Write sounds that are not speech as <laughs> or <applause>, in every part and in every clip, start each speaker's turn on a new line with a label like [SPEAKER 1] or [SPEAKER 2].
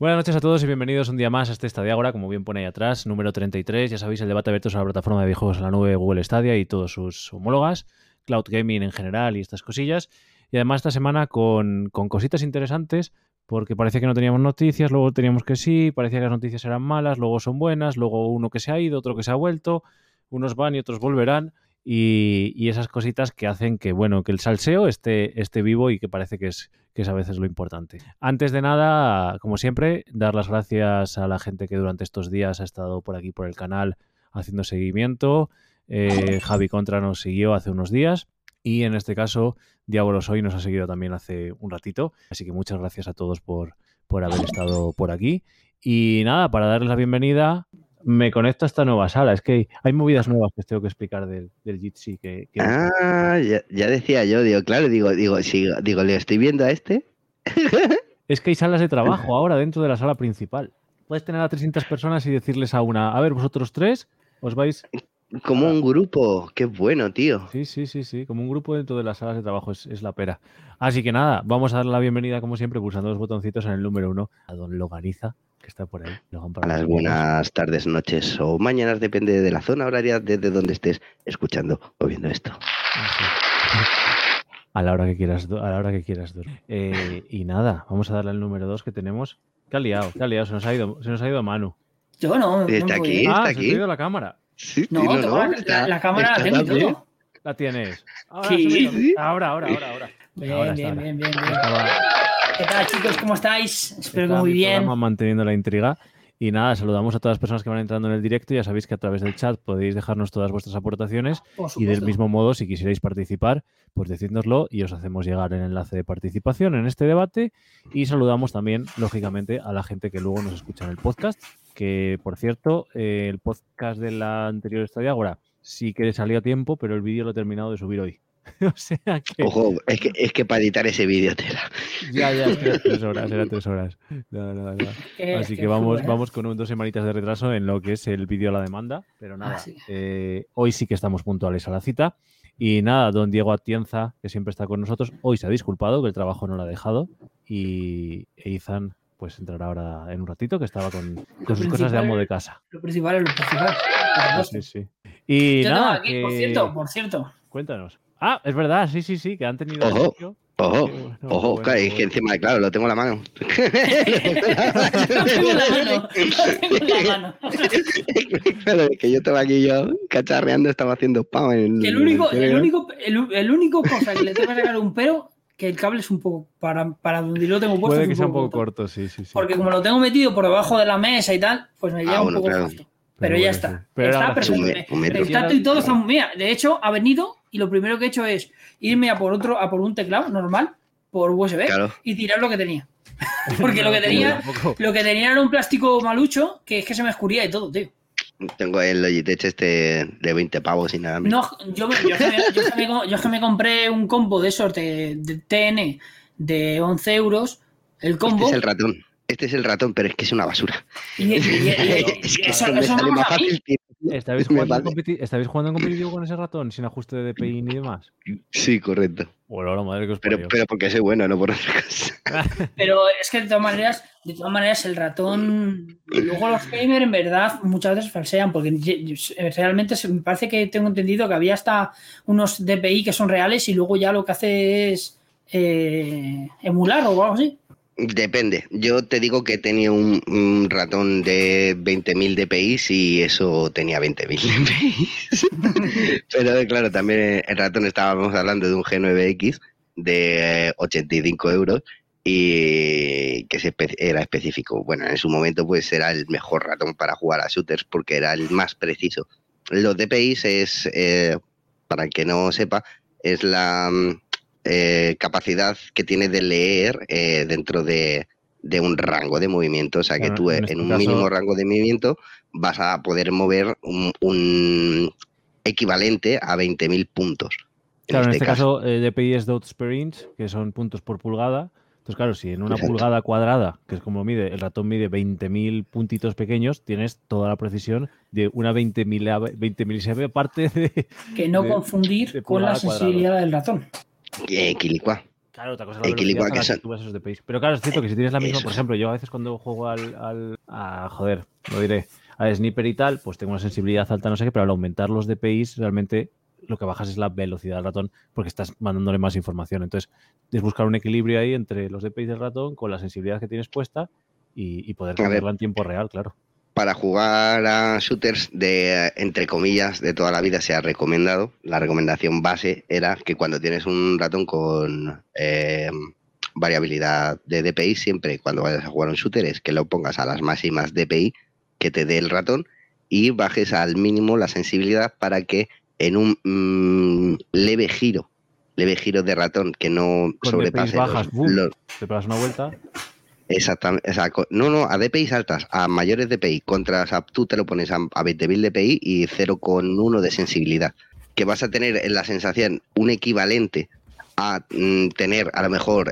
[SPEAKER 1] noches a todos y bienvenidos un día más a este Stadia Ahora, como bien pone ahí atrás, número 33. Ya sabéis, el debate abierto sobre la plataforma de videojuegos en la nube Google Stadia y todos sus homólogas, cloud gaming en general y estas cosillas. Y además esta semana con, con cositas interesantes, porque parecía que no teníamos noticias, luego teníamos que sí, parecía que las noticias eran malas, luego son buenas, luego uno que se ha ido, otro que se ha vuelto, unos van y otros volverán. Y, y esas cositas que hacen que, bueno, que el salseo esté, esté vivo y que parece que es, que es a veces lo importante. Antes de nada, como siempre, dar las gracias a la gente que durante estos días ha estado por aquí por el canal haciendo seguimiento. Eh, Javi Contra nos siguió hace unos días y en este caso Diabolos Hoy nos ha seguido también hace un ratito. Así que muchas gracias a todos por, por haber estado por aquí. Y nada, para darles la bienvenida, me conecto a esta nueva sala. Es que hay movidas nuevas que os tengo que explicar del, del Jitsi. Que, que-
[SPEAKER 2] Ah, ya, ya decía yo, digo, claro, digo, digo, sí, digo, le estoy viendo a este.
[SPEAKER 1] Es que hay salas de trabajo ahora dentro de la sala principal. Puedes tener a 300 personas y decirles a una, a ver, vosotros tres, os vais...
[SPEAKER 2] Como un grupo, qué bueno, tío.
[SPEAKER 1] Sí, sí, sí, sí, como un grupo dentro de las salas de trabajo es, es la pera. Así que nada, vamos a darle la bienvenida como siempre pulsando los botoncitos en el número uno a don Loganiza, que está por ahí. Logan para
[SPEAKER 2] A las
[SPEAKER 1] los amigos.
[SPEAKER 2] buenas tardes, noches o mañanas, depende de la zona horaria desde donde estés escuchando o viendo esto.
[SPEAKER 1] A la hora que quieras, du- a la hora que quieras Dur. Eh, y nada, vamos a darle al número 2 que tenemos. ¿Qué ha liado? ¿Qué ha liado? Se nos ha ido, se nos ha ido Manu.
[SPEAKER 3] Yo no.
[SPEAKER 2] Está
[SPEAKER 3] no
[SPEAKER 2] aquí.
[SPEAKER 3] voy a-
[SPEAKER 1] ah,
[SPEAKER 2] aquí?
[SPEAKER 1] se te ha ido la cámara.
[SPEAKER 2] Sí,
[SPEAKER 3] No,
[SPEAKER 2] tío,
[SPEAKER 3] toma, la-
[SPEAKER 2] está-
[SPEAKER 3] la, cámara la
[SPEAKER 2] está ¿eh?
[SPEAKER 3] tengo y
[SPEAKER 2] también.
[SPEAKER 3] todo.
[SPEAKER 1] La tienes. Ahora,
[SPEAKER 3] Sí.
[SPEAKER 1] súbelo. ahora, ahora, ahora, ahora.
[SPEAKER 3] Bien,
[SPEAKER 1] Ahora está,
[SPEAKER 3] bien,
[SPEAKER 1] ahora.
[SPEAKER 3] bien, bien, bien. <laughs>
[SPEAKER 1] Estaba-
[SPEAKER 3] ¿Qué tal, chicos? ¿Cómo estáis? Espero que
[SPEAKER 1] Está
[SPEAKER 3] muy
[SPEAKER 1] mi
[SPEAKER 3] bien.
[SPEAKER 1] programa manteniendo la intriga. Y nada, saludamos a todas las personas que van entrando en el directo. Ya sabéis que a través del chat podéis dejarnos todas vuestras aportaciones.
[SPEAKER 3] Por
[SPEAKER 1] Y del
[SPEAKER 3] supuesto.
[SPEAKER 1] mismo modo, si quisierais participar, pues decídnoslo y os hacemos llegar el enlace de participación en este debate. Y saludamos también, lógicamente, a la gente que luego nos escucha en el podcast. Que, por cierto, eh, el podcast de la anterior Estadio Agora sí que le salió a tiempo, pero el vídeo lo he terminado de subir hoy. <laughs> o sea que.
[SPEAKER 3] Oh.
[SPEAKER 2] Ojo, es que, es que para editar ese vídeo, tela.
[SPEAKER 1] Ya, ya, era tres horas,
[SPEAKER 3] <laughs>
[SPEAKER 1] era tres horas. Nada, nada, nada.
[SPEAKER 3] Qué-
[SPEAKER 1] Así
[SPEAKER 3] qué
[SPEAKER 1] que vamos,
[SPEAKER 3] fue, ¿eh?
[SPEAKER 1] vamos con un, dos semanitas de retraso en lo que es el vídeo a la demanda. Pero nada,
[SPEAKER 3] Ah, sí.
[SPEAKER 1] eh, hoy sí que estamos puntuales a la cita. Y nada, don Diego Atienza, que siempre está con nosotros, hoy se ha disculpado que el trabajo no lo ha dejado. Y Ethan, pues entrará ahora en un ratito, que estaba con, con sus cosas de amo de casa.
[SPEAKER 3] Lo principal es lo principal. por
[SPEAKER 1] Sí, sí.
[SPEAKER 3] supuesto.
[SPEAKER 1] Y
[SPEAKER 3] Yo tengo
[SPEAKER 1] nada,
[SPEAKER 3] aquí, por
[SPEAKER 1] que-
[SPEAKER 3] cierto,
[SPEAKER 1] <laughs>
[SPEAKER 3] por cierto. <laughs>
[SPEAKER 1] cuéntanos. Ah, es verdad, sí, sí, sí, que han tenido.
[SPEAKER 2] Ojo,
[SPEAKER 1] anuncio.
[SPEAKER 2] Ojo,
[SPEAKER 1] Qué bueno,
[SPEAKER 2] ojo,
[SPEAKER 1] qué bueno,
[SPEAKER 2] claro,
[SPEAKER 1] qué
[SPEAKER 2] es que
[SPEAKER 1] bueno.
[SPEAKER 2] encima, claro, lo tengo en la
[SPEAKER 3] <laughs>
[SPEAKER 2] mano. <laughs>
[SPEAKER 3] No tengo la
[SPEAKER 1] <laughs>
[SPEAKER 3] mano. No tengo la mano.
[SPEAKER 2] Claro, es que yo estaba aquí yo cacharreando, estaba haciendo pam en
[SPEAKER 3] El único,
[SPEAKER 2] en el-
[SPEAKER 3] el único, el, u- el único cosa que le tengo que sacar un pero, que el cable es un poco, para, para donde yo lo tengo puesto,
[SPEAKER 1] Puede
[SPEAKER 3] es
[SPEAKER 1] que sea un poco corto, sí, sí, sí.
[SPEAKER 3] Porque como lo tengo metido por debajo de la mesa y tal, pues me llega un
[SPEAKER 2] Ah, bueno,
[SPEAKER 3] poco
[SPEAKER 2] claro.
[SPEAKER 3] justo. Pero ya
[SPEAKER 1] bueno,
[SPEAKER 3] está.
[SPEAKER 1] sí. Pero
[SPEAKER 3] está
[SPEAKER 1] ahora sí.
[SPEAKER 2] Un
[SPEAKER 3] perfecto.
[SPEAKER 2] me- un metro.
[SPEAKER 3] El tacto y todo está muy bien. De hecho, ha venido y lo primero que he hecho es irme a por otro, a por un teclado normal, por USB,
[SPEAKER 2] Claro.
[SPEAKER 3] y tirar lo que tenía. <laughs> Porque lo que
[SPEAKER 1] No,
[SPEAKER 3] tenía,
[SPEAKER 1] tampoco.
[SPEAKER 3] lo que tenía era un plástico malucho que es que se me escuría y todo, tío.
[SPEAKER 2] Tengo el Logitech este de 20 pavos y nada más.
[SPEAKER 3] No, yo, me- yo, es que me, yo es que me co- yo es que me compré un combo de esos de, de TN de 11 euros, el
[SPEAKER 2] este
[SPEAKER 3] combo,
[SPEAKER 2] es el ratón. Este es el ratón, pero es que es una basura.
[SPEAKER 3] y,
[SPEAKER 2] <laughs>
[SPEAKER 3] y- y- y-
[SPEAKER 2] es que
[SPEAKER 3] eso,
[SPEAKER 2] eso me
[SPEAKER 3] eso
[SPEAKER 2] sale
[SPEAKER 3] vamos
[SPEAKER 2] más
[SPEAKER 3] a mí.
[SPEAKER 2] fácil. tío.
[SPEAKER 1] ¿Estabais
[SPEAKER 2] Me
[SPEAKER 1] jugando, en
[SPEAKER 2] vale.
[SPEAKER 1] competi- estabais jugando en competitivo con ese ratón sin ajuste de DPI ni demás?
[SPEAKER 2] Sí, correcto.
[SPEAKER 1] Bueno, la madre que os
[SPEAKER 2] Pero,
[SPEAKER 1] parió.
[SPEAKER 2] pero porque soy bueno, no por otra cosa. <laughs>
[SPEAKER 3] Pero es que de todas maneras, de todas maneras, el ratón. Luego los gamers en verdad muchas veces falsean, porque ye- ye- realmente se- me parece que tengo entendido que había hasta unos DPI que son reales y luego ya lo que hace es eh, emular o algo así.
[SPEAKER 2] Depende. Yo te digo que tenía un, un ratón de 20.000 DPI y eso tenía 20.000 DPI. Pero eh, claro, también el ratón estábamos hablando de un G9X de eh, 85 euros y que se espe- era específico. Bueno, en su momento pues era el mejor ratón para jugar a shooters porque era el más preciso. Los DPI es, eh, para el que no sepa, es la... mm, eh, capacidad que tiene de leer eh, dentro de, de un rango de movimiento. O sea, que
[SPEAKER 1] Claro,
[SPEAKER 2] tú eh,
[SPEAKER 1] en
[SPEAKER 2] en,
[SPEAKER 1] este
[SPEAKER 2] un
[SPEAKER 1] caso-
[SPEAKER 2] mínimo rango de movimiento vas a poder mover un, un equivalente a 20.000 puntos.
[SPEAKER 1] claro, en este caso, eh, DPI es dots per inch, que son puntos por pulgada. Entonces, claro, si en una
[SPEAKER 2] Exacto.
[SPEAKER 1] pulgada cuadrada, que es como mide, el ratón mide 20.000 puntitos pequeños, tienes toda la precisión de una 20.000 20.000 parte de...
[SPEAKER 3] Que no
[SPEAKER 1] De-
[SPEAKER 3] confundir
[SPEAKER 1] de
[SPEAKER 3] con la
[SPEAKER 1] pulgada
[SPEAKER 3] sensibilidad del ratón.
[SPEAKER 2] Eh, Quilicua.
[SPEAKER 1] Claro, otra cosa es
[SPEAKER 2] El
[SPEAKER 1] la velocidad
[SPEAKER 2] Kiliwa
[SPEAKER 1] a la
[SPEAKER 2] que
[SPEAKER 1] que
[SPEAKER 2] son-
[SPEAKER 1] tú vas esos DPIs. Pero claro, es cierto que si tienes la misma,
[SPEAKER 2] Eso.
[SPEAKER 1] por ejemplo, yo a veces cuando juego al, al- a, joder, lo diré, al sniper y tal, pues tengo una sensibilidad alta, no sé qué, pero al aumentar los DPIs realmente lo que bajas es la velocidad del ratón porque estás mandándole más información. Entonces, es buscar un equilibrio ahí entre los DPIs del ratón con la sensibilidad que tienes puesta y, y poder
[SPEAKER 2] A ver.
[SPEAKER 1] cambiarla en tiempo real, claro.
[SPEAKER 2] para jugar a shooters de, eh, entre comillas, de toda la vida se ha recomendado. La recomendación base era que cuando tienes un ratón con eh, variabilidad de DPI, siempre cuando vayas a jugar un shooter es que lo pongas a las máximas DPI que te dé el ratón y bajes al mínimo la sensibilidad para que en un mm, leve giro, leve giro de ratón que no
[SPEAKER 1] Con DPIs
[SPEAKER 2] sobrepase los-
[SPEAKER 1] bajas, ¡boom!
[SPEAKER 2] los,
[SPEAKER 1] Te pegas una vuelta.
[SPEAKER 2] Exactamente. o sea, co- no, no, a DPI altas, a mayores DPI. Contra, o sea, tú te lo pones a, a 20.000 DPI y 0,1 de sensibilidad. Que vas a tener en la sensación un equivalente a mm, tener a lo mejor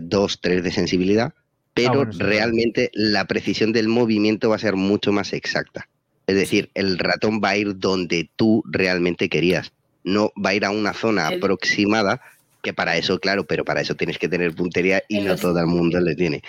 [SPEAKER 2] 2, 3 de sensibilidad, pero
[SPEAKER 1] Ah, bueno, sí, claro.
[SPEAKER 2] realmente la precisión del movimiento va a ser mucho más exacta. Es decir, el ratón va a ir donde tú realmente querías. No va a ir a una zona
[SPEAKER 3] El-
[SPEAKER 2] aproximada, que para eso, claro, pero para eso tienes que tener puntería y
[SPEAKER 3] El
[SPEAKER 2] no
[SPEAKER 3] otro-
[SPEAKER 2] todo el mundo le tiene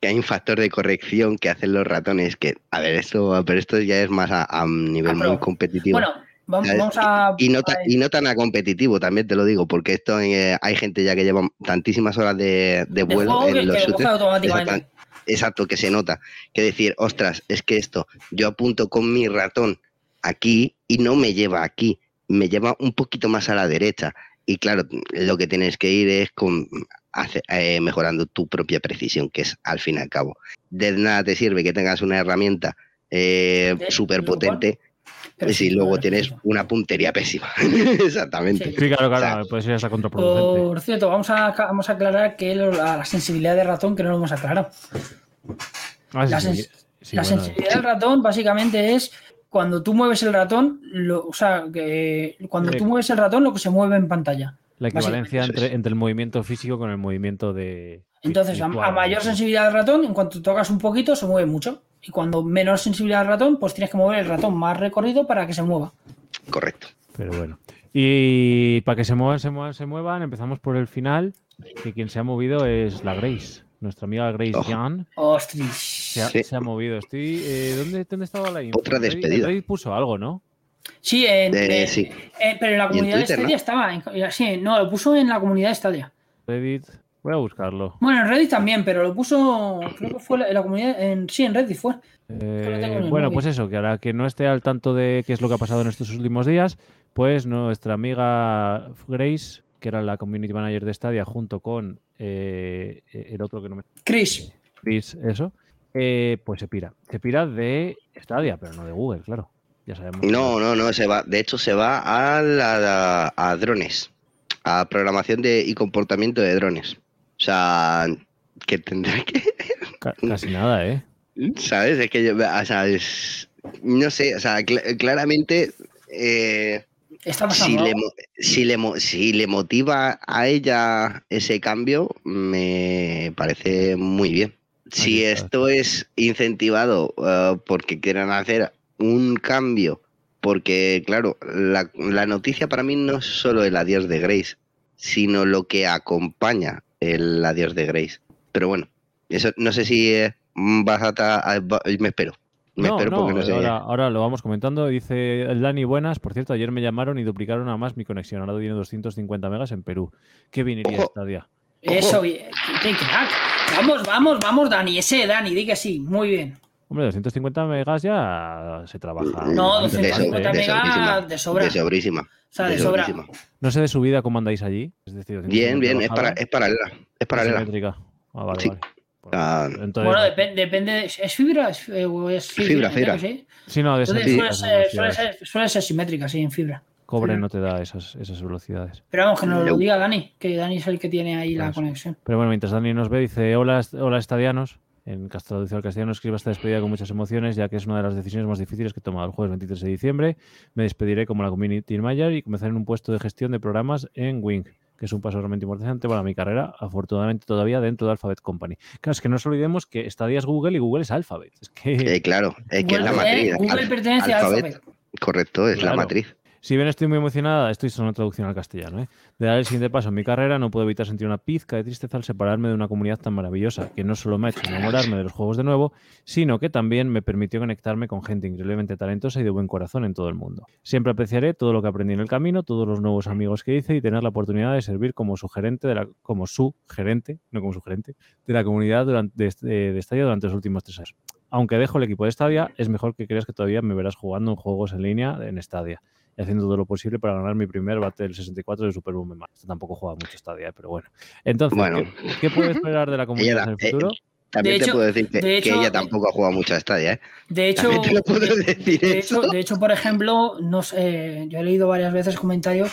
[SPEAKER 2] que hay un factor de corrección que hacen los ratones que, a ver, esto, pero esto ya es más a, a un nivel
[SPEAKER 3] Ah, pero-
[SPEAKER 2] muy competitivo.
[SPEAKER 3] Bueno, vamos,
[SPEAKER 2] Ya,
[SPEAKER 3] vamos a.
[SPEAKER 2] y, no ta-
[SPEAKER 3] a-
[SPEAKER 2] y no tan a competitivo, también te lo digo, porque esto eh, hay gente ya que lleva tantísimas horas de, de
[SPEAKER 3] de
[SPEAKER 2] vuelo
[SPEAKER 3] juego
[SPEAKER 2] en
[SPEAKER 3] que, que
[SPEAKER 2] los
[SPEAKER 3] lo coge
[SPEAKER 2] shooters.
[SPEAKER 3] automáticamente.
[SPEAKER 2] Exacto, que se nota. Que decir, ostras, es que esto, yo apunto con mi ratón aquí y no me lleva aquí, me lleva un poquito más a la derecha. Y claro, lo que tienes que ir es con, hace- eh, mejorando tu propia precisión, que es al fin y al cabo. De nada te sirve que tengas una herramienta eh,
[SPEAKER 3] De-
[SPEAKER 2] súper potente
[SPEAKER 3] Pero
[SPEAKER 2] si
[SPEAKER 3] sí,
[SPEAKER 2] luego
[SPEAKER 3] claro,
[SPEAKER 2] tienes
[SPEAKER 3] sí.
[SPEAKER 2] una puntería pésima. <laughs> Exactamente.
[SPEAKER 3] Sí.
[SPEAKER 1] Sí, claro, claro,
[SPEAKER 2] O
[SPEAKER 1] puede ser hasta contraproducente.
[SPEAKER 3] Por cierto, vamos a, vamos a aclarar que lo- la, la sensibilidad de ratón, que no lo hemos aclarado.
[SPEAKER 1] Ah, sí,
[SPEAKER 3] la
[SPEAKER 1] sí,
[SPEAKER 3] sens-
[SPEAKER 1] sí, sí,
[SPEAKER 3] la
[SPEAKER 1] bueno, eh.
[SPEAKER 3] sensibilidad del ratón básicamente es cuando tú mueves el ratón, lo- o sea, que cuando
[SPEAKER 1] Sí.
[SPEAKER 3] tú mueves el ratón, lo que se mueve en pantalla.
[SPEAKER 1] La equivalencia
[SPEAKER 2] Básicamente,
[SPEAKER 1] entre,
[SPEAKER 2] eso es.
[SPEAKER 1] entre el movimiento físico con el movimiento de.
[SPEAKER 3] Entonces, a,
[SPEAKER 1] virtual,
[SPEAKER 3] a
[SPEAKER 1] ¿no?
[SPEAKER 3] mayor sensibilidad del ratón, en cuanto tocas un poquito, se mueve mucho. Y cuando menor sensibilidad del ratón, pues tienes que mover el ratón más recorrido para que se mueva.
[SPEAKER 2] Correcto.
[SPEAKER 1] Pero bueno. Y para que se muevan, se muevan, se muevan, empezamos por el final. Que quien se ha movido es la Grace. Nuestra amiga Grace
[SPEAKER 2] Ojo.
[SPEAKER 1] Jan
[SPEAKER 3] ¡Ostras!
[SPEAKER 1] se ha,
[SPEAKER 2] Oh, Sí.
[SPEAKER 1] se ha movido. Estoy, eh, ¿dónde, ¿Dónde estaba la info?
[SPEAKER 2] Otra
[SPEAKER 1] El Reddit- el
[SPEAKER 2] despedida.
[SPEAKER 1] Reddit puso algo, ¿no?
[SPEAKER 3] Sí, en-
[SPEAKER 2] Eh,
[SPEAKER 3] eh,
[SPEAKER 2] sí.
[SPEAKER 3] eh, pero en la
[SPEAKER 2] en
[SPEAKER 3] comunidad de
[SPEAKER 2] Twitter,
[SPEAKER 3] Stadia
[SPEAKER 2] ¿no?
[SPEAKER 3] estaba. en- sí, no, lo puso en la comunidad de Stadia.
[SPEAKER 1] Reddit. Voy a buscarlo.
[SPEAKER 3] Bueno, en Reddit también, pero lo puso. Creo que fue la- en la comunidad. En, sí, en Reddit fue.
[SPEAKER 1] Eh,
[SPEAKER 3] tengo en el
[SPEAKER 1] bueno,
[SPEAKER 3] móvil.
[SPEAKER 1] pues eso, que ahora que no esté al tanto de qué es lo que ha pasado en estos últimos días, pues nuestra amiga Grace, que era la community manager de Stadia, junto con eh, el otro que no me
[SPEAKER 3] Chris.
[SPEAKER 1] Chris, eso, eh, pues se pira. Se pira de Stadia, pero no de Google, claro. Ya sabemos. que-
[SPEAKER 2] No, no, no, se va. De hecho, se va a, la- a drones, a programación de, y comportamiento de drones. O sea, que tendrá que. <laughs>
[SPEAKER 1] ca- casi nada, ¿eh?
[SPEAKER 2] ¿Sabes? Es que yo. O sea, es- no sé, o sea, cl- claramente. eh,
[SPEAKER 3] Está
[SPEAKER 2] si
[SPEAKER 3] pasando.
[SPEAKER 2] le,
[SPEAKER 3] algo.
[SPEAKER 2] mo- si, le, mo- si le motiva a ella ese cambio, me parece muy bien. Si
[SPEAKER 1] está.
[SPEAKER 2] esto es incentivado eh, porque quieran hacer un cambio, porque claro, la, la noticia para mí no es solo el adiós de Grace, sino lo que acompaña el adiós de Grace. Pero bueno, eso no sé si eh, vas a... ta- a- va- me espero. Me
[SPEAKER 1] No,
[SPEAKER 2] espero
[SPEAKER 1] no,
[SPEAKER 2] porque no sé.
[SPEAKER 1] ahora, ahora lo vamos comentando. Dice el Dani Buenas, por cierto, ayer me llamaron y duplicaron a más mi conexión. Ahora tiene 250 megas en Perú. ¿Qué viniría
[SPEAKER 2] Ojo.
[SPEAKER 1] Stadia?
[SPEAKER 3] Eso, bien. Qué crack. Vamos, vamos, vamos, Dani. Ese, Dani, di que sí. Muy bien.
[SPEAKER 1] Hombre, 250 megas ya se trabaja.
[SPEAKER 2] Mm,
[SPEAKER 3] No,
[SPEAKER 1] bastante,
[SPEAKER 3] 250
[SPEAKER 1] bastante.
[SPEAKER 3] megas.
[SPEAKER 2] sobrísima,
[SPEAKER 3] de sobra.
[SPEAKER 2] De sobrísima.
[SPEAKER 3] O sea, de
[SPEAKER 2] de
[SPEAKER 3] sobra.
[SPEAKER 2] sobrísima.
[SPEAKER 1] No sé de subida cómo andáis allí. Es decir, 250
[SPEAKER 2] Bien, bien, es, para,
[SPEAKER 1] bajada,
[SPEAKER 2] es paralela. Es paralela.
[SPEAKER 1] asimétrica. Ah, vale,
[SPEAKER 2] Sí.
[SPEAKER 1] vale.
[SPEAKER 2] Ah,
[SPEAKER 1] Entonces,
[SPEAKER 3] Bueno, depe- depende. ¿Es fibra? ¿Es, eh, o es
[SPEAKER 2] Fibra, fibra.
[SPEAKER 3] entiendo que sí.
[SPEAKER 1] sí, no, de esas-
[SPEAKER 3] Entonces,
[SPEAKER 2] Sí.
[SPEAKER 3] suele,
[SPEAKER 1] esas
[SPEAKER 3] ser, suele,
[SPEAKER 1] velocidades.
[SPEAKER 3] ser, suele ser simétrica, sí, en fibra.
[SPEAKER 1] Cobre no te da esas, esas velocidades.
[SPEAKER 3] Pero vamos, que nos lo
[SPEAKER 2] Yo-
[SPEAKER 3] diga Dani, que Dani es el que tiene ahí la
[SPEAKER 1] Pues-
[SPEAKER 3] conexión.
[SPEAKER 1] Pero bueno, mientras Dani nos ve, dice: Hola, est- hola estadianos. En cas- traducido al castellano, escribo esta despedida con muchas emociones, ya que es una de las decisiones más difíciles que he tomado el jueves 23 de diciembre. Me despediré como la community manager y comenzaré en un puesto de gestión de programas en Wing, que es un paso realmente importante para mi carrera, afortunadamente todavía dentro de Alphabet Company. Claro, es que no nos olvidemos que Stadia es Google y Google es Alphabet. Es que
[SPEAKER 2] eh, claro, es que es la
[SPEAKER 3] Google,
[SPEAKER 2] matriz.
[SPEAKER 3] eh, Google
[SPEAKER 2] Al-
[SPEAKER 3] pertenece a
[SPEAKER 2] Alphabet.
[SPEAKER 3] Alphabet.
[SPEAKER 2] Correcto, es
[SPEAKER 1] Claro.
[SPEAKER 2] la matriz.
[SPEAKER 1] Si bien estoy muy emocionada, estoy es una traducción al castellano, ¿eh? de dar el siguiente paso en mi carrera, no puedo evitar sentir una pizca de tristeza al separarme de una comunidad tan maravillosa, que no solo me ha hecho enamorarme de los juegos de nuevo, sino que también me permitió conectarme con gente increíblemente talentosa y de buen corazón en todo el mundo. Siempre apreciaré todo lo que aprendí en el camino, todos los nuevos amigos que hice y tener la oportunidad de servir como su gerente, de la, como su gerente, no como su gerente, de la comunidad durante, de, de Stadia durante los últimos tres años. Aunque dejo el equipo de Stadia, es mejor que creas que todavía me verás jugando en juegos en línea en Stadia y haciendo todo lo posible para ganar mi primer Battle 64 de Super Boom Esto tampoco juega mucho Stadia, ¿eh? pero bueno. Entonces,
[SPEAKER 2] Bueno.
[SPEAKER 1] ¿qué, qué puedo esperar de la comunidad
[SPEAKER 2] <laughs> Ella-
[SPEAKER 1] en el futuro?
[SPEAKER 2] eh, También
[SPEAKER 3] De
[SPEAKER 2] te
[SPEAKER 3] hecho-
[SPEAKER 2] puedo decir que,
[SPEAKER 3] de
[SPEAKER 2] que
[SPEAKER 3] hecho-
[SPEAKER 2] ella tampoco ha jugado mucho a Stadia, ¿eh?
[SPEAKER 3] De hecho,
[SPEAKER 2] También te lo puedo
[SPEAKER 3] de-
[SPEAKER 2] <laughs> decir
[SPEAKER 3] de
[SPEAKER 2] eso.
[SPEAKER 3] hecho, de hecho, por ejemplo, no sé, eh, yo he leído varias veces comentarios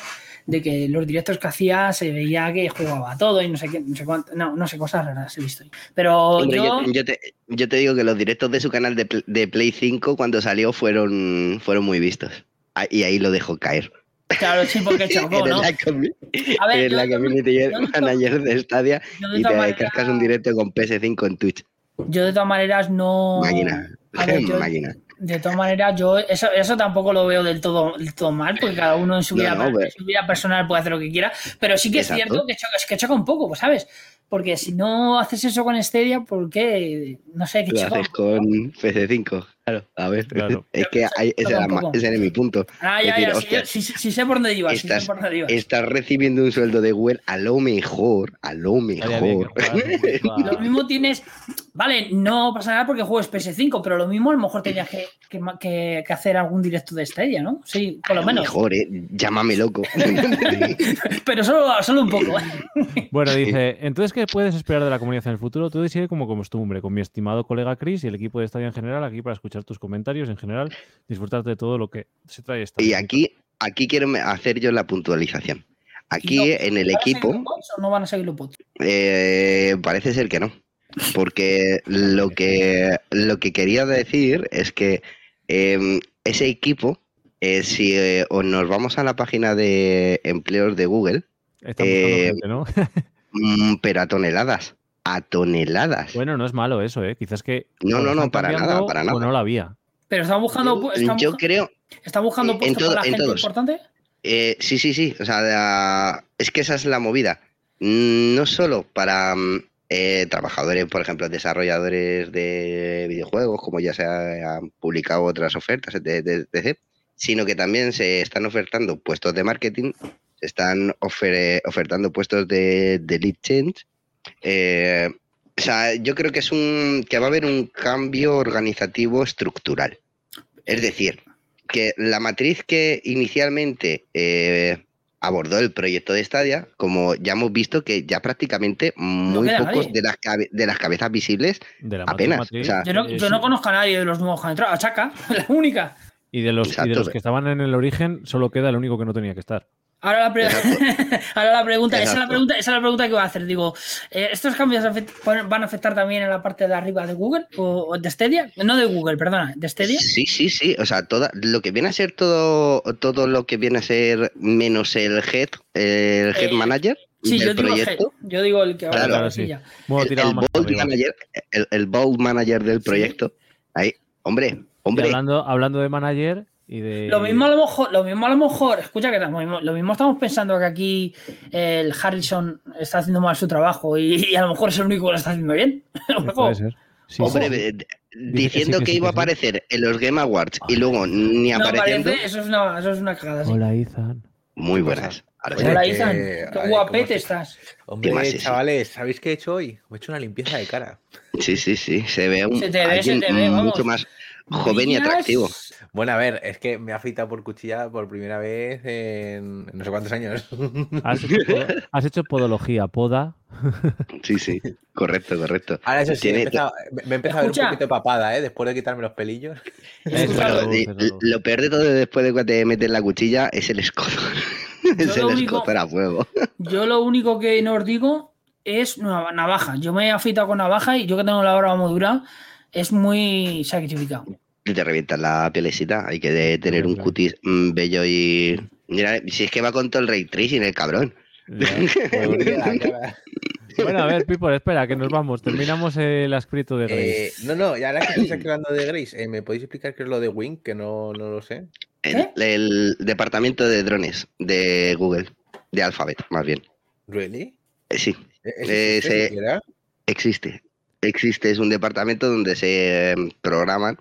[SPEAKER 3] de que los directos que hacía se veía que jugaba a todo y no sé qué, no sé cuánto, no, no sé cosas raras he visto. Pero
[SPEAKER 2] Hombre,
[SPEAKER 3] yo,
[SPEAKER 2] yo, yo te, yo te digo que los directos de su canal de, Pl- de Play 5 cuando salió fueron, fueron muy vistos. Ah, Y ahí lo dejó
[SPEAKER 3] <laughs>
[SPEAKER 2] caer.
[SPEAKER 3] claro, sí, porque
[SPEAKER 2] <laughs>
[SPEAKER 3] chocó,
[SPEAKER 2] Eres
[SPEAKER 3] ¿no?
[SPEAKER 2] la, comi-
[SPEAKER 3] A ver,
[SPEAKER 2] eres
[SPEAKER 3] yo
[SPEAKER 2] la
[SPEAKER 3] de-
[SPEAKER 2] community
[SPEAKER 3] yo de todas-
[SPEAKER 2] manager de Stadia
[SPEAKER 3] yo de
[SPEAKER 2] y te
[SPEAKER 3] todas maneras-
[SPEAKER 2] descargas un directo con PS5 en Twitch.
[SPEAKER 3] Yo de todas maneras no.
[SPEAKER 2] Máquina. <laughs>
[SPEAKER 3] A ver, yo-
[SPEAKER 2] Máquina.
[SPEAKER 3] De todas maneras, yo eso, eso tampoco lo veo del todo, del todo mal, porque cada uno en su,
[SPEAKER 2] No,
[SPEAKER 3] vida,
[SPEAKER 2] no, pero-
[SPEAKER 3] en su vida personal puede hacer lo que quiera, pero sí que
[SPEAKER 2] Exacto.
[SPEAKER 3] es cierto que choca, que choca un poco, pues, ¿sabes? Porque si no haces eso con Stadia, ¿por qué? No sé, qué
[SPEAKER 2] Lo
[SPEAKER 3] choca.
[SPEAKER 2] haces con PS5. Claro, a ver.
[SPEAKER 1] Claro.
[SPEAKER 2] <laughs> Es que ahí- ese, era, ma-
[SPEAKER 3] Tampoco.
[SPEAKER 2] ese era mi punto.
[SPEAKER 3] Ah, ya,
[SPEAKER 2] decir,
[SPEAKER 3] ya, sí,
[SPEAKER 2] hostia,
[SPEAKER 3] sí, sí, sí sé por dónde ibas, sí sé
[SPEAKER 2] estás-
[SPEAKER 3] por dónde ibas.
[SPEAKER 2] Estás recibiendo un sueldo de Google a lo mejor, a lo
[SPEAKER 1] Estaría bien que
[SPEAKER 2] mejor.
[SPEAKER 1] jugaras un poquito
[SPEAKER 2] <laughs>
[SPEAKER 3] Lo
[SPEAKER 1] a-
[SPEAKER 3] mismo tienes, vale, no pasa nada porque juegues PS5, pero lo mismo a lo mejor tenías que, que ma- que- que hacer algún directo de Stadia, ¿no? Sí, por lo
[SPEAKER 2] A
[SPEAKER 3] menos.
[SPEAKER 2] mejor, ¿eh? Llámame
[SPEAKER 3] <laughs>
[SPEAKER 2] loco. <laughs>
[SPEAKER 3] Pero solo, solo un poco. <laughs> ¿eh?
[SPEAKER 1] Bueno, dice, entonces, ¿qué puedes esperar de la comunidad en el futuro? Todo sigue como costumbre, con mi estimado colega Chris y el equipo de Estadio en general, aquí para escuchar tus comentarios en general, disfrutar de todo lo que se trae esta.
[SPEAKER 2] y aquí, aquí quiero me- hacer yo la puntualización. Aquí
[SPEAKER 3] No,
[SPEAKER 2] en el
[SPEAKER 3] ¿Van a seguir
[SPEAKER 2] equipo
[SPEAKER 3] los bots o no van a seguir los bots?
[SPEAKER 2] eh, parece ser que no. Porque lo que, lo que quería decir es que eh, ese equipo, eh, si eh, o nos vamos a la página de empleos de Google,
[SPEAKER 1] Están buscando
[SPEAKER 2] eh,
[SPEAKER 1] gente, ¿no? <laughs>
[SPEAKER 2] mm, pero a toneladas. A toneladas.
[SPEAKER 1] Bueno, no es malo eso, ¿eh? Quizás que. o
[SPEAKER 2] No, no,
[SPEAKER 1] la
[SPEAKER 2] no,
[SPEAKER 1] están
[SPEAKER 2] para nada,
[SPEAKER 1] cambiando
[SPEAKER 2] para
[SPEAKER 1] o
[SPEAKER 2] nada.
[SPEAKER 1] no la había.
[SPEAKER 3] Pero están buscando, están
[SPEAKER 2] yo
[SPEAKER 3] busca-
[SPEAKER 2] creo,
[SPEAKER 3] están buscando
[SPEAKER 2] en
[SPEAKER 3] puestos
[SPEAKER 2] todo-
[SPEAKER 3] para
[SPEAKER 2] en
[SPEAKER 3] gente
[SPEAKER 2] todos.
[SPEAKER 3] importante.
[SPEAKER 2] Eh, sí, sí, sí. O sea, la- es que esa es la movida. Mm, No solo para mm, eh, trabajadores, por ejemplo, desarrolladores de videojuegos, como ya se ha- han publicado otras ofertas, de, de- de- sino que también se están ofertando puestos de marketing, se están ofere- ofertando puestos de, de lead change. Eh, o sea, yo creo que es un que va a haber un cambio organizativo estructural. Es decir, que la matriz que inicialmente eh, abordó el proyecto de Stadia, como ya hemos visto que ya prácticamente muy
[SPEAKER 3] queda
[SPEAKER 2] pocos
[SPEAKER 3] nadie.
[SPEAKER 2] de las, cabe- de las cabezas visibles,
[SPEAKER 1] De la
[SPEAKER 2] Apenas,
[SPEAKER 1] matriz,
[SPEAKER 2] o sea,
[SPEAKER 3] Yo no,
[SPEAKER 1] eh,
[SPEAKER 3] yo no
[SPEAKER 1] sí.
[SPEAKER 3] conozco a nadie de los nuevos que han entrado. A Chaca, <laughs> la única.
[SPEAKER 1] Y de, los, y de
[SPEAKER 2] Exacto,
[SPEAKER 1] los que
[SPEAKER 2] pero-
[SPEAKER 1] estaban en el origen, solo queda el único que no tenía que estar.
[SPEAKER 3] Ahora la, pre- Ahora la pregunta, esa es la
[SPEAKER 2] Exacto.
[SPEAKER 3] pregunta, esa es la pregunta que voy a hacer. Digo, eh, ¿estos cambios afect- van a afectar también en la parte de arriba de Google o, o de Stadia? No de Google, perdona, de Stadia.
[SPEAKER 2] Sí, sí, sí. O sea, toda, lo que viene a ser todo, todo lo que viene a ser menos el head, el head
[SPEAKER 3] Eh,
[SPEAKER 2] manager
[SPEAKER 3] Sí, yo
[SPEAKER 2] del
[SPEAKER 3] digo, el
[SPEAKER 2] proyecto.
[SPEAKER 3] head. yo digo el que ahora
[SPEAKER 2] Claro,
[SPEAKER 1] ahora sí.
[SPEAKER 3] ya.
[SPEAKER 1] Bueno,
[SPEAKER 2] el,
[SPEAKER 1] tirado
[SPEAKER 2] el
[SPEAKER 1] más
[SPEAKER 2] bold
[SPEAKER 1] arriba.
[SPEAKER 2] manager, el, el bold manager del
[SPEAKER 3] Sí.
[SPEAKER 2] proyecto. Ahí, hombre,
[SPEAKER 1] Y
[SPEAKER 2] hombre,
[SPEAKER 1] hablando, hablando de manager y de.
[SPEAKER 3] Lo mismo a lo mejor, lo mismo a lo mejor, escucha que lo mismo, lo mismo estamos pensando que aquí eh, el Harrison está haciendo mal su trabajo y, y a lo mejor es el único que lo está haciendo bien. <laughs> A lo
[SPEAKER 1] Sí,
[SPEAKER 3] mejor.
[SPEAKER 1] puede ser. Sí,
[SPEAKER 2] hombre,
[SPEAKER 1] sí.
[SPEAKER 2] eh,
[SPEAKER 1] que
[SPEAKER 2] diciendo
[SPEAKER 1] sí,
[SPEAKER 2] que,
[SPEAKER 1] que sí,
[SPEAKER 2] iba a
[SPEAKER 1] que sí. Ah.
[SPEAKER 2] aparecer en los Game Awards y luego ni
[SPEAKER 3] no
[SPEAKER 2] apareciendo.
[SPEAKER 3] aparece, eso es una, eso es una cagada. sí.
[SPEAKER 1] Hola, Ethan.
[SPEAKER 2] Muy buenas. Ahora sí.
[SPEAKER 4] Oye,
[SPEAKER 3] Hola,
[SPEAKER 4] que-
[SPEAKER 3] Izan,
[SPEAKER 4] ay,
[SPEAKER 3] qué
[SPEAKER 4] ¿cómo
[SPEAKER 3] guapete
[SPEAKER 4] estás?
[SPEAKER 3] estás.
[SPEAKER 4] Hombre, eh,
[SPEAKER 2] más es?
[SPEAKER 4] chavales, ¿sabéis qué he hecho hoy? Me he hecho una limpieza de cara.
[SPEAKER 2] sí, sí, sí. Se ve un
[SPEAKER 3] Se te ve, se
[SPEAKER 2] alguien
[SPEAKER 3] te ve, vamos.
[SPEAKER 2] mucho más joven y
[SPEAKER 3] Brillas.
[SPEAKER 2] atractivo.
[SPEAKER 4] Bueno, a ver, es que me he afeitado por cuchilla por primera vez en no sé cuántos años. <laughs>
[SPEAKER 1] Has hecho, podo- has hecho podología, poda.
[SPEAKER 2] Sí, sí. Correcto, correcto.
[SPEAKER 4] Ahora eso sí,
[SPEAKER 2] Tiene-
[SPEAKER 4] he empezado- me me he empezado a ver un
[SPEAKER 3] Escucha.
[SPEAKER 4] poquito de papada, ¿eh? Después de quitarme los
[SPEAKER 2] <laughs>
[SPEAKER 4] pelillos.
[SPEAKER 1] Eso,
[SPEAKER 3] Escucha,
[SPEAKER 1] Claro,
[SPEAKER 2] Bueno,
[SPEAKER 1] sí,
[SPEAKER 2] y
[SPEAKER 1] claro.
[SPEAKER 2] lo peor de todo después de que te meten la cuchilla es el escoto. es
[SPEAKER 3] lo
[SPEAKER 2] el
[SPEAKER 3] único-
[SPEAKER 2] escoto a fuego.
[SPEAKER 3] Yo lo único que no os digo es una navaja. Yo me he afeitado con navaja y yo que tengo la barba muy dura, es muy sacrificado.
[SPEAKER 2] Y te revientas la pielecita. Hay que de- tener un
[SPEAKER 1] claro.
[SPEAKER 2] cutis mm, bello y. Mira, si es que va con todo el ray tracing el cabrón.
[SPEAKER 1] Ya.
[SPEAKER 4] Joder, la cara.
[SPEAKER 1] Bueno, a ver, Pipo, espera, que nos vamos. Terminamos el aspecto de Grace.
[SPEAKER 4] Eh, no, no, y
[SPEAKER 2] <clears throat>
[SPEAKER 4] ahora que estáis hablando de Grace, eh, ¿me podéis explicar qué es lo de Wing? Que no, no lo sé.
[SPEAKER 2] <laughs> El,
[SPEAKER 3] ¿Eh?
[SPEAKER 2] el departamento de drones de Google, de Alphabet, más bien.
[SPEAKER 4] ¿Really? ¿E-,
[SPEAKER 2] Eh, Sí,
[SPEAKER 4] ¿Es-
[SPEAKER 2] Eh,
[SPEAKER 4] existe
[SPEAKER 2] se-
[SPEAKER 4] siquiera?
[SPEAKER 2] existe. Existe, es un departamento donde se eh, programan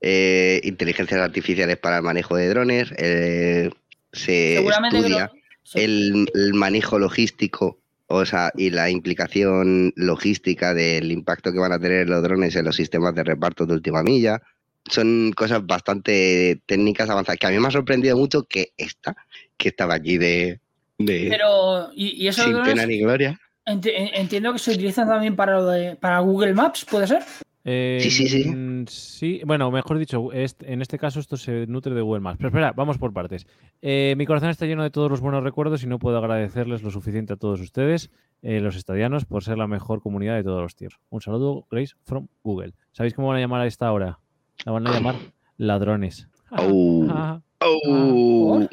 [SPEAKER 2] eh, inteligencias artificiales para el manejo de drones, eh, se
[SPEAKER 3] Seguramente que lo-
[SPEAKER 2] estudia el, el manejo logístico o sea, y la implicación logística del impacto que van a tener los drones en los sistemas de reparto de última milla. Son cosas bastante técnicas avanzadas, que a mí me ha sorprendido mucho que esta, que estaba allí de, de
[SPEAKER 3] Pero, y, y esos
[SPEAKER 2] sin
[SPEAKER 3] drones
[SPEAKER 2] pena ni gloria.
[SPEAKER 3] enti- en- entiendo que se utilizan también para, lo de- para Google Maps, ¿puede ser?
[SPEAKER 1] Eh,
[SPEAKER 2] Sí, sí, sí.
[SPEAKER 1] mm, sí, bueno, mejor dicho, est- en este caso esto se nutre de Google Maps. Pero espera, vamos por partes. Eh, mi corazón está lleno de todos los buenos recuerdos y no puedo agradecerles lo suficiente a todos ustedes, eh, los estadianos, por ser la mejor comunidad de todos los tiers. Un saludo, Grace, from Google. ¿Sabéis cómo van a llamar a esta hora? La van a
[SPEAKER 2] <laughs>
[SPEAKER 1] llamar ladrones. <laughs> Ah,
[SPEAKER 2] Oh.
[SPEAKER 3] Ah.
[SPEAKER 2] Oh.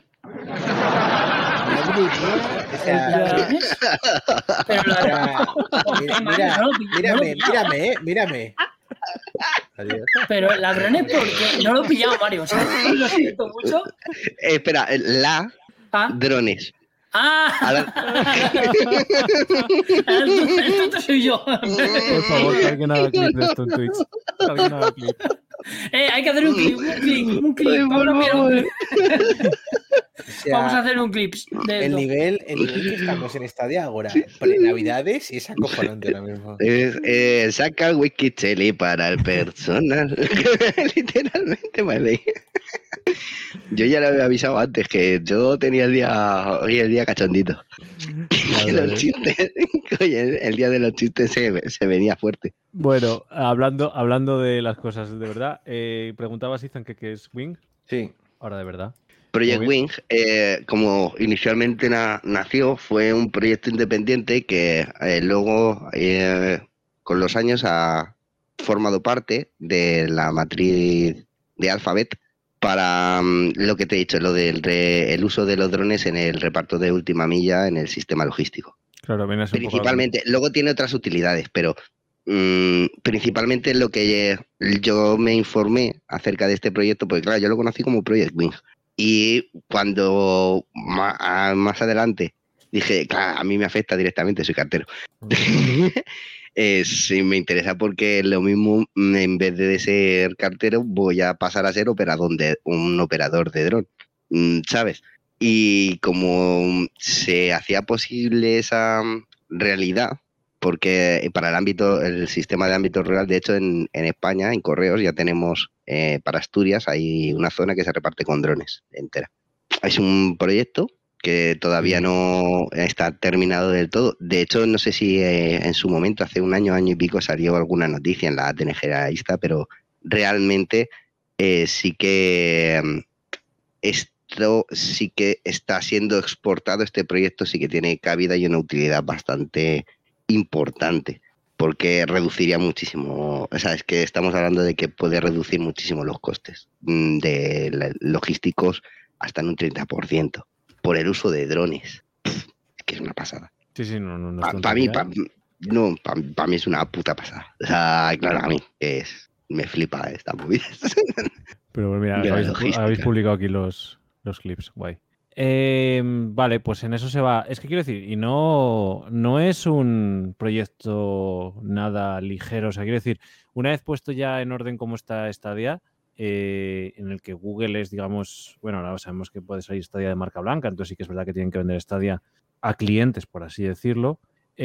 [SPEAKER 4] Madre mía, o sea,
[SPEAKER 3] ¿Ladrones? Pero
[SPEAKER 4] o
[SPEAKER 3] ladrones,
[SPEAKER 4] sea, mira-
[SPEAKER 3] qué mal,
[SPEAKER 4] mira-
[SPEAKER 3] no lo pi- no lo
[SPEAKER 4] mírame,
[SPEAKER 3] pillaba.
[SPEAKER 4] mírame, eh,
[SPEAKER 3] <laughs>
[SPEAKER 4] mírame. Adiós.
[SPEAKER 3] Pero ladrones porque no lo he pillado, Mario. o sea, lo siento mucho.
[SPEAKER 2] Eh, espera, eh, la
[SPEAKER 3] Ah,
[SPEAKER 2] drones.
[SPEAKER 3] ah <laughs>
[SPEAKER 2] Ahora-
[SPEAKER 3] el tonto soy yo.
[SPEAKER 2] <laughs>
[SPEAKER 1] Por favor, que alguien haga clip de esto en Twitch. Que alguien haga clip.
[SPEAKER 3] Eh, hay que hacer un clip, un clip, un clip.
[SPEAKER 2] Ay, por
[SPEAKER 3] Pablo, mira, un
[SPEAKER 2] favor.
[SPEAKER 3] clip.
[SPEAKER 4] O
[SPEAKER 3] Vamos a
[SPEAKER 4] sea,
[SPEAKER 3] hacer un clip. De
[SPEAKER 4] el
[SPEAKER 3] esto.
[SPEAKER 4] nivel, el nivel que estamos en Stadia ahora, pre-navidades, es acojonante ahora <laughs> mismo.
[SPEAKER 2] <laughs> Es, eh, saca whisky chili para el personal. <laughs> Literalmente, vale. <laughs> Yo ya le había avisado antes que yo tenía el día hoy el día cachondito. <laughs> Que los chistes- <laughs> oye, el día de los chistes se, se venía fuerte.
[SPEAKER 1] Bueno, hablando, hablando de las cosas de verdad, eh, preguntabas, Ethan, que qué es Wing.
[SPEAKER 4] Sí.
[SPEAKER 1] Ahora de verdad.
[SPEAKER 2] Project
[SPEAKER 1] Muy
[SPEAKER 2] Wing, eh, como inicialmente na- nació, fue un proyecto independiente que eh, luego, eh, con los años, ha formado parte de la matriz de Alphabet para mm, lo que te he dicho, lo del re- el uso de los drones en el reparto de última milla en el sistema logístico.
[SPEAKER 1] Claro, viene a ser un poco
[SPEAKER 2] Principalmente, luego tiene otras utilidades, pero mm, principalmente lo que eh, yo me informé acerca de este proyecto, porque claro, yo lo conocí como Project Wing. Y cuando ma- a- más adelante dije, claro, a mí me afecta directamente, soy cartero. Eh, sí, me interesa porque lo mismo, mm, en vez de ser cartero, voy a pasar a ser operador de, un operador de dron, mm, ¿sabes? Y como mm, se hacía posible esa mm, realidad, porque eh, para el ámbito, el sistema de ámbito rural, de hecho, en, en España, en Correos, ya tenemos eh, para Asturias, hay una zona que se reparte con drones entera. Es un proyecto que todavía no está terminado del todo. De hecho, no sé si eh, en su momento, hace un año, año y pico, salió alguna noticia en la ATN Generalista, pero realmente eh, sí que mm, esto sí que está siendo exportado, este proyecto sí que tiene cabida y una utilidad bastante importante, porque reduciría muchísimo, o sea, es que estamos hablando de que puede reducir muchísimo los costes mm, de la- logísticos hasta en un 30% por el uso de drones. Pff, es que es una pasada.
[SPEAKER 1] Sí, sí, no, no, no es
[SPEAKER 2] Para
[SPEAKER 1] tontería,
[SPEAKER 2] mí,
[SPEAKER 1] ¿eh?
[SPEAKER 2] pa- no, para mí es una puta pasada. O sea, claro, a mí es, me flipa esta movida. <laughs>
[SPEAKER 1] Pero bueno, mira,
[SPEAKER 2] de la
[SPEAKER 1] habéis,
[SPEAKER 2] logística.
[SPEAKER 1] habéis publicado aquí los, los clips, guay. Eh, vale, pues en eso se va. Es que quiero decir, y no, no es un proyecto nada ligero. O sea, quiero decir, una vez puesto ya en orden cómo está Stadia, eh, en el que Google es, digamos, bueno, ahora sabemos que puede salir Stadia de marca blanca, entonces sí que es verdad que tienen que vender Stadia a clientes, por así decirlo.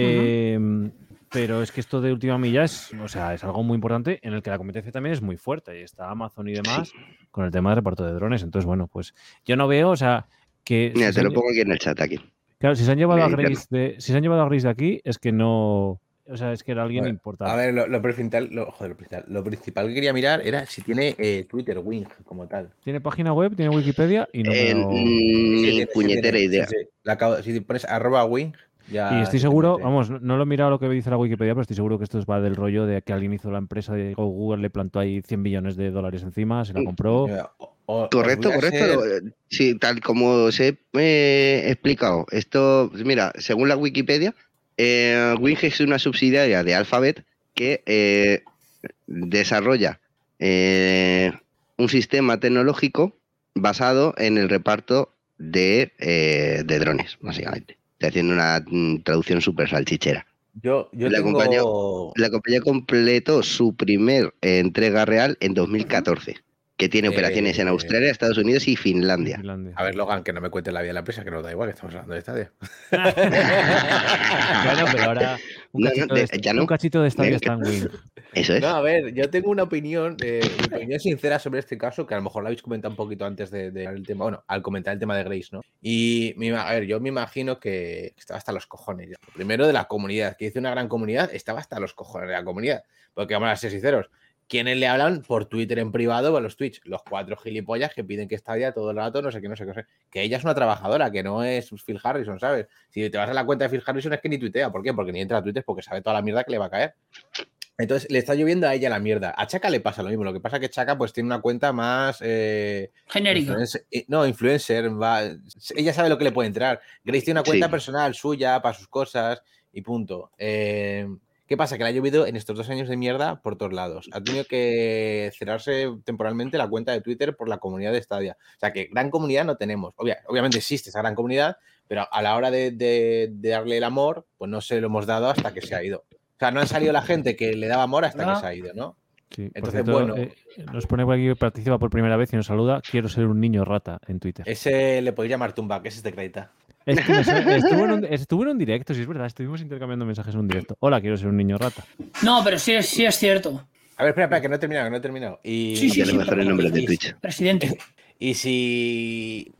[SPEAKER 1] Eh, pero es que esto de última milla es, o sea, es algo muy importante en el que la competencia también es muy fuerte. Y está Amazon y demás con el tema de reparto de drones. Entonces, bueno, pues yo no veo, o sea, que.
[SPEAKER 2] Mira,
[SPEAKER 1] si
[SPEAKER 2] te
[SPEAKER 1] se
[SPEAKER 2] lo
[SPEAKER 1] han-
[SPEAKER 2] pongo aquí en el chat aquí.
[SPEAKER 1] Claro, si se han llevado a
[SPEAKER 2] Mira,
[SPEAKER 1] Grace de, si se han llevado a Grace de aquí, es que no. O sea, es que era alguien
[SPEAKER 4] Bueno,
[SPEAKER 1] importante.
[SPEAKER 4] A ver, lo, lo principal, lo, joder, lo principal, lo principal que quería mirar era si tiene eh, Twitter Wing como tal.
[SPEAKER 1] Tiene página web, tiene Wikipedia y no. me
[SPEAKER 2] Eh,
[SPEAKER 1] lo-
[SPEAKER 2] ni
[SPEAKER 4] Sí, tiene- sí
[SPEAKER 2] puñetera
[SPEAKER 4] tiene,
[SPEAKER 2] idea.
[SPEAKER 4] sí, sí. La acabo- si pones arroba Wing, ya.
[SPEAKER 1] Y estoy
[SPEAKER 4] se te
[SPEAKER 1] seguro,
[SPEAKER 4] mete.
[SPEAKER 1] vamos, no- no lo he mirado lo que dice la Wikipedia, pero estoy seguro que esto va del rollo de que alguien hizo la empresa de Google, le plantó ahí 100 billones de dólares encima,
[SPEAKER 2] Mm,
[SPEAKER 1] se la compró.
[SPEAKER 4] Mira, Eh, o- o-
[SPEAKER 2] Correcto,
[SPEAKER 4] os voy a
[SPEAKER 2] correcto.
[SPEAKER 4] ser-
[SPEAKER 2] lo- eh, Sí, tal como os he eh, explicado. Esto, mira, según la Wikipedia, eh, Wing es una subsidiaria de Alphabet que eh, desarrolla eh, un sistema tecnológico basado en el reparto de, eh, de drones, básicamente. Estoy haciendo una mm, traducción súper salchichera.
[SPEAKER 4] Yo, yo
[SPEAKER 2] La
[SPEAKER 4] tengo...
[SPEAKER 2] compañía- La compañía completó su primer eh, entrega real en 2014, que tiene
[SPEAKER 4] Eh,
[SPEAKER 2] operaciones en Australia, Estados Unidos y Finlandia.
[SPEAKER 1] Finlandia.
[SPEAKER 4] A ver, Logan, que no me cuentes la vida de la empresa, que nos da igual, que estamos hablando de estadio.
[SPEAKER 1] <laughs>
[SPEAKER 4] <laughs>
[SPEAKER 1] Bueno,
[SPEAKER 2] <laughs>
[SPEAKER 1] pero ahora un
[SPEAKER 2] No, no,
[SPEAKER 1] cachito
[SPEAKER 2] de-
[SPEAKER 1] de, est-
[SPEAKER 2] ya no.
[SPEAKER 1] un cachito de estadio
[SPEAKER 2] Ven,
[SPEAKER 1] está en Wing.
[SPEAKER 2] Eso es.
[SPEAKER 4] No, a ver, yo tengo una opinión, eh, mi opinión sincera sobre este caso, que a lo mejor la habéis comentado un poquito antes de, de hablar el tema, bueno, al comentar el tema de Grace, ¿no? Y me ima- a ver, yo me imagino que estaba hasta los cojones. ya. Lo Primero de la comunidad, que hizo una gran comunidad, estaba hasta los cojones de la comunidad. Porque vamos a ser sinceros, ¿quiénes le hablan por Twitter en privado o a los Twitch? Los cuatro gilipollas que piden que está ya todo el rato, no sé qué, no sé qué, no sé. Que ella es una trabajadora, que no es Phil Harrison, ¿sabes? Si te vas a la cuenta de Phil Harrison es que ni tuitea. ¿Por qué? Porque ni entra a Twitter porque sabe toda la mierda que le va a caer. Entonces le está lloviendo a ella la mierda. A Chaca le pasa lo mismo. Lo que pasa es que Chaca pues tiene una cuenta más eh,
[SPEAKER 3] Genérico.
[SPEAKER 4] influencer- eh, no, influencer. va- ella sabe lo que le puede entrar. Grace tiene una cuenta
[SPEAKER 2] Sí.
[SPEAKER 4] personal suya para sus cosas y punto. Eh, ¿Qué pasa? Que le ha llovido en estos dos años de mierda por todos lados. Ha tenido que cerrarse temporalmente la cuenta de Twitter por la comunidad de Stadia. O sea que gran comunidad no tenemos. Obvia- obviamente existe esa gran comunidad, pero a la hora de, de- de darle el amor, pues no se lo hemos dado hasta que se ha ido. O sea, no han salido la gente que le daba amor hasta que
[SPEAKER 3] Ah.
[SPEAKER 4] se ha ido, ¿no?
[SPEAKER 1] Sí, por
[SPEAKER 4] Entonces,
[SPEAKER 1] cierto,
[SPEAKER 4] bueno.
[SPEAKER 1] eh, nos pone por aquí que participa por primera vez y nos saluda. Quiero ser un niño rata en
[SPEAKER 2] Eh.
[SPEAKER 1] Twitter.
[SPEAKER 4] Ese le podéis llamar tumba, que ese es de Creta.
[SPEAKER 1] Es que me suena- estuvo,
[SPEAKER 2] <laughs>
[SPEAKER 1] en un, estuvo en un directo, si es verdad. Estuvimos intercambiando mensajes en un directo. Hola, quiero ser un niño rata.
[SPEAKER 3] No, pero sí, es- sí es cierto.
[SPEAKER 4] A ver, espera, espera, que no he terminado, que no he terminado. Y,
[SPEAKER 3] Sí, sí,
[SPEAKER 2] a lo
[SPEAKER 3] sí,
[SPEAKER 2] mejor
[SPEAKER 3] perdón,
[SPEAKER 2] el nombre de
[SPEAKER 3] sí,
[SPEAKER 2] Twitch.
[SPEAKER 3] Presidente.
[SPEAKER 4] Y si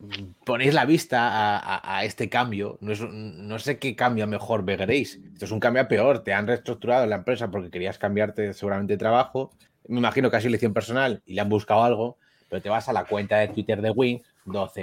[SPEAKER 4] ponéis la vista a, a- a este cambio, no, es, un- no sé qué cambio mejor veréis. Esto es un cambio a peor. Te han reestructurado la empresa porque querías cambiarte seguramente de trabajo. Me imagino que ha sido elección personal y le han buscado algo. Pero te vas a la cuenta de Twitter de Wing,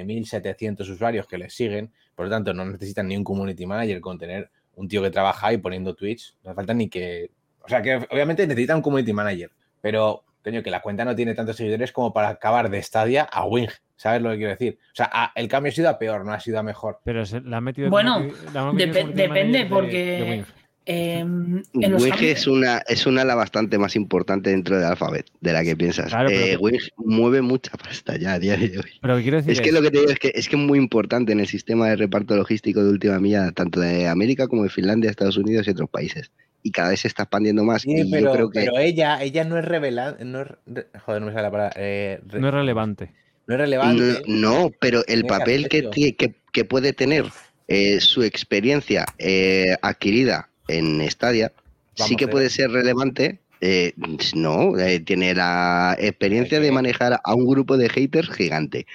[SPEAKER 4] 12.700 usuarios que le siguen. Por lo tanto, no necesitan ni un community manager con tener un tío que trabaja y poniendo tweets. No hace falta ni que. O sea, que obviamente necesitan un community manager. Pero, coño, que la cuenta no tiene tantos seguidores como para acabar de Stadia a Wing. ¿Sabes lo que quiero decir? O sea, a- el cambio ha sido a peor, no ha sido a mejor.
[SPEAKER 1] Pero se, la han metido.
[SPEAKER 3] Bueno,
[SPEAKER 1] como que- la han metido
[SPEAKER 3] depe-
[SPEAKER 1] como team
[SPEAKER 3] depende,
[SPEAKER 1] manager de-
[SPEAKER 3] porque-
[SPEAKER 1] de Wing.
[SPEAKER 3] Eh, en los
[SPEAKER 2] Wing
[SPEAKER 3] ámbitos-
[SPEAKER 2] es una, es una ala bastante más importante dentro de Alphabet, de la que piensas.
[SPEAKER 1] Claro, pero
[SPEAKER 2] Eh,
[SPEAKER 1] que-
[SPEAKER 2] Wing mueve mucha pasta ya a día de hoy.
[SPEAKER 1] Pero lo que quiero decir
[SPEAKER 2] Es que lo que te digo es que es que es muy importante en el sistema de reparto logístico de última milla, tanto de América como de Finlandia, Estados Unidos y otros países. Y cada vez se está expandiendo más.
[SPEAKER 4] Sí,
[SPEAKER 2] y
[SPEAKER 4] pero,
[SPEAKER 2] yo creo que
[SPEAKER 4] pero ella, ella no es revelante. No es re- joder, no me sale la palabra. eh, re-
[SPEAKER 1] no es relevante.
[SPEAKER 4] no es
[SPEAKER 2] no,
[SPEAKER 4] relevante.
[SPEAKER 2] no, pero el
[SPEAKER 4] Tiene
[SPEAKER 2] papel que,
[SPEAKER 4] acceso.
[SPEAKER 2] tie- que, que puede tener eh, su experiencia eh, adquirida en Stadia sí
[SPEAKER 4] Vamos,
[SPEAKER 2] que
[SPEAKER 4] eh.
[SPEAKER 2] puede ser relevante. eh, no, eh, tiene la experiencia de
[SPEAKER 4] Ok.
[SPEAKER 2] manejar a un grupo de haters gigante.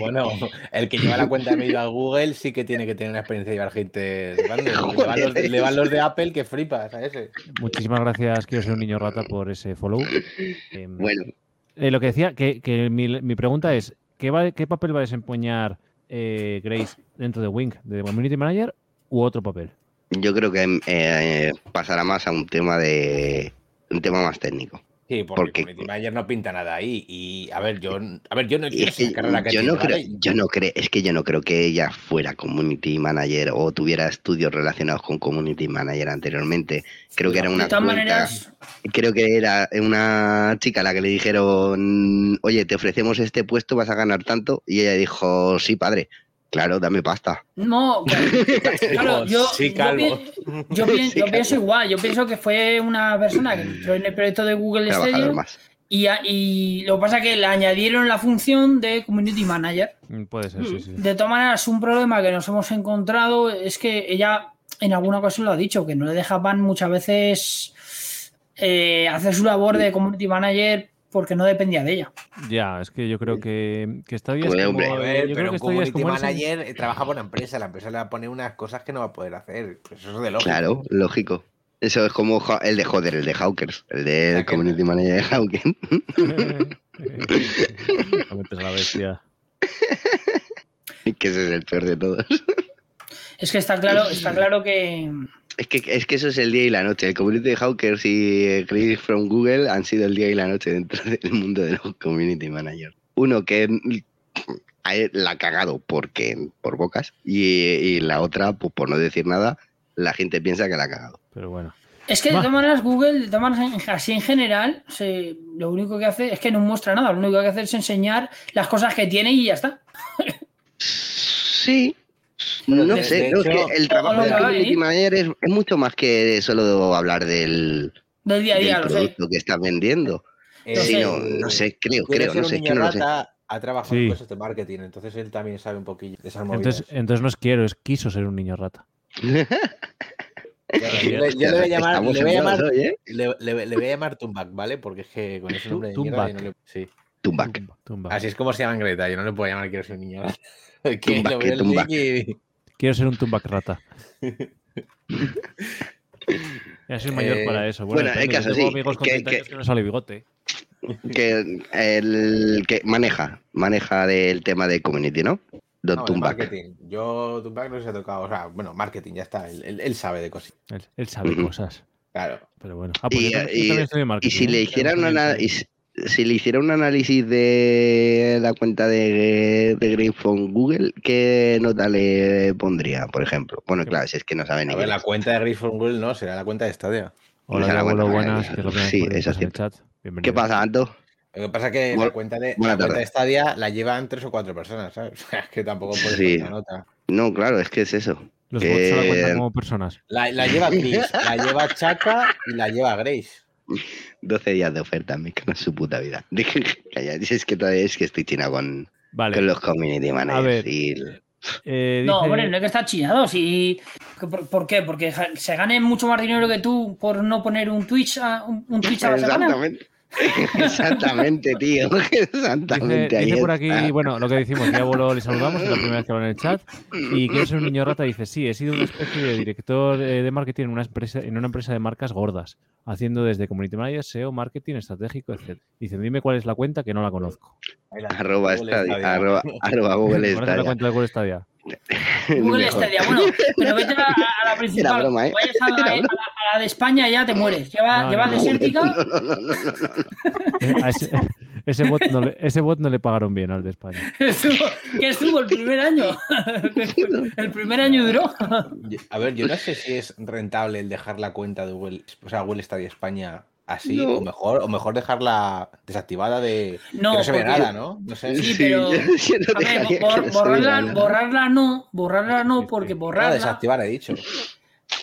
[SPEAKER 4] Bueno, el que lleva la cuenta de medio a Google sí que tiene que tener una experiencia de llevar gente.
[SPEAKER 2] <laughs>
[SPEAKER 4] grande. Le van los, le van los de Apple que flipas a ese.
[SPEAKER 1] Muchísimas gracias, quiero ser un niño rata, por ese follow. Em,
[SPEAKER 2] Bueno,
[SPEAKER 1] Eh, lo que decía, que, que mi, mi pregunta es, ¿qué, va- qué papel va a desempeñar eh, Grace dentro de Wing? ¿De Community Manager u otro papel?
[SPEAKER 2] yo creo que eh, pasará más a un tema de un tema más técnico.
[SPEAKER 4] Sí, porque,
[SPEAKER 2] Porque-
[SPEAKER 4] el Community Manager no pinta nada ahí. Y a ver, yo, a ver, yo no
[SPEAKER 2] Y
[SPEAKER 4] yo no
[SPEAKER 2] es
[SPEAKER 4] sé
[SPEAKER 2] que
[SPEAKER 4] la carrera que
[SPEAKER 2] yo
[SPEAKER 4] tiene,
[SPEAKER 2] no creo,
[SPEAKER 4] ¿vale?
[SPEAKER 2] yo no creo, es que yo no creo que ella fuera community manager o tuviera estudios relacionados con community manager anteriormente. Creo que era una
[SPEAKER 3] de todas
[SPEAKER 2] cuenta-
[SPEAKER 3] maneras,
[SPEAKER 2] creo que era una chica a la que le dijeron, "Oye, te ofrecemos este puesto, vas a ganar tanto." Y ella dijo, "Sí, padre. Claro, dame pasta."
[SPEAKER 3] no,
[SPEAKER 4] <laughs>
[SPEAKER 3] claro, yo,
[SPEAKER 4] Oh, Sí,
[SPEAKER 3] yo
[SPEAKER 4] calvo.
[SPEAKER 3] pi- yo, pien-
[SPEAKER 2] Sí,
[SPEAKER 3] yo
[SPEAKER 2] calvo. Mm.
[SPEAKER 3] pienso igual, yo pienso que fue una persona que entró en el proyecto de Google
[SPEAKER 2] Trabajador
[SPEAKER 3] Stadia
[SPEAKER 2] más.
[SPEAKER 3] y, a- y lo que pasa es que le añadieron la función de Community Manager.
[SPEAKER 1] Mm, Puede ser, sí, sí.
[SPEAKER 3] De todas maneras, un problema que nos hemos encontrado es que ella en alguna ocasión lo ha dicho, que no le dejaban muchas veces eh, hacer su labor de community manager porque no dependía de ella.
[SPEAKER 1] Ya, es que yo creo que, que Stadia es
[SPEAKER 2] Joder,
[SPEAKER 1] como...
[SPEAKER 2] hombre.
[SPEAKER 4] A
[SPEAKER 1] yo
[SPEAKER 4] ver,
[SPEAKER 1] creo
[SPEAKER 4] pero
[SPEAKER 1] que Stadia
[SPEAKER 4] un
[SPEAKER 1] es
[SPEAKER 4] community
[SPEAKER 1] como el-
[SPEAKER 4] manager eh, trabaja por una empresa, la empresa le va a poner unas cosas que no va a poder hacer. Pues eso es de lógica.
[SPEAKER 2] Claro, lógico. Eso es como jo- el de joder, el de Hawkers, el de
[SPEAKER 4] Hacker.
[SPEAKER 2] community manager de Hawkins.
[SPEAKER 1] <laughs> No metes a la bestia.
[SPEAKER 2] <laughs> que ese es el peor de todos.
[SPEAKER 3] Es que está claro, está claro que
[SPEAKER 2] Es que, es que eso es el día y la noche. El community hackers y eh, Chris from Google han sido el día y la noche dentro <laughs> del mundo de los community managers. Uno que mm, a él la ha cagado porque por bocas y, y la otra, pues, por no decir nada, la gente piensa que la ha cagado.
[SPEAKER 1] Pero bueno.
[SPEAKER 3] Es que de
[SPEAKER 1] Va.
[SPEAKER 3] todas maneras Google, de todas maneras, en- así en general, se- lo único que hace es que no muestra nada, lo único que hace es enseñar las cosas que tiene y ya está.
[SPEAKER 2] Sí.
[SPEAKER 4] Bueno,
[SPEAKER 2] No
[SPEAKER 4] de-
[SPEAKER 2] sé,
[SPEAKER 4] de
[SPEAKER 2] no, es
[SPEAKER 4] hecho-
[SPEAKER 2] que el trabajo
[SPEAKER 3] Hola,
[SPEAKER 2] de
[SPEAKER 3] hola,
[SPEAKER 2] community
[SPEAKER 3] ¿eh?
[SPEAKER 2] manager es, es mucho más que solo hablar del,
[SPEAKER 3] Del día a
[SPEAKER 2] del
[SPEAKER 3] día, lo sé.
[SPEAKER 2] producto que estás vendiendo.
[SPEAKER 4] Eh,
[SPEAKER 3] No
[SPEAKER 2] Sí,
[SPEAKER 3] sé.
[SPEAKER 2] no, no sé, creo,
[SPEAKER 4] Quiere
[SPEAKER 2] creo,
[SPEAKER 4] ser
[SPEAKER 2] no
[SPEAKER 4] un
[SPEAKER 2] sé, es que
[SPEAKER 4] niño
[SPEAKER 2] no lo sé.
[SPEAKER 4] rata, ha trabajado
[SPEAKER 1] Sí.
[SPEAKER 4] en cosas de marketing, entonces él también sabe un poquillo de esas movidas.
[SPEAKER 1] Entonces, eh, entonces no es quiero, es quiso ser un niño rata.
[SPEAKER 4] Ya, yo le- yo
[SPEAKER 2] Hostia,
[SPEAKER 4] le voy a llamar,
[SPEAKER 2] estamos
[SPEAKER 4] le voy a
[SPEAKER 2] en
[SPEAKER 4] llamar,
[SPEAKER 2] bolas hoy, ¿eh?
[SPEAKER 4] le, le- le voy a llamar Tumbak, ¿vale? Porque es que con ese
[SPEAKER 1] Tu-
[SPEAKER 4] nombre de mierda yo no
[SPEAKER 1] Tumbak.
[SPEAKER 4] le- sí.
[SPEAKER 2] Tumbac.
[SPEAKER 1] Tumba, tumba.
[SPEAKER 4] Así es como se llama en Greta, yo no le puedo llamar quiero ser un niño rata. <laughs> Que
[SPEAKER 2] Tumbak,
[SPEAKER 4] lo
[SPEAKER 2] que
[SPEAKER 4] veo en
[SPEAKER 2] Tumbak.
[SPEAKER 4] Wiki y-
[SPEAKER 1] Quiero ser un tumbac
[SPEAKER 4] <laughs>
[SPEAKER 1] rata. Ya soy mayor
[SPEAKER 4] Eh,
[SPEAKER 1] para eso. Bueno,
[SPEAKER 2] bueno, el
[SPEAKER 1] depende, yo
[SPEAKER 2] caso
[SPEAKER 1] tengo
[SPEAKER 2] sí,
[SPEAKER 1] amigos con
[SPEAKER 2] que-
[SPEAKER 1] 30 años
[SPEAKER 2] que-
[SPEAKER 1] que no sale bigote.
[SPEAKER 2] Que el que maneja, maneja del tema de community, ¿no? Don
[SPEAKER 4] No, de
[SPEAKER 2] Tumbac.
[SPEAKER 4] Ah, marketing. Yo Tumbak no se ha tocado, o sea, bueno, marketing ya está, él, él- él sabe de cosas.
[SPEAKER 1] Él, él sabe
[SPEAKER 2] Ujú.
[SPEAKER 1] cosas.
[SPEAKER 4] Claro.
[SPEAKER 1] Pero bueno. Ah, pues
[SPEAKER 2] Y-
[SPEAKER 1] yo, también- yo
[SPEAKER 2] y-
[SPEAKER 1] también estoy de
[SPEAKER 2] Y
[SPEAKER 1] marketing.
[SPEAKER 2] si le
[SPEAKER 1] ¿eh?
[SPEAKER 2] hiciera un
[SPEAKER 1] Tenemos
[SPEAKER 2] ana-
[SPEAKER 1] que-
[SPEAKER 2] y si- si le hiciera un análisis de la cuenta de, de Griffon Google, ¿qué nota le pondría, por ejemplo? Bueno, claro, si es que no sabe ni
[SPEAKER 4] A
[SPEAKER 2] qué.
[SPEAKER 4] ver, la cuenta de Griffon Google no, será la cuenta de Stadia.
[SPEAKER 1] Hola,
[SPEAKER 2] Ojalá,
[SPEAKER 1] Diego,
[SPEAKER 2] bueno,
[SPEAKER 1] hola,
[SPEAKER 2] bueno,
[SPEAKER 1] buenas. que es lo que
[SPEAKER 2] sí,
[SPEAKER 1] ponéis
[SPEAKER 2] eso
[SPEAKER 1] en el
[SPEAKER 2] sí.
[SPEAKER 1] chat.
[SPEAKER 2] ¿Qué
[SPEAKER 1] Bienvenido.
[SPEAKER 2] pasa, Anto?
[SPEAKER 4] Lo que pasa es que
[SPEAKER 2] Buena-
[SPEAKER 4] la cuenta de
[SPEAKER 2] buena
[SPEAKER 4] la cuenta
[SPEAKER 2] tarde.
[SPEAKER 4] de Stadia la llevan tres o cuatro personas, ¿sabes? <laughs> O sea, es que tampoco puedes
[SPEAKER 2] Sí.
[SPEAKER 4] poner una nota.
[SPEAKER 2] No, claro, es que es eso.
[SPEAKER 1] Los bots solo
[SPEAKER 2] Eh,
[SPEAKER 1] cuentan como personas.
[SPEAKER 4] La, la lleva
[SPEAKER 2] <laughs>
[SPEAKER 4] Chris, la lleva Chaka y la lleva Grace.
[SPEAKER 2] 12 días de oferta, me cago en su puta vida. <laughs> Calla, es que todavía es que estoy china con,
[SPEAKER 1] Vale.
[SPEAKER 2] con los community managers.
[SPEAKER 1] ver.
[SPEAKER 2] y el-
[SPEAKER 1] Eh,
[SPEAKER 3] No,
[SPEAKER 1] dice-
[SPEAKER 3] hombre, no hay que estar chillado. Si, ¿por, por qué? Porque ja- se gane mucho más dinero que tú por no poner un Twitch a, un, un Twitch a la semana.
[SPEAKER 2] Exactamente. <laughs> Exactamente, tío. <laughs> Exactamente.
[SPEAKER 1] Dice,
[SPEAKER 2] ahí Ah.
[SPEAKER 1] dice por aquí,
[SPEAKER 2] está.
[SPEAKER 1] bueno, lo que decimos, Diablo le saludamos, es la primera vez que habla en el chat. Y quiero ser un niño rata, dice, sí, he sido una especie de director eh, de marketing en una empresa, en una empresa de marcas gordas, haciendo desde community manager, SEO, marketing, estratégico, etc. Dice, dime cuál es la cuenta que no la conozco.
[SPEAKER 4] Ahí la-
[SPEAKER 2] Arroba
[SPEAKER 4] Google
[SPEAKER 2] Stadia,
[SPEAKER 4] Stadia.
[SPEAKER 2] arroba, arroba Google
[SPEAKER 1] ¿Conoces la
[SPEAKER 2] Stadia.
[SPEAKER 1] cuenta de Google Stadia?
[SPEAKER 3] Google
[SPEAKER 2] Mejor.
[SPEAKER 3] Stadia, bueno, pero vete a la, a la
[SPEAKER 2] <laughs>
[SPEAKER 3] principal.
[SPEAKER 2] Era broma, ¿eh?
[SPEAKER 3] Vayas a la,
[SPEAKER 2] <laughs> Era
[SPEAKER 3] a la- a la de España ya te mueres. Lleva,
[SPEAKER 1] No,
[SPEAKER 3] lleva
[SPEAKER 1] no.
[SPEAKER 3] desértica. <laughs>
[SPEAKER 2] No, no, no, no, no, no.
[SPEAKER 1] Eh, a ese, <laughs> ese bot no le, ese bot no le pagaron bien al de España.
[SPEAKER 3] Estuvo- que estuvo el primer
[SPEAKER 2] <laughs>
[SPEAKER 3] año. El primer año duró.
[SPEAKER 4] Yo- A ver, yo no sé si es rentable el dejar la cuenta de Google, o sea, Google Stadia España así,
[SPEAKER 2] No.
[SPEAKER 4] o mejor, o mejor dejarla desactivada de
[SPEAKER 3] No,
[SPEAKER 4] que no se ve
[SPEAKER 3] porque-
[SPEAKER 4] nada, ¿no? No sé.
[SPEAKER 3] Sí, pero-
[SPEAKER 2] yo- yo no
[SPEAKER 3] A ver,
[SPEAKER 2] dejaría <laughs>
[SPEAKER 3] bo-
[SPEAKER 2] que
[SPEAKER 3] bor-
[SPEAKER 2] no
[SPEAKER 3] borrarla,
[SPEAKER 2] subiera.
[SPEAKER 3] borrarla no, borrarla
[SPEAKER 1] Sí,
[SPEAKER 3] no,
[SPEAKER 1] sí.
[SPEAKER 3] porque
[SPEAKER 4] Nada,
[SPEAKER 3] borrarla.
[SPEAKER 4] desactivar, he dicho.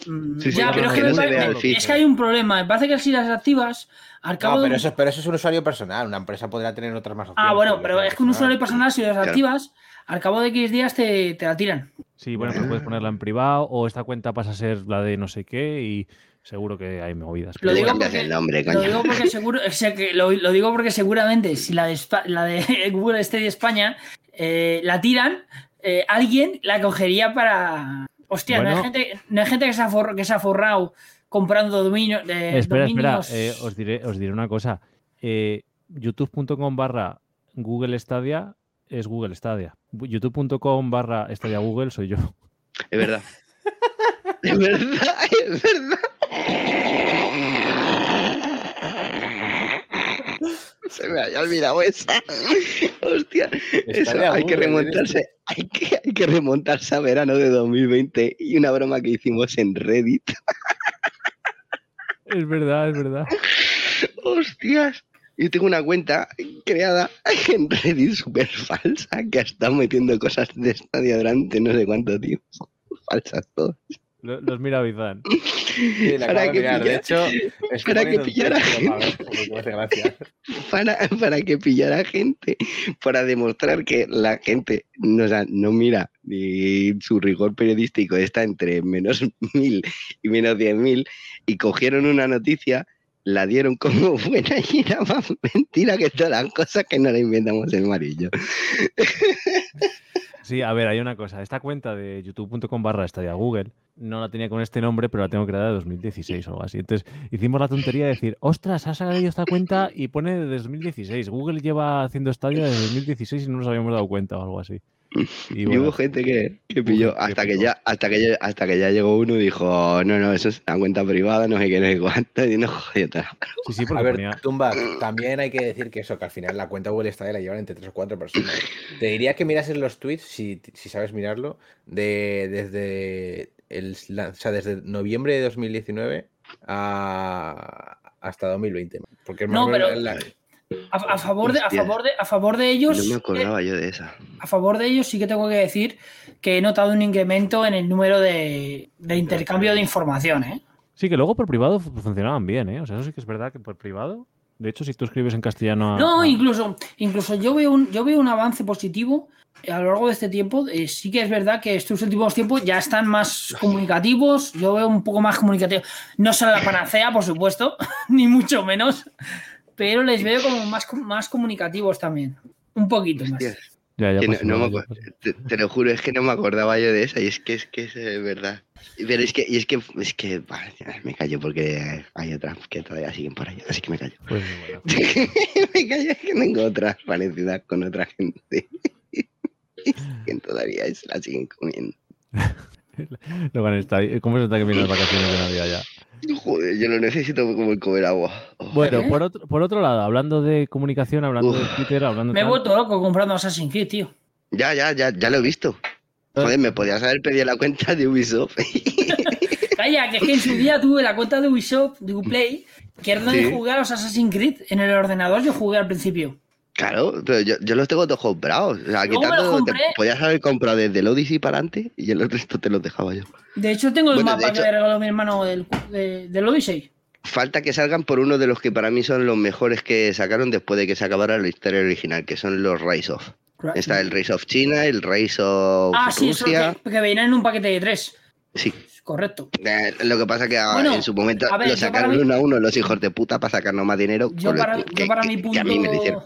[SPEAKER 3] Mm,
[SPEAKER 2] Sí, sí,
[SPEAKER 3] ya,
[SPEAKER 2] no,
[SPEAKER 3] pero es que,
[SPEAKER 2] no
[SPEAKER 3] me
[SPEAKER 2] se
[SPEAKER 3] parece-
[SPEAKER 2] vea el feed.
[SPEAKER 3] es que hay un problema. Me parece que si las activas, al cabo
[SPEAKER 4] No,
[SPEAKER 3] de
[SPEAKER 4] pero
[SPEAKER 3] un-
[SPEAKER 4] eso, pero eso es un usuario personal. Una empresa podrá tener otras más opciones.
[SPEAKER 3] Ah, bueno,
[SPEAKER 4] yo
[SPEAKER 3] pero
[SPEAKER 4] soy
[SPEAKER 3] es que un usuario personal, si las
[SPEAKER 2] Claro.
[SPEAKER 3] activas, al cabo de X días te, te la tiran.
[SPEAKER 1] Sí, bueno, pero puedes ponerla en privado o esta cuenta pasa a ser la de no sé qué y seguro que hay movidas.
[SPEAKER 3] Lo
[SPEAKER 1] pero
[SPEAKER 3] digo
[SPEAKER 1] bueno.
[SPEAKER 2] Cambias
[SPEAKER 3] porque-
[SPEAKER 2] el nombre,
[SPEAKER 3] Lo
[SPEAKER 2] coño.
[SPEAKER 3] digo porque seguro, o sea, que lo, lo digo porque seguramente si la de, Espa- la de <laughs> Google Stadia España eh, la tiran, eh, alguien la cogería para. Hostia, no,
[SPEAKER 1] Bueno.
[SPEAKER 3] hay gente, no hay gente que se ha, forr- que se ha forrado comprando dominio, eh,
[SPEAKER 1] espera, espera,
[SPEAKER 3] dominios.
[SPEAKER 1] eh, os, diré, os diré una cosa. Eh, youtube.com barra Google Stadia es Google Stadia. youtube.com barra Stadia Google soy yo.
[SPEAKER 2] Es verdad. <laughs> Es verdad, es verdad. Se me había olvidado esa. <laughs> Hostia, eso,
[SPEAKER 4] Estaría
[SPEAKER 2] hay que
[SPEAKER 4] Google,
[SPEAKER 2] remontarse. Hay que, hay que remontarse a verano de 2020 y una broma que hicimos en Reddit.
[SPEAKER 1] <laughs>
[SPEAKER 2] <laughs>
[SPEAKER 1] Es verdad, es verdad.
[SPEAKER 2] Hostias. Yo tengo una cuenta creada <laughs> en Reddit súper falsa que ha estado metiendo cosas de estadio durante no sé cuánto tiempo. Falsas todas.
[SPEAKER 1] Lo- Los mira Bizán.
[SPEAKER 4] Sí, la
[SPEAKER 2] Para
[SPEAKER 4] acabo de
[SPEAKER 2] que
[SPEAKER 4] mirar. De
[SPEAKER 2] pillara-
[SPEAKER 4] hecho,
[SPEAKER 2] <laughs>
[SPEAKER 4] estoy
[SPEAKER 2] para que
[SPEAKER 4] poniendo un
[SPEAKER 2] pillara
[SPEAKER 4] texto para ver, porque me
[SPEAKER 1] <laughs>
[SPEAKER 4] hace gracia.
[SPEAKER 2] para, para que pillara gente, para demostrar que la gente no, o sea, no mira y su rigor periodístico está entre menos <laughs> mil y menos diez mil y cogieron una noticia, la dieron como <laughs> buena y era más mentira que todas las cosas que no la inventamos el marillo.
[SPEAKER 1] Sí, a ver, hay una cosa. Esta cuenta de youtube.com barra Stadia Google no la tenía con este nombre, pero la tengo creada de 2016 o algo así. Entonces hicimos la tontería de decir, ostras, ha salido esta cuenta y pone de 2016. Google lleva haciendo Stadia desde 2016 y no nos habíamos dado cuenta o algo así.
[SPEAKER 2] Y, bueno. hubo gente que, que pilló
[SPEAKER 1] Uy, qué
[SPEAKER 2] hasta que
[SPEAKER 1] pico.
[SPEAKER 2] ya, hasta que ya, hasta que ya llegó uno y dijo, no, no, eso es una cuenta privada, no sé qué, no sé cuánto, y no jodió nada.
[SPEAKER 1] Sí, sí,
[SPEAKER 4] A
[SPEAKER 1] porque
[SPEAKER 4] ver,
[SPEAKER 1] ponía-
[SPEAKER 4] Tumba, también hay que decir que eso, que al final la cuenta Google Stadia la llevan entre tres o cuatro personas. Te diría que mirases los tweets, si, si sabes mirarlo, de desde el la- o sea, desde noviembre de 2019 a- hasta 2020. Porque es más
[SPEAKER 3] No,
[SPEAKER 4] o menos
[SPEAKER 3] pero-
[SPEAKER 4] la-
[SPEAKER 3] A, a favor de, a
[SPEAKER 2] Hostia.
[SPEAKER 3] favor de, a favor de ellos.
[SPEAKER 2] No me
[SPEAKER 3] eh,
[SPEAKER 2] acordaba yo de esa.
[SPEAKER 3] a favor de ellos sí que tengo que decir que he notado un incremento en el número de, de intercambio de información, ¿eh?
[SPEAKER 1] Sí, que luego por privado fu- funcionaban bien, ¿eh? O sea, eso sí que es verdad que por privado. De hecho, si tú escribes en
[SPEAKER 2] Ah,
[SPEAKER 1] castellano. a-
[SPEAKER 3] No,
[SPEAKER 1] a-
[SPEAKER 3] incluso, incluso yo veo un, yo veo un avance positivo eh, a lo largo de este tiempo. Eh, sí que es verdad que estos últimos tiempos ya están más comunicativos. Yo veo un poco más comunicativo. No son la panacea, por supuesto, <laughs> ni mucho menos. Pero les veo como más, más comunicativos también. Un poquito más.
[SPEAKER 2] Hostia,
[SPEAKER 1] Ya, ya
[SPEAKER 2] que no-
[SPEAKER 1] pasa
[SPEAKER 2] no
[SPEAKER 1] nada,
[SPEAKER 2] me
[SPEAKER 1] ya pues,
[SPEAKER 2] acuerdo.
[SPEAKER 1] pasa.
[SPEAKER 2] Te, te lo juro, es que no me acordaba yo de esa, y es que es que es eh, verdad. Pero es que, y es que, es que, bah, ya, me callo porque hay otras que todavía siguen por ahí, así que me callo. <laughs>
[SPEAKER 1] Pues, bueno.
[SPEAKER 2] me callo es que tengo otras parecidas con otra gente. <laughs> que todavía se la siguen comiendo.
[SPEAKER 1] Luego en esta- ¿Cómo se está que vienen las vacaciones de Navidad ya?
[SPEAKER 2] Joder, yo lo necesito como el comer agua. Oh.
[SPEAKER 1] Bueno,
[SPEAKER 3] ¿Eh?
[SPEAKER 1] por otro, por otro lado, hablando de comunicación, hablando de
[SPEAKER 2] Uf.
[SPEAKER 1] Twitter, hablando
[SPEAKER 3] Me he
[SPEAKER 1] tal,
[SPEAKER 3] vuelto loco comprando Assassin's Creed, tío.
[SPEAKER 2] Ya, ya, ya, ya lo he visto. Joder, me podías haber pedido la cuenta de Ubisoft.
[SPEAKER 3] Calla, que es que en su día tuve la cuenta de Ubisoft, de Uplay, que era donde
[SPEAKER 2] Sí.
[SPEAKER 3] jugué a los Assassin's Creed. En el ordenador yo jugué al principio.
[SPEAKER 2] Claro, pero yo, yo los tengo todos comprados. O sea,
[SPEAKER 3] Luego me
[SPEAKER 2] quitando,
[SPEAKER 3] los
[SPEAKER 2] te
[SPEAKER 3] compré.
[SPEAKER 2] podías haber comprado desde el Odyssey para adelante y el resto te los dejaba yo.
[SPEAKER 3] De hecho, tengo el
[SPEAKER 2] Bueno, de
[SPEAKER 3] mapa
[SPEAKER 2] hecho-
[SPEAKER 3] que me regaló mi hermano del, de- del Odyssey.
[SPEAKER 2] Falta que salgan por uno de los que para mí son los mejores que sacaron después de que se acabara la historia original, que son los Rise of. Está el Rise of China, el Rise of
[SPEAKER 3] ah, sí, eso
[SPEAKER 2] Rusia.
[SPEAKER 3] que, que venían en un paquete de tres.
[SPEAKER 2] Sí.
[SPEAKER 3] Correcto.
[SPEAKER 2] Eh, Lo que pasa que ah,
[SPEAKER 3] Bueno,
[SPEAKER 2] en su momento
[SPEAKER 3] a ver,
[SPEAKER 2] lo
[SPEAKER 3] yo
[SPEAKER 2] sacaron
[SPEAKER 3] para mí-
[SPEAKER 2] uno a uno los hijos de puta para sacarnos más dinero.
[SPEAKER 3] Yo
[SPEAKER 2] con el
[SPEAKER 3] para,
[SPEAKER 2] cu-
[SPEAKER 3] yo
[SPEAKER 2] que-
[SPEAKER 3] para
[SPEAKER 2] que-
[SPEAKER 3] mi
[SPEAKER 2] que
[SPEAKER 3] punto.
[SPEAKER 2] a mí me lo hicieron.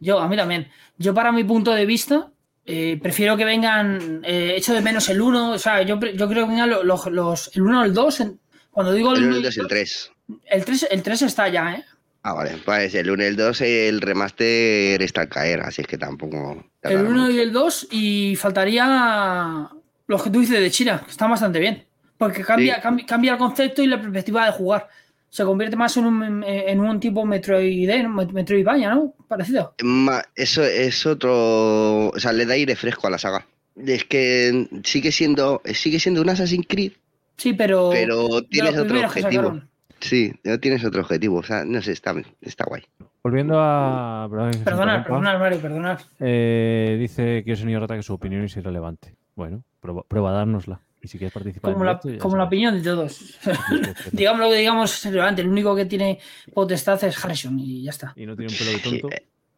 [SPEAKER 3] yo, a mí también. Yo, para mi punto de vista, eh, prefiero que vengan. eh, echo de menos el 1. O sea, yo, pre- yo creo que vengan lo- los, los- el 1 o el 2. Cuando digo
[SPEAKER 2] El
[SPEAKER 3] el
[SPEAKER 2] uno,
[SPEAKER 3] 1
[SPEAKER 2] el dos y el tres.
[SPEAKER 3] el 3. El 3 está ya, ¿eh?
[SPEAKER 2] Ah, vale. Pues el 1 y el 2, el remaster está al caer, así es que tampoco.
[SPEAKER 3] El
[SPEAKER 2] tardaron
[SPEAKER 3] 1
[SPEAKER 2] mucho.
[SPEAKER 3] y el 2 y faltaría los que tú dices de China, que están bastante bien. Porque cambia, cambi- cambia, el concepto y la perspectiva de jugar. Se convierte más en un, en un tipo Metroid, Metroidvania, ¿no? Parecido.
[SPEAKER 2] Ma- Eso es otro. O sea, le da aire fresco a la saga. Es que sigue siendo, sigue siendo un Assassin's Creed,
[SPEAKER 3] Sí, pero... Oh, de
[SPEAKER 2] pero tienes
[SPEAKER 3] los
[SPEAKER 2] otro
[SPEAKER 3] primeros que
[SPEAKER 2] objetivo.
[SPEAKER 3] sacaron.
[SPEAKER 2] Sí, no tienes otro objetivo. O sea, no sé, está, está guay.
[SPEAKER 1] Volviendo a. perdón, que os
[SPEAKER 3] Perdonad,
[SPEAKER 1] interrumpa.
[SPEAKER 3] perdonad, Mario, perdonad.
[SPEAKER 1] Eh, dice que señor Rata que su opinión es irrelevante. Bueno, prueba, prueba a dárnosla. Y si quieres participar.
[SPEAKER 3] Como
[SPEAKER 1] en
[SPEAKER 3] la,
[SPEAKER 1] directo, ya
[SPEAKER 3] como la
[SPEAKER 1] sabes.
[SPEAKER 3] opinión de todos.
[SPEAKER 1] Perfecto.
[SPEAKER 3] digamos lo que digamos, es relevante. El único que tiene potestad es Harrison y ya está.
[SPEAKER 1] Y no tiene un
[SPEAKER 2] <laughs>
[SPEAKER 1] pelo de tonto.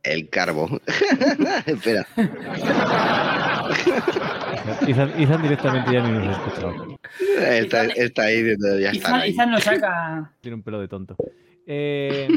[SPEAKER 2] El
[SPEAKER 3] <laughs>
[SPEAKER 2] carbo. Espera.
[SPEAKER 1] Izan, Izan directamente ya ni nos ha escuchado.
[SPEAKER 2] Está,
[SPEAKER 3] Izan-
[SPEAKER 2] está ahí diciendo, ya está.
[SPEAKER 3] Quizás
[SPEAKER 2] ahí.
[SPEAKER 3] no saca...
[SPEAKER 1] Tiene un pelo de tonto. Eh,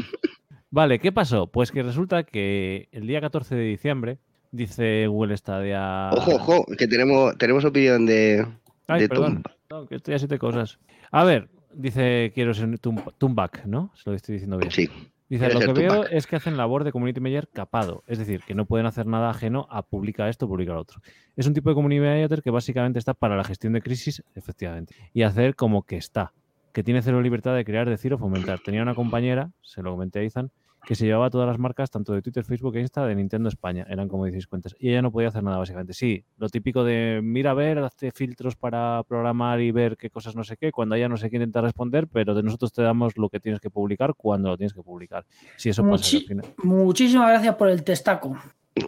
[SPEAKER 1] vale, ¿qué pasó? Pues que resulta que el día 14 de diciembre dice Google Stadia.
[SPEAKER 2] Ojo, ojo, que tenemos, tenemos opinión de.
[SPEAKER 1] Ay,
[SPEAKER 2] de
[SPEAKER 1] perdón.
[SPEAKER 2] Tumba.
[SPEAKER 1] No, que estoy a siete cosas. A ver, dice quiero ser un tum- Tumbac, ¿no? Se lo estoy diciendo bien.
[SPEAKER 2] Sí.
[SPEAKER 1] Dice,
[SPEAKER 2] Quiero
[SPEAKER 1] lo
[SPEAKER 2] ser
[SPEAKER 1] que
[SPEAKER 2] tu
[SPEAKER 1] veo
[SPEAKER 2] Mac".
[SPEAKER 1] es que hacen labor de community manager capado, es decir, que no pueden hacer nada ajeno a publicar esto, publicar otro. Es un tipo de community manager que básicamente está para la gestión de crisis, efectivamente, y hacer como que está, que tiene cero libertad de crear, decir o fomentar. Tenía una compañera, se lo comenté a Izan, que se llevaba todas las marcas, tanto de Twitter, Facebook e Insta, de Nintendo España, eran como 16 cuentas, y ella no podía hacer nada básicamente. Sí, lo típico de mira a ver, hazte filtros para programar y ver qué cosas no sé qué, cuando ella no sé qué intenta responder, pero de nosotros te damos lo que tienes que publicar cuando lo tienes que publicar. Si eso pasa que al
[SPEAKER 3] Muchi-
[SPEAKER 1] final-
[SPEAKER 3] Muchísimas gracias por el testaco.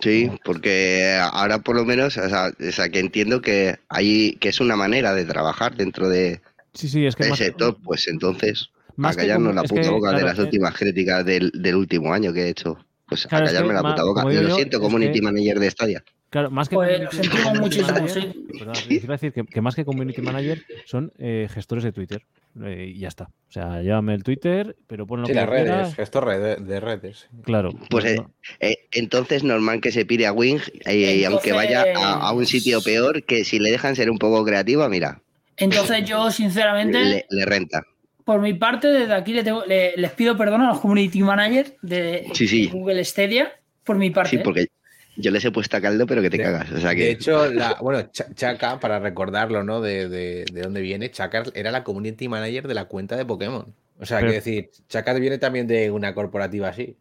[SPEAKER 2] Sí, porque ahora por lo menos, o sea, o sea, que entiendo que hay, que es una manera de trabajar dentro de,
[SPEAKER 1] Sí, sí, es que
[SPEAKER 2] del
[SPEAKER 1] más,
[SPEAKER 2] sector, pues entonces,
[SPEAKER 1] más
[SPEAKER 2] a callarnos
[SPEAKER 1] como-
[SPEAKER 2] la
[SPEAKER 1] es
[SPEAKER 2] puta
[SPEAKER 1] que,
[SPEAKER 2] boca de
[SPEAKER 1] claro,
[SPEAKER 2] las
[SPEAKER 1] eh,
[SPEAKER 2] últimas críticas del, del último año que he hecho. Pues
[SPEAKER 1] Claro,
[SPEAKER 2] a
[SPEAKER 1] es que
[SPEAKER 2] callarme la
[SPEAKER 1] ma-
[SPEAKER 2] puta boca.
[SPEAKER 1] como digo
[SPEAKER 2] Lo
[SPEAKER 1] yo,
[SPEAKER 2] siento,
[SPEAKER 1] es
[SPEAKER 2] community
[SPEAKER 1] que-
[SPEAKER 2] manager de Stadia.
[SPEAKER 1] Claro, más que
[SPEAKER 3] Pues lo
[SPEAKER 1] community
[SPEAKER 3] sentimos
[SPEAKER 1] manager-
[SPEAKER 3] muchísimo,
[SPEAKER 1] manager-
[SPEAKER 3] sí.
[SPEAKER 1] perdón, quiero decir que, que más que community manager son eh, gestores de Twitter. eh, y ya está. O sea, llévame el Twitter, pero pon lo
[SPEAKER 4] Sí,
[SPEAKER 1] que
[SPEAKER 4] las redes,
[SPEAKER 1] quieras.
[SPEAKER 4] gestor red- de redes.
[SPEAKER 1] Claro.
[SPEAKER 2] Pues, eh,
[SPEAKER 1] no-
[SPEAKER 2] Eh, entonces, normal que se pide a Wing, eh, y aunque vaya a, a un sitio peor, que si le dejan ser un poco creativa, mira,
[SPEAKER 3] Entonces yo, sinceramente,
[SPEAKER 2] le, le renta.
[SPEAKER 3] por mi parte, desde aquí le tengo- le- les pido perdón a los community managers de,
[SPEAKER 2] Sí, sí.
[SPEAKER 3] de Google Stadia, por mi parte.
[SPEAKER 2] Sí,
[SPEAKER 3] ¿eh?
[SPEAKER 2] porque Yo les he puesto a caldo, pero que te
[SPEAKER 4] De-
[SPEAKER 2] cagas. O sea que.
[SPEAKER 4] De hecho, la, bueno, Cha- Chaka, para recordarlo, ¿no? De, de, de dónde viene, Chaka era la community manager de la cuenta de Pokémon. O sea,
[SPEAKER 1] Pero-
[SPEAKER 4] quiero decir, Chaka viene también de una corporativa así.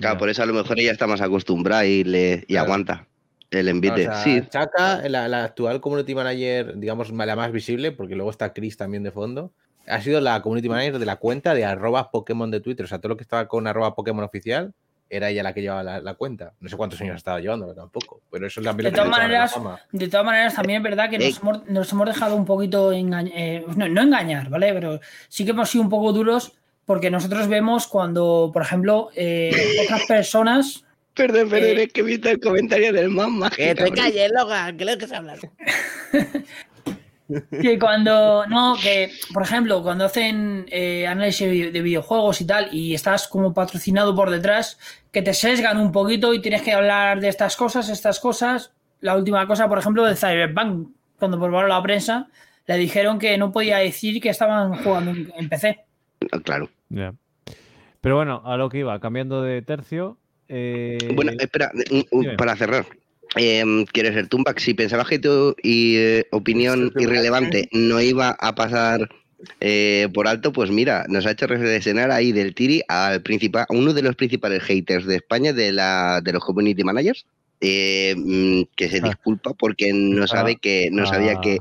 [SPEAKER 2] Claro, por eso a lo mejor ella está más acostumbrada y, le, y
[SPEAKER 4] Claro.
[SPEAKER 2] aguanta el
[SPEAKER 4] O
[SPEAKER 2] envite.
[SPEAKER 4] sea,
[SPEAKER 2] sí,
[SPEAKER 4] Chaka, la, la actual community manager, digamos, la más visible, porque luego está Chris también de fondo, ha sido la community manager de la cuenta de arroba Pokémon de Twitter. O sea, todo lo que estaba con arroba Pokémon oficial era ella la que llevaba la, la cuenta. No sé cuántos años estaba llevándola tampoco, pero eso es también lo
[SPEAKER 3] De
[SPEAKER 4] que le
[SPEAKER 3] todas
[SPEAKER 4] echaba la
[SPEAKER 3] maneras,
[SPEAKER 4] fama.
[SPEAKER 3] De todas maneras, también es verdad que
[SPEAKER 2] Ey.
[SPEAKER 3] nos hemos, nos hemos dejado un poquito engañar, no, no engañar, ¿vale? Pero sí que hemos sido un poco duros porque nosotros vemos cuando, por ejemplo, eh, otras personas,
[SPEAKER 2] Perdón, perdón,
[SPEAKER 3] Eh,
[SPEAKER 2] es que he visto el comentario del mamá.
[SPEAKER 5] <laughs> Que te calles, Logan, que lo que se habla.
[SPEAKER 3] que cuando, no, que, por ejemplo, cuando hacen eh, análisis vi- de videojuegos y tal, y estás como patrocinado por detrás, que te sesgan un poquito y tienes que hablar de estas cosas, estas cosas. La última cosa, por ejemplo, de Cyberpunk, cuando probaron la prensa, le dijeron que no podía decir que estaban jugando en- en PC.
[SPEAKER 2] Claro.
[SPEAKER 1] Ya. Pero bueno, a lo que iba, cambiando de tercio. eh,
[SPEAKER 2] Bueno, espera, un- un-
[SPEAKER 1] dime.
[SPEAKER 2] para cerrar. Eh, quiero ser Tumbac. Si pensabas que tu y, eh, opinión
[SPEAKER 1] Eh.
[SPEAKER 2] irrelevante no iba a pasar eh, por alto, pues mira, nos ha hecho reflexionar ahí del Tiri al principal, a uno de los principales haters de España, de, la, de los community managers, eh, mm, que se
[SPEAKER 1] Ah.
[SPEAKER 2] disculpa porque no sabe que no sabía que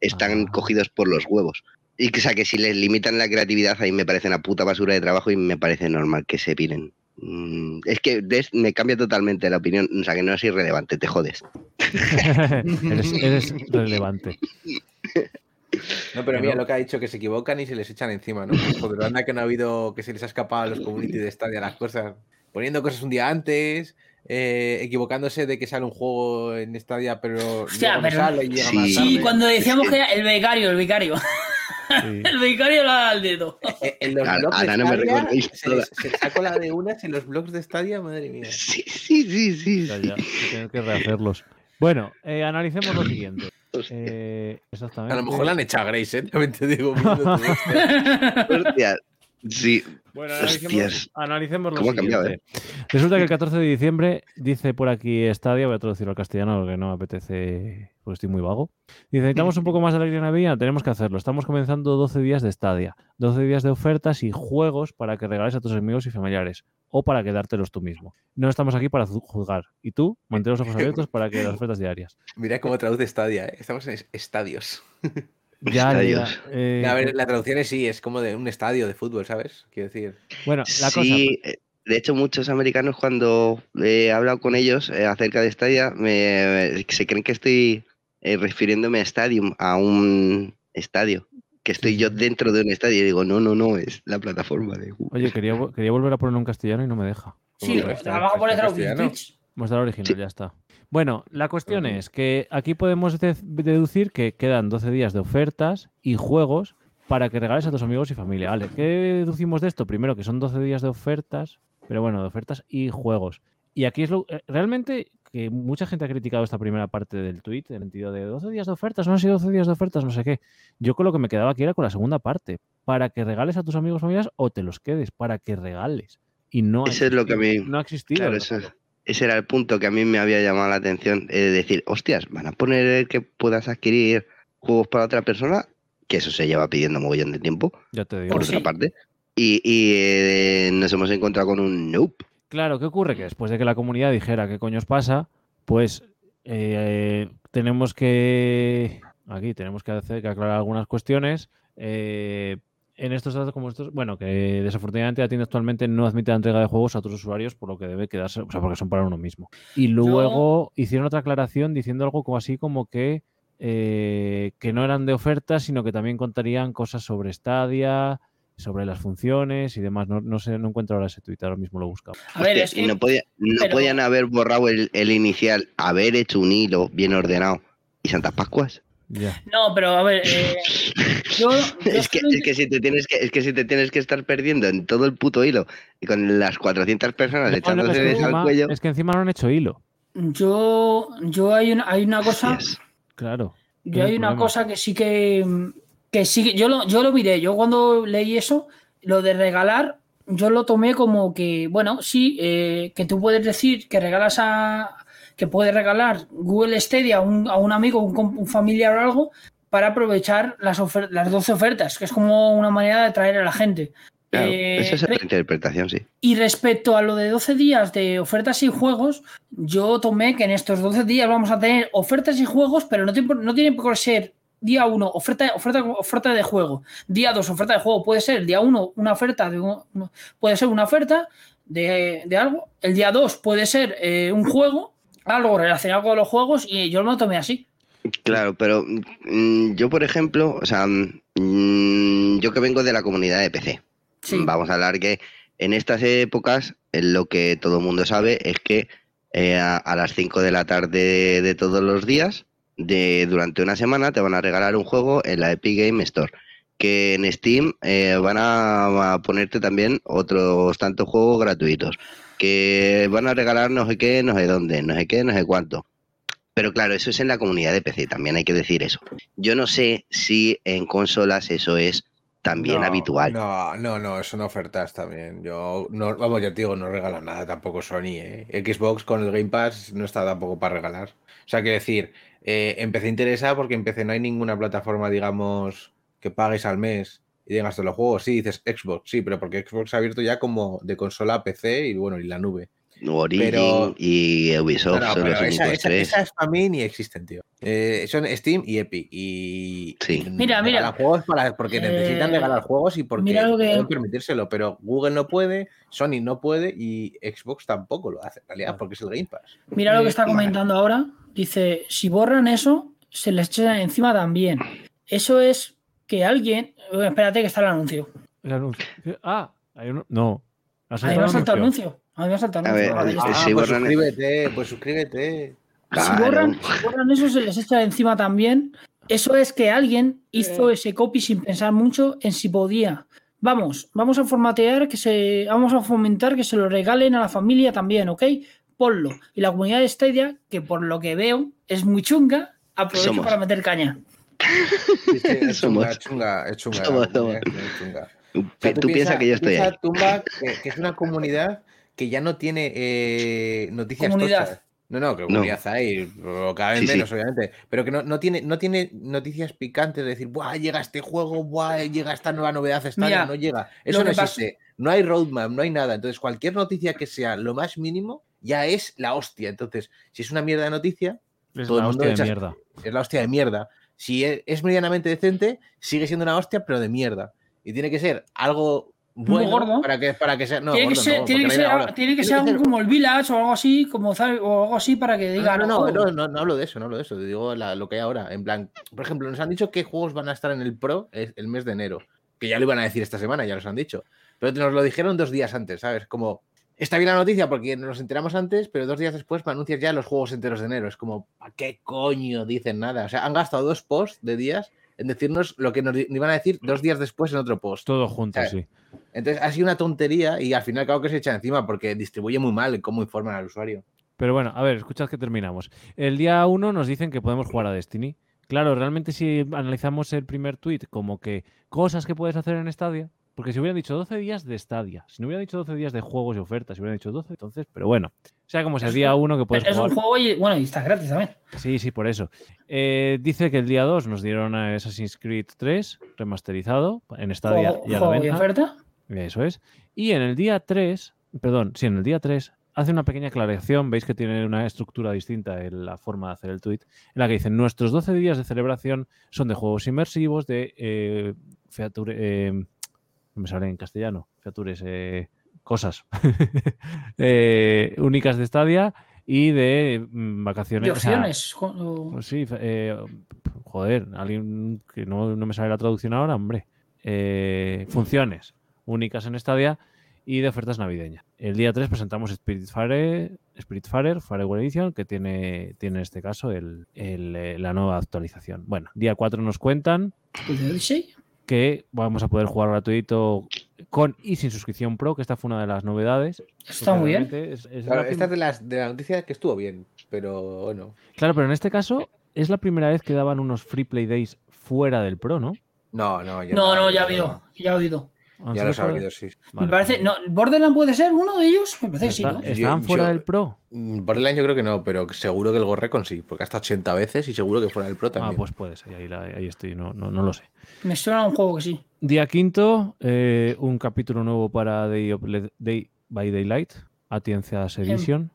[SPEAKER 2] están
[SPEAKER 1] Ah.
[SPEAKER 2] cogidos por los huevos. Y que, o sea, que si les limitan la creatividad, a mí me parece una puta basura de trabajo y me parece normal que se piren. Mm, Es que des- me cambia totalmente la opinión, o sea que no es irrelevante, te jodes.
[SPEAKER 1] <laughs> eres, eres relevante.
[SPEAKER 4] No, pero
[SPEAKER 1] Que
[SPEAKER 4] mira
[SPEAKER 1] no.
[SPEAKER 4] lo que ha dicho, que se equivocan y se les echan encima, ¿no? Pues, Joder, anda que no ha habido, que se les ha escapado a los community de Stadia las cosas. Poniendo cosas un día antes, eh, equivocándose de que sale un juego en
[SPEAKER 2] <laughs>
[SPEAKER 4] Stadia, pero
[SPEAKER 3] Hostia,
[SPEAKER 4] luego no
[SPEAKER 3] pero-
[SPEAKER 4] sale y llega
[SPEAKER 2] Sí.
[SPEAKER 4] más tarde.
[SPEAKER 3] Sí, cuando decíamos que era el becario, el becario. <laughs>
[SPEAKER 1] Sí.
[SPEAKER 3] El becario lo da al dedo.
[SPEAKER 4] Eh, En los
[SPEAKER 2] Ahora-
[SPEAKER 4] blogs
[SPEAKER 2] ahora
[SPEAKER 4] de
[SPEAKER 2] no me
[SPEAKER 4] Stadia,
[SPEAKER 2] recordéis
[SPEAKER 4] se,
[SPEAKER 2] nada.
[SPEAKER 4] se sacó la de unas en los blogs de Stadia, madre mía.
[SPEAKER 2] Sí, sí, sí, sí.
[SPEAKER 1] Ya,
[SPEAKER 2] sí.
[SPEAKER 1] ya, que tener que rehacerlos. Bueno, eh, analicemos lo siguiente.
[SPEAKER 2] Hostia,
[SPEAKER 1] Eh, exactamente.
[SPEAKER 4] A lo mejor la han echado a Grace, ¿eh? También te digo. viendo todo
[SPEAKER 2] <laughs>
[SPEAKER 4] esto.
[SPEAKER 1] Eh.
[SPEAKER 2] hostia. Sí,
[SPEAKER 1] Bueno,
[SPEAKER 2] Hostias.
[SPEAKER 1] analicemos, analicemos lo
[SPEAKER 2] ¿Cómo ha cambiado, eh?
[SPEAKER 1] siguiente. Resulta que el 14 de diciembre dice por aquí Stadia, voy a traducirlo al castellano porque no me apetece, porque estoy muy vago. Dice, necesitamos un poco más de alegría en la vida, tenemos que hacerlo. Estamos comenzando 12 días de Stadia, 12 días de ofertas y juegos para que regales a tus amigos y familiares o para quedártelos tú mismo. No estamos aquí para zu- juzgar. Y tú, mantén los ojos abiertos para que las ofertas
[SPEAKER 2] <laughs>
[SPEAKER 1] diarias.
[SPEAKER 4] Mira cómo traduce Stadia, ¿eh? Estamos en es- estadios.
[SPEAKER 1] Ya, ya,
[SPEAKER 2] Estadios.
[SPEAKER 1] ya, eh,
[SPEAKER 4] A ver, la traducción es sí, es como de un estadio de fútbol, ¿sabes? Quiero decir.
[SPEAKER 1] bueno, <laughs> la
[SPEAKER 2] Sí, eh, de hecho muchos americanos cuando eh, he hablado con ellos eh, acerca de Stadia me- me- se creen que estoy eh, refiriéndome a Stadium, a un estadio, que estoy yo dentro de un estadio y digo, no, no, no, es la plataforma de
[SPEAKER 1] cosa...
[SPEAKER 2] Google.
[SPEAKER 1] Oye, quería, vo- quería volver a ponerlo en castellano y no me deja.
[SPEAKER 3] Sí,
[SPEAKER 4] Hombre,
[SPEAKER 3] trabaja por el
[SPEAKER 4] está en
[SPEAKER 3] Dragon
[SPEAKER 4] castellano.
[SPEAKER 3] Twitch.
[SPEAKER 1] Mostrar original,
[SPEAKER 2] Sí.
[SPEAKER 1] ya está. Bueno, la cuestión
[SPEAKER 4] Ujú.
[SPEAKER 1] es que aquí podemos de- deducir que quedan 12 días de ofertas y juegos para que regales a tus amigos y familia. Vale, ¿qué deducimos de esto? Primero, que son 12 días de ofertas, pero bueno, de ofertas y juegos. Y aquí es lo, eh, realmente que mucha gente ha criticado esta primera parte del tweet, en el sentido de 12 días de ofertas, no han sido 12 días de ofertas, no sé qué. Yo con lo que me quedaba aquí era con la segunda parte, para que regales a tus amigos y familias o te los quedes, para que regales. Y no ha
[SPEAKER 2] Eso es lo que a mí-
[SPEAKER 1] existido, No ha existido.
[SPEAKER 2] Claro,
[SPEAKER 1] el
[SPEAKER 2] eso-
[SPEAKER 1] regalo.
[SPEAKER 2] Ese era el punto que a mí me había llamado la atención, eh, de decir, hostias, van a poner el que puedas adquirir juegos para otra persona, que eso se lleva pidiendo mogollón de tiempo,
[SPEAKER 1] Ya te digo.
[SPEAKER 2] por
[SPEAKER 3] Pues
[SPEAKER 2] otra
[SPEAKER 3] sí.
[SPEAKER 2] parte. Y, y, eh, nos hemos encontrado con un nope.
[SPEAKER 1] Claro, ¿qué ocurre? Que después de que la comunidad dijera qué coño os pasa, pues eh, tenemos que. Aquí tenemos que, hacer, que aclarar algunas cuestiones. Eh, en estos datos como estos, bueno, que desafortunadamente la tienda actualmente no admite la entrega de juegos a otros usuarios, por lo que debe quedarse, o sea, porque son para uno mismo. Y luego hicieron otra aclaración diciendo algo como así como que, eh, que no eran de oferta, sino que también contarían cosas sobre Stadia, sobre las funciones y demás. No, no sé, no encuentro ahora ese tweet, ahora mismo lo buscamos.
[SPEAKER 3] A ver,
[SPEAKER 2] Hostia,
[SPEAKER 3] es
[SPEAKER 2] y
[SPEAKER 3] que
[SPEAKER 2] no, podía- no
[SPEAKER 3] pero-
[SPEAKER 2] podían haber borrado el, el inicial, haber hecho un hilo bien ordenado. ¿Y Santas Pascuas?
[SPEAKER 1] Ya.
[SPEAKER 3] No, pero a ver,
[SPEAKER 2] <laughs>
[SPEAKER 3] eh, yo, yo
[SPEAKER 2] Es que,
[SPEAKER 3] solo
[SPEAKER 2] es que si te tienes que, es que si te tienes que estar perdiendo en todo el puto hilo y con las 400 personas
[SPEAKER 1] No, no,
[SPEAKER 2] echándose
[SPEAKER 1] es, que
[SPEAKER 2] de al
[SPEAKER 1] encima,
[SPEAKER 2] cuello.
[SPEAKER 1] es que encima no han hecho hilo.
[SPEAKER 3] Yo, yo hay una, hay una cosa,
[SPEAKER 2] hostias.
[SPEAKER 1] Claro.
[SPEAKER 3] yo
[SPEAKER 1] es
[SPEAKER 3] hay
[SPEAKER 1] el
[SPEAKER 3] una
[SPEAKER 1] problema.
[SPEAKER 3] cosa que sí que, que sí que- yo lo, yo lo miré. Yo cuando leí eso, lo de regalar, yo lo tomé como que, bueno, sí, eh, que tú puedes decir que regalas a que puede regalar Google Stadia a un, a un amigo, un, com- un familiar o algo, para aprovechar las, ofer- las 12 ofertas, que es como una manera de atraer a la gente.
[SPEAKER 2] Claro,
[SPEAKER 3] Eh,
[SPEAKER 2] esa es
[SPEAKER 3] re-
[SPEAKER 2] la interpretación, sí.
[SPEAKER 3] y respecto a lo de 12 días de ofertas y juegos, yo tomé que en estos 12 días vamos a tener ofertas y juegos, pero no, tiene por- no tiene por qué ser día 1 oferta, oferta, oferta de juego, día 2 oferta de juego, puede ser día 1 una oferta, de, un- no, puede ser una oferta de, de algo, el día 2 puede ser eh, un juego, algo relacionado con los juegos, y yo lo tomé así.
[SPEAKER 2] Claro, pero mm, yo, por ejemplo, o sea, mm, yo que vengo de la comunidad de PC,
[SPEAKER 3] Sí,
[SPEAKER 2] vamos a hablar que en estas épocas eh, lo que todo el mundo sabe es que eh, a, a las 5 de la tarde de todos los días, de, durante una semana, te van a regalar un juego en la Epic Game Store. Que en Steam eh, van a, a ponerte también otros tantos juegos gratuitos. Que van a regalar no sé qué, no sé dónde, no sé qué, no sé cuánto. Pero claro, eso es en la comunidad de PC, también hay que decir eso. Yo no sé si en consolas eso es también
[SPEAKER 4] No,
[SPEAKER 2] habitual.
[SPEAKER 4] No, no, no, son ofertas también. Yo, no, vamos, ya te digo, no regala nada tampoco Sony, ¿eh? Xbox con el Game Pass no está tampoco para regalar. O sea, quiero decir, eh, empecé interesada porque empecé, no hay ninguna plataforma, digamos, que pagues al mes y digas todos los juegos. Sí, dices Xbox, sí, pero porque Xbox se ha abierto ya como de consola a PC y bueno, y la nube.
[SPEAKER 2] Origin
[SPEAKER 4] Pero-
[SPEAKER 2] y
[SPEAKER 4] No,
[SPEAKER 2] Ubisoft
[SPEAKER 4] no,
[SPEAKER 2] son
[SPEAKER 4] pero
[SPEAKER 2] los
[SPEAKER 4] esa,
[SPEAKER 2] únicos
[SPEAKER 4] esa-
[SPEAKER 2] tres.
[SPEAKER 4] esas para mí ni existen, tío. Eh, son Steam y Epic. Y
[SPEAKER 2] Sí.
[SPEAKER 4] y
[SPEAKER 3] Mira, mira.
[SPEAKER 4] regalan juegos para, porque necesitan
[SPEAKER 3] Eh,
[SPEAKER 4] regalar juegos y porque
[SPEAKER 3] mira lo que-
[SPEAKER 4] pueden permitírselo, pero Google no puede, Sony no puede y Xbox tampoco lo hace, en
[SPEAKER 3] Ah.
[SPEAKER 4] realidad, porque es el Game Pass.
[SPEAKER 3] Mira lo que está
[SPEAKER 2] Vale.
[SPEAKER 3] comentando ahora. Dice, si borran eso, se les echa encima también. Eso es que alguien... Bueno, espérate que está el anuncio.
[SPEAKER 1] El anuncio. Ah, hay uno. No. Ha
[SPEAKER 3] Ahí
[SPEAKER 1] saltado
[SPEAKER 3] me ha
[SPEAKER 1] un
[SPEAKER 3] saltado el
[SPEAKER 1] anuncio.
[SPEAKER 3] anuncio. Ahí me ha saltado el
[SPEAKER 2] A ver,
[SPEAKER 3] anuncio. Vale, ya
[SPEAKER 2] Ah,
[SPEAKER 3] está.
[SPEAKER 2] sí,
[SPEAKER 4] pues
[SPEAKER 2] borran-
[SPEAKER 4] suscríbete,
[SPEAKER 2] <laughs>
[SPEAKER 4] pues suscríbete.
[SPEAKER 3] Si
[SPEAKER 2] Claro.
[SPEAKER 3] borran, si borran eso, se les echa encima también. Eso es que alguien hizo ese copy sin pensar mucho en si podía. Vamos, vamos a formatear que se. Vamos a fomentar que se lo regalen a la familia también, ¿ok? Ponlo. Y la comunidad de Stadia, que por lo que veo es muy chunga, aprovecho
[SPEAKER 2] Somos.
[SPEAKER 3] para meter caña.
[SPEAKER 4] Sí, sí, Este, es chunga,
[SPEAKER 2] Somos.
[SPEAKER 4] es chunga, es chunga,
[SPEAKER 2] Somos,
[SPEAKER 4] la comunidad, es chunga. O sea,
[SPEAKER 2] Tú, piensas que yo estoy
[SPEAKER 4] piensa,
[SPEAKER 2] ahí.
[SPEAKER 4] Tumba, que, que es una comunidad que ya no tiene eh, noticias.
[SPEAKER 3] Comunidad.
[SPEAKER 4] tochas. No, no, que comunidad hay, pero cada vez
[SPEAKER 2] Sí, sí.
[SPEAKER 4] menos, obviamente. Pero que no, no, tiene, no tiene noticias picantes de decir, ¡buah! Llega este juego, ¡buah! Llega esta nueva novedad, esta
[SPEAKER 3] Mira,
[SPEAKER 4] no llega. Eso
[SPEAKER 3] lo
[SPEAKER 4] no
[SPEAKER 3] que pasa-
[SPEAKER 4] existe. No hay roadmap, no hay nada. Entonces, cualquier noticia que sea lo más mínimo ya es la hostia. Entonces, si es una mierda de noticia,
[SPEAKER 1] Es
[SPEAKER 4] Todo el
[SPEAKER 1] la
[SPEAKER 4] mundo
[SPEAKER 1] hostia de
[SPEAKER 4] echa-
[SPEAKER 1] mierda.
[SPEAKER 4] es la hostia de mierda. Si e- es medianamente decente, sigue siendo una hostia, pero de mierda. Y tiene que ser algo bueno
[SPEAKER 3] gordo.
[SPEAKER 4] para que para que sea no,
[SPEAKER 3] tiene que
[SPEAKER 4] gordo no,
[SPEAKER 3] ser,
[SPEAKER 4] porque
[SPEAKER 3] tiene que
[SPEAKER 4] no hay
[SPEAKER 3] ser-
[SPEAKER 4] nada gordo.
[SPEAKER 3] tiene que
[SPEAKER 4] Tiene
[SPEAKER 3] ser
[SPEAKER 4] que
[SPEAKER 3] algo
[SPEAKER 4] ser-
[SPEAKER 3] como el Village o algo así, como, tal- o algo así para que diga.
[SPEAKER 4] Ah, no, no,
[SPEAKER 3] "Oh,
[SPEAKER 4] no, no, no hablo de eso, no hablo de eso. Digo la- lo que hay ahora. En plan, por ejemplo, nos han dicho qué juegos van a estar en el Pro es- el mes de enero. Que ya lo iban a decir esta semana, ya nos han dicho. Pero nos lo dijeron dos días antes, ¿sabes? Como, está bien la noticia porque nos enteramos antes, pero dos días después me anuncias ya los juegos enteros de enero. Es como, ¿a qué coño dicen nada? O sea, han gastado dos posts de días en decirnos lo que nos di- iban a decir dos días después en otro post.
[SPEAKER 1] Todo junto,
[SPEAKER 4] Claro.
[SPEAKER 1] sí.
[SPEAKER 4] Entonces ha sido una tontería y al final claro que se echa encima porque distribuye muy mal cómo informan al usuario.
[SPEAKER 1] Pero bueno, a ver, escuchad que terminamos. El día 1 nos dicen que podemos jugar a Destiny. Claro, realmente si analizamos el primer tweet como que cosas que puedes hacer en Stadia, porque si hubieran dicho 12 días de Stadia, si no hubieran dicho 12 días de juegos y ofertas, si hubieran dicho 12, entonces, pero bueno, sea como sea, el día 1 que
[SPEAKER 4] pues
[SPEAKER 1] puedes
[SPEAKER 3] es
[SPEAKER 1] jugar.
[SPEAKER 3] un juego y bueno, y está gratis también.
[SPEAKER 1] Sí, sí, por eso. Eh, dice que el día 2 nos dieron a Assassin's Creed 3 remasterizado en Stadia
[SPEAKER 3] Juego-
[SPEAKER 1] y a la
[SPEAKER 3] juego y
[SPEAKER 1] venta.
[SPEAKER 3] oferta.
[SPEAKER 1] Eso es. Y en el día 3, perdón, sí, en el día 3 hace una pequeña aclaración, veis que tiene una estructura distinta en la forma de hacer el tweet, en la que dicen, nuestros 12 días de celebración son de juegos inmersivos, de eh, feature- eh, no me sale en castellano, features, eh, cosas <laughs> eh, únicas de Stadia y de mm, vacaciones.
[SPEAKER 3] Y
[SPEAKER 1] o sea,
[SPEAKER 3] opciones. jo-
[SPEAKER 1] pues sí, fe- eh, joder, alguien que no, no me sale la traducción ahora, hombre. Eh, funciones únicas en Stadia y de ofertas navideñas. El día 3 presentamos Spiritfarer, Spiritfarer Firewall Edition, que tiene, tiene en este caso el- el, eh, la nueva actualización. Bueno, día 4 nos cuentan
[SPEAKER 3] ¿De Odyssey?
[SPEAKER 1] que vamos a poder jugar gratuito con y sin suscripción pro, que esta fue una de las novedades.
[SPEAKER 3] Está muy bien.
[SPEAKER 1] Realmente es- es
[SPEAKER 4] Claro,
[SPEAKER 1] la
[SPEAKER 4] esta es
[SPEAKER 1] prim-
[SPEAKER 4] de las de la noticia que estuvo bien, pero bueno.
[SPEAKER 1] claro, pero en este caso es la primera vez que daban unos free play days fuera del pro, ¿no?
[SPEAKER 4] No, no, ya
[SPEAKER 3] No, no, ya ha
[SPEAKER 4] veo.
[SPEAKER 3] habido, ya ha habido.
[SPEAKER 1] ¿Han
[SPEAKER 4] Ya
[SPEAKER 1] salido
[SPEAKER 4] los ha
[SPEAKER 1] fuera?
[SPEAKER 4] habido, sí.
[SPEAKER 1] Vale.
[SPEAKER 3] Me parece. No, ¿Borderland puede ser uno de ellos? Me parece que sí,
[SPEAKER 1] Está-
[SPEAKER 3] ¿no?
[SPEAKER 1] ¿Estaban
[SPEAKER 4] Yo-
[SPEAKER 1] fuera
[SPEAKER 4] yo-
[SPEAKER 1] del Pro?
[SPEAKER 4] Mm, Borderlands yo creo que no, pero seguro que el Gorrecon sí, porque hasta 80 veces y seguro que fuera el Pro
[SPEAKER 1] Ah,
[SPEAKER 4] también.
[SPEAKER 1] pues puede ser, ahí, la- ahí estoy, no, no, no lo sé.
[SPEAKER 3] Me suena a un juego que sí.
[SPEAKER 1] Día quinto, eh, un capítulo nuevo para Day, of Le- Day by Daylight, Atiencias Edition.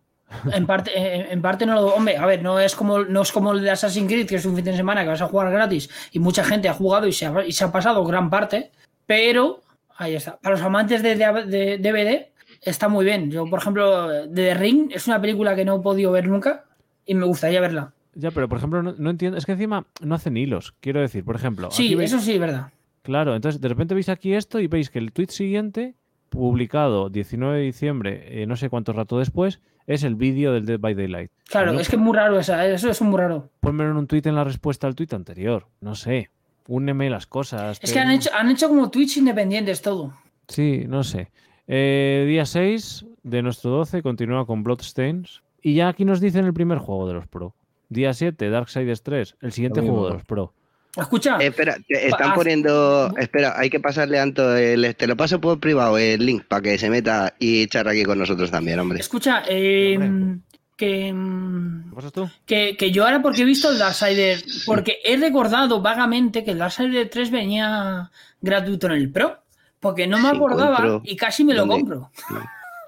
[SPEAKER 3] En parte, eh, en, en parte no lo. Hombre, a ver, no es como no es como el de Assassin's Creed, que es un fin de semana que vas a jugar gratis y mucha gente ha jugado y se ha, y se ha pasado gran parte. Pero ahí está. Para los amantes de, de- de DVD está muy bien. Yo, por ejemplo, The Ring es una película que no he podido ver nunca y me gustaría verla.
[SPEAKER 1] Ya, pero por ejemplo, no, no entiendo, es que encima no hacen hilos, quiero decir, por ejemplo.
[SPEAKER 3] Sí,
[SPEAKER 1] aquí veis-
[SPEAKER 3] eso sí, es verdad.
[SPEAKER 1] Claro, entonces de repente veis aquí esto y veis que el tweet siguiente, publicado 19 de diciembre, eh, no sé cuánto rato después, es el vídeo del Dead by Daylight.
[SPEAKER 3] Claro,
[SPEAKER 1] Coño,
[SPEAKER 3] es que es muy raro esa, eso es muy raro.
[SPEAKER 1] Ponmelo en un tweet en la respuesta al tweet anterior, no sé. Úneme las cosas.
[SPEAKER 3] Es
[SPEAKER 1] ten-
[SPEAKER 3] que han hecho, han hecho como Twitch independientes todo.
[SPEAKER 1] Sí, no sé. Eh, día 6 de nuestro 12 continúa con Bloodstains. Y ya aquí nos dicen el primer juego de los pro. Día 7, Darksiders 3, el siguiente
[SPEAKER 4] Lo mismo.
[SPEAKER 1] juego de los pro.
[SPEAKER 3] Escucha,
[SPEAKER 2] Eh, espera, te
[SPEAKER 3] Ah,
[SPEAKER 2] están poniendo. Espera, hay que pasarle a Anto el. Te lo paso por privado el link para que se meta y charla aquí con nosotros también, hombre.
[SPEAKER 3] escucha, eh,
[SPEAKER 1] Hombre.
[SPEAKER 3] que, mm,
[SPEAKER 1] ¿Qué pasas tú?
[SPEAKER 3] que, que yo ahora porque he visto el Darksider, porque he recordado vagamente que el Darksider 3 venía gratuito en el Pro, porque no me
[SPEAKER 2] Si
[SPEAKER 3] acordaba
[SPEAKER 2] encuentro
[SPEAKER 3] y casi me lo
[SPEAKER 2] dónde-
[SPEAKER 3] compro.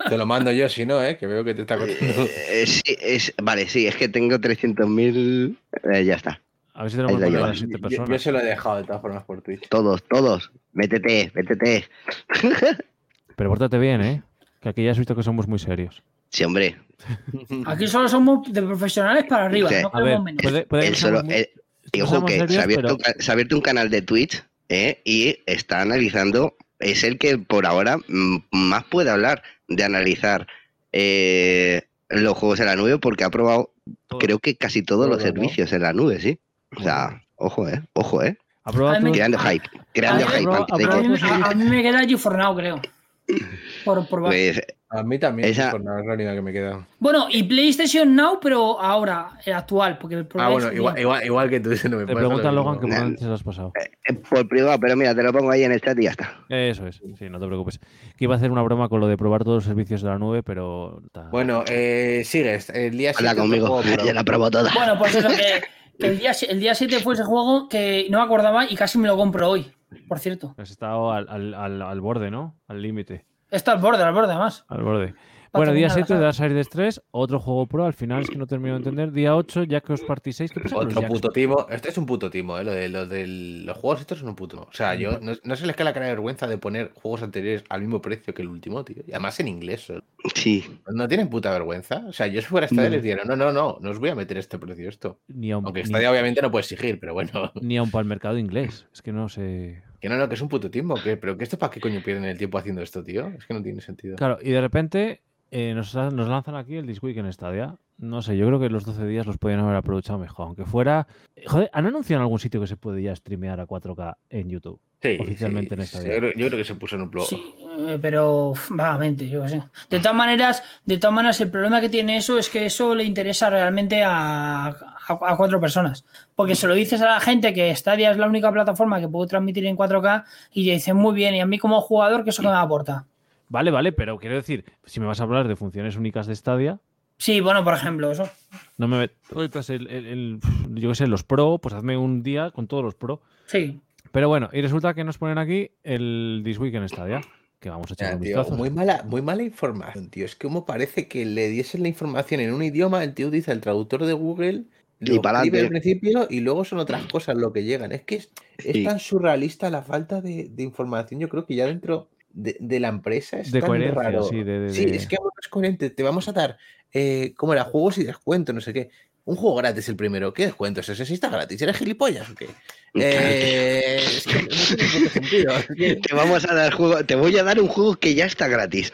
[SPEAKER 4] Te lo mando yo, si no, ¿eh? que veo que te está cortando.
[SPEAKER 1] <laughs>
[SPEAKER 2] Eh, sí, es, vale, sí, es que tengo 300.000. eh, ya está.
[SPEAKER 1] A ver si tenemos
[SPEAKER 2] Ahí la
[SPEAKER 1] que poner a
[SPEAKER 2] llevan.
[SPEAKER 1] las siete
[SPEAKER 4] Yo-
[SPEAKER 1] personas.
[SPEAKER 4] Yo, se lo he dejado de todas formas por
[SPEAKER 1] <laughs>
[SPEAKER 4] Twitch.
[SPEAKER 2] Todos, todos. Métete, métete.
[SPEAKER 1] Pero pórtate bien, ¿eh? Que aquí ya has visto que somos muy serios.
[SPEAKER 2] Sí, hombre.
[SPEAKER 3] Aquí solo somos de profesionales para arriba,
[SPEAKER 2] Sí.
[SPEAKER 3] no
[SPEAKER 1] A ver,
[SPEAKER 3] queremos menos.
[SPEAKER 1] puede, puede que
[SPEAKER 2] Él solo.
[SPEAKER 1] seamos muy-
[SPEAKER 2] él- y
[SPEAKER 1] no
[SPEAKER 2] ojo
[SPEAKER 1] seamos
[SPEAKER 2] que se
[SPEAKER 1] serios,
[SPEAKER 2] ha, abierto,
[SPEAKER 1] pero-
[SPEAKER 2] un ca- se ha abierto un canal de Twitch eh, y está analizando. Es el que por ahora mm, más puede hablar de analizar eh, los juegos en la nube porque ha probado,
[SPEAKER 1] Todo.
[SPEAKER 2] creo que casi todos
[SPEAKER 4] Todo,
[SPEAKER 2] los
[SPEAKER 4] ¿no?
[SPEAKER 2] servicios en la nube, sí. O sea, ojo, eh, ojo, eh.
[SPEAKER 1] ¿Ha probado
[SPEAKER 3] A
[SPEAKER 1] tú-
[SPEAKER 3] mí
[SPEAKER 4] Pues
[SPEAKER 3] me-
[SPEAKER 2] Creando hype, creando
[SPEAKER 3] Ah,
[SPEAKER 2] hype.
[SPEAKER 1] apro-
[SPEAKER 2] antes de
[SPEAKER 3] A
[SPEAKER 2] que-
[SPEAKER 3] mí, me- a- a mí me queda G4 Now, creo. Por, por bajo.
[SPEAKER 2] pues,
[SPEAKER 4] A mí también,
[SPEAKER 2] Esa-
[SPEAKER 4] por no, es la única que me queda.
[SPEAKER 3] Bueno, y PlayStation Now, pero ahora, el actual, porque el Pro
[SPEAKER 4] Ah,
[SPEAKER 3] es
[SPEAKER 4] bueno,
[SPEAKER 3] un-
[SPEAKER 4] igual, igual, igual que tú. <laughs> No me
[SPEAKER 1] Te
[SPEAKER 4] pasa
[SPEAKER 1] preguntan,
[SPEAKER 4] lo
[SPEAKER 1] Logan, que
[SPEAKER 4] mismo.
[SPEAKER 1] por dónde se lo has pasado.
[SPEAKER 2] eh, por privado, pero mira, te lo pongo ahí en el chat y ya está.
[SPEAKER 1] Eso es, sí, no te preocupes. Que iba a hacer una broma con lo de probar todos los servicios de la nube, pero... ta-
[SPEAKER 4] Bueno, eh, sigues. El día
[SPEAKER 2] Habla
[SPEAKER 4] siguiente
[SPEAKER 2] conmigo,
[SPEAKER 4] <laughs> juego,
[SPEAKER 2] <laughs>
[SPEAKER 4] pero-
[SPEAKER 2] yo la probo toda.
[SPEAKER 3] Bueno, pues eso, que, que el, día, el día 7 fue ese juego que no me acordaba y casi me lo compro hoy, por cierto.
[SPEAKER 1] Has estado al, al- al- al borde, ¿no? Al límite.
[SPEAKER 3] Está al borde, al borde más.
[SPEAKER 1] Al borde. Bueno, día
[SPEAKER 3] terminar la
[SPEAKER 1] 7 de
[SPEAKER 3] saga.
[SPEAKER 1] Darksiders 3, otro juego pro, al final es que no termino de entender. Día 8, Jackos Party 6, ¿qué pasa con los
[SPEAKER 4] Otro
[SPEAKER 1] Jack's?
[SPEAKER 4] puto timo. Esto es un puto timo, ¿eh? Lo de, lo del- los juegos estos son un puto. O sea, yo no, no se les cae la cara de vergüenza de poner juegos anteriores al mismo precio que el último, tío. Y además en inglés. ¿eh?
[SPEAKER 2] Sí,
[SPEAKER 4] No tienen puta vergüenza. O sea, yo si fuera Stadia les diría, no, no, no, no os voy a meter este precio esto.
[SPEAKER 1] Ni a un,
[SPEAKER 4] Aunque
[SPEAKER 1] ni-
[SPEAKER 4] Stadia obviamente no puede exigir, pero bueno. <laughs>
[SPEAKER 1] ni a un pal mercado inglés. Es que no sé...
[SPEAKER 4] Que no, no, que es un puto timo. que- Pero que esto para qué coño pierden el tiempo haciendo esto, tío. Es que no tiene sentido.
[SPEAKER 1] Claro, y de repente eh, nos, la- nos lanzan aquí el This Week en Stadia. No sé, yo creo que los 12 días los podían haber aprovechado mejor, aunque fuera... Joder, ¿han anunciado en algún sitio que se puede ya streamear a 4K en YouTube?
[SPEAKER 4] Sí,
[SPEAKER 1] Oficialmente
[SPEAKER 4] sí,
[SPEAKER 1] en
[SPEAKER 4] sí,
[SPEAKER 1] Stadia.
[SPEAKER 4] yo, creo, yo creo que se puso en un plomo.
[SPEAKER 3] Sí, eh, pero uf, vagamente, yo qué sé. De todas maneras, de todas maneras, el problema que tiene eso es que eso le interesa realmente a, a- a cuatro personas. Porque se lo dices a la gente que Stadia es la única plataforma que puedo transmitir en 4K y le dicen muy bien, y a mí como jugador, ¿qué eso que me aporta?
[SPEAKER 1] Vale, vale, pero quiero decir, si me vas a hablar de funciones únicas de Stadia,
[SPEAKER 3] Sí, bueno, por ejemplo, eso.
[SPEAKER 1] no me metas el, el- el- yo qué sé, los pro, pues hazme un día con todos los pro.
[SPEAKER 3] Sí.
[SPEAKER 1] Pero bueno, y resulta que nos ponen aquí el This Week en Stadia, que vamos a
[SPEAKER 4] Ya,
[SPEAKER 1] echar un
[SPEAKER 4] tío,
[SPEAKER 1] vistazo.
[SPEAKER 4] muy mala, muy mala información, tío. Es que como parece que le diesen la información en un idioma, el tío utiliza el traductor de Google, lo
[SPEAKER 2] Y pa'lante.
[SPEAKER 4] escribe al principio y luego son
[SPEAKER 1] Mm.
[SPEAKER 4] otras cosas lo que llegan. Es que es, es
[SPEAKER 2] Sí.
[SPEAKER 4] tan surrealista la falta de, de información. Yo creo que ya dentro de, de la empresa es
[SPEAKER 1] De
[SPEAKER 4] tan
[SPEAKER 1] coherencia,
[SPEAKER 4] raro.
[SPEAKER 1] sí, de- de-
[SPEAKER 4] Sí,
[SPEAKER 1] de-
[SPEAKER 4] es que vamos, es coherente. Te vamos a dar, eh, como era, juegos y descuento, no sé qué. Un juego gratis el primero. ¿Qué descuentos? ¿Ese sí está gratis? ¿Eres gilipollas
[SPEAKER 1] <laughs>
[SPEAKER 4] o qué? Eh, es que no tiene puto sentido. Es que-
[SPEAKER 2] <laughs> Te vamos a dar juego, te voy a dar un juego que ya está gratis.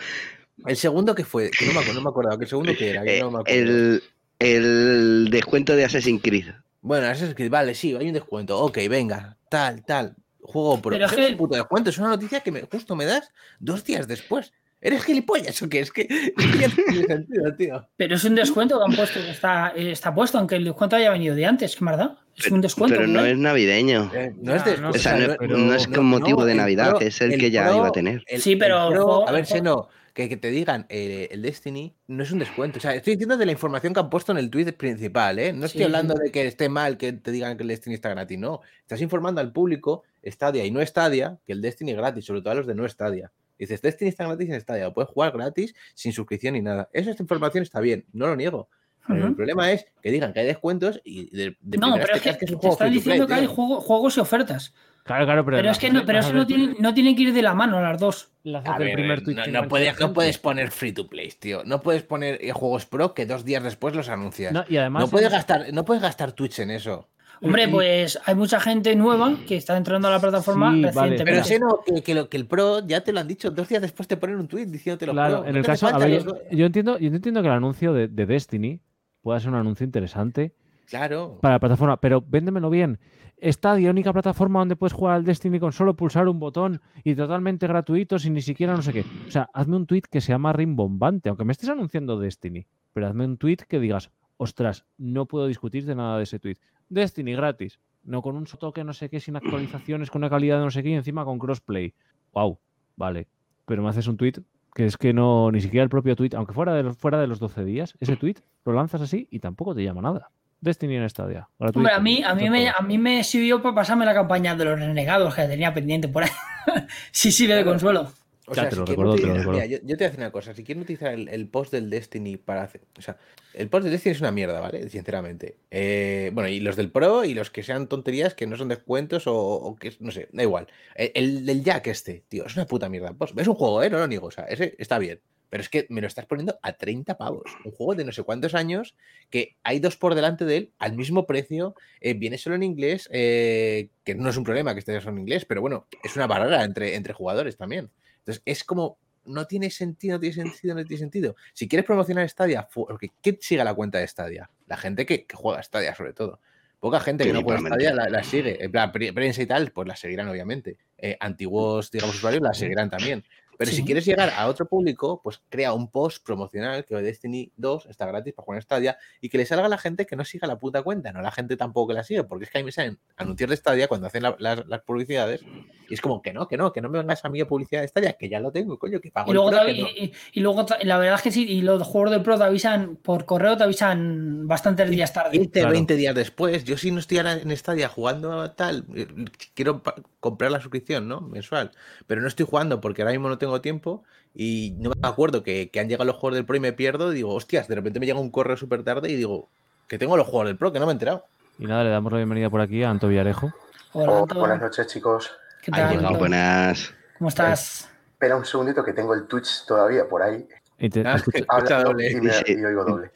[SPEAKER 4] El segundo que fue, que no me acuerdo, no me acordaba, que el segundo que era, que
[SPEAKER 2] Eh, <laughs>
[SPEAKER 4] no me acuerdo.
[SPEAKER 2] el, el descuento de Assassin's Creed.
[SPEAKER 4] Bueno, Assassin's Creed, vale, sí, hay un descuento, ok, venga, tal, tal, juego pro.
[SPEAKER 3] Pero es
[SPEAKER 4] ¿Qué
[SPEAKER 3] que-
[SPEAKER 4] es un puto descuento? Es una noticia que me, justo me das dos días después. ¿Eres gilipollas o qué? Es que <laughs> es que ya no tiene sentido, tío.
[SPEAKER 3] Pero es un descuento que han puesto, que está, eh, está puesto, aunque el descuento haya venido de antes, ¿qué más da? Es un descuento.
[SPEAKER 2] Pero no
[SPEAKER 3] ¿no?
[SPEAKER 2] es navideño.
[SPEAKER 4] Eh, no es de-
[SPEAKER 1] No, no
[SPEAKER 2] O
[SPEAKER 1] sé,
[SPEAKER 2] sea, no,
[SPEAKER 1] pero-
[SPEAKER 2] no es con motivo de
[SPEAKER 4] el
[SPEAKER 2] Navidad,
[SPEAKER 4] pro-
[SPEAKER 2] es el,
[SPEAKER 4] el
[SPEAKER 2] que ya
[SPEAKER 4] pro-
[SPEAKER 2] iba a tener.
[SPEAKER 4] el-
[SPEAKER 3] Sí, pero,
[SPEAKER 4] el pro-
[SPEAKER 3] ojo,
[SPEAKER 4] a ver,
[SPEAKER 3] ojo.
[SPEAKER 4] Seno, que, que te digan eh, el Destiny no es un descuento. O sea, estoy diciendo de la información que han puesto en el tweet principal, ¿eh? No estoy
[SPEAKER 3] Sí.
[SPEAKER 4] hablando de que esté mal que te digan que el Destiny está gratis, no. Estás informando al público, Stadia y no Stadia, que el Destiny es gratis, sobre todo a los de no Stadia. Dices, Destiny está gratis en Stadia, lo puedes jugar gratis sin suscripción ni nada. Esa esta información está bien, no lo niego. Pero El
[SPEAKER 3] Ujú.
[SPEAKER 4] problema es que digan que hay descuentos y de, eh, de
[SPEAKER 3] No,
[SPEAKER 4] primeras
[SPEAKER 3] pero es que,
[SPEAKER 4] creas un
[SPEAKER 3] te
[SPEAKER 4] juego
[SPEAKER 3] están
[SPEAKER 4] free to play,
[SPEAKER 3] diciendo que hay
[SPEAKER 4] tío.
[SPEAKER 3] juego- juegos y ofertas.
[SPEAKER 1] Claro, claro, pero.
[SPEAKER 3] Pero es que no, pero eso no tiene, no tiene que ir de la mano las dos.
[SPEAKER 1] Enlaces
[SPEAKER 4] A
[SPEAKER 1] del
[SPEAKER 4] ver,
[SPEAKER 1] primer tweet
[SPEAKER 4] no,
[SPEAKER 1] que
[SPEAKER 4] no
[SPEAKER 1] mancha la
[SPEAKER 4] puedes, no
[SPEAKER 1] gente.
[SPEAKER 4] puedes poner free to play, tío. No puedes poner eh, juegos pro que dos días después los anuncias. No,
[SPEAKER 1] No, y además.
[SPEAKER 4] puedes gastar, no puedes gastar Twitch en eso.
[SPEAKER 3] Hombre, pues hay mucha gente nueva que está entrando a la plataforma
[SPEAKER 1] Sí, vale.
[SPEAKER 3] recientemente.
[SPEAKER 4] Pero sé no, que, que lo- que el pro ya te lo han dicho, dos días después te ponen un tweet diciéndote lo
[SPEAKER 1] Claro,
[SPEAKER 4] pro.
[SPEAKER 1] en
[SPEAKER 4] No
[SPEAKER 1] el
[SPEAKER 4] te
[SPEAKER 1] caso.
[SPEAKER 4] hace
[SPEAKER 1] A
[SPEAKER 4] falta
[SPEAKER 1] ver,
[SPEAKER 4] los dos-
[SPEAKER 1] yo entiendo, yo entiendo que el anuncio de, de Destiny pueda ser un anuncio interesante
[SPEAKER 4] Claro.
[SPEAKER 1] para la plataforma, pero véndemelo bien. Stadia, única plataforma donde puedes jugar al Destiny con solo pulsar un botón y totalmente gratuito, sin ni siquiera no sé qué. O sea, hazme un tweet que sea más rimbombante, aunque me estés anunciando Destiny, pero hazme un tweet que digas, ostras, no puedo discutir de nada de ese tweet. Destiny gratis, no con un toque no sé qué,
[SPEAKER 3] <laughs>
[SPEAKER 1] sin actualizaciones, con una calidad de no sé qué y encima con crossplay. Wow, vale. Pero me haces un tweet que es que no, ni siquiera el propio tweet, aunque fuera de los, fuera de los 12 días,
[SPEAKER 3] <laughs>
[SPEAKER 1] ese tweet lo lanzas así y tampoco te llama nada. Destiny en Stadia. Gratuito.
[SPEAKER 3] Hombre, a mí, a mí, me,
[SPEAKER 1] Todo.
[SPEAKER 3] a mí me sirvió para pasarme la campaña de los renegados que tenía pendiente por ahí. <laughs> sí, sí, de
[SPEAKER 4] Claro.
[SPEAKER 3] consuelo.
[SPEAKER 4] O
[SPEAKER 1] Ya
[SPEAKER 4] sea,
[SPEAKER 1] te lo
[SPEAKER 4] si quieren
[SPEAKER 1] recuerdo, te lo
[SPEAKER 4] utilizar-
[SPEAKER 1] recuerdo.
[SPEAKER 4] mira, yo, yo te voy a decir una cosa. Si quieren utilizar el, el post del Destiny para hacer. O sea, el post del Destiny es una mierda, ¿vale? Sinceramente. Eh, bueno, y los del Pro y los que sean tonterías que no son descuentos o, o que. es- No sé, da igual. Eh, El del Jack este, tío, es una puta mierda. Pues, es un juego, ¿eh? No lo niego. O sea, ese está bien. Pero es que me lo estás poniendo a 30 pavos. Un juego de no sé cuántos años que hay dos por delante de él al mismo precio. eh, viene solo en inglés, eh, que no es un problema que esté solo en inglés, pero bueno, es una barrera entre, entre jugadores también. Entonces, es como, no tiene sentido, no tiene sentido, no tiene sentido. Si quieres promocionar Stadia, fu- porque ¿quién sigue la cuenta de Stadia? La gente que, que juega Stadia, sobre todo. Poca gente que no juega Stadia la, la sigue. En plan, pre- prensa y tal, pues la seguirán, obviamente. Eh, antiguos, digamos, usuarios la seguirán también. Pero si
[SPEAKER 3] Sí.
[SPEAKER 4] quieres llegar a otro público, pues crea un post promocional que Destiny 2 está gratis para jugar en Stadia y que le salga a la gente que no siga la puta cuenta, no la gente tampoco que la sigue, porque es que ahí me salen anuncios de Stadia cuando hacen la- las- las publicidades y es como que no, que no, que no me vengas a mí a publicidad de Stadia, que ya lo tengo, coño, que pago
[SPEAKER 3] Y luego,
[SPEAKER 4] el
[SPEAKER 3] te
[SPEAKER 4] Pro,
[SPEAKER 3] avi-
[SPEAKER 4] Ah, pues que <laughs> no.
[SPEAKER 3] y, y- y luego te- la verdad es que sí, y los juegos del Pro te avisan por correo, te avisan bastantes días tarde.
[SPEAKER 4] 15,
[SPEAKER 1] claro.
[SPEAKER 4] 20 días después, yo si no estoy ahora en Stadia jugando a tal, eh, quiero pa- comprar la suscripción, ¿no? Mensual. Pero no estoy jugando porque ahora mismo no tengo tiempo y no me acuerdo que, que han llegado los juegos del Pro y me pierdo. Y digo, hostias, de repente me llega un correo súper tarde y digo, que tengo los juegos del Pro, que no me he enterado.
[SPEAKER 1] Y nada, le damos la bienvenida por aquí a Anto Villarejo.
[SPEAKER 3] Hola,
[SPEAKER 6] Hola,
[SPEAKER 3] Antonio.
[SPEAKER 6] buenas noches, chicos.
[SPEAKER 3] ¿Qué
[SPEAKER 4] Ahí
[SPEAKER 3] tal?
[SPEAKER 4] llegamos.
[SPEAKER 3] Antonio?
[SPEAKER 2] Buenas.
[SPEAKER 3] ¿Cómo estás?
[SPEAKER 6] Espera un segundito que tengo el Twitch todavía por ahí.
[SPEAKER 1] Y te-
[SPEAKER 4] Ah,
[SPEAKER 1] escucha-
[SPEAKER 6] Habla
[SPEAKER 4] escucha
[SPEAKER 6] doble y,
[SPEAKER 4] doble.
[SPEAKER 6] me-
[SPEAKER 2] Sí.
[SPEAKER 6] y oigo doble.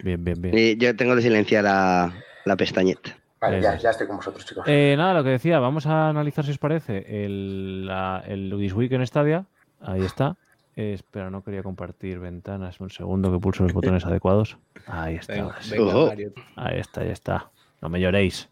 [SPEAKER 1] Bien, bien, bien.
[SPEAKER 2] Eh, yo tengo silenciada la pestañeta.
[SPEAKER 6] Vale, ya,
[SPEAKER 1] Eso.
[SPEAKER 6] ya estoy con vosotros, chicos.
[SPEAKER 1] Eh, nada, lo que decía, vamos a analizar si os parece el, la, el This Week en Stadia. Ahí está. Eh, espera, no quería compartir ventanas. Un segundo que pulso los botones adecuados. Ahí está.
[SPEAKER 4] Venga,
[SPEAKER 1] ahora sí.
[SPEAKER 4] venga,
[SPEAKER 2] Ojo.
[SPEAKER 4] Mario.
[SPEAKER 1] Ahí está, ahí está. No me lloréis.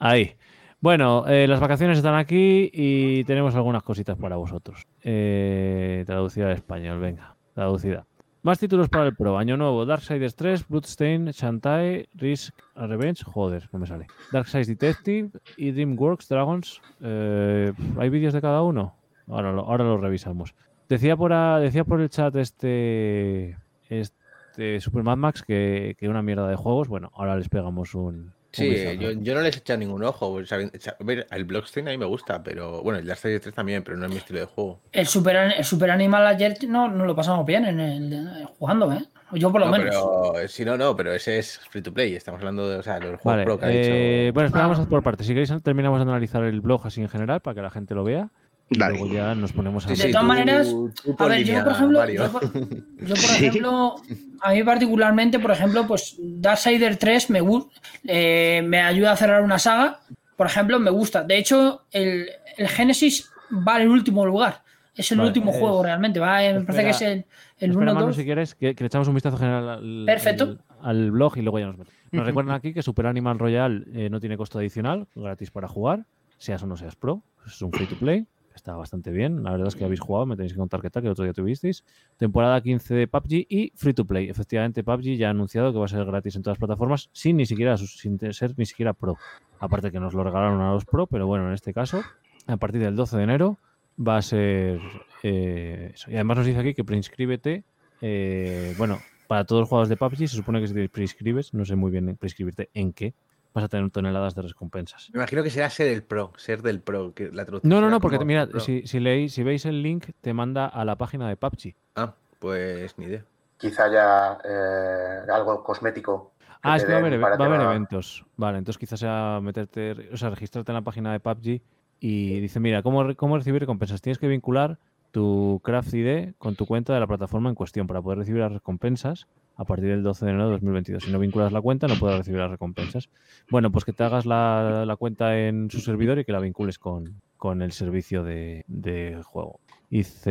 [SPEAKER 1] Ahí. Bueno, eh, las vacaciones están aquí y tenemos algunas cositas para vosotros. Eh, traducida al español, venga. Traducida. Más títulos para el Pro. Año nuevo. Darksiders 3, Bloodstain, Shantae, Risk, Revenge. Joder, no me sale. Darksiders Detective y DreamWorks Dragons. Eh, ¿Hay vídeos de cada uno? Ahora lo, ahora lo revisamos. Decía por, a- decía por el chat este, este Super Mad Max que, que una mierda de juegos. Bueno, ahora les pegamos un... un
[SPEAKER 4] Sí,
[SPEAKER 1] vistazo.
[SPEAKER 4] yo, yo no les he echado ningún ojo. o sea, a ver, el Blockstein a mí me gusta, pero bueno, el Dark 3 también, pero no es mi estilo de juego.
[SPEAKER 3] El super, el super Animal ayer no, no lo pasamos bien en el- jugando, ¿eh? Yo por lo
[SPEAKER 4] No,
[SPEAKER 3] menos.
[SPEAKER 4] pero eh, si no, no, pero ese es free to play. Estamos hablando de, o sea, los juegos
[SPEAKER 1] Vale,
[SPEAKER 4] pro que ha
[SPEAKER 1] eh,
[SPEAKER 4] dicho.
[SPEAKER 1] bueno, esperamos
[SPEAKER 3] Ah.
[SPEAKER 1] por partes. Si queréis, terminamos de analizar el blog así en general para que la gente lo vea. Y
[SPEAKER 2] Dale.
[SPEAKER 1] luego ya nos ponemos a.
[SPEAKER 4] Sí,
[SPEAKER 3] de
[SPEAKER 4] sí,
[SPEAKER 3] todas
[SPEAKER 4] tú-
[SPEAKER 3] maneras,
[SPEAKER 4] tú
[SPEAKER 3] A
[SPEAKER 4] pon
[SPEAKER 3] ver, yo
[SPEAKER 4] línea,
[SPEAKER 3] por ejemplo,
[SPEAKER 4] Mario.
[SPEAKER 2] <laughs>
[SPEAKER 4] <laughs>
[SPEAKER 3] yo por, yo, por
[SPEAKER 2] Sí.
[SPEAKER 3] ejemplo, a mí particularmente, por ejemplo, pues Darksider 3 me, gu- eh, me ayuda a cerrar una saga, por ejemplo, me gusta. De hecho, el, el Genesis va al último lugar. Es el
[SPEAKER 1] Vale,
[SPEAKER 3] último
[SPEAKER 1] es-
[SPEAKER 3] juego realmente, va, eh, me parece que es
[SPEAKER 1] espera-
[SPEAKER 3] el, el
[SPEAKER 1] Espera,
[SPEAKER 3] 1
[SPEAKER 1] Manu,
[SPEAKER 3] 2.
[SPEAKER 1] si quieres, que, que le echamos un vistazo general al,
[SPEAKER 3] Perfecto.
[SPEAKER 1] al- al blog y luego ya nos metemos. Nos recuerdan aquí que Super Animal Royal eh, no tiene costo adicional, gratis para jugar, seas o no seas pro, es un free to play. Está bastante bien. La verdad es que habéis jugado, me tenéis que contar qué tal, que el otro día tuvisteis. Temporada 15 de PUBG y Free to Play. Efectivamente, PUBG ya ha anunciado que va a ser gratis en todas las plataformas, sin ni siquiera sus- sin te- ser ni siquiera pro. Aparte que nos lo regalaron a los pro, pero bueno, en este caso, a partir del 12 de enero va a ser eh, eso. Y además nos dice aquí que preinscríbete. eh, bueno, para todos los jugadores de PUBG se supone que si te preinscribes, no sé muy bien preinscribirte en qué, vas a tener toneladas de recompensas.
[SPEAKER 4] Me imagino que será ser el pro, ser del pro, que la traducción
[SPEAKER 1] No, no,
[SPEAKER 4] será
[SPEAKER 1] no, porque
[SPEAKER 4] como
[SPEAKER 1] mira,
[SPEAKER 4] pro.
[SPEAKER 1] si, si, leéis, si veis el link, te manda a la página de PUBG.
[SPEAKER 4] Ah, pues ni idea.
[SPEAKER 6] Quizá haya eh, algo cosmético.
[SPEAKER 1] Ah,
[SPEAKER 6] te
[SPEAKER 1] es que va a
[SPEAKER 6] den
[SPEAKER 1] haber, eve-
[SPEAKER 6] para
[SPEAKER 1] va a haber
[SPEAKER 6] tema-
[SPEAKER 1] eventos. Vale, entonces quizás sea meterte, o sea, registrarte en la página de PUBG y dice, mira, ¿cómo, re- cómo recibir recompensas? Tienes que vincular tu Craft ID con tu cuenta de la plataforma en cuestión para poder recibir las recompensas a partir del 12 de enero de 2022. Si no vinculas la cuenta, no podrás recibir las recompensas. Bueno, pues que te hagas la, la cuenta en su servidor y que la vincules con, con el servicio de, de juego.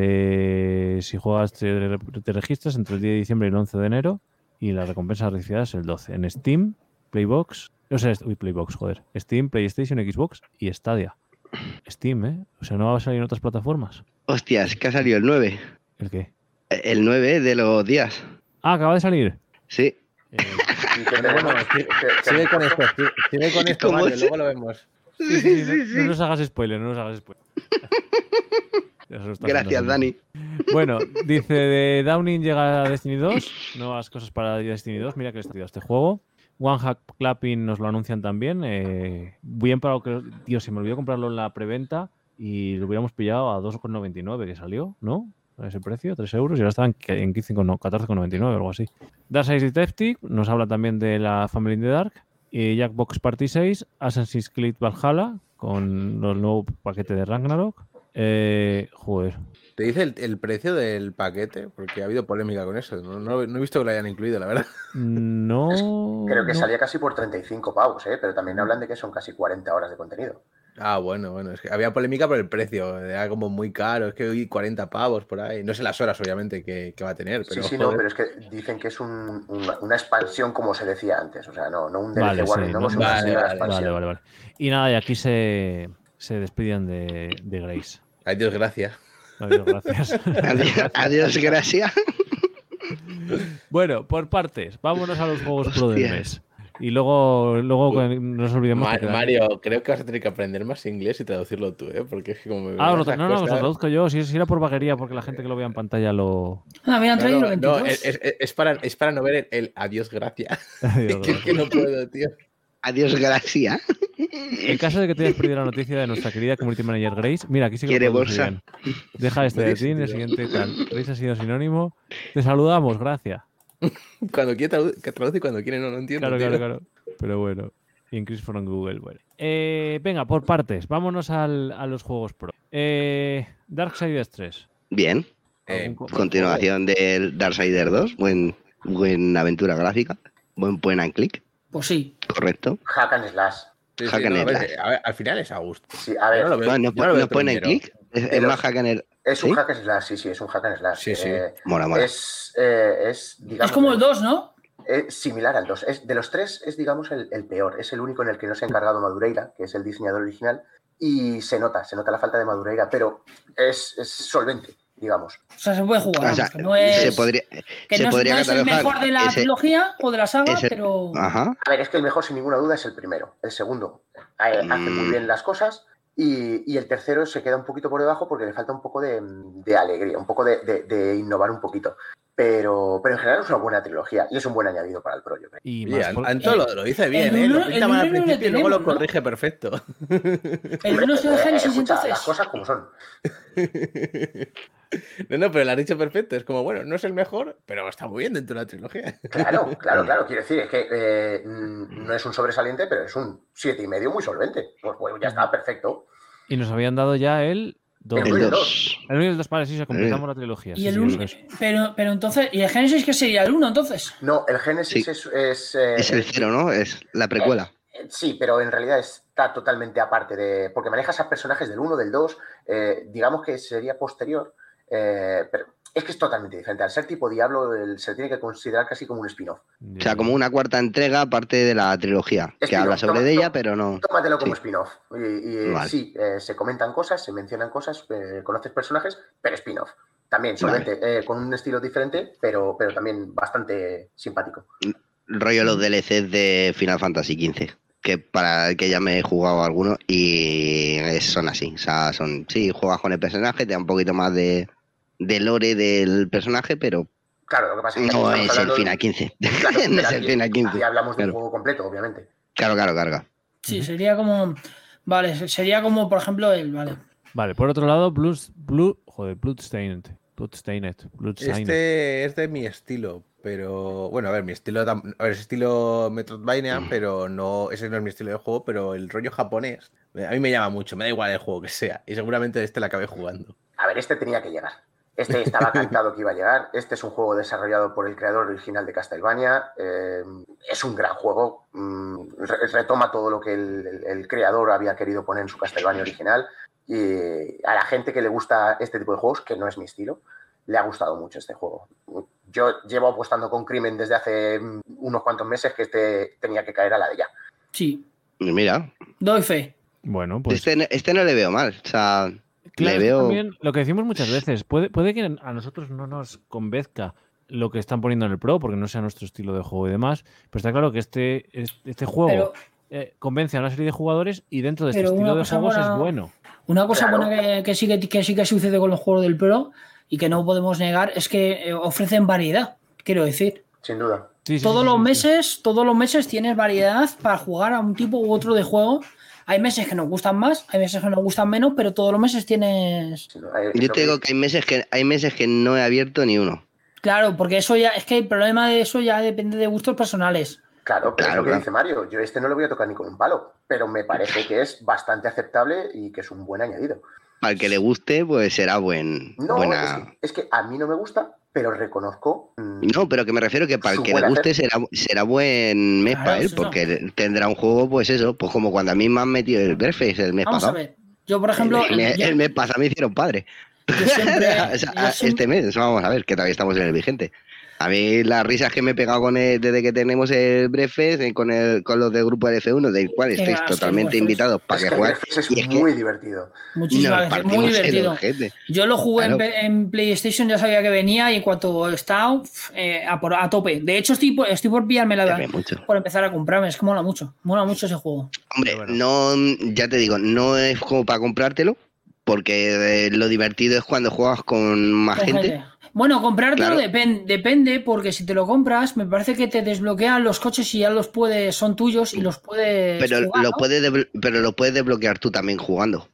[SPEAKER 1] Dice, si juegas, te, te registras entre el 10 de diciembre y el 11 de enero y la recompensa recibida es el 12. En Steam, Playbox, o sea, est- uy, Playbox, joder. Steam, PlayStation, Xbox y Stadia. Steam, ¿eh? O sea, no va a salir en otras plataformas.
[SPEAKER 2] Hostias, que ha salido el 9.
[SPEAKER 1] ¿El qué?
[SPEAKER 2] Eh, El 9 de los días.
[SPEAKER 1] Ah, acaba de salir. Eh,
[SPEAKER 2] Sí.
[SPEAKER 1] <laughs>
[SPEAKER 6] Y que
[SPEAKER 4] Bueno,
[SPEAKER 6] tenemos-
[SPEAKER 4] bueno, sí-
[SPEAKER 6] que- que-
[SPEAKER 4] sigue con esto, sigue, sigue con esto,
[SPEAKER 2] ¿Cómo
[SPEAKER 4] Mario,
[SPEAKER 2] se-
[SPEAKER 4] luego lo vemos.
[SPEAKER 1] Sí, sí, no- no, nos hagas spoiler, no nos hagas spoiler. <laughs> Ya se lo está
[SPEAKER 2] Gracias,
[SPEAKER 1] haciendo
[SPEAKER 2] Dani.
[SPEAKER 1] Bueno, dice de Downing llega a Destiny 2, nuevas cosas para Destiny 2, mira que le está tirado este juego. One Hack Clapping nos lo anuncian también. eh, bien para lo que. Tío, se me olvidó comprarlo en la preventa y lo hubiéramos pillado a 2,99 que salió, ¿no? A ese precio, 3 euros, y ahora están en 15 con- 14,99 o algo así. Dark Side Detective nos habla también de la Family in the Dark. Y Jackbox Party 6, Assassin's Creed Valhalla con el nuevo paquete de Ragnarok. Eh, joder,
[SPEAKER 4] ¿Te dice el, el precio del paquete? Porque ha habido polémica con eso. No, no- no he visto que lo hayan incluido, la verdad.
[SPEAKER 1] No.
[SPEAKER 6] Creo que
[SPEAKER 1] no. Mm.
[SPEAKER 6] salía casi por 35 pavos, ¿eh? pero también hablan de que son casi 40 horas de contenido.
[SPEAKER 4] Ah, bueno, bueno. Es que había polémica por el precio. Era como muy caro. Es que hoy 40 pavos por ahí. No sé las horas, obviamente, que, que va a tener. Pero,
[SPEAKER 6] sí, sí, no,
[SPEAKER 4] joder.
[SPEAKER 6] pero es que dicen que es un- una, una expansión como se decía antes, o sea, no, no un DLC
[SPEAKER 1] Vale,
[SPEAKER 6] Warning,
[SPEAKER 1] sí,
[SPEAKER 6] no,
[SPEAKER 1] no-
[SPEAKER 6] es una
[SPEAKER 4] vale,
[SPEAKER 6] señora
[SPEAKER 4] vale,
[SPEAKER 6] expansión.
[SPEAKER 1] Vale, vale, vale. Y nada, y aquí se, se despiden de, de Grace.
[SPEAKER 4] Adiós, gracias.
[SPEAKER 1] Adiós, gracias.
[SPEAKER 2] Adiós, adiós, gracias.
[SPEAKER 1] bueno, por partes, vámonos a los juegos pro del
[SPEAKER 2] Hostia.
[SPEAKER 1] mes. Y luego, luego con- no nos olvidemos.
[SPEAKER 4] Ma-
[SPEAKER 1] que queda-
[SPEAKER 4] Mario, creo que vas a tener que aprender más inglés y traducirlo tú, ¿eh? Porque es que como me
[SPEAKER 1] Ah,
[SPEAKER 4] ven
[SPEAKER 1] os lo-
[SPEAKER 4] estas
[SPEAKER 1] no, no, os lo
[SPEAKER 4] cosas-
[SPEAKER 1] traduzco yo. Si, si era por vaguería, porque la gente que lo vea en pantalla lo. <laughs>
[SPEAKER 3] Ah, habían
[SPEAKER 4] No,
[SPEAKER 3] traído
[SPEAKER 4] no,
[SPEAKER 3] el
[SPEAKER 4] no,
[SPEAKER 3] 22.
[SPEAKER 4] es, es- es para, es para no ver el, el adiós, gracias.
[SPEAKER 1] Adiós,
[SPEAKER 4] <laughs> Es que,
[SPEAKER 1] gracias.
[SPEAKER 4] es que no puedo, tío.
[SPEAKER 2] Adiós, gracias.
[SPEAKER 1] En caso de que te hayas perdido la noticia de nuestra querida community manager Grace, mira, aquí sí que lo
[SPEAKER 2] Quiere
[SPEAKER 1] podemos ir
[SPEAKER 2] bolsa.
[SPEAKER 1] bien. Deja este de
[SPEAKER 4] Grace,
[SPEAKER 1] ti, en el
[SPEAKER 4] tío.
[SPEAKER 1] siguiente tal. Grace ha sido sinónimo. Te saludamos, gracias.
[SPEAKER 4] Cuando quiere tradu- que traduce y cuando quiere no, no entiendo.
[SPEAKER 1] Claro,
[SPEAKER 4] tío.
[SPEAKER 1] claro, claro. Pero bueno. Y en Chris from Google, bueno. Eh, venga, por partes. Vámonos al- a los juegos pro. Eh, Darksiders 3.
[SPEAKER 2] Bien.
[SPEAKER 4] Eh,
[SPEAKER 1] ¿Algún co-
[SPEAKER 2] Continuación del Darksider 2. Buen, buena aventura gráfica. Buen point and click.
[SPEAKER 3] Pues sí.
[SPEAKER 2] Correcto.
[SPEAKER 6] Hack and slash.
[SPEAKER 4] Sí, sí,
[SPEAKER 2] Hack and
[SPEAKER 4] no, a ver,
[SPEAKER 2] slash.
[SPEAKER 4] a ver, al final es a gusto.
[SPEAKER 6] Sí, a
[SPEAKER 4] Yo no lo
[SPEAKER 6] ver,
[SPEAKER 4] veo-
[SPEAKER 2] No, no,
[SPEAKER 4] yo no lo veo
[SPEAKER 2] no point and
[SPEAKER 4] primero.
[SPEAKER 2] click. Es, es
[SPEAKER 6] Pero-
[SPEAKER 2] más hack en el.
[SPEAKER 6] es un
[SPEAKER 2] ¿Sí?
[SPEAKER 6] hack and slash, sí, sí, es un hack and slash.
[SPEAKER 4] Sí, sí.
[SPEAKER 6] Eh,
[SPEAKER 2] Mola, mola.
[SPEAKER 6] es, eh, es, digamos,
[SPEAKER 3] Es como el 2, ¿no?
[SPEAKER 6] es similar al 2. Es, de los tres es, digamos, el, el peor. Es el único en el que no se ha encargado Madureira, que es el diseñador original, y se nota, se nota la falta de Madureira, pero es, es solvente, digamos.
[SPEAKER 3] O sea, se puede jugar.
[SPEAKER 2] O
[SPEAKER 3] vamos,
[SPEAKER 2] sea,
[SPEAKER 3] que no es,
[SPEAKER 2] se podría,
[SPEAKER 3] que
[SPEAKER 2] se
[SPEAKER 3] no es-
[SPEAKER 2] podría
[SPEAKER 3] no es el
[SPEAKER 2] catalogar
[SPEAKER 3] mejor de la
[SPEAKER 2] ese-
[SPEAKER 3] trilogía o de la saga,
[SPEAKER 2] ese- Ah.
[SPEAKER 3] pero.
[SPEAKER 2] Ajá.
[SPEAKER 6] A ver, es que el mejor, sin ninguna duda, es el primero. El segundo eh, hace muy
[SPEAKER 2] Mm.
[SPEAKER 6] bien las cosas. Y, y el tercero se queda un poquito por debajo porque le falta un poco de, de alegría, un poco de, de- de innovar un poquito. Pero, pero en general es una buena trilogía y es un buen añadido para el pro, yo creo.
[SPEAKER 1] Y
[SPEAKER 4] Oye,
[SPEAKER 1] más
[SPEAKER 4] An-
[SPEAKER 1] por-
[SPEAKER 4] Anto lo, lo dice bien, ¿eh?
[SPEAKER 3] uno-
[SPEAKER 4] Lo pinta
[SPEAKER 3] el
[SPEAKER 4] mal al
[SPEAKER 3] uno no lo
[SPEAKER 4] principio y luego lo
[SPEAKER 3] tenemos, ¿no?
[SPEAKER 4] corrige perfecto.
[SPEAKER 3] El 1 es el
[SPEAKER 6] Eh,
[SPEAKER 3] Génesis,
[SPEAKER 6] escucha,
[SPEAKER 3] entonces.
[SPEAKER 6] Las cosas como son.
[SPEAKER 4] <laughs> No, no, pero lo has dicho perfecto. Es como, bueno, no es el mejor, pero está muy bien dentro de la trilogía.
[SPEAKER 2] <laughs>
[SPEAKER 6] Claro, claro, claro. Quiero decir, es que eh, mm, no es un sobresaliente, pero es un siete y medio muy solvente. Pues bueno, ya está, perfecto.
[SPEAKER 1] Y nos habían dado ya el 2.
[SPEAKER 6] El
[SPEAKER 2] El
[SPEAKER 6] dos.
[SPEAKER 2] 2.
[SPEAKER 1] El 1 y el 2, vale, sí, se completamos la trilogía.
[SPEAKER 3] Y
[SPEAKER 1] sí,
[SPEAKER 3] el
[SPEAKER 1] sí,
[SPEAKER 3] 1.
[SPEAKER 1] eso es.
[SPEAKER 3] Pero, pero entonces. ¿Y el Génesis qué sería? ¿El 1 entonces?
[SPEAKER 6] No, el Génesis
[SPEAKER 2] Sí.
[SPEAKER 6] es... es, eh,
[SPEAKER 2] Es el 0, ¿no? Es la precuela.
[SPEAKER 6] eh, Sí, pero en realidad está totalmente aparte de... Porque manejas a personajes del 1, del 2, digamos que eh, sería posterior. Eh, pero es que es totalmente diferente. Al ser tipo Diablo, el- se tiene que considerar casi como un spin-off.
[SPEAKER 2] O sea, como una cuarta entrega, parte de la trilogía, que
[SPEAKER 6] Espino,
[SPEAKER 2] habla sobre
[SPEAKER 6] toma-
[SPEAKER 2] de ella,
[SPEAKER 6] toma-
[SPEAKER 2] pero no.
[SPEAKER 6] Tómatelo como
[SPEAKER 2] Sí.
[SPEAKER 6] spin-off. Y, y, eh,
[SPEAKER 2] Vale.
[SPEAKER 6] sí, eh, se comentan cosas, se mencionan cosas, eh, conoces personajes, pero spin-off. También, solamente, eh, con un estilo diferente, pero, pero también bastante simpático.
[SPEAKER 2] Rollo los DLCs de Final Fantasy XV, que para el que ya me he jugado algunos y es- son así. O sea, son, sí, juegas con el personaje, te da un poquito más de, de lore del personaje, pero
[SPEAKER 6] Claro, lo que pasa es que
[SPEAKER 2] no
[SPEAKER 6] aquí
[SPEAKER 2] es
[SPEAKER 6] estamos
[SPEAKER 2] el
[SPEAKER 6] hablando de-
[SPEAKER 2] Final 15.
[SPEAKER 6] Claro,
[SPEAKER 2] <laughs> no
[SPEAKER 6] pero
[SPEAKER 2] es el
[SPEAKER 6] aquí-
[SPEAKER 2] Final 15.
[SPEAKER 6] aquí hablamos de un
[SPEAKER 2] claro.
[SPEAKER 6] juego completo, obviamente.
[SPEAKER 2] Claro, claro, carga.
[SPEAKER 3] Sí, sería como. Vale, sería como, por ejemplo, el. Vale.
[SPEAKER 1] Vale, por otro lado, Blues, Blue, joder, Bloodstained. Bloodstained. Bloodstained.
[SPEAKER 4] Este es de mi estilo, pero bueno, a ver, mi estilo, tam- a ver, es estilo
[SPEAKER 1] Mm.
[SPEAKER 4] Metroidvania, pero no, ese no es mi estilo de juego, pero el rollo japonés eh, a mí me llama mucho, me da igual el juego que sea, y seguramente este la acabé jugando.
[SPEAKER 6] A ver, este tenía que llegar. Este
[SPEAKER 2] <laughs>
[SPEAKER 6] estaba cantado que iba a llegar. Este es un juego desarrollado por el creador original de Castlevania. Eh, es un gran juego. Mm, re- retoma todo lo que el, el- el creador había querido poner en su Castlevania original. Y a la gente que le gusta este tipo de juegos, que no es mi estilo, le ha gustado mucho este juego. Yo llevo apostando con Crimen desde hace mm, unos cuantos meses que este tenía que caer a la de ya.
[SPEAKER 3] Sí,
[SPEAKER 2] Y Mira,
[SPEAKER 3] doy fe.
[SPEAKER 1] Bueno, pues.
[SPEAKER 2] este, no- este no le veo mal. O sea,
[SPEAKER 1] Claro,
[SPEAKER 2] le
[SPEAKER 1] es que
[SPEAKER 2] veo.
[SPEAKER 1] también lo que decimos muchas veces, puede, puede que a nosotros no nos convenzca lo que están poniendo en el Pro, porque no sea nuestro estilo de juego y demás, pero está claro que este, este, este
[SPEAKER 3] Pero
[SPEAKER 1] juego eh, convence a una serie de jugadores y dentro de este
[SPEAKER 3] Pero
[SPEAKER 1] estilo
[SPEAKER 3] una
[SPEAKER 1] de
[SPEAKER 3] cosa
[SPEAKER 1] juegos
[SPEAKER 3] buena-
[SPEAKER 1] es bueno.
[SPEAKER 3] una cosa
[SPEAKER 6] Claro.
[SPEAKER 3] buena que, que sí que, que sí que sucede con los juegos del Pro y que no podemos negar es que eh, ofrecen variedad, quiero decir.
[SPEAKER 6] Sin duda.
[SPEAKER 1] Sí, sí,
[SPEAKER 3] todos
[SPEAKER 1] sí,
[SPEAKER 3] los
[SPEAKER 1] sí, sí.
[SPEAKER 3] meses, todos los meses tienes variedad para jugar a un tipo u otro de juego. Hay meses que nos gustan más, hay meses que nos gustan menos, pero todos los meses tienes.
[SPEAKER 6] Sin duda. Eh,
[SPEAKER 2] Yo
[SPEAKER 6] lo
[SPEAKER 2] te
[SPEAKER 6] que-
[SPEAKER 2] digo que hay meses que hay meses que no he abierto ni uno.
[SPEAKER 3] Claro, porque eso ya, es que el problema de eso ya depende de gustos personales.
[SPEAKER 6] Claro, pero es
[SPEAKER 2] Claro,
[SPEAKER 6] lo que
[SPEAKER 2] claro.
[SPEAKER 6] dice Mario, yo este no lo voy a tocar ni con un palo, pero me parece que es bastante aceptable y que es un buen añadido.
[SPEAKER 2] Al que le guste, pues será buen,
[SPEAKER 6] No,
[SPEAKER 2] buena.
[SPEAKER 6] es, que, es que a mí no me gusta, pero reconozco. mm,
[SPEAKER 2] No, pero que me refiero que para el
[SPEAKER 6] Su
[SPEAKER 2] que le
[SPEAKER 6] buen
[SPEAKER 2] guste será, será buen mes
[SPEAKER 3] Claro,
[SPEAKER 2] para él,
[SPEAKER 3] es Ah, eso.
[SPEAKER 2] porque tendrá un juego, pues eso, pues como cuando a mí me han metido el Berface el mes
[SPEAKER 3] Vamos a
[SPEAKER 2] pasado.
[SPEAKER 3] ver. Yo, por ejemplo,
[SPEAKER 2] el, mes-
[SPEAKER 3] yo-
[SPEAKER 2] el mes pasado me hicieron
[SPEAKER 3] <laughs>
[SPEAKER 2] padre.
[SPEAKER 3] yo siempre-
[SPEAKER 2] <laughs> O sea,
[SPEAKER 3] yo
[SPEAKER 2] a-
[SPEAKER 3] siempre-
[SPEAKER 2] Este mes, vamos a ver, que todavía estamos en el vigente. A mí las risas que me he pegado con él desde que tenemos el Brefes, con, el, con los del grupo del F1, del cual
[SPEAKER 3] Venga,
[SPEAKER 2] estáis
[SPEAKER 3] es que el
[SPEAKER 2] totalmente
[SPEAKER 3] Brefes-
[SPEAKER 2] invitados para
[SPEAKER 6] es
[SPEAKER 2] que
[SPEAKER 6] que
[SPEAKER 2] juegues.
[SPEAKER 6] Breath es
[SPEAKER 2] y es que-
[SPEAKER 6] muy divertido.
[SPEAKER 3] muchísimas
[SPEAKER 2] Nos
[SPEAKER 3] veces, muy
[SPEAKER 2] partimos en
[SPEAKER 3] divertido.
[SPEAKER 2] el ojete.
[SPEAKER 3] Yo lo jugué en
[SPEAKER 2] Claro.
[SPEAKER 3] P- en, PlayStation, ya sabía que venía y en cuanto está, uf, eh, a, por- a tope. De hecho, estoy por, estoy por pillarme la
[SPEAKER 2] También mucho.
[SPEAKER 3] por empezar a comprarme. Es que mola mucho, mola mucho ese juego.
[SPEAKER 2] Hombre,
[SPEAKER 4] Pero
[SPEAKER 2] no, ya te digo, no es como para comprártelo, porque eh, lo divertido es cuando juegas con más
[SPEAKER 3] Con
[SPEAKER 2] gente.
[SPEAKER 3] gente. Bueno, comprártelo
[SPEAKER 2] Claro.
[SPEAKER 3] depen- depende, porque si te lo compras, me parece que te desbloquean los coches y ya los puedes, son tuyos y los puedes.
[SPEAKER 2] Pero
[SPEAKER 3] jugar,
[SPEAKER 2] lo
[SPEAKER 3] ¿no?
[SPEAKER 2] puedes desblo- pero lo puedes desbloquear tú también jugando.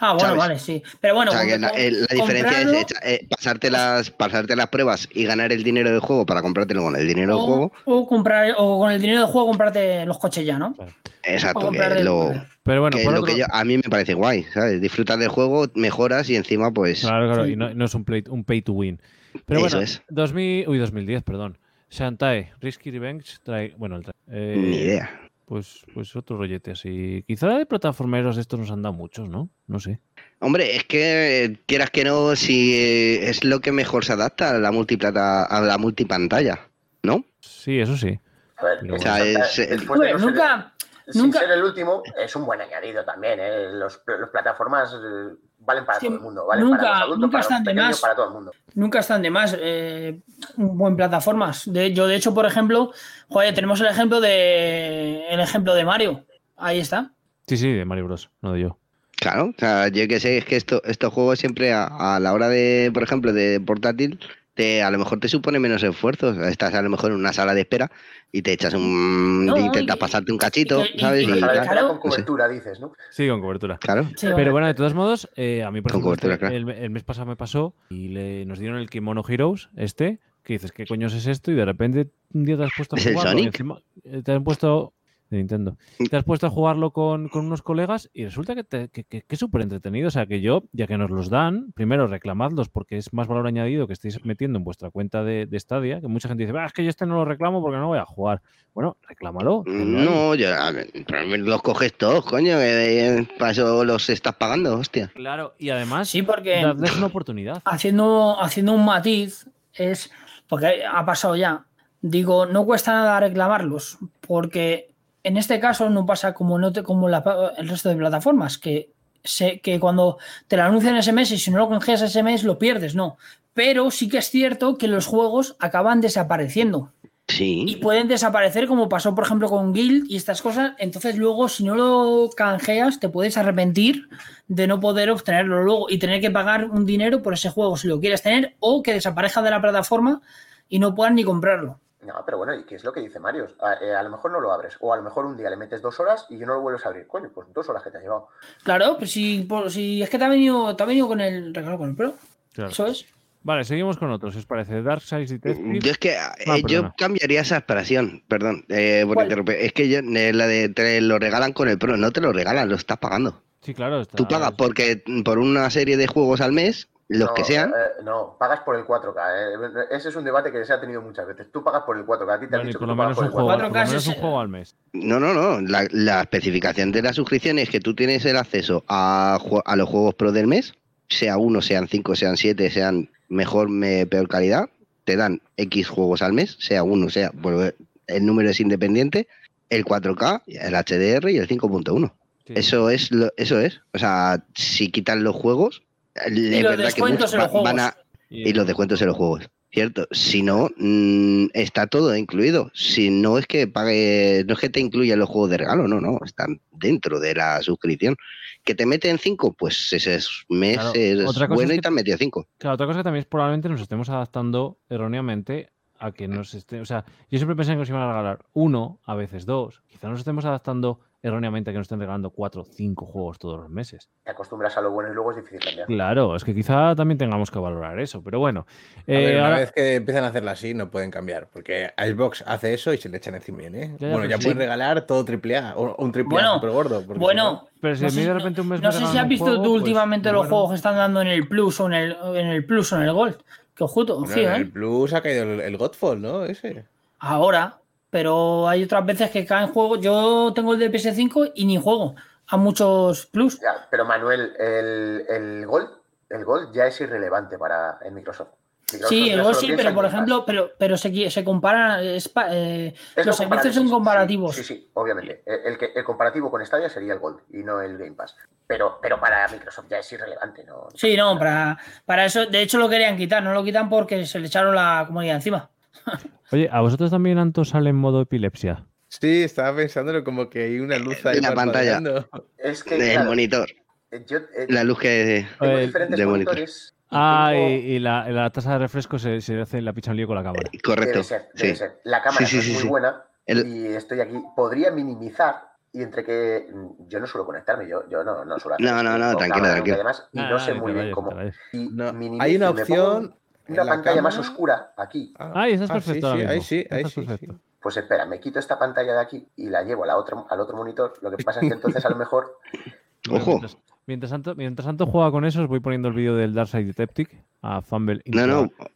[SPEAKER 3] Ah, bueno,
[SPEAKER 2] ¿sabes?
[SPEAKER 3] vale, sí. Pero bueno,
[SPEAKER 2] o sea, que la,
[SPEAKER 3] com-
[SPEAKER 2] eh, la diferencia es
[SPEAKER 3] comprarlo
[SPEAKER 2] hecha- eh, pasarte, las, pasarte las pruebas y ganar el dinero del juego para comprártelo con el dinero
[SPEAKER 3] o,
[SPEAKER 2] del juego.
[SPEAKER 3] o comprar, o con el dinero del juego comprarte los coches ya, ¿no? O
[SPEAKER 2] Exacto,
[SPEAKER 3] comprar
[SPEAKER 2] que
[SPEAKER 3] el-
[SPEAKER 2] lo,
[SPEAKER 1] Pero bueno,
[SPEAKER 2] que
[SPEAKER 1] por
[SPEAKER 2] lo
[SPEAKER 1] otro-
[SPEAKER 2] que yo- a mí me parece guay, ¿sabes? Disfrutas del juego, mejoras y encima pues...
[SPEAKER 1] Claro, claro,
[SPEAKER 3] Sí.
[SPEAKER 1] y no, no es un, play, un pay to win. Pero
[SPEAKER 2] Eso
[SPEAKER 1] bueno,
[SPEAKER 2] es.
[SPEAKER 1] 2000, uy, 2010, perdón. Shantae, Risky Revenge, trae, bueno, el trae, eh,
[SPEAKER 2] Ni idea.
[SPEAKER 1] Pues, pues otro rollete así. Quizá de plataformeros estos nos han dado muchos, ¿no? No sé.
[SPEAKER 2] Hombre, es que eh, quieras que no, si eh, es lo que mejor se adapta a la multiplata, a la multipantalla, ¿no?
[SPEAKER 1] Sí, eso sí.
[SPEAKER 6] A ver,
[SPEAKER 1] Pero
[SPEAKER 2] bueno.
[SPEAKER 6] es
[SPEAKER 2] O sea,
[SPEAKER 6] bastante-
[SPEAKER 2] es- eh,
[SPEAKER 6] después de
[SPEAKER 3] Hombre,
[SPEAKER 6] no ser-
[SPEAKER 3] nunca.
[SPEAKER 6] sin
[SPEAKER 3] nunca-
[SPEAKER 6] ser el último, es un buen añadido también. ¿eh? Los, los plataformas eh, valen para
[SPEAKER 3] Es que
[SPEAKER 6] todo el mundo, valen
[SPEAKER 3] nunca-
[SPEAKER 6] para los adultos,
[SPEAKER 3] nunca
[SPEAKER 6] para
[SPEAKER 3] están
[SPEAKER 6] los
[SPEAKER 3] de
[SPEAKER 6] pequeños,
[SPEAKER 3] más.
[SPEAKER 6] para todo el mundo.
[SPEAKER 3] nunca están de más eh, un buen plataformas. De, yo, de hecho, por ejemplo, joder, tenemos el ejemplo de el ejemplo de Mario. Ahí está.
[SPEAKER 1] Sí, sí, de Mario Bros, no de yo.
[SPEAKER 2] Claro, o sea, yo que sé, es que esto, estos juegos siempre a, a la hora de, por ejemplo, de portátil, te, a lo mejor te supone menos esfuerzo. Estás a lo mejor en una sala de espera y te echas un.
[SPEAKER 3] No,
[SPEAKER 2] te intentas
[SPEAKER 3] y-
[SPEAKER 2] pasarte un cachito,
[SPEAKER 3] y- y-
[SPEAKER 2] ¿sabes?
[SPEAKER 3] y-
[SPEAKER 2] Y
[SPEAKER 6] Para la
[SPEAKER 2] claro,
[SPEAKER 6] espera
[SPEAKER 3] claro.
[SPEAKER 6] con cobertura, dices, ¿no?
[SPEAKER 1] Sí, con cobertura.
[SPEAKER 2] claro.
[SPEAKER 3] Sí,
[SPEAKER 1] Pero bueno, de todos modos, eh, a mí por
[SPEAKER 2] Con
[SPEAKER 1] ejemplo, este-
[SPEAKER 2] cobertura, claro.
[SPEAKER 1] el, el mes pasado me pasó y le, nos dieron el Kimono Heroes, este, que dices, ¿qué coño es esto? Y de repente un día te has puesto a
[SPEAKER 2] <laughs> ¿Es el
[SPEAKER 1] jugarlo y
[SPEAKER 2] Sonic?
[SPEAKER 1] encima, eh, te han puesto... de Nintendo. Te has puesto a jugarlo con, con unos colegas y resulta que, te- que, que- que es súper entretenido. O sea, que yo, ya que nos los dan, primero reclamadlos porque es más valor añadido que estéis metiendo en vuestra cuenta de, de Stadia. Que mucha gente dice, "Ah, es que yo este no lo reclamo porque no voy a jugar. Bueno, reclámalo. tenlo ahí.
[SPEAKER 2] No, yo, a ver, pero los coges todos, coño, que eh, para eso los estás pagando, hostia.
[SPEAKER 1] Claro, y además,
[SPEAKER 3] Sí, porque
[SPEAKER 1] dadles una oportunidad.
[SPEAKER 3] Ah, haciendo, haciendo un matiz es porque ha pasado ya. Digo, no cuesta nada reclamarlos, porque en este caso no pasa como, no te- como la- el resto de plataformas, que, se, que cuando te lo anuncian ese mes y si no lo canjeas ese mes lo pierdes, no. Pero sí que es cierto que los juegos acaban desapareciendo y
[SPEAKER 2] Sí.
[SPEAKER 3] pueden desaparecer como pasó por ejemplo con Guild y estas cosas, entonces luego si no lo canjeas te puedes arrepentir de no poder obtenerlo luego y tener que pagar un dinero por ese juego si lo quieres tener o que desaparezca de la plataforma y no puedas ni comprarlo.
[SPEAKER 6] No, pero bueno, ¿y qué es lo que dice Mario? A, eh, a lo mejor no lo abres, o a lo mejor un día le metes dos horas y no lo vuelves a abrir. Coño, pues dos horas que te ha llevado.
[SPEAKER 3] Claro, pues si, por- si es que te ha venido, te ha venido con el regalo con el pro,
[SPEAKER 1] Claro.
[SPEAKER 3] eso es.
[SPEAKER 1] Vale, seguimos con otros. ¿Os parece? Dark Side y Death Grips.
[SPEAKER 2] Yo es que eh,
[SPEAKER 1] perdona.
[SPEAKER 2] yo cambiaría esa expresión, perdón, eh, por
[SPEAKER 3] ¿Cuál?
[SPEAKER 2] interrumpir. Es que yo, eh, la de te lo regalan con el pro, no te lo regalan, lo estás pagando.
[SPEAKER 1] Ah, Sí, claro. está-
[SPEAKER 2] Tú pagas porque mm, por una serie de juegos al mes, los
[SPEAKER 6] No,
[SPEAKER 2] que sean,
[SPEAKER 6] eh, no, pagas por el 4K. eh. Ese es un debate que se ha tenido muchas veces. Tú pagas por el 4K. A ti te han
[SPEAKER 1] Bueno, y
[SPEAKER 6] dicho
[SPEAKER 1] por lo
[SPEAKER 6] que tú
[SPEAKER 1] menos
[SPEAKER 6] pagas por
[SPEAKER 1] un
[SPEAKER 6] el
[SPEAKER 1] juego, por
[SPEAKER 6] 4K.
[SPEAKER 1] lo
[SPEAKER 3] 4K
[SPEAKER 1] menos un
[SPEAKER 3] es-
[SPEAKER 1] juego al mes.
[SPEAKER 2] No, no, no. La, la especificación de la suscripción es que tú tienes el acceso a, ju- a los juegos pro del mes, sea uno, sean cinco, sean siete, sean mejor, me- peor calidad. Te dan X juegos al mes, sea uno, sea. bueno, el número es independiente, el 4K, el HDR y el 5.1.
[SPEAKER 1] Sí.
[SPEAKER 2] Eso es, lo- eso es. O sea, si quitan los juegos, es
[SPEAKER 3] los
[SPEAKER 2] verdad que
[SPEAKER 3] descuentos
[SPEAKER 2] muchos
[SPEAKER 3] en los
[SPEAKER 2] va- van
[SPEAKER 3] juegos.
[SPEAKER 2] a, y los descuentos en los juegos. Cierto, si no, mm, está todo incluido. Si no es que pague, no es que te incluyan los juegos de regalo, no, no, están dentro de la suscripción. Que te meten cinco, pues ese es- mes
[SPEAKER 1] Claro,
[SPEAKER 2] es
[SPEAKER 1] otra cosa
[SPEAKER 2] bueno
[SPEAKER 1] es
[SPEAKER 2] y
[SPEAKER 1] que-
[SPEAKER 2] te han metido cinco.
[SPEAKER 1] Claro, otra cosa que también es probablemente nos estemos adaptando erróneamente a que nos esté. O sea, yo siempre pensé que nos iban a regalar uno, a veces dos. Quizá nos estemos adaptando erróneamente a que nos estén regalando cuatro o cinco juegos todos los meses.
[SPEAKER 6] Te acostumbras a lo bueno y luego es difícil cambiar.
[SPEAKER 1] Claro, es que quizá también tengamos que valorar eso, pero bueno.
[SPEAKER 4] A
[SPEAKER 1] eh,
[SPEAKER 4] ver, una
[SPEAKER 1] ahora-
[SPEAKER 4] vez que empiezan a hacerla así, no pueden cambiar. Porque Xbox hace eso y se le echan encima bien, ¿eh?
[SPEAKER 1] Ya, ya,
[SPEAKER 4] bueno,
[SPEAKER 1] pero
[SPEAKER 4] ya
[SPEAKER 1] sí.
[SPEAKER 4] pueden regalar todo triple A o o un triple
[SPEAKER 3] Bueno,
[SPEAKER 4] A super gordo. porque si no-
[SPEAKER 3] Bueno,
[SPEAKER 1] Pero si
[SPEAKER 3] no
[SPEAKER 1] a mí
[SPEAKER 3] sé si-
[SPEAKER 1] de repente un mes me
[SPEAKER 3] no sé si
[SPEAKER 1] regalan
[SPEAKER 3] has
[SPEAKER 1] un
[SPEAKER 3] visto
[SPEAKER 1] juego,
[SPEAKER 3] tú
[SPEAKER 1] pues,
[SPEAKER 3] últimamente los
[SPEAKER 1] bueno.
[SPEAKER 3] juegos que están dando en el Plus o en el, en el Plus o en el Gold. Que ojuto,
[SPEAKER 4] Bueno,
[SPEAKER 3] sí,
[SPEAKER 4] en
[SPEAKER 3] ¿eh?
[SPEAKER 4] el Plus ha caído el, el Godfall, ¿no? Ese.
[SPEAKER 3] ahora, pero hay otras veces que caen juegos. Yo tengo el de PS5 y ni juego a muchos plus.
[SPEAKER 6] Ya, pero Manuel, el, el Gold, el Gold ya es irrelevante para el Microsoft. Microsoft
[SPEAKER 3] Sí,
[SPEAKER 6] ya
[SPEAKER 3] el Gold
[SPEAKER 6] solo
[SPEAKER 3] sí,
[SPEAKER 6] piensa
[SPEAKER 3] pero
[SPEAKER 6] en
[SPEAKER 3] por
[SPEAKER 6] Game Pass.
[SPEAKER 3] ejemplo, pero, pero se, qui- se compara. es pa- eh,
[SPEAKER 6] Es lo
[SPEAKER 3] los servicios son
[SPEAKER 6] comparativo,
[SPEAKER 3] comparativos.
[SPEAKER 6] Sí, sí, sí, obviamente. El, el que- el comparativo con Stadia sería el Gold y no el Game Pass. Pero, pero para Microsoft ya es irrelevante, ¿no?
[SPEAKER 3] Sí, no, para, para eso. De hecho, lo querían quitar, no lo quitan porque se le echaron la comunidad encima.
[SPEAKER 1] Oye, ¿a vosotros también Anto sale en modo epilepsia?
[SPEAKER 4] Sí, estaba pensándolo como que hay Eh, una luz ahí.
[SPEAKER 2] la pantalla.
[SPEAKER 4] parpadeando.
[SPEAKER 6] Es que
[SPEAKER 2] El
[SPEAKER 6] claro,
[SPEAKER 2] monitor,
[SPEAKER 6] eh, yo eh,
[SPEAKER 2] la luz que.
[SPEAKER 6] tengo
[SPEAKER 1] el-
[SPEAKER 6] diferentes
[SPEAKER 2] de monitor.
[SPEAKER 6] monitores. y
[SPEAKER 1] Ah, y,
[SPEAKER 6] tengo-
[SPEAKER 1] y la, la tasa de refresco se, se hace la picha un lío con la cámara.
[SPEAKER 2] Correcto.
[SPEAKER 6] Debe ser, debe
[SPEAKER 2] sí.
[SPEAKER 6] ser. La cámara
[SPEAKER 2] Sí, sí,
[SPEAKER 6] no es
[SPEAKER 2] sí,
[SPEAKER 6] muy
[SPEAKER 2] sí.
[SPEAKER 6] buena
[SPEAKER 2] El-
[SPEAKER 6] y estoy aquí. Podría minimizar y entre que mm, yo no suelo conectarme, yo, yo no, no suelo hacer
[SPEAKER 2] No, no,
[SPEAKER 6] esto
[SPEAKER 2] no,
[SPEAKER 6] con
[SPEAKER 2] tranquilo,
[SPEAKER 6] cámara nunca
[SPEAKER 2] tranquilo.
[SPEAKER 6] y demás, y
[SPEAKER 1] Ah,
[SPEAKER 6] no sé
[SPEAKER 1] te
[SPEAKER 6] muy bien
[SPEAKER 1] rayas,
[SPEAKER 6] cómo.
[SPEAKER 1] te rayas.
[SPEAKER 6] Y
[SPEAKER 4] No,
[SPEAKER 6] minimizo
[SPEAKER 4] hay una
[SPEAKER 6] y me pongo
[SPEAKER 4] opción. en
[SPEAKER 6] Una
[SPEAKER 4] la
[SPEAKER 6] pantalla más
[SPEAKER 4] cámara.
[SPEAKER 6] oscura aquí.
[SPEAKER 1] Ahí estás
[SPEAKER 4] Ah, sí,
[SPEAKER 1] perfecto. ahora
[SPEAKER 4] sí,
[SPEAKER 1] mismo.
[SPEAKER 4] ahí sí, ahí
[SPEAKER 1] Estás
[SPEAKER 4] sí, sí.
[SPEAKER 1] perfecto.
[SPEAKER 6] Pues espera, me quito esta pantalla de aquí y la llevo a la otra, al otro monitor. Lo que pasa es que entonces a lo mejor
[SPEAKER 1] Bueno,
[SPEAKER 2] Ojo.
[SPEAKER 1] Mientras, mientras tanto, mientras tanto juega con eso, os voy poniendo el vídeo del Dark Side Detective a Fumble. into
[SPEAKER 2] No, no.
[SPEAKER 1] Dark.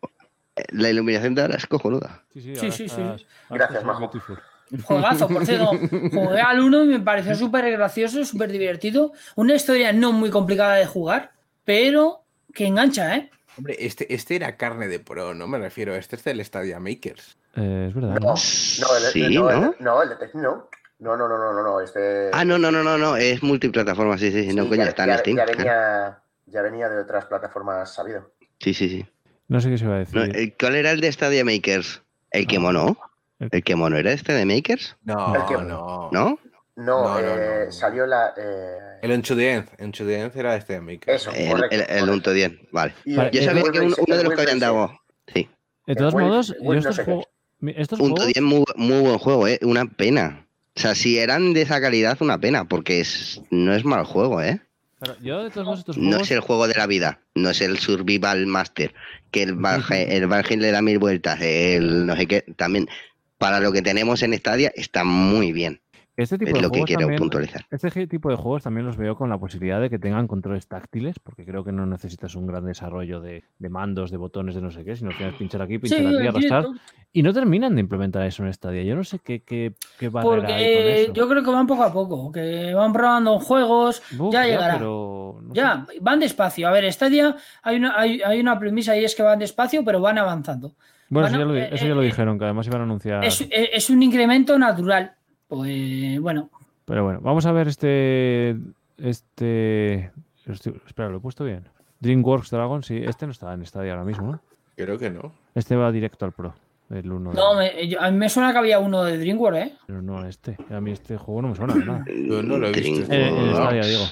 [SPEAKER 2] La iluminación de ahora es cojonuda.
[SPEAKER 1] Sí, sí,
[SPEAKER 3] Sí,
[SPEAKER 1] ahora
[SPEAKER 3] sí, sí.
[SPEAKER 1] estás- ahora
[SPEAKER 6] Gracias,
[SPEAKER 1] estás
[SPEAKER 6] Majo.
[SPEAKER 1] beautiful.
[SPEAKER 3] Juegazo, por
[SPEAKER 6] <laughs>
[SPEAKER 3] cierto. Jugué al 1 y me pareció súper gracioso, súper divertido. Una historia no muy complicada de jugar, pero que engancha, ¿eh?
[SPEAKER 4] Hombre, este, este era carne de pro, no me refiero. Este es del Stadia Makers.
[SPEAKER 1] Eh, es verdad.
[SPEAKER 6] No,
[SPEAKER 1] ¿no?
[SPEAKER 6] no,
[SPEAKER 2] <laughs>
[SPEAKER 6] el,
[SPEAKER 2] sí,
[SPEAKER 6] no, el-
[SPEAKER 2] ¿no?
[SPEAKER 6] no, el detective no. No, no, no, no, no, no, este.
[SPEAKER 2] Ah, no, no, no, no, no. Es multiplataforma, sí, sí, sí. No,
[SPEAKER 6] sí,
[SPEAKER 2] coño,
[SPEAKER 6] ya,
[SPEAKER 2] está
[SPEAKER 6] ya-
[SPEAKER 2] en Steam.
[SPEAKER 6] ya
[SPEAKER 2] claro.
[SPEAKER 6] venía, ya venía de otras plataformas sabido.
[SPEAKER 2] Sí, sí, sí.
[SPEAKER 1] No sé qué se iba a decir.
[SPEAKER 2] No, eh, ¿Cuál era el de Stadia Makers? El que
[SPEAKER 1] Ah.
[SPEAKER 2] mono.
[SPEAKER 1] El-
[SPEAKER 2] ¿El que mono era este de Makers?
[SPEAKER 4] No,
[SPEAKER 6] El que-
[SPEAKER 2] ¿No?
[SPEAKER 4] no.
[SPEAKER 6] No,
[SPEAKER 4] No, no,
[SPEAKER 6] eh,
[SPEAKER 4] no, no.
[SPEAKER 6] salió la. eh,
[SPEAKER 4] El Unto the End. Unto the End era de Stadia Makers.
[SPEAKER 6] Eso,
[SPEAKER 2] El,
[SPEAKER 6] correcto.
[SPEAKER 2] el, el
[SPEAKER 6] correcto.
[SPEAKER 2] Unto 10, vale.
[SPEAKER 6] Y
[SPEAKER 1] Vale,
[SPEAKER 6] el-
[SPEAKER 2] Yo
[SPEAKER 1] eh,
[SPEAKER 6] el eh,
[SPEAKER 2] sabía
[SPEAKER 6] Will
[SPEAKER 2] que era un-
[SPEAKER 6] Benson-
[SPEAKER 2] uno de los
[SPEAKER 6] Will
[SPEAKER 2] que habían
[SPEAKER 6] Benson.
[SPEAKER 2] dado. Sí.
[SPEAKER 1] De todos
[SPEAKER 6] Win-
[SPEAKER 1] modos,
[SPEAKER 6] Win
[SPEAKER 1] yo
[SPEAKER 6] no
[SPEAKER 1] estos
[SPEAKER 6] sé qué.
[SPEAKER 1] juegos. mi- Estos
[SPEAKER 2] Unto
[SPEAKER 1] juegos
[SPEAKER 2] 10, muy, muy buen juego, ¿eh? Una pena. O sea, si eran de esa calidad, una pena, porque es, no es mal juego, ¿eh?
[SPEAKER 1] claro, yo de todos modos estos
[SPEAKER 2] No
[SPEAKER 1] juegos.
[SPEAKER 2] es el juego de la vida, no es el Survival Master, que el Valheim, el Valheim le da mil vueltas, el no sé qué, también. Para lo que tenemos en Stadia está muy bien.
[SPEAKER 1] Este tipo
[SPEAKER 2] es
[SPEAKER 1] de
[SPEAKER 2] lo que
[SPEAKER 1] juegos
[SPEAKER 2] quiero
[SPEAKER 1] también-
[SPEAKER 2] puntualizar.
[SPEAKER 1] Este ge- tipo de juegos también los veo con la posibilidad de que tengan controles táctiles, porque creo que no necesitas un gran desarrollo de, de mandos, de botones, de no sé qué, sino que tienes pinchar aquí, pinchar aquí, arrastrar. Y no terminan de implementar eso en Stadia. Yo no sé qué, qué, qué barrera hay con
[SPEAKER 3] Porque
[SPEAKER 1] eso.
[SPEAKER 3] yo creo que van poco a poco, que van probando juegos,
[SPEAKER 1] Buf,
[SPEAKER 3] ya llegará.
[SPEAKER 1] pero no sé.
[SPEAKER 3] ya, van despacio. A ver, Stadia, hay una, hay, hay una premisa y es que van despacio, pero van avanzando.
[SPEAKER 1] Bueno, eso
[SPEAKER 3] bueno,
[SPEAKER 1] ya lo, di-
[SPEAKER 3] eh,
[SPEAKER 1] eso ya lo
[SPEAKER 3] eh,
[SPEAKER 1] dijeron, que además iban a anunciar.
[SPEAKER 3] Es, es- es un incremento natural. Pues bueno,
[SPEAKER 1] Pero bueno, vamos a ver este. Este. estoy- espera, lo he puesto bien. DreamWorks Dragon, sí, este no está en Stadia ahora mismo, ¿no?
[SPEAKER 4] Creo que no.
[SPEAKER 1] Este va directo al Pro, el 1 de.
[SPEAKER 3] no, me- yo- a mí me suena que había uno de DreamWorks, ¿eh?
[SPEAKER 1] Pero no este. A mí este juego no me suena de nada.
[SPEAKER 4] Yo no lo he visto.
[SPEAKER 1] En, en
[SPEAKER 4] Wow.
[SPEAKER 1] Stadia, digo.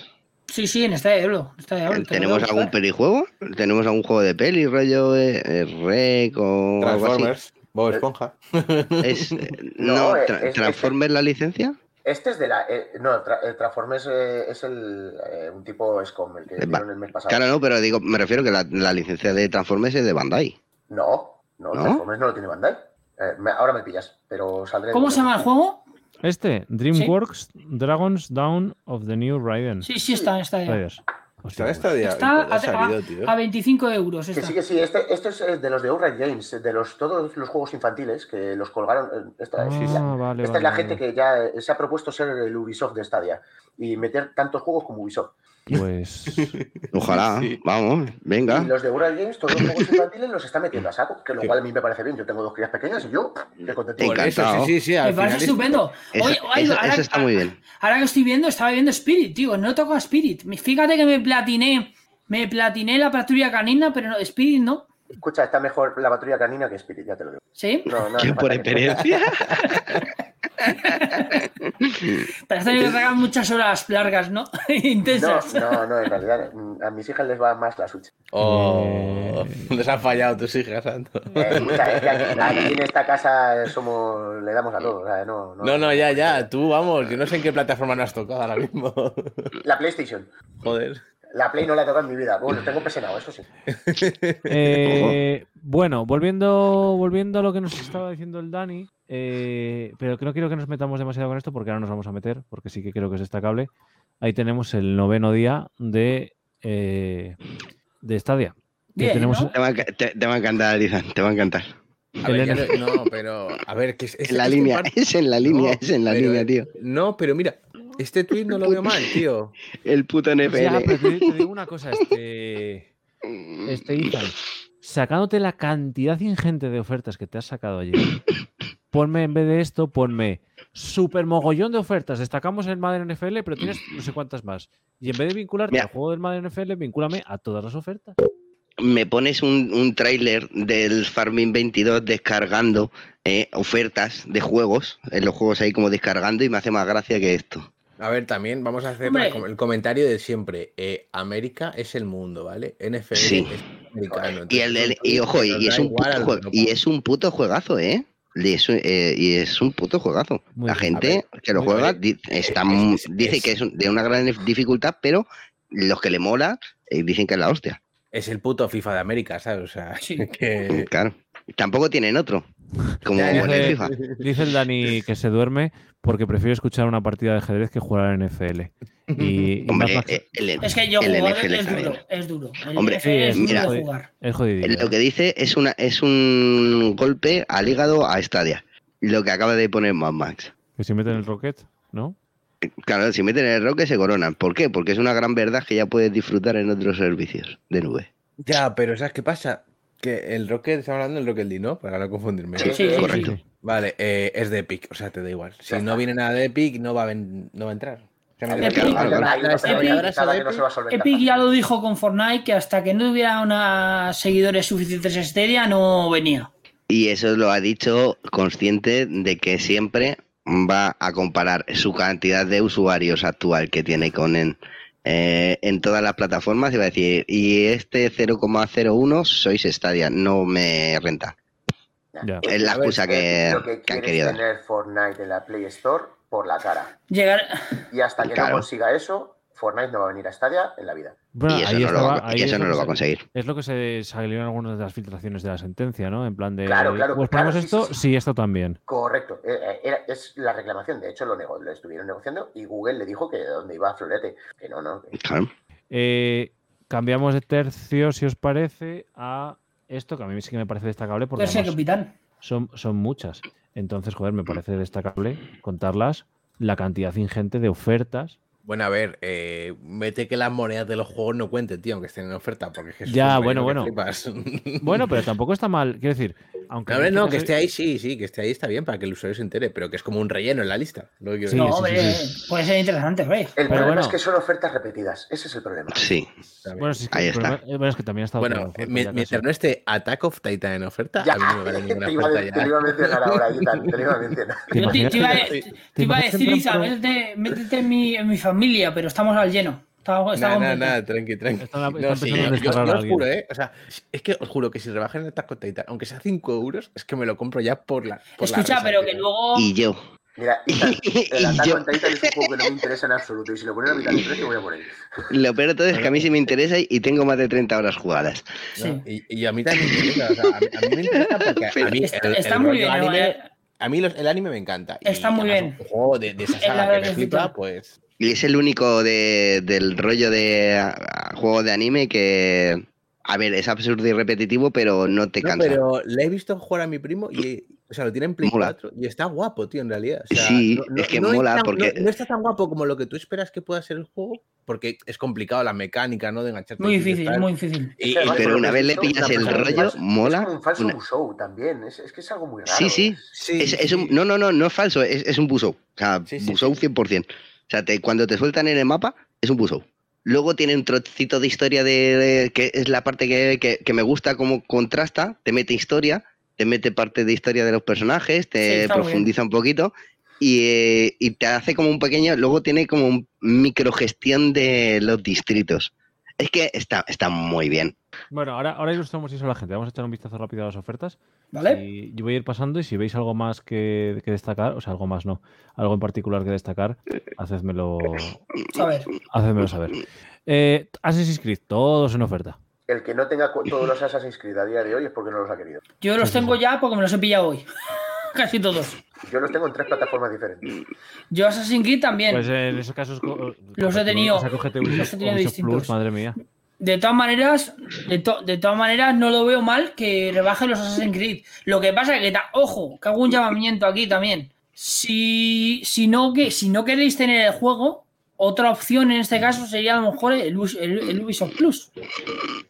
[SPEAKER 3] Sí, sí, en Stadia, hablo, en Stadia hablo, te lo
[SPEAKER 2] Eh, ¿Tenemos
[SPEAKER 3] digo,
[SPEAKER 2] algún
[SPEAKER 3] ¿sabes?
[SPEAKER 2] pelijuego? ¿Tenemos algún juego de peli, rollo eh, eh, rec o algo así?
[SPEAKER 4] Transformers, Bob Esponja. <laughs>
[SPEAKER 2] Es, eh,
[SPEAKER 6] No,
[SPEAKER 2] no,
[SPEAKER 6] eh,
[SPEAKER 2] tra-
[SPEAKER 6] es- es-
[SPEAKER 2] ¿Transformers la licencia?
[SPEAKER 6] Este es de la. eh, no, tra- el Transformers eh, es el, eh, un tipo SCOM, el que
[SPEAKER 2] Eh, va.
[SPEAKER 6] dieron el mes pasado.
[SPEAKER 2] Claro, no, pero digo, me refiero que la, la licencia de Transformers es de Bandai.
[SPEAKER 6] No, no,
[SPEAKER 2] ¿No?
[SPEAKER 6] Transformers no lo tiene Bandai. Eh, me- ahora me pillas, pero saldré.
[SPEAKER 3] ¿Cómo se llama el juego?
[SPEAKER 1] Este, DreamWorks Dragons Down of the New Raiden.
[SPEAKER 3] Sí, sí, está en Stadia.
[SPEAKER 1] Riders. Hostia,
[SPEAKER 4] Está esta día.
[SPEAKER 3] Está
[SPEAKER 4] Ha
[SPEAKER 3] a-
[SPEAKER 4] salido, tío.
[SPEAKER 3] A 25 euros.
[SPEAKER 6] Que
[SPEAKER 3] está.
[SPEAKER 6] sí, que sí, este, este es eh, de los de Outright Games, eh, de los todos los juegos infantiles que los colgaron. eh, Esta,
[SPEAKER 1] Ah,
[SPEAKER 6] sí, la-
[SPEAKER 1] vale,
[SPEAKER 6] esta es la
[SPEAKER 1] vale,
[SPEAKER 6] gente
[SPEAKER 1] vale.
[SPEAKER 6] que ya eh, se ha propuesto ser el Ubisoft de Stadia y meter tantos juegos como Ubisoft.
[SPEAKER 1] Pues.
[SPEAKER 6] <laughs>
[SPEAKER 2] Ojalá,
[SPEAKER 4] <laughs> Sí.
[SPEAKER 2] vamos, venga.
[SPEAKER 6] Y los de Outright Games, todos los juegos infantiles los está metiendo a saco, que lo cual a mí me parece bien. Yo tengo dos crías pequeñas y yo estoy contento.
[SPEAKER 4] Por eso,
[SPEAKER 2] Encantado.
[SPEAKER 4] sí, sí, sí.
[SPEAKER 3] Me
[SPEAKER 4] al
[SPEAKER 3] parece
[SPEAKER 4] final es-
[SPEAKER 3] estupendo.
[SPEAKER 2] Eso,
[SPEAKER 3] Oye, oye,
[SPEAKER 2] eso-
[SPEAKER 3] ahora,
[SPEAKER 2] eso está muy bien.
[SPEAKER 3] ahora que estoy viendo, estaba viendo Spirit, tío. No toco a Spirit. Me- Fíjate que me platiné. Me platiné la patrulla canina, pero no, Spirit no.
[SPEAKER 6] Escucha, está mejor la patrulla canina que Spirit, ya te lo digo.
[SPEAKER 3] ¿Sí?
[SPEAKER 6] No, no hace
[SPEAKER 2] Yo
[SPEAKER 6] falta
[SPEAKER 2] por
[SPEAKER 6] que-
[SPEAKER 2] experiencia.
[SPEAKER 3] Pero has tenido que tragar muchas horas largas, ¿no? <laughs>
[SPEAKER 6] No,
[SPEAKER 3] Intensas.
[SPEAKER 6] no, no, en realidad mm, a mis hijas les va más
[SPEAKER 4] <laughs>
[SPEAKER 6] la Switch. Eh,
[SPEAKER 4] Oh,
[SPEAKER 1] Eh.
[SPEAKER 4] <laughs> nos han fallado tus hijas, Santo.
[SPEAKER 6] Eh, escucha, es que aquí, aquí en esta casa somos, le damos a todo. o sea, no, no,
[SPEAKER 4] No, no, ya, ya. Tú, vamos. Yo no sé en qué plataforma no has tocado ahora mismo. <laughs>
[SPEAKER 6] La PlayStation.
[SPEAKER 4] Joder.
[SPEAKER 6] La Play no la he tocado en mi vida. Bueno, tengo pesenado, eso sí.
[SPEAKER 1] Eh, bueno, volviendo, volviendo a lo que nos estaba diciendo el Dani, eh, pero que no quiero que nos metamos demasiado con esto porque ahora nos vamos a meter, porque sí que creo que es destacable. Ahí tenemos el noveno día de, eh, de Stadia. Que
[SPEAKER 3] Bien,
[SPEAKER 1] tenemos
[SPEAKER 3] ¿no?
[SPEAKER 2] Te va, a enca- te- te va a encantar, Izan, te va a encantar.
[SPEAKER 4] A ver,
[SPEAKER 1] El
[SPEAKER 4] ya
[SPEAKER 1] N-
[SPEAKER 4] no, no, pero. A ver, que es. es-
[SPEAKER 2] En la
[SPEAKER 4] es que
[SPEAKER 2] línea,
[SPEAKER 4] par-
[SPEAKER 2] <laughs> es en la línea,
[SPEAKER 4] No,
[SPEAKER 2] es en la
[SPEAKER 4] pero- eh,
[SPEAKER 2] línea, tío.
[SPEAKER 4] No, pero mira, este tweet no lo
[SPEAKER 2] <laughs>
[SPEAKER 4] veo mal, tío.
[SPEAKER 2] El puto NFL.
[SPEAKER 1] Ya, pero te, te digo una cosa, este,
[SPEAKER 2] Mm,
[SPEAKER 1] este Ethan, sacándote la cantidad ingente de ofertas que te has sacado ayer, ponme en vez de esto, ponme super mogollón de ofertas. Destacamos el Madden NFL, pero tienes no sé cuántas más. Y en vez de vincularte
[SPEAKER 2] Mira.
[SPEAKER 1] al juego del Madden NFL, vincúlame a todas las ofertas.
[SPEAKER 2] Me pones un, un tráiler del Farming 22 descargando eh, ofertas de juegos, en los juegos ahí como descargando y me hace más gracia que esto.
[SPEAKER 4] A ver, también vamos a hacer
[SPEAKER 3] Hombre.
[SPEAKER 4] la com- el comentario de siempre. Eh, América es el mundo, ¿vale? NFL
[SPEAKER 2] Sí.
[SPEAKER 4] es americano.
[SPEAKER 2] Y,
[SPEAKER 4] entonces
[SPEAKER 2] el,
[SPEAKER 4] es un
[SPEAKER 2] el- y
[SPEAKER 4] tweet
[SPEAKER 2] ojo,
[SPEAKER 4] que
[SPEAKER 2] y,
[SPEAKER 4] nos
[SPEAKER 2] y
[SPEAKER 4] da
[SPEAKER 2] es un
[SPEAKER 4] igual a
[SPEAKER 2] puto
[SPEAKER 4] lo
[SPEAKER 2] jue-
[SPEAKER 4] que nos
[SPEAKER 2] y
[SPEAKER 4] pongan.
[SPEAKER 2] es un puto juegazo, ¿eh? Y es, un- eh, y es un puto juegazo.
[SPEAKER 1] Muy
[SPEAKER 2] la
[SPEAKER 1] bien.
[SPEAKER 2] gente que lo
[SPEAKER 1] muy
[SPEAKER 2] juega
[SPEAKER 4] bien.
[SPEAKER 2] di- está,
[SPEAKER 4] Es-
[SPEAKER 2] mu-
[SPEAKER 4] es-
[SPEAKER 2] dice
[SPEAKER 4] es-
[SPEAKER 2] que es un- de una gran dificultad, pero los que le mola eh, dicen que es la hostia.
[SPEAKER 4] Es el puto FIFA de América, ¿sabes? O sea,
[SPEAKER 3] Sí.
[SPEAKER 2] <laughs>
[SPEAKER 4] que...
[SPEAKER 2] Claro. Eh, Tampoco tienen otro. Como
[SPEAKER 4] Ya, ya,
[SPEAKER 2] en el
[SPEAKER 1] ya.
[SPEAKER 2] FIFA.
[SPEAKER 1] Dice el Dani que se duerme porque prefiere escuchar una partida de ajedrez que jugar al NFL.
[SPEAKER 2] <laughs>
[SPEAKER 1] Y, y más
[SPEAKER 2] Hombre,
[SPEAKER 1] Max-
[SPEAKER 2] eh, el,
[SPEAKER 3] Es que yo
[SPEAKER 2] el
[SPEAKER 3] jugar
[SPEAKER 2] NFL
[SPEAKER 3] es
[SPEAKER 2] está
[SPEAKER 3] duro,
[SPEAKER 2] bien.
[SPEAKER 3] es duro. El
[SPEAKER 2] Hombre,
[SPEAKER 3] NFL es
[SPEAKER 1] sí,
[SPEAKER 3] duro
[SPEAKER 2] mira.
[SPEAKER 3] de jugar.
[SPEAKER 1] es jodidillo.
[SPEAKER 2] eh, Lo que dice es una es un golpe al hígado a Stadia. Lo que acaba de poner Mad Max.
[SPEAKER 1] Que se mete en el rocket, ¿no?
[SPEAKER 2] Claro, si meten el roque se coronan. ¿Por qué? Porque es una gran verdad que ya puedes disfrutar en otros servicios de nube.
[SPEAKER 4] Ya, pero ¿sabes qué pasa? Que el Rocket, estamos hablando del Rocket League, ¿no? Para no confundirme.
[SPEAKER 6] Sí,
[SPEAKER 4] ¿no?
[SPEAKER 3] Sí, sí,
[SPEAKER 2] correcto.
[SPEAKER 3] sí.
[SPEAKER 4] Vale, eh, es de Epic, o sea, te da igual. Si
[SPEAKER 6] Ya está.
[SPEAKER 4] no viene nada de Epic, no va a, ven- no va a entrar. O sea, me
[SPEAKER 6] Hay
[SPEAKER 4] da
[SPEAKER 3] Epic.
[SPEAKER 4] igual.
[SPEAKER 2] Claro, claro.
[SPEAKER 6] una- hay una
[SPEAKER 4] Las desarrolladoras
[SPEAKER 6] película
[SPEAKER 4] de
[SPEAKER 6] que no se
[SPEAKER 4] Epic-
[SPEAKER 6] va a solventar.
[SPEAKER 3] Epic ya lo dijo con Fortnite que hasta que no hubiera unos seguidores suficientes en Stadia no venía.
[SPEAKER 2] Y eso lo ha dicho consciente de que siempre va a comparar su cantidad de usuarios actual que tiene con en, eh, en todas las plataformas y va a decir, y este 0,01 sois Stadia, no me renta.
[SPEAKER 1] Ya.
[SPEAKER 2] Es la
[SPEAKER 4] A ver,
[SPEAKER 2] excusa que,
[SPEAKER 6] Lo
[SPEAKER 2] que han
[SPEAKER 6] quiere es
[SPEAKER 2] querido dar.
[SPEAKER 6] tener Fortnite en la Play Store por la cara.
[SPEAKER 3] Llegar,
[SPEAKER 6] Y hasta que
[SPEAKER 2] Claro.
[SPEAKER 6] no consiga eso, Fortnite no va a venir a Stadia en la vida.
[SPEAKER 1] Bueno,
[SPEAKER 2] y eso,
[SPEAKER 1] Ah, ahí
[SPEAKER 2] no, lo va,
[SPEAKER 1] estaba-
[SPEAKER 2] y
[SPEAKER 1] ahí
[SPEAKER 2] eso
[SPEAKER 1] es
[SPEAKER 2] no lo va a
[SPEAKER 1] que se-
[SPEAKER 2] conseguir.
[SPEAKER 1] Es lo que se salió en algunas de las filtraciones de la sentencia, ¿no? En plan de.
[SPEAKER 6] Claro, claro,
[SPEAKER 1] pues
[SPEAKER 6] claro,
[SPEAKER 1] ponemos
[SPEAKER 6] sí,
[SPEAKER 1] esto,
[SPEAKER 6] sí,
[SPEAKER 1] sí,
[SPEAKER 6] sí.
[SPEAKER 1] esto también.
[SPEAKER 6] Correcto, eh, eh, era- es la reclamación. De hecho, lo, nego- lo estuvieron negociando y Google le dijo que donde iba a Florete, que no, no. que-
[SPEAKER 2] Claro.
[SPEAKER 1] Eh, cambiamos de tercio, si os parece, a esto que a mí sí que me parece destacable porque
[SPEAKER 3] Tercer
[SPEAKER 1] además
[SPEAKER 3] capitán.
[SPEAKER 1] son, son muchas. Entonces, joder, me parece destacable contarlas la cantidad ingente de ofertas.
[SPEAKER 4] Bueno, a ver, eh, mete que las monedas de los juegos no cuenten, tío, aunque estén en oferta, porque es que es
[SPEAKER 1] Ya,
[SPEAKER 4] un
[SPEAKER 1] bueno,
[SPEAKER 4] relleno que
[SPEAKER 1] bueno. <laughs>
[SPEAKER 4] flipas.
[SPEAKER 1] Bueno, pero tampoco está mal. Quiero decir, aunque.
[SPEAKER 4] No, hombre,
[SPEAKER 1] en
[SPEAKER 4] no,
[SPEAKER 1] este
[SPEAKER 4] que
[SPEAKER 1] caso-
[SPEAKER 4] esté ahí, sí, sí, que esté ahí está bien para que el usuario se entere, pero que es como un relleno en la lista. lo que quiero
[SPEAKER 1] Sí,
[SPEAKER 3] no,
[SPEAKER 1] sí,
[SPEAKER 4] decir.
[SPEAKER 3] hombre, puede ser interesante, hombre.
[SPEAKER 6] El problema
[SPEAKER 1] bueno.
[SPEAKER 6] es que son ofertas repetidas. Ese es el problema.
[SPEAKER 2] Sí.
[SPEAKER 4] A ver.
[SPEAKER 1] Bueno, sí, es que,
[SPEAKER 2] Ahí
[SPEAKER 1] el
[SPEAKER 2] está.
[SPEAKER 1] problema- eh, bueno, es que también ha estado.
[SPEAKER 4] Bueno,
[SPEAKER 1] otra oferta
[SPEAKER 4] mi-
[SPEAKER 1] ya
[SPEAKER 4] mientras
[SPEAKER 1] casi.
[SPEAKER 4] no esté Attack of Titan en oferta,
[SPEAKER 6] Ya,
[SPEAKER 4] a mí no me vale
[SPEAKER 6] <laughs> te,
[SPEAKER 4] ninguna
[SPEAKER 6] iba a,
[SPEAKER 4] oferta
[SPEAKER 6] de- te lo
[SPEAKER 4] ya.
[SPEAKER 6] iba a mencionar ahora, yo te lo iba a mencionar.
[SPEAKER 1] ¿Te
[SPEAKER 3] Yo te,
[SPEAKER 1] imaginas?
[SPEAKER 3] te iba, a-
[SPEAKER 4] Sí.
[SPEAKER 3] te- te iba a
[SPEAKER 1] imaginas
[SPEAKER 3] decir,
[SPEAKER 1] entrar
[SPEAKER 3] Isa,
[SPEAKER 1] por-
[SPEAKER 3] métete, métete en, mi, en mi familia, pero estamos al lleno. Estamos,
[SPEAKER 4] Nada,
[SPEAKER 3] estamos
[SPEAKER 4] nada,
[SPEAKER 3] metidos.
[SPEAKER 4] nada, tranqui, tranqui.
[SPEAKER 1] Están- están
[SPEAKER 4] No, sí,
[SPEAKER 1] pensando en
[SPEAKER 4] yo- yo,
[SPEAKER 1] desterrar a
[SPEAKER 4] yo os
[SPEAKER 1] alguien.
[SPEAKER 4] juro, ¿eh? O sea, es que os juro que si rebajan el Attack of Titan, aunque sea 5 euros, es que me lo compro ya por la. por la
[SPEAKER 3] Escucha,
[SPEAKER 4] risa,
[SPEAKER 3] pero
[SPEAKER 4] tío.
[SPEAKER 3] que luego.
[SPEAKER 2] Y yo.
[SPEAKER 6] Mira, Ethan, el
[SPEAKER 2] <laughs> Y
[SPEAKER 6] Attack
[SPEAKER 2] yo-
[SPEAKER 6] on Titan es un juego que no me interesa en absoluto. Y si lo ponen a mitad de precio, voy a por él.
[SPEAKER 2] Lo peor de todo es que a mí sí me interesa y tengo más de 30 horas jugadas.
[SPEAKER 4] ¿no?
[SPEAKER 3] sí.
[SPEAKER 4] Y, y a mí también me interesa. O sea, a, mí, a mí me interesa
[SPEAKER 3] <laughs>
[SPEAKER 4] porque a- a mí.
[SPEAKER 3] Está,
[SPEAKER 4] el-
[SPEAKER 3] está
[SPEAKER 4] el
[SPEAKER 3] muy
[SPEAKER 4] rollo
[SPEAKER 3] bien.
[SPEAKER 4] anime-
[SPEAKER 3] eh,
[SPEAKER 4] a mí los- el anime me encanta. y
[SPEAKER 3] Está muy
[SPEAKER 4] además
[SPEAKER 3] bien.
[SPEAKER 4] Un juego de, de esa
[SPEAKER 3] Es la
[SPEAKER 4] saga que me
[SPEAKER 3] verdad que
[SPEAKER 4] flipa,
[SPEAKER 3] sí.
[SPEAKER 4] pues.
[SPEAKER 2] Y es el único de- del rollo de a- a- juego de anime que. A ver, es absurdo y repetitivo, pero no te
[SPEAKER 4] No,
[SPEAKER 2] cansa.
[SPEAKER 4] pero le he visto jugar a mi primo y. eh, O sea, lo tiene en Play
[SPEAKER 2] Mola.
[SPEAKER 4] 4 y está guapo, tío, en realidad. O sea,
[SPEAKER 2] Sí,
[SPEAKER 4] no- no-
[SPEAKER 2] es que
[SPEAKER 4] no
[SPEAKER 2] mola
[SPEAKER 4] tan- no-
[SPEAKER 2] porque-
[SPEAKER 4] No, está tan guapo como lo que tú esperas que pueda ser el juego, porque es complicado la mecánica, ¿no? De engancharte.
[SPEAKER 3] muy
[SPEAKER 4] y
[SPEAKER 3] difícil,
[SPEAKER 4] tal.
[SPEAKER 3] muy difícil.
[SPEAKER 4] Y- y-
[SPEAKER 6] Pero
[SPEAKER 2] Pero una vez le
[SPEAKER 6] Una
[SPEAKER 2] pillas el
[SPEAKER 6] persona
[SPEAKER 2] rollo,
[SPEAKER 6] falsa.
[SPEAKER 2] mola.
[SPEAKER 6] Es como un falso
[SPEAKER 2] una-
[SPEAKER 6] Musou también. Es, es que es algo muy raro.
[SPEAKER 2] Sí, sí.
[SPEAKER 4] Sí,
[SPEAKER 2] es, es un-
[SPEAKER 4] sí.
[SPEAKER 2] no, no, no, no es falso, es, es un busou. O sea,
[SPEAKER 4] Sí, sí,
[SPEAKER 2] busou
[SPEAKER 4] sí.
[SPEAKER 2] 100%. O sea, te- cuando te sueltan en el mapa, es un busou. Luego tiene un trocito de historia de, de- que es la parte que, que- que me gusta como contrasta, te mete historia, te mete parte de historia de los personajes,
[SPEAKER 3] Sí,
[SPEAKER 2] te
[SPEAKER 3] está muy
[SPEAKER 2] profundiza un poquito y, eh, y te hace como un pequeño, luego tiene como un microgestión de los distritos. Es que está, está muy bien.
[SPEAKER 1] Bueno, ahora, ahora ilustramos eso a la gente. Vamos a echar un vistazo rápido a las ofertas.
[SPEAKER 3] ¿Vale?
[SPEAKER 1] Y yo voy a ir pasando y si veis algo más que, que destacar, o sea, algo más no, algo en particular que destacar, hacedmelo,
[SPEAKER 3] A ver.
[SPEAKER 1] hacedmelo saber. Eh, Assassin's Creed, todos en oferta.
[SPEAKER 6] El que no tenga cu- todos los Assassin's Creed a día de hoy es porque no los ha querido.
[SPEAKER 3] Yo los
[SPEAKER 1] Sí, sí,
[SPEAKER 3] tengo
[SPEAKER 1] sí.
[SPEAKER 3] ya porque me los he pillado hoy. <laughs> Casi todos.
[SPEAKER 6] Yo los tengo en tres plataformas diferentes.
[SPEAKER 3] Yo Assassin's Creed también.
[SPEAKER 1] Pues en esos casos... co-
[SPEAKER 3] Los he tenido-
[SPEAKER 1] o sea, cógete Ubisoft-
[SPEAKER 3] los he tenido
[SPEAKER 1] Ubisoft
[SPEAKER 3] distintos.
[SPEAKER 1] Plus, madre mía.
[SPEAKER 3] De todas maneras, de, to- de todas maneras, no lo veo mal que rebajen los Assassin's Creed. Lo que pasa es que, ta- ojo, que hago un llamamiento aquí también. Si, si, no, que, si no queréis tener el juego, otra opción en este caso sería a lo mejor el, Ubis- el- el Ubisoft Plus.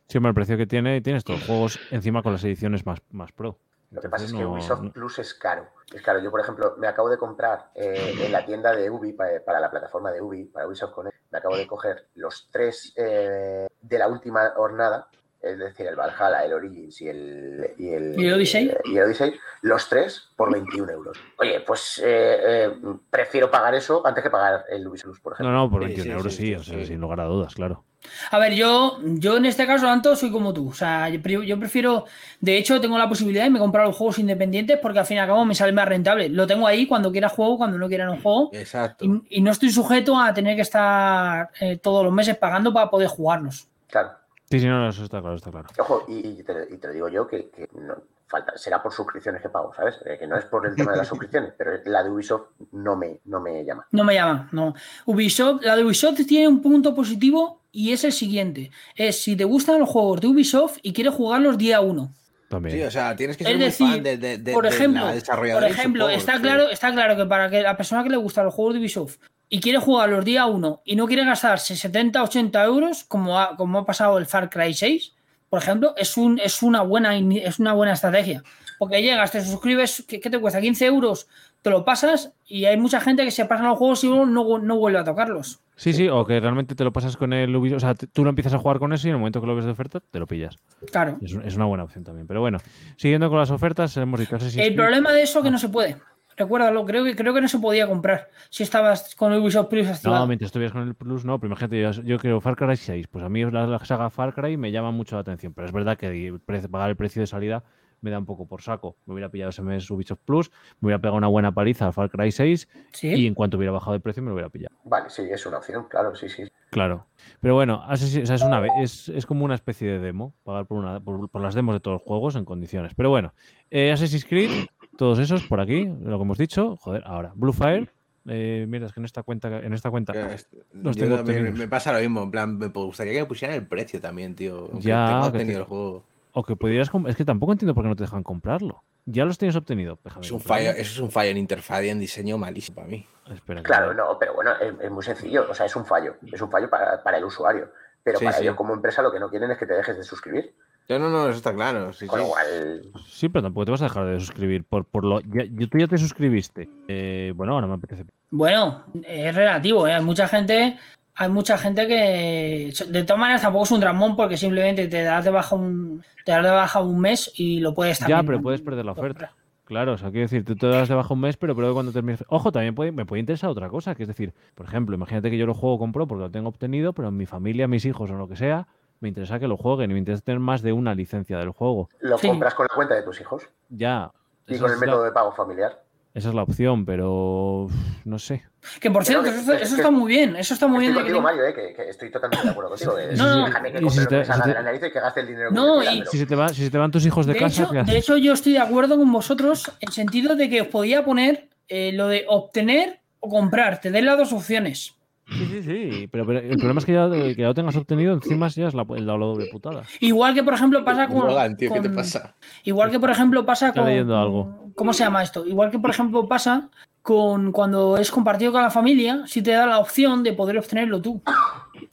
[SPEAKER 1] Sí, hombre, el precio que tiene, y tienes todos los juegos encima con las ediciones más, más pro.
[SPEAKER 6] Lo que pasa es
[SPEAKER 1] Entonces,
[SPEAKER 6] que
[SPEAKER 1] no-
[SPEAKER 6] Ubisoft
[SPEAKER 1] no-
[SPEAKER 6] Plus es caro. Es caro. Yo, por ejemplo, me acabo de comprar eh, en la tienda de Ubi, pa- para, la plataforma de Ubi, para Ubisoft Connect, me acabo de coger los tres eh, de la última jornada, es decir, el Valhalla, el Origins y el... ¿Y el,
[SPEAKER 3] ¿Y el Odyssey?
[SPEAKER 6] eh, y el Odyssey, los tres por 21 euros. Oye, pues eh, eh, prefiero pagar eso antes que pagar el Ubisoft Plus, por ejemplo.
[SPEAKER 1] No, no, por
[SPEAKER 4] Sí,
[SPEAKER 1] 21
[SPEAKER 4] sí,
[SPEAKER 1] euros
[SPEAKER 4] sí,
[SPEAKER 1] sí,
[SPEAKER 4] sí,
[SPEAKER 1] o sea,
[SPEAKER 4] sí.
[SPEAKER 1] sin lugar a dudas, claro.
[SPEAKER 3] A ver, yo, yo en este caso, Anto, soy como tú. O sea, yo, pre- yo prefiero, de hecho, tengo la posibilidad de me comprar los juegos independientes porque al fin y al cabo me sale más rentable. Lo tengo ahí cuando quiera juego, cuando no quiera no juego.
[SPEAKER 4] Exacto.
[SPEAKER 3] Y, y no estoy sujeto a tener que estar eh, todos los meses pagando para poder jugarlos.
[SPEAKER 6] Claro.
[SPEAKER 1] Sí, sí, no, no, eso está claro, está claro.
[SPEAKER 6] Ojo, y, y te, lo- y te lo digo yo que, que no, falta, será por suscripciones que pago, ¿sabes? Eh, Que no es por el tema de las suscripciones, pero la de Ubisoft no me, no me llama.
[SPEAKER 3] No me llama, no. Ubisoft, la de Ubisoft tiene un punto positivo y es el siguiente. Es si te gustan los juegos de Ubisoft y quieres jugarlos día uno.
[SPEAKER 1] También.
[SPEAKER 4] Sí, o sea, tienes que
[SPEAKER 3] Es
[SPEAKER 4] ser muy
[SPEAKER 3] decir,
[SPEAKER 4] fan de, de- de-
[SPEAKER 3] por
[SPEAKER 4] de
[SPEAKER 3] ejemplo,
[SPEAKER 4] la
[SPEAKER 3] Por
[SPEAKER 4] desarrolladora y su
[SPEAKER 3] ejemplo,
[SPEAKER 4] juego,
[SPEAKER 3] está
[SPEAKER 4] sí.
[SPEAKER 3] claro, está claro que para que la persona que le gusta los juegos de Ubisoft y quiere jugarlos día uno y no quiere gastarse 70, 80 euros, como ha, como ha pasado el Far Cry 6, por ejemplo, es, un, es, una buena, ini- es una buena estrategia. Porque llegas, te suscribes, ¿qué, qué te cuesta? 15 euros, te lo pasas y hay mucha gente que se pasa los juegos y luego no, no vuelve a tocarlos.
[SPEAKER 1] Sí, sí, o que realmente te lo pasas con el Ubisoft. O sea, t- tú lo empiezas a jugar con eso y en el momento que lo ves de oferta, te lo pillas.
[SPEAKER 3] Claro.
[SPEAKER 1] Es, un- es una buena opción también. Pero bueno, siguiendo con las ofertas, hemos dicho Assassin's
[SPEAKER 3] El
[SPEAKER 1] Creed.
[SPEAKER 3] problema de
[SPEAKER 1] Ah.
[SPEAKER 3] eso es que no se puede. Recuérdalo, creo que, creo que no se podía comprar si estabas con el Ubisoft Plus activado.
[SPEAKER 1] No, mientras estuvieras con el Plus, no, pero imagínate, yo, yo creo Far Cry 6. Pues a mí la, la saga Far Cry me llama mucho la atención, pero es verdad que el pre- pagar el precio de salida me da un poco por saco. Me hubiera pillado ese mes Ubisoft Plus, me hubiera pegado una buena paliza al Far Cry 6
[SPEAKER 3] Sí.
[SPEAKER 1] y en cuanto hubiera bajado el precio me lo hubiera pillado.
[SPEAKER 6] Vale, sí, es una opción, claro, sí, sí.
[SPEAKER 1] Claro. Pero bueno, Assassin- o sea, es, una, ve- es, es como una especie de demo, pagar por, una, por, por las demos de todos los juegos en condiciones. Pero bueno, eh, Assassin's Creed, todos esos por aquí, lo que hemos dicho. Joder, ahora, Blue Fire. Eh, mierda, es que en esta cuenta, en esta cuenta
[SPEAKER 4] Yo est-
[SPEAKER 1] Los
[SPEAKER 4] yo
[SPEAKER 1] tengo
[SPEAKER 4] también-
[SPEAKER 1] obtenidos.
[SPEAKER 4] me pasa lo mismo, en plan, me pues, gustaría que me pusieran el precio también, tío. aunque
[SPEAKER 1] Ya,
[SPEAKER 4] tengo
[SPEAKER 1] que
[SPEAKER 4] obtenido
[SPEAKER 1] te-
[SPEAKER 4] el juego.
[SPEAKER 1] O que pudieras. com- Es que tampoco entiendo por qué no te dejan comprarlo. Ya los tienes obtenido. déjame
[SPEAKER 4] Es un fallo, eh.
[SPEAKER 1] comprarlo.
[SPEAKER 4] eso es un fallo en interfaz y en diseño malísimo para mí.
[SPEAKER 1] Espera, que-
[SPEAKER 6] Claro, no, pero bueno, es, es muy sencillo, o sea, es un fallo, es un fallo para, para el usuario. Pero
[SPEAKER 4] Sí,
[SPEAKER 6] para
[SPEAKER 4] sí.
[SPEAKER 6] ellos como empresa lo que no quieren es que te dejes de suscribir.
[SPEAKER 4] No, no, no, eso está claro. sí,
[SPEAKER 6] Con
[SPEAKER 4] sí.
[SPEAKER 6] lo cual,
[SPEAKER 1] Sí, pero tampoco te vas a dejar de suscribir. Por, por lo... ya- yo- tú ya te suscribiste. Eh, bueno, ahora me apetece.
[SPEAKER 3] Bueno, es relativo, ¿eh? Hay mucha gente, hay mucha gente que de todas maneras tampoco es un dramón porque simplemente te das de baja un, te das de baja un mes y lo puedes
[SPEAKER 1] Ya,
[SPEAKER 3] también.
[SPEAKER 1] pero puedes perder la oferta. Claro, o sea, quiero decir, tú te das de baja un mes, pero creo que cuando termines. Ojo, también puede- me puede interesar otra cosa, que es decir, por ejemplo, imagínate que yo lo juego compro porque lo tengo obtenido, pero en mi familia, mis hijos o lo que sea, me interesa que lo jueguen y me interesa tener más de una licencia del juego.
[SPEAKER 6] lo
[SPEAKER 3] Sí.
[SPEAKER 6] compras con la cuenta de tus hijos
[SPEAKER 1] Ya.
[SPEAKER 6] y
[SPEAKER 1] esa
[SPEAKER 6] con
[SPEAKER 1] es la-
[SPEAKER 6] el método de pago familiar.
[SPEAKER 1] Esa es la opción, pero uf, no sé.
[SPEAKER 3] Que por
[SPEAKER 6] Pero
[SPEAKER 3] cierto,
[SPEAKER 6] que-
[SPEAKER 3] eso,
[SPEAKER 6] que-
[SPEAKER 3] eso
[SPEAKER 6] que-
[SPEAKER 3] está muy bien, eso está muy
[SPEAKER 6] Estoy
[SPEAKER 3] bien. de que
[SPEAKER 6] contigo,
[SPEAKER 3] tenga-
[SPEAKER 6] Mario, eh, que, que estoy totalmente de acuerdo contigo. eh.
[SPEAKER 1] Sí, sí, sí.
[SPEAKER 6] Déjame que
[SPEAKER 1] Y si
[SPEAKER 6] compre lo que
[SPEAKER 1] te-
[SPEAKER 6] me salga
[SPEAKER 1] si
[SPEAKER 6] de
[SPEAKER 1] te-
[SPEAKER 6] la nariz y que gaste el dinero.
[SPEAKER 3] No,
[SPEAKER 6] que me
[SPEAKER 3] y-
[SPEAKER 6] queda,
[SPEAKER 1] Si se te, va, si se te van tus hijos de,
[SPEAKER 3] De
[SPEAKER 1] casa,
[SPEAKER 3] hecho,
[SPEAKER 1] ¿qué
[SPEAKER 3] de
[SPEAKER 1] haces?
[SPEAKER 3] hecho, yo estoy de acuerdo con vosotros en sentido de que os podía poner eh, lo de obtener o comprar, te den las dos opciones.
[SPEAKER 1] Sí, sí, sí. Pero, pero el problema es que ya, que ya lo tengas obtenido, encima ya es la, la doble putada.
[SPEAKER 3] Igual que por ejemplo pasa con,
[SPEAKER 4] Logan, tío, ¿qué te
[SPEAKER 3] con-
[SPEAKER 4] pasa?
[SPEAKER 3] Igual que, por ejemplo, pasa
[SPEAKER 1] Estoy
[SPEAKER 3] con.
[SPEAKER 1] leyendo algo.
[SPEAKER 3] ¿Cómo se llama esto? Igual que, por ejemplo, pasa con cuando es compartido con la familia, si te da la opción de poder obtenerlo tú.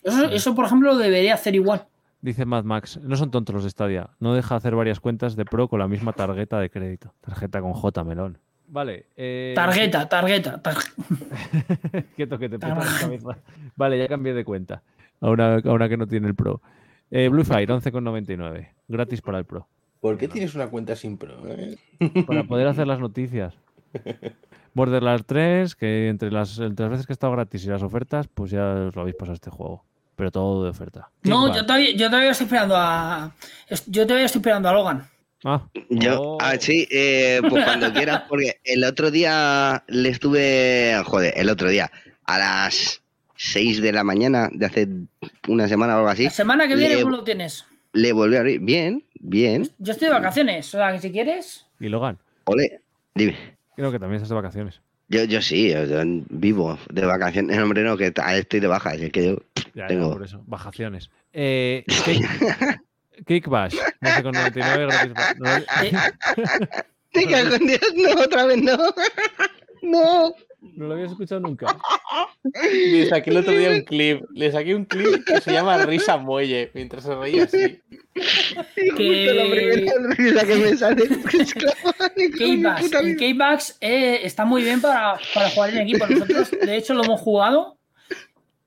[SPEAKER 3] Eso, eso por ejemplo, lo debería hacer igual.
[SPEAKER 1] Dice Mad Max, no son tontos los de Stadia. No deja hacer varias cuentas de pro con la misma tarjeta de crédito. Tarjeta con J, melón. Vale. Eh... <laughs>
[SPEAKER 3] Tarjeta, tarjeta, tar-
[SPEAKER 1] Quieto que te peta
[SPEAKER 3] Tarjeta.
[SPEAKER 1] la cabeza. Vale, ya cambié de cuenta. Ahora, ahora que no tiene el pro. Eh, Blue Fire, 11,99. Gratis para el pro.
[SPEAKER 4] ¿Por qué tienes una cuenta sin pro? eh?
[SPEAKER 1] Para poder hacer las noticias. Borderlands 3, que entre las, entre las veces que ha estado gratis y las ofertas, pues ya os lo habéis pasado este juego. Pero todo de oferta.
[SPEAKER 3] No,
[SPEAKER 1] Kickback.
[SPEAKER 3] yo todavía, yo todavía estoy esperando a. es- Yo todavía estoy esperando a Logan.
[SPEAKER 1] Ah,
[SPEAKER 2] Yo,
[SPEAKER 1] Oh.
[SPEAKER 2] ah, sí, eh, pues cuando quieras, porque el otro día le estuve, joder, el otro día, a las 6 de la mañana de hace una semana o algo así,
[SPEAKER 3] La semana que viene
[SPEAKER 2] Le-
[SPEAKER 3] tú lo tienes.
[SPEAKER 2] le volví a abrir. Bien, bien,
[SPEAKER 3] Yo estoy de vacaciones, o sea, que si quieres.
[SPEAKER 1] y Logan.
[SPEAKER 2] ole, dime.
[SPEAKER 1] Creo que también estás de vacaciones.
[SPEAKER 2] Yo, yo sí, yo, yo vivo de vacaciones. <laughs> Hombre, no, que ta- estoy de baja, es que yo.
[SPEAKER 1] Ya, ya,
[SPEAKER 2] Tengo.
[SPEAKER 1] por eso. Bajaciones. Eh, Cake- Cake Bash, 11,99 gratis. para- no-
[SPEAKER 3] eh,
[SPEAKER 2] Te cago en Dios, no, otra vez no. <laughs> No.
[SPEAKER 1] No lo habías escuchado nunca.
[SPEAKER 4] Le saqué el otro día un clip. Le saqué un clip que se llama Risa Muelle, mientras se reía así.
[SPEAKER 2] Es justo la primera risa que me sale. <laughs> Es claro, con mi
[SPEAKER 3] K-Bax.
[SPEAKER 2] puta
[SPEAKER 3] El
[SPEAKER 2] vida.
[SPEAKER 3] K-Bax eh, está muy bien para, para jugar en equipo. Nosotros, de hecho, lo hemos jugado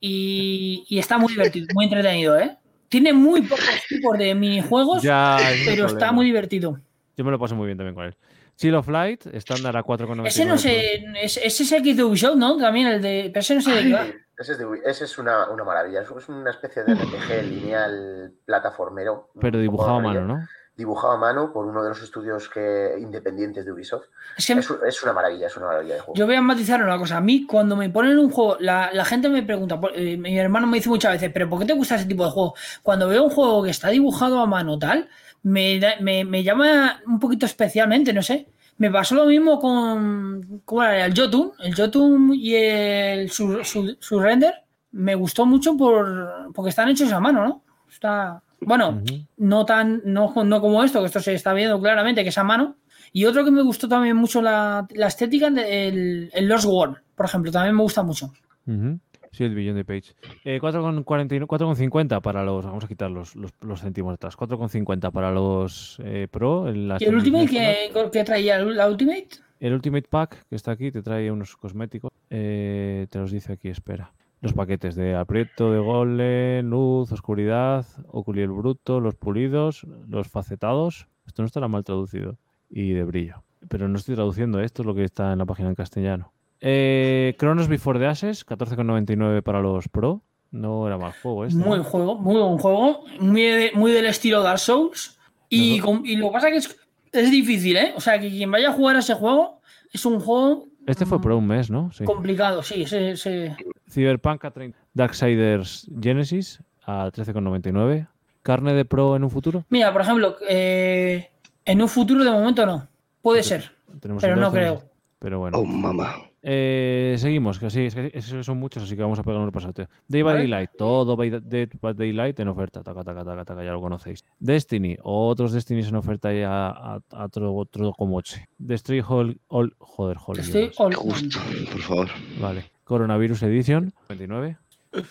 [SPEAKER 3] y, y está muy divertido, muy entretenido, ¿eh? Tiene muy pocos tipos de minijuegos,
[SPEAKER 1] Ya, ese es el
[SPEAKER 3] Pues, pero está
[SPEAKER 1] problema.
[SPEAKER 3] muy divertido.
[SPEAKER 1] Yo me lo paso muy bien también con él. Chill of Light, estándar a 4,99.
[SPEAKER 3] Ese no
[SPEAKER 1] euros.
[SPEAKER 3] sé, ese ese es el que es de Ubisoft, ¿no? También el de. Pero ese no sé de qué va.
[SPEAKER 6] Sí, Ese es, de- ese es una, una maravilla, es- es una especie de
[SPEAKER 1] <laughs>
[SPEAKER 6] RPG lineal plataformero. un
[SPEAKER 1] Pero
[SPEAKER 6] poco
[SPEAKER 1] dibujado a
[SPEAKER 6] rollo,
[SPEAKER 1] mano, ¿no?
[SPEAKER 6] Dibujado a mano por uno de los estudios que, independientes de Ubisoft.
[SPEAKER 3] Es que
[SPEAKER 6] Es, un- es una maravilla, es una maravilla de juego.
[SPEAKER 3] yo voy a matizar una cosa. A mí, cuando me ponen un juego, la, la gente me pregunta, por- eh, mi hermano me dice muchas veces, ¿pero por qué te gusta ese tipo de juego? Cuando veo un juego que está dibujado a mano tal, me, da- me, me llama un poquito especialmente, no sé. Me pasó lo mismo con. ¿Cómo era? El Jotun. El Jotun y el Sur- Sur- Surrender. Me gustó mucho por, porque están hechos a mano, ¿no? Está. Bueno,
[SPEAKER 1] Ujú.
[SPEAKER 3] no tan no, no como esto, que esto se está viendo claramente, que es a mano. Y otro que me gustó también mucho la, la estética, de- el, el Lost World, por ejemplo, también me gusta mucho.
[SPEAKER 1] Ujú. Sí, el billón de Page. Eh, 4,49 4,50 para los. Vamos a quitar los, los, los céntimos atrás. 4,50 para los eh, Pro. en las
[SPEAKER 3] ¿Y el Ultimate
[SPEAKER 1] condiciones
[SPEAKER 3] que, que traía? ¿La Ultimate?
[SPEAKER 1] El Ultimate Pack que está aquí te trae unos cosméticos. eh, te los dice aquí, espera. Los paquetes de aprieto, de golem, luz, oscuridad, oculiel bruto, los pulidos, los facetados. Esto no estará mal traducido. Y de brillo. Pero no estoy traduciendo, esto es lo que está en la página en castellano. Eh, Cronos Before the Ashes, 14,99 para los pro. No era mal juego este.
[SPEAKER 3] Muy
[SPEAKER 1] ¿no?
[SPEAKER 3] juego, muy buen juego, muy, de- muy del estilo Dark Souls. Y,
[SPEAKER 1] Ajá.
[SPEAKER 3] con- y lo que pasa que es, Es difícil, ¿eh? O sea, que quien vaya a jugar a ese juego es un juego
[SPEAKER 1] Este fue por un mes, ¿no? Sí.
[SPEAKER 3] complicado, sí. se- se-
[SPEAKER 1] Cyberpunk a 30. Darksiders Genesis a 13,99. Carne de pro en un futuro.
[SPEAKER 3] Mira, por ejemplo, eh, en un futuro de momento no. Puede
[SPEAKER 1] Pues
[SPEAKER 3] ser,
[SPEAKER 1] Tenemos
[SPEAKER 3] pero
[SPEAKER 1] el
[SPEAKER 3] no
[SPEAKER 1] 12,
[SPEAKER 3] creo.
[SPEAKER 1] Pero bueno.
[SPEAKER 2] Oh, mamá.
[SPEAKER 1] Eh, seguimos, que sí, es que es- son muchos, así que vamos a pegar un repasate. Day by
[SPEAKER 3] Vale.
[SPEAKER 1] Daylight, todo by Dead by Daylight en oferta, taca, taca, taca, taca, ya lo conocéis. Destiny, otros Destinys en oferta ya a, a otro, otro comoche. Destroy Hall, All, joder, Hall.
[SPEAKER 3] Estoy all-
[SPEAKER 2] Justo, por favor.
[SPEAKER 1] Vale. Coronavirus Edition, 29.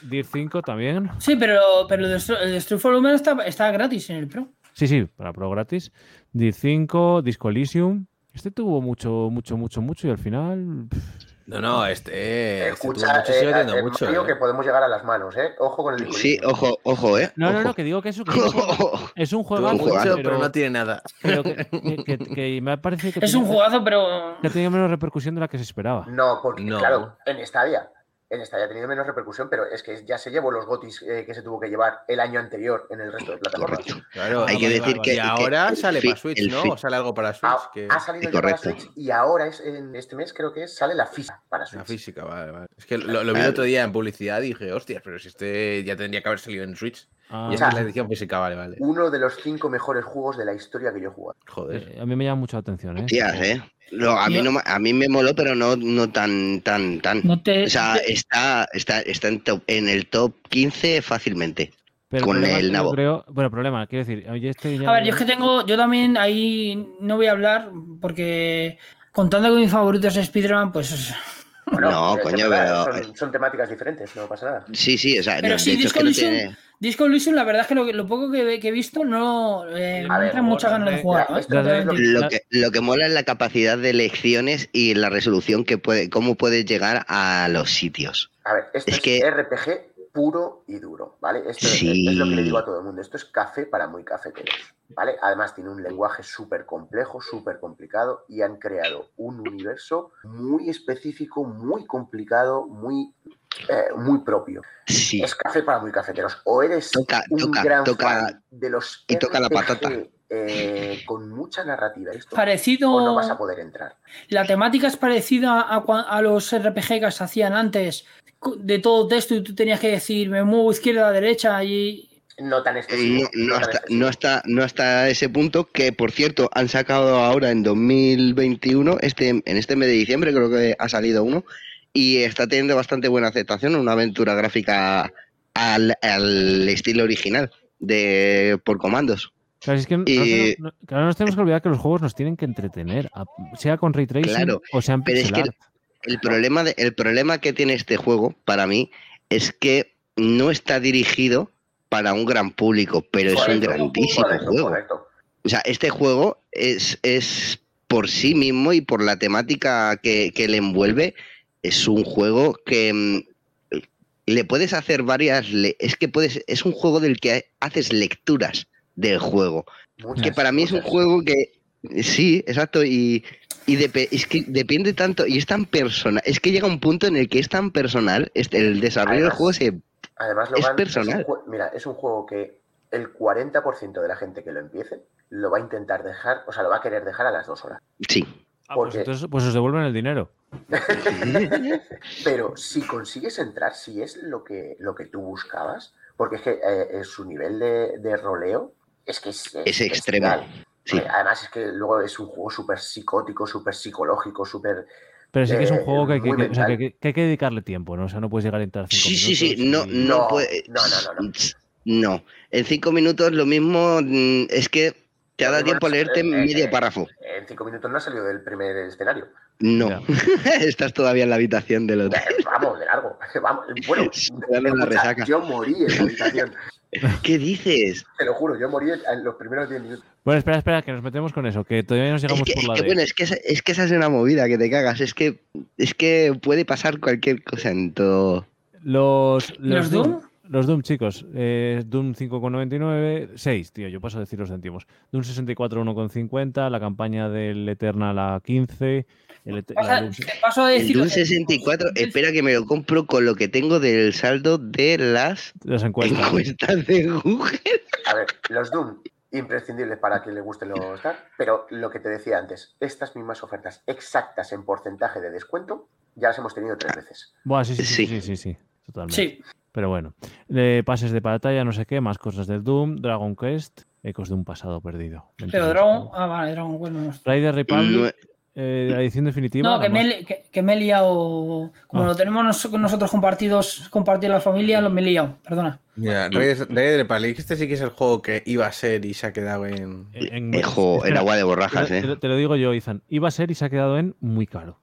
[SPEAKER 1] Dir 5 también.
[SPEAKER 3] Sí, pero, pero el Destro- el Destroy for All Humans está, está gratis en el Pro.
[SPEAKER 1] Sí, sí, para Pro gratis. Dir 5, Disco Elysium. Este tuvo mucho, mucho, mucho, mucho y al final. pff,
[SPEAKER 4] No, no, este. este tuvo
[SPEAKER 6] Escucha,
[SPEAKER 4] mucho, sigue
[SPEAKER 6] eh,
[SPEAKER 4] teniendo
[SPEAKER 6] eh,
[SPEAKER 4] mucho,
[SPEAKER 6] Mario,
[SPEAKER 4] eh.
[SPEAKER 6] que podemos llegar a las manos, ¿eh? Ojo con el disco.
[SPEAKER 2] Sí, ojo, ojo,
[SPEAKER 3] <laughs>
[SPEAKER 2] ¿eh?
[SPEAKER 1] No, no, no,
[SPEAKER 2] Ojo.
[SPEAKER 1] que digo que eso. que es
[SPEAKER 2] <laughs>
[SPEAKER 4] <laughs>
[SPEAKER 1] un juego- es un
[SPEAKER 4] Tuvo
[SPEAKER 1] juego,
[SPEAKER 2] un
[SPEAKER 4] mucho,
[SPEAKER 2] juegazo,
[SPEAKER 4] pero no tiene nada.
[SPEAKER 1] pero que, que- que- que me parece que
[SPEAKER 3] Es un
[SPEAKER 1] tenía-
[SPEAKER 3] jugazo, pero.
[SPEAKER 1] que ha tenido menos repercusión de la que se esperaba.
[SPEAKER 6] No, porque
[SPEAKER 4] No.
[SPEAKER 6] claro, en Stadia. En Stadia ha tenido menos repercusión, pero es que ya se llevó los gotis eh, que se tuvo que llevar el año anterior en el resto de plataformas.
[SPEAKER 2] Correcto.
[SPEAKER 4] Claro,
[SPEAKER 2] Hay
[SPEAKER 4] ah,
[SPEAKER 2] que
[SPEAKER 4] vale,
[SPEAKER 2] decir
[SPEAKER 4] vale,
[SPEAKER 2] que-
[SPEAKER 4] Y
[SPEAKER 2] que
[SPEAKER 4] ahora
[SPEAKER 2] el
[SPEAKER 4] sale
[SPEAKER 2] fi-
[SPEAKER 4] para Switch,
[SPEAKER 2] el
[SPEAKER 4] ¿no?
[SPEAKER 2] fi-
[SPEAKER 4] O sale algo para Switch.
[SPEAKER 6] Ha,
[SPEAKER 4] que...
[SPEAKER 6] ha salido ya para
[SPEAKER 2] Correcto.
[SPEAKER 6] Switch y ahora es en este mes creo que sale la física para
[SPEAKER 4] La
[SPEAKER 6] Switch.
[SPEAKER 4] física, vale, vale. Es que lo, lo vi el otro día en publicidad y dije, hostias, pero si este ya tendría que haber salido en Switch.
[SPEAKER 1] Ah,
[SPEAKER 4] Y esa
[SPEAKER 6] sea,
[SPEAKER 4] es la edición física, vale, vale.
[SPEAKER 6] Uno de los cinco mejores juegos de la historia que yo
[SPEAKER 2] <laughs>
[SPEAKER 6] he jugado.
[SPEAKER 4] Joder.
[SPEAKER 1] eh, a mí me llama mucho la atención, ¿eh?
[SPEAKER 2] Tías, ¿eh? No, a, mí
[SPEAKER 3] Yo-
[SPEAKER 2] no, ma- a mí me moló, pero no, no tan, tan, tan.
[SPEAKER 3] No te.
[SPEAKER 2] O sea, está, está, está en, top- en el top 15 fácilmente.
[SPEAKER 1] Pero
[SPEAKER 2] con
[SPEAKER 1] problema
[SPEAKER 2] el
[SPEAKER 1] es que yo
[SPEAKER 2] nabo.
[SPEAKER 1] creo- bueno, problema, quiero decir. oye, este ya-
[SPEAKER 3] A ver, yo es que tengo, yo también ahí no voy a hablar porque contando que mi favorito es Spider-Man, pues...
[SPEAKER 6] Bueno,
[SPEAKER 2] No,
[SPEAKER 6] es
[SPEAKER 2] coño,
[SPEAKER 6] verdad,
[SPEAKER 2] pero- eh.
[SPEAKER 6] Son, son temáticas diferentes, no pasa nada.
[SPEAKER 2] Sí, sí, o sea,
[SPEAKER 3] Pero
[SPEAKER 2] no,
[SPEAKER 3] sí,
[SPEAKER 2] de hecho es
[SPEAKER 3] Disco
[SPEAKER 2] que no
[SPEAKER 3] Elysium-
[SPEAKER 2] tiene-
[SPEAKER 3] Disco Illusion, la verdad es que lo, que- lo poco que, que he visto no eh,
[SPEAKER 6] A
[SPEAKER 3] me
[SPEAKER 6] ver,
[SPEAKER 3] entran muchas
[SPEAKER 1] bueno,
[SPEAKER 3] ganas de
[SPEAKER 1] eh,
[SPEAKER 3] jugar.
[SPEAKER 6] ya,
[SPEAKER 3] ¿eh?
[SPEAKER 6] esto ya es lo que-
[SPEAKER 2] Lo
[SPEAKER 1] La-
[SPEAKER 2] que, lo que mola es la capacidad de elecciones y la resolución que puede, cómo puedes llegar a los sitios.
[SPEAKER 6] A ver, esto
[SPEAKER 2] Es
[SPEAKER 6] es,
[SPEAKER 2] que-
[SPEAKER 6] RPG puro y duro, ¿vale? Esto es-
[SPEAKER 2] Sí.
[SPEAKER 6] es, lo que le digo a todo el mundo. Esto es café para muy cafeteros, ¿vale? Además tiene un lenguaje súper complejo, súper complicado y han creado un universo muy específico, muy complicado, muy, eh, muy propio.
[SPEAKER 2] Sí.
[SPEAKER 6] Es café para muy cafeteros. O eres
[SPEAKER 2] Toca-
[SPEAKER 6] un
[SPEAKER 2] toca-
[SPEAKER 6] gran
[SPEAKER 2] toca-
[SPEAKER 6] fan de los
[SPEAKER 2] y toca la patata.
[SPEAKER 6] eh, con mucha narrativa. Esto, o no
[SPEAKER 3] Parecido,
[SPEAKER 6] vas a poder entrar.
[SPEAKER 3] la temática es parecida a, cua- a los RPG que se hacían antes, cu- de todo texto y tú tenías que decir, me muevo izquierda a derecha y...
[SPEAKER 6] No tan
[SPEAKER 2] No,
[SPEAKER 6] excesivo.
[SPEAKER 2] Eh, no
[SPEAKER 6] tan
[SPEAKER 2] hasta,
[SPEAKER 6] excesivo.
[SPEAKER 2] no, hasta, no hasta ese punto, que por cierto han sacado ahora en 2021, este, en este mes de diciembre creo que ha salido uno, y está teniendo bastante buena aceptación, una aventura gráfica al, al estilo original, de por comandos.
[SPEAKER 1] Claro, es que no-
[SPEAKER 2] eh,
[SPEAKER 1] no- no- claro, nos tenemos que olvidar que los juegos nos tienen que entretener, a- sea con ray tracing
[SPEAKER 2] Claro,
[SPEAKER 1] o sea en
[SPEAKER 2] pero es
[SPEAKER 1] pixel
[SPEAKER 2] que
[SPEAKER 1] art.
[SPEAKER 2] El problema, de- el problema que tiene este juego, para mí, es que no está dirigido para un gran público, pero es un
[SPEAKER 6] Correcto,
[SPEAKER 2] grandísimo
[SPEAKER 6] correcto,
[SPEAKER 2] juego.
[SPEAKER 6] correcto.
[SPEAKER 2] O sea, este juego es, es por sí mismo y por la temática que, que le envuelve, es un juego que mm, le puedes hacer varias. le- es que puedes. Es un juego del que ha- haces lecturas del juego.
[SPEAKER 6] Muchas,
[SPEAKER 2] Que para mí es un
[SPEAKER 6] muchas.
[SPEAKER 2] juego que. Sí, exacto. Y, y depe- es que depende tanto. Y es tan personal. Es que llega un punto en el que es tan personal. este- el desarrollo del
[SPEAKER 6] Además,
[SPEAKER 2] juego se
[SPEAKER 6] Además,
[SPEAKER 2] es
[SPEAKER 6] Logan,
[SPEAKER 2] personal.
[SPEAKER 6] un jue- mira, es un juego que el 40% de la gente que lo empiece lo va a intentar dejar, o sea, lo va a querer dejar a las dos horas.
[SPEAKER 2] Sí.
[SPEAKER 1] Ah, pues
[SPEAKER 6] porque-
[SPEAKER 1] entonces pues os devuelven el dinero.
[SPEAKER 6] Pero si consigues entrar, si es lo que, lo que tú buscabas, porque es que eh, eh, su nivel de, de roleo es que es, eh,
[SPEAKER 2] Es extremo,
[SPEAKER 6] bestial.
[SPEAKER 2] sí.
[SPEAKER 6] Además es que luego es un juego súper psicótico, súper psicológico, súper...
[SPEAKER 1] Pero sí que es un
[SPEAKER 6] Eh,
[SPEAKER 1] juego que hay que,
[SPEAKER 6] muy
[SPEAKER 1] que- o sea, que hay
[SPEAKER 6] mental.
[SPEAKER 1] que- que hay que dedicarle tiempo, ¿no? O sea, no puedes llegar a entrar cinco
[SPEAKER 2] Sí, sí, sí, no,
[SPEAKER 1] minutos y-
[SPEAKER 2] no,
[SPEAKER 6] No,
[SPEAKER 2] puede. Mm,
[SPEAKER 6] no, no, no, no.
[SPEAKER 2] No. en cinco minutos lo mismo mm, es que te ha dado
[SPEAKER 6] Lo mismo
[SPEAKER 2] tiempo a
[SPEAKER 6] es-
[SPEAKER 2] leerte
[SPEAKER 6] eh,
[SPEAKER 2] medio
[SPEAKER 6] eh,
[SPEAKER 2] párrafo.
[SPEAKER 6] En cinco minutos no ha salido del primer escenario.
[SPEAKER 2] No, <laughs> estás todavía en la habitación del hotel.
[SPEAKER 6] <laughs> Vamos, de largo. Vamos.
[SPEAKER 2] <laughs>
[SPEAKER 6] Bueno,
[SPEAKER 2] Dale la
[SPEAKER 6] escucha,
[SPEAKER 2] resaca.
[SPEAKER 6] yo morí en la habitación. <laughs>
[SPEAKER 2] ¿Qué dices?
[SPEAKER 6] Te lo juro, yo morí en los primeros 10 minutos.
[SPEAKER 1] Bueno, espera, espera, que nos metemos con eso, que todavía nos
[SPEAKER 2] Es
[SPEAKER 1] llegamos
[SPEAKER 2] que,
[SPEAKER 1] por la
[SPEAKER 2] es que,
[SPEAKER 1] D.
[SPEAKER 2] bueno, es que, esa, es que esa es una movida que te cagas. Es que, es que puede pasar cualquier cosa en todo.
[SPEAKER 1] Los,
[SPEAKER 3] ¿Los Doom?
[SPEAKER 1] Los Doom, chicos. Eh, Doom 5,99. 6, tío. Yo paso a decir los céntimos. Doom 64, 1,50. La campaña del Eternal a 15. El Ete-
[SPEAKER 3] Pasa-
[SPEAKER 1] la Doom-
[SPEAKER 3] te paso a
[SPEAKER 2] El
[SPEAKER 3] decir...
[SPEAKER 2] Doom 64, espera que me lo compro con lo que tengo del saldo de las
[SPEAKER 1] las encuestas.
[SPEAKER 2] encuestas de Google.
[SPEAKER 6] A ver, los Doom imprescindibles para quien le guste los tal, pero lo que te decía antes, estas mismas ofertas exactas en porcentaje de descuento ya las hemos tenido tres veces.
[SPEAKER 1] Buah, sí, sí, sí,
[SPEAKER 2] Sí.
[SPEAKER 1] sí, sí, sí, totalmente.
[SPEAKER 3] Sí,
[SPEAKER 1] Pero bueno, Eh, pases de batalla, no sé qué, más cosas del Doom, Dragon Quest, ecos de un pasado perdido.
[SPEAKER 3] pero
[SPEAKER 1] Entonces,
[SPEAKER 3] Dragon.
[SPEAKER 1] ¿no?
[SPEAKER 3] Ah, vale, Dragon Quest no lo sé.
[SPEAKER 1] Rider
[SPEAKER 2] No-
[SPEAKER 1] Republic, eh, la edición definitiva.
[SPEAKER 3] No, que me,
[SPEAKER 1] además-
[SPEAKER 3] he li- que, que me he liado. Como
[SPEAKER 1] Ah.
[SPEAKER 3] lo tenemos nos- nosotros compartidos, compartido la familia, lo me he liado, perdona.
[SPEAKER 4] Mira, Raiders- Raiders Republic, este sí que es el juego que iba a ser y se ha quedado en.
[SPEAKER 1] en-
[SPEAKER 2] Ejo,
[SPEAKER 1] pues,
[SPEAKER 2] el
[SPEAKER 1] espera,
[SPEAKER 2] agua de
[SPEAKER 1] te lo-
[SPEAKER 2] borrajas,
[SPEAKER 1] te, lo-
[SPEAKER 2] ¿eh?
[SPEAKER 1] te lo digo yo, Izan. Iba a ser y se ha quedado en muy caro.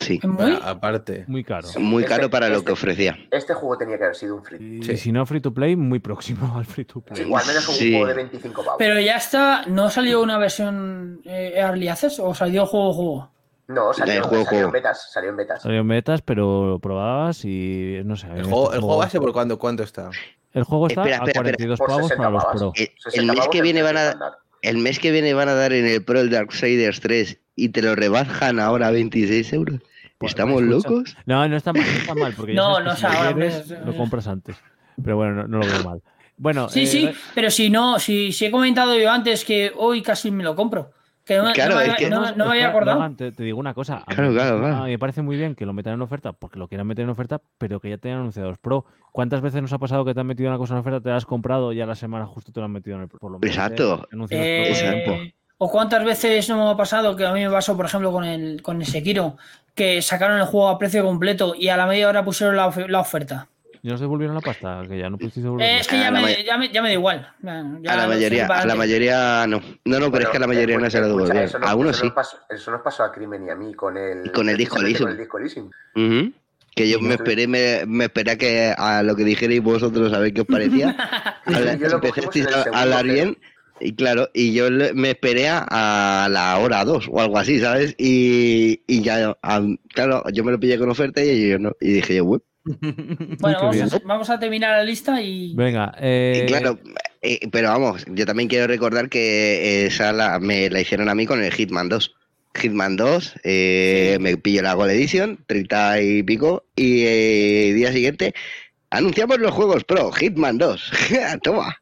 [SPEAKER 2] Sí.
[SPEAKER 3] Es muy.
[SPEAKER 4] Ah, aparte.
[SPEAKER 1] Muy caro.
[SPEAKER 2] Muy
[SPEAKER 6] Este-
[SPEAKER 2] caro para lo
[SPEAKER 6] este-
[SPEAKER 2] que ofrecía.
[SPEAKER 6] Este juego tenía que haber sido un free.
[SPEAKER 1] Y
[SPEAKER 4] Sí.
[SPEAKER 1] si no, free to play, muy próximo al free to play.
[SPEAKER 6] Sí, o al menos un
[SPEAKER 2] Sí.
[SPEAKER 6] juego de 25 pavos.
[SPEAKER 3] Pero ya está. ¿No salió una versión eh, Early Access o salió juego juego?
[SPEAKER 6] No, salió,
[SPEAKER 2] El juego-
[SPEAKER 6] salió en betas, salió en betas.
[SPEAKER 1] Salieron metas, pero probabas y no sé.
[SPEAKER 4] El juego, el este juego base por cuándo, cuánto está.
[SPEAKER 1] El juego está
[SPEAKER 2] Espera,
[SPEAKER 1] a
[SPEAKER 2] espera, espera.
[SPEAKER 1] 42
[SPEAKER 6] Por
[SPEAKER 1] pavos
[SPEAKER 6] 60
[SPEAKER 1] para los
[SPEAKER 6] pavas.
[SPEAKER 1] pro.
[SPEAKER 2] El, el
[SPEAKER 6] 60
[SPEAKER 2] mes
[SPEAKER 6] pavos
[SPEAKER 2] que
[SPEAKER 6] el
[SPEAKER 2] viene
[SPEAKER 6] precio
[SPEAKER 2] van a,
[SPEAKER 6] estándar.
[SPEAKER 2] el mes que viene van a dar en el Pro el Darksiders 3 y te lo rebajan ahora a 26 euros.
[SPEAKER 1] Pues,
[SPEAKER 2] ¿Estamos
[SPEAKER 1] escucha,
[SPEAKER 2] locos?
[SPEAKER 1] No, no está mal, no está mal, porque ya
[SPEAKER 3] No,
[SPEAKER 1] sabes que
[SPEAKER 3] no
[SPEAKER 1] si
[SPEAKER 3] está
[SPEAKER 1] lo
[SPEAKER 3] ahora,
[SPEAKER 1] quieres,
[SPEAKER 3] hombre, es-
[SPEAKER 1] lo compras antes. Pero bueno, no, no lo veo mal. Bueno,
[SPEAKER 3] Sí,
[SPEAKER 1] eh,
[SPEAKER 3] sí,
[SPEAKER 1] re-
[SPEAKER 3] pero si no, si, si he comentado yo antes que hoy casi me lo compro. Que no, me- no
[SPEAKER 2] Claro,
[SPEAKER 3] me,
[SPEAKER 2] es
[SPEAKER 3] había-
[SPEAKER 2] que-
[SPEAKER 3] no- no me había
[SPEAKER 1] espera,
[SPEAKER 3] acordado.
[SPEAKER 1] Logan, te, te digo una cosa. a
[SPEAKER 2] Claro,
[SPEAKER 1] mí-
[SPEAKER 2] claro, claro.
[SPEAKER 1] a mí me parece muy bien que lo metan en oferta, porque lo quieran meter en oferta, pero que ya tengan anunciados pro. ¿Cuántas veces nos ha pasado que te han metido una cosa en oferta, te la has comprado y a la semana justo te la han metido en el pro? Por lo menos, eh,
[SPEAKER 2] Exacto.
[SPEAKER 1] anuncian los pro.
[SPEAKER 3] Eh,
[SPEAKER 2] Exacto.
[SPEAKER 3] o cuántas veces no me ha pasado que a mí me pasó, por ejemplo, con el, con el Sekiro, que sacaron el juego a precio completo y a la media hora pusieron la, of- la oferta.
[SPEAKER 1] Ya nos devolvieron la pasta, que ya no pusisteis
[SPEAKER 3] Eh,
[SPEAKER 1] devolverla.
[SPEAKER 3] es que
[SPEAKER 2] A la
[SPEAKER 3] ya me,
[SPEAKER 2] may-
[SPEAKER 3] ya, me, ya me da igual. Ya- ya
[SPEAKER 2] a la
[SPEAKER 3] no
[SPEAKER 2] mayoría,
[SPEAKER 3] sé para
[SPEAKER 2] a la
[SPEAKER 3] qué.
[SPEAKER 2] mayoría no. No, no, pero es
[SPEAKER 6] eh, Bueno,
[SPEAKER 2] que a la mayoría no se lo
[SPEAKER 6] escucha,
[SPEAKER 2] devolvieron.
[SPEAKER 6] eso no-
[SPEAKER 2] Algunos
[SPEAKER 6] eso
[SPEAKER 2] sí.
[SPEAKER 6] nos pasó- eso nos pasó a Crimen y a mí con el,
[SPEAKER 2] Con el disco
[SPEAKER 6] precisamente
[SPEAKER 2] Elysium.
[SPEAKER 6] con el disco Elysium.
[SPEAKER 2] Ujú. Que yo
[SPEAKER 6] Y no
[SPEAKER 2] me
[SPEAKER 6] te-
[SPEAKER 2] esperé, me, me esperé a que a lo que dijerais vosotros a ver qué os
[SPEAKER 3] <laughs>
[SPEAKER 2] parecía.
[SPEAKER 6] Sí,
[SPEAKER 2] Habla-
[SPEAKER 6] sí, yo lo
[SPEAKER 2] Empezasteis
[SPEAKER 6] cogimos en
[SPEAKER 2] a
[SPEAKER 6] el
[SPEAKER 2] a
[SPEAKER 6] segundo
[SPEAKER 2] hablar
[SPEAKER 6] cero.
[SPEAKER 2] bien y claro, y yo le- me esperé a- a la hora 2 o algo así, ¿sabes? Y, y ya, am, claro, yo me lo pillé con oferta y yo no. Y dije yo, "Uy".
[SPEAKER 3] Bueno,
[SPEAKER 1] Uy, qué
[SPEAKER 3] vamos a, vamos a terminar la lista y.
[SPEAKER 1] Venga, eh,
[SPEAKER 2] Y claro, eh, pero vamos, yo también quiero recordar que eh, esa la, me la hicieron a mí con el Hitman 2. Hitman 2, eh, me pillo la Gold Edition, 30 y pico, y eh, día siguiente anunciamos los juegos pro, Hitman <laughs> 2. Toma.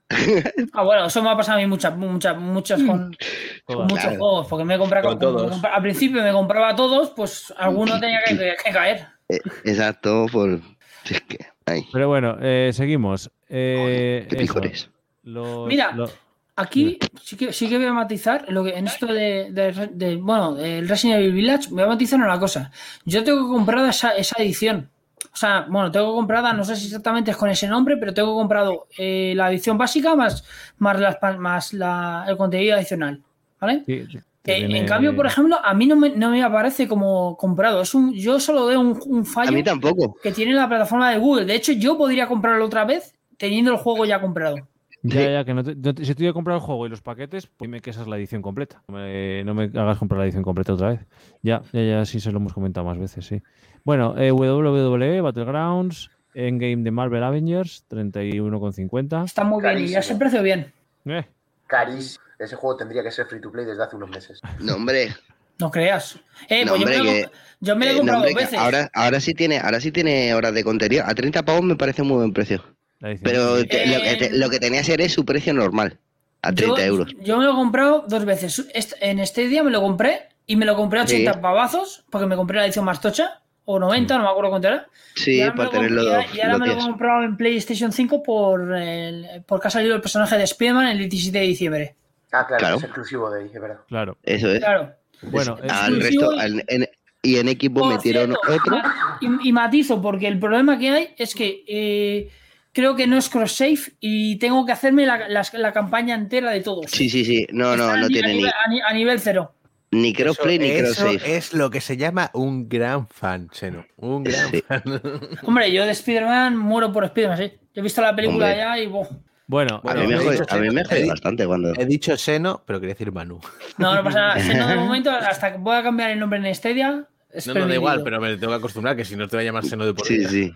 [SPEAKER 3] Ah, bueno, eso me ha pasado a mí muchas, muchas, muchas con, con
[SPEAKER 1] joder.
[SPEAKER 3] muchos
[SPEAKER 2] Claro.
[SPEAKER 3] juegos, porque me compraba
[SPEAKER 4] Mm, Con
[SPEAKER 3] como me
[SPEAKER 4] todos.
[SPEAKER 3] compra- al principio me compraba todos, pues alguno tenía que, que- que caer.
[SPEAKER 2] Eh, exacto, por. si es que, ay,
[SPEAKER 1] pero bueno, eh, seguimos. Eh,
[SPEAKER 2] qué
[SPEAKER 1] eso,
[SPEAKER 2] pijores.
[SPEAKER 1] los-
[SPEAKER 3] Mira,
[SPEAKER 1] lo-
[SPEAKER 3] Aquí sí que, sí que voy a matizar lo que, en esto de, de- de- bueno, el Resident Evil Village, voy a matizar una cosa. Yo tengo comprada esa, esa edición. O sea, bueno, tengo comprada, no sé si exactamente es con ese nombre, pero tengo comprado eh, la edición básica más, más, las pa- más la- el contenido adicional. ¿Vale?
[SPEAKER 1] sí, te- te
[SPEAKER 3] Eh, en
[SPEAKER 1] viene-
[SPEAKER 3] cambio, por ejemplo, a mí no me, no me aparece como comprado. Es un, yo solo veo un, un
[SPEAKER 2] A
[SPEAKER 3] fallo
[SPEAKER 2] mí tampoco.
[SPEAKER 3] que tiene la plataforma de Google. De hecho, yo podría comprarlo otra vez teniendo el juego ya comprado.
[SPEAKER 1] Ya,
[SPEAKER 2] Sí.
[SPEAKER 1] ya, que no te- no te- si te voy a comprar el juego y los paquetes, pues dime que esa es la edición completa. No me, no me hagas comprar la edición completa otra vez. Ya, ya, ya, sí se lo hemos comentado más veces, sí. Bueno, eh, WWE, Battlegrounds, Endgame de Marvel Avengers, 31,50.
[SPEAKER 3] Está muy bien y ya se
[SPEAKER 6] Clarísimo.
[SPEAKER 3] precio bien.
[SPEAKER 1] Eh,
[SPEAKER 6] Carísimo. Ese juego tendría que ser free to play desde hace unos meses.
[SPEAKER 2] No, hombre.
[SPEAKER 3] No creas. Eh,
[SPEAKER 2] No,
[SPEAKER 3] pues yo,
[SPEAKER 2] hombre,
[SPEAKER 3] me lo,
[SPEAKER 2] que-
[SPEAKER 3] yo me lo he
[SPEAKER 2] eh, no,
[SPEAKER 3] comprado
[SPEAKER 2] hombre,
[SPEAKER 3] dos
[SPEAKER 2] que
[SPEAKER 3] veces.
[SPEAKER 2] ahora, ahora sí tiene, ahora sí tiene horas de contenido. A 30 pavos me parece muy buen precio.
[SPEAKER 1] la edición
[SPEAKER 2] Pero
[SPEAKER 1] completa.
[SPEAKER 2] te- lo, que te- lo que tenía que ser es su precio normal, a 30
[SPEAKER 3] yo,
[SPEAKER 2] euros.
[SPEAKER 3] Yo me lo he comprado dos veces. Est- En este día me lo compré y me lo compré a 80
[SPEAKER 2] Sí.
[SPEAKER 3] pavazos porque me compré la edición más tocha. O 90, no me acuerdo cuánto era.
[SPEAKER 2] Mm. Sí,
[SPEAKER 3] y ahora me
[SPEAKER 2] para
[SPEAKER 3] lo comp-
[SPEAKER 2] tenerlo.
[SPEAKER 3] y ahora- Y ahora me lo he
[SPEAKER 2] bloqueados.
[SPEAKER 3] comprado en PlayStation 5 por el- porque ha salido el personaje de Spiderman el 17 de diciembre.
[SPEAKER 6] Ah, claro,
[SPEAKER 2] Claro.
[SPEAKER 6] es exclusivo de ahí, es verdad.
[SPEAKER 1] Claro.
[SPEAKER 2] Eso es.
[SPEAKER 3] Claro.
[SPEAKER 1] Bueno, eh,
[SPEAKER 2] Al
[SPEAKER 3] exclusivo
[SPEAKER 2] resto,
[SPEAKER 3] y-
[SPEAKER 2] al- en- y en equipo
[SPEAKER 3] Por
[SPEAKER 2] metieron
[SPEAKER 3] cierto, ah,
[SPEAKER 2] otro.
[SPEAKER 3] ma- Y, y matizo, porque el problema que hay es que eh, creo que no es cross-safe y tengo que hacerme la, las- la campaña entera de todos.
[SPEAKER 2] Sí, sí, sí. No,
[SPEAKER 3] Está
[SPEAKER 2] no,
[SPEAKER 3] a
[SPEAKER 2] no
[SPEAKER 3] ni- a
[SPEAKER 2] tiene ni,
[SPEAKER 3] nivel, a ni- a nivel cero.
[SPEAKER 2] ni crossplay ni
[SPEAKER 4] eso
[SPEAKER 2] cross-save.
[SPEAKER 4] es lo que se llama un gran fan, Cheno. Un gran
[SPEAKER 2] Sí.
[SPEAKER 4] fan.
[SPEAKER 3] Hombre, yo de Spider-Man muero por Spider-Man, sí. Yo he visto la película
[SPEAKER 2] Hombre.
[SPEAKER 3] ya y boh.
[SPEAKER 1] bueno,
[SPEAKER 2] A
[SPEAKER 4] Bueno, eh,
[SPEAKER 2] mí me
[SPEAKER 4] he
[SPEAKER 2] jode,
[SPEAKER 4] dicho
[SPEAKER 2] a mí me
[SPEAKER 4] siempre-
[SPEAKER 2] jode
[SPEAKER 4] he di-
[SPEAKER 2] bastante cuando.
[SPEAKER 4] He dicho Seno, pero quería decir Manu.
[SPEAKER 3] No, no pasa nada. Si no, de momento, hasta que pueda cambiar el nombre en Stadia. es
[SPEAKER 4] No, no, da igual,
[SPEAKER 3] permitido.
[SPEAKER 4] pero me tengo que acostumbrar que si no te va a llamar Seno de por
[SPEAKER 2] Sí,
[SPEAKER 4] vida.
[SPEAKER 2] sí.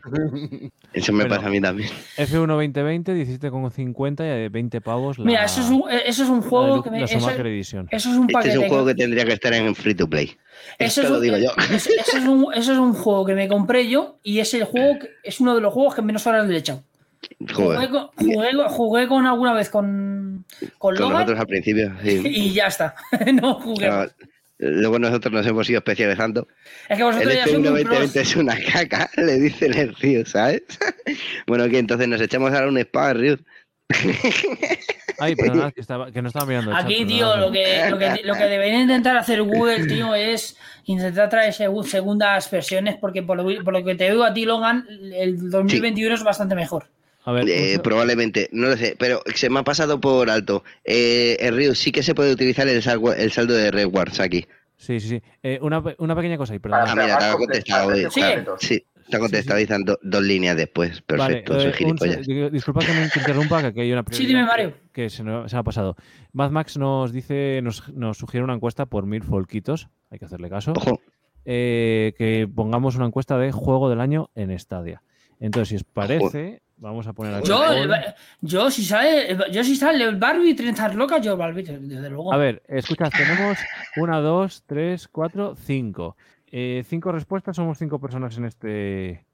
[SPEAKER 2] Eso
[SPEAKER 4] <laughs>
[SPEAKER 2] me
[SPEAKER 1] Bueno.
[SPEAKER 2] pasa a mí también.
[SPEAKER 3] <laughs>
[SPEAKER 1] F1 2020, 17,50 y de 20 pavos. La,
[SPEAKER 3] Mira, eso es un, eh, eso es un
[SPEAKER 1] la
[SPEAKER 3] juego
[SPEAKER 1] delu-
[SPEAKER 3] que me.
[SPEAKER 1] la
[SPEAKER 3] Eso,
[SPEAKER 1] Schumacher Edition.
[SPEAKER 3] eso es un
[SPEAKER 2] Este
[SPEAKER 3] paquete.
[SPEAKER 2] es un juego
[SPEAKER 3] que-
[SPEAKER 2] que tendría que estar en free to play. Esto
[SPEAKER 3] eso es
[SPEAKER 2] lo
[SPEAKER 3] un-
[SPEAKER 2] digo yo.
[SPEAKER 3] eso- eso es un- eso es un juego que me compré yo y es el juego que- es uno de los juegos que menos horas le he echado.
[SPEAKER 2] Joder.
[SPEAKER 3] Jugué con, jugué con- jugué con alguna vez con, con
[SPEAKER 2] Con
[SPEAKER 3] Logan
[SPEAKER 2] nosotros Ah, al
[SPEAKER 3] <laughs>
[SPEAKER 2] principio, sí.
[SPEAKER 3] y ya está. <laughs> no jugué.
[SPEAKER 2] Claro, Luego nosotros nos hemos ido especializando.
[SPEAKER 3] es que vosotros
[SPEAKER 2] El este
[SPEAKER 3] ya sois
[SPEAKER 2] F1
[SPEAKER 3] muy
[SPEAKER 2] 2020
[SPEAKER 3] pros.
[SPEAKER 2] es una caca, <laughs> le dice el Río, ¿sabes? <laughs> bueno, que entonces nos echamos ahora un spa, Río.
[SPEAKER 1] Ay, perdonad,
[SPEAKER 3] <laughs>
[SPEAKER 1] que, estaba- que no estaba mirando. el chat,
[SPEAKER 3] Aquí,
[SPEAKER 1] perdonad.
[SPEAKER 3] tío, lo que, lo, que, lo que debería intentar
[SPEAKER 2] <laughs>
[SPEAKER 3] hacer Google, tío, es intentar traer segu- segundas versiones, porque por lo, por lo que te digo a ti, Logan, el 2021 es bastante mejor.
[SPEAKER 1] A ver,
[SPEAKER 2] Eh,
[SPEAKER 1] usa-
[SPEAKER 2] probablemente, no lo sé, pero se me ha pasado por alto. Eh, el Río sí que se puede utilizar el, salgo- el saldo de rewards aquí.
[SPEAKER 1] sí, sí, sí. Eh, una, pe- una pequeña cosa y perdón.
[SPEAKER 2] Ah, mira, te ha
[SPEAKER 6] más
[SPEAKER 2] contestado. eh,
[SPEAKER 6] completos,
[SPEAKER 2] te ha-
[SPEAKER 3] más
[SPEAKER 6] completos.
[SPEAKER 2] sí, te ha contestado y están do- dos líneas después. Perfecto,
[SPEAKER 1] Vale,
[SPEAKER 2] soy
[SPEAKER 1] eh, un
[SPEAKER 2] gilipollas.
[SPEAKER 1] se- digo, disculpa que me interrumpa, que aquí hay una
[SPEAKER 3] Sí,
[SPEAKER 1] prioridad
[SPEAKER 3] dime, Mario.
[SPEAKER 1] que se, nos- se me ha pasado. Mad Max nos dice, nos, nos sugiere una encuesta por mil folquitos, hay que hacerle caso,
[SPEAKER 2] Ojo,
[SPEAKER 1] eh, que pongamos una encuesta de juego del año en Stadia. Entonces, si os parece, vamos a poner aquí
[SPEAKER 3] Yo,
[SPEAKER 1] un
[SPEAKER 3] el
[SPEAKER 1] poll.
[SPEAKER 3] ba- yo si sale, yo si sale el Barbie 30 locas, yo Barbie, desde luego.
[SPEAKER 1] A ver, escuchad, tenemos una, dos, tres, cuatro, cinco. Eh, cinco respuestas, somos cinco personas en este.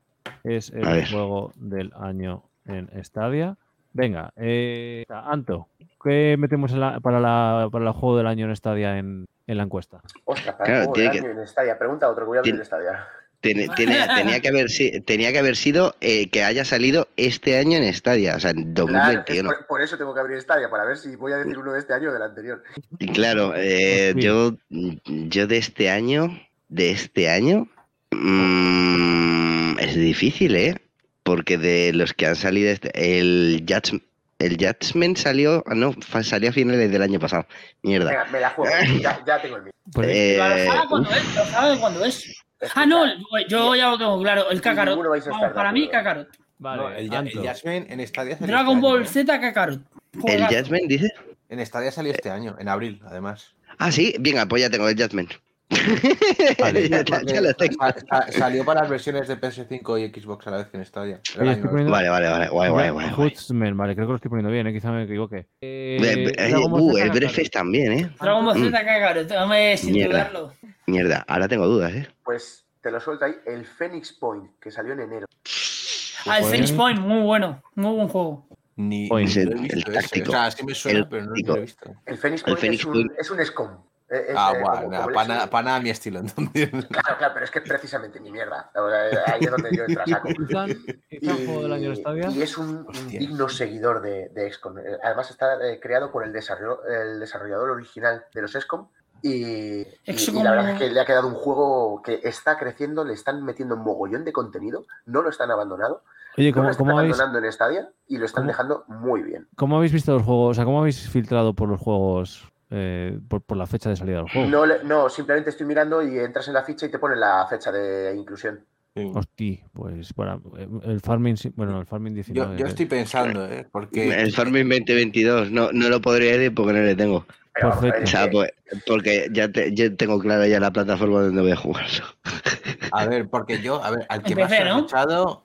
[SPEAKER 1] Es
[SPEAKER 2] A
[SPEAKER 1] el
[SPEAKER 2] ver.
[SPEAKER 1] juego del año en Stadia. Venga, eh, Anto, ¿qué metemos en la- para, la, para el juego del año en Stadia en, en la encuesta?
[SPEAKER 6] Ostras, para
[SPEAKER 2] Claro,
[SPEAKER 6] el juego
[SPEAKER 2] tiene
[SPEAKER 6] del
[SPEAKER 2] que-
[SPEAKER 6] año en Stadia. Pregunta a otro que voy a abrir
[SPEAKER 2] Tiene-
[SPEAKER 6] Stadia.
[SPEAKER 2] tiene- <laughs> tiene- tenía, que haber, si- tenía que haber sido eh, que haya salido este año en Stadia, o sea, en
[SPEAKER 6] Claro, es
[SPEAKER 2] 2021.
[SPEAKER 6] por, por eso tengo que abrir Stadia, para ver si voy a decir uno de este año o del anterior.
[SPEAKER 2] Y Claro, eh,
[SPEAKER 1] Pues sí.
[SPEAKER 2] yo, yo de este año, de este año, mm, es difícil, ¿eh? Porque de los que han salido, este- el Judgment, el Judgment salió, ah, no, fa- salió a finales del año pasado. Mierda.
[SPEAKER 6] Venga, me
[SPEAKER 2] <laughs>
[SPEAKER 6] la juego. Ya, ya tengo el mío.
[SPEAKER 1] Pues,
[SPEAKER 2] Eh,
[SPEAKER 3] Barajada cuando es, barajada cuando es. Ah, no, yo- yo ya lo tengo claro, el Kakarot.
[SPEAKER 6] Ninguno vais a
[SPEAKER 3] Vamos,
[SPEAKER 6] estar de
[SPEAKER 3] para mí,
[SPEAKER 6] acuerdo.
[SPEAKER 3] Kakarot.
[SPEAKER 1] vale,
[SPEAKER 4] No, el, Ya- el
[SPEAKER 2] Ah,
[SPEAKER 1] Anto.
[SPEAKER 4] Jasmine en Stadia salió
[SPEAKER 3] Dragon
[SPEAKER 4] este año,
[SPEAKER 3] Ball
[SPEAKER 4] ¿eh?
[SPEAKER 3] Z Kakarot.
[SPEAKER 2] ¿El
[SPEAKER 3] Juegazo.
[SPEAKER 2] Judgment dice?
[SPEAKER 4] En Stadia salió este año, en abril, además.
[SPEAKER 2] Ah, sí, venga, pues ya tengo el Judgment. <laughs> <laughs> ya, ya- ya lo tengo.
[SPEAKER 4] Sa- sa- Salió para las versiones de PS5 y Xbox a la vez que en Stadia. Era
[SPEAKER 1] Oye, estoy
[SPEAKER 4] el año-
[SPEAKER 1] poniendo-
[SPEAKER 2] Vale, vale, vale, guay, guay, guay. guay.
[SPEAKER 1] Huntsman, vale, creo que lo estoy poniendo bien, eh, quizá me equivoque. Eh,
[SPEAKER 2] Ve- ve-
[SPEAKER 1] Dragon Ball
[SPEAKER 2] uh,
[SPEAKER 1] Z,
[SPEAKER 2] el
[SPEAKER 1] claro.
[SPEAKER 2] Breakfast también, ¿eh?
[SPEAKER 3] Dragon Ball
[SPEAKER 2] Mm.
[SPEAKER 3] Z Kakarot, hombre, sin
[SPEAKER 2] Mierda.
[SPEAKER 3] dudarlo.
[SPEAKER 2] Mierda, ahora tengo dudas, ¿eh?
[SPEAKER 6] Pues te lo suelto ahí. El Phoenix Point, que salió en enero.
[SPEAKER 3] Ah, el
[SPEAKER 1] Joder.
[SPEAKER 3] Phoenix Point, muy bueno, muy buen juego.
[SPEAKER 4] Ni,
[SPEAKER 1] Oye,
[SPEAKER 4] ni lo he
[SPEAKER 2] el-
[SPEAKER 4] visto
[SPEAKER 2] el
[SPEAKER 4] ese.
[SPEAKER 2] táctico.
[SPEAKER 4] O sea, sí me suena,
[SPEAKER 2] El
[SPEAKER 4] pero no
[SPEAKER 2] táctico.
[SPEAKER 4] lo he visto.
[SPEAKER 6] El Phoenix
[SPEAKER 2] El
[SPEAKER 6] Point
[SPEAKER 2] Phoenix
[SPEAKER 6] es, un,
[SPEAKER 2] Point.
[SPEAKER 6] es un SCOM. Eh, es,
[SPEAKER 4] Ah,
[SPEAKER 6] eh,
[SPEAKER 4] guau,
[SPEAKER 6] como-
[SPEAKER 4] nada,
[SPEAKER 6] como el
[SPEAKER 4] para, nada-
[SPEAKER 6] SCOM.
[SPEAKER 4] para nada mi estilo, <laughs> entonces.
[SPEAKER 6] Claro, claro, pero es que es precisamente mi mierda. Ahí es donde yo entro
[SPEAKER 1] <laughs>
[SPEAKER 6] a
[SPEAKER 2] <laughs>
[SPEAKER 6] saco.
[SPEAKER 1] Ethan, Ethan, juego del año en Stadia.
[SPEAKER 6] y es un, un
[SPEAKER 4] Hostia.
[SPEAKER 6] digno seguidor de, de XCOM. Eh, Además está eh, creado por el, desarrollo- el desarrollador original de los XCOM. Y, y- y
[SPEAKER 3] XCOM.
[SPEAKER 6] la verdad es que le ha quedado un juego que está creciendo, le están metiendo un mogollón de contenido, no lo están abandonado,
[SPEAKER 1] Oye,
[SPEAKER 6] no lo
[SPEAKER 1] ¿cómo,
[SPEAKER 6] están
[SPEAKER 1] cómo habéis,
[SPEAKER 6] abandonando en Stadia y lo están
[SPEAKER 1] ¿Cómo?
[SPEAKER 6] dejando muy bien.
[SPEAKER 1] ¿Cómo habéis visto los juegos? O sea, ¿cómo habéis filtrado por los juegos, eh, por, por la fecha de salida del juego?
[SPEAKER 6] No, le- no, simplemente estoy mirando y entras en la ficha y te pone la fecha de inclusión.
[SPEAKER 1] Hostia, pues para eh, el Farming, sí- bueno, no, el Farming 19.
[SPEAKER 4] Yo, yo
[SPEAKER 1] eh.
[SPEAKER 4] estoy pensando, ¿eh? Porque.
[SPEAKER 2] El Farming 2022, no, no lo podría decir porque no le tengo.
[SPEAKER 6] Pero vamos a ver,
[SPEAKER 1] Perfecto.
[SPEAKER 2] O
[SPEAKER 6] es
[SPEAKER 2] sea,
[SPEAKER 6] que-
[SPEAKER 2] pues, porque ya te- yo tengo clara ya la plataforma donde voy a jugarlo.
[SPEAKER 4] A ver, porque yo, a ver, al que
[SPEAKER 3] En
[SPEAKER 4] me más
[SPEAKER 3] PC,
[SPEAKER 4] he
[SPEAKER 3] ¿no?
[SPEAKER 4] escuchado.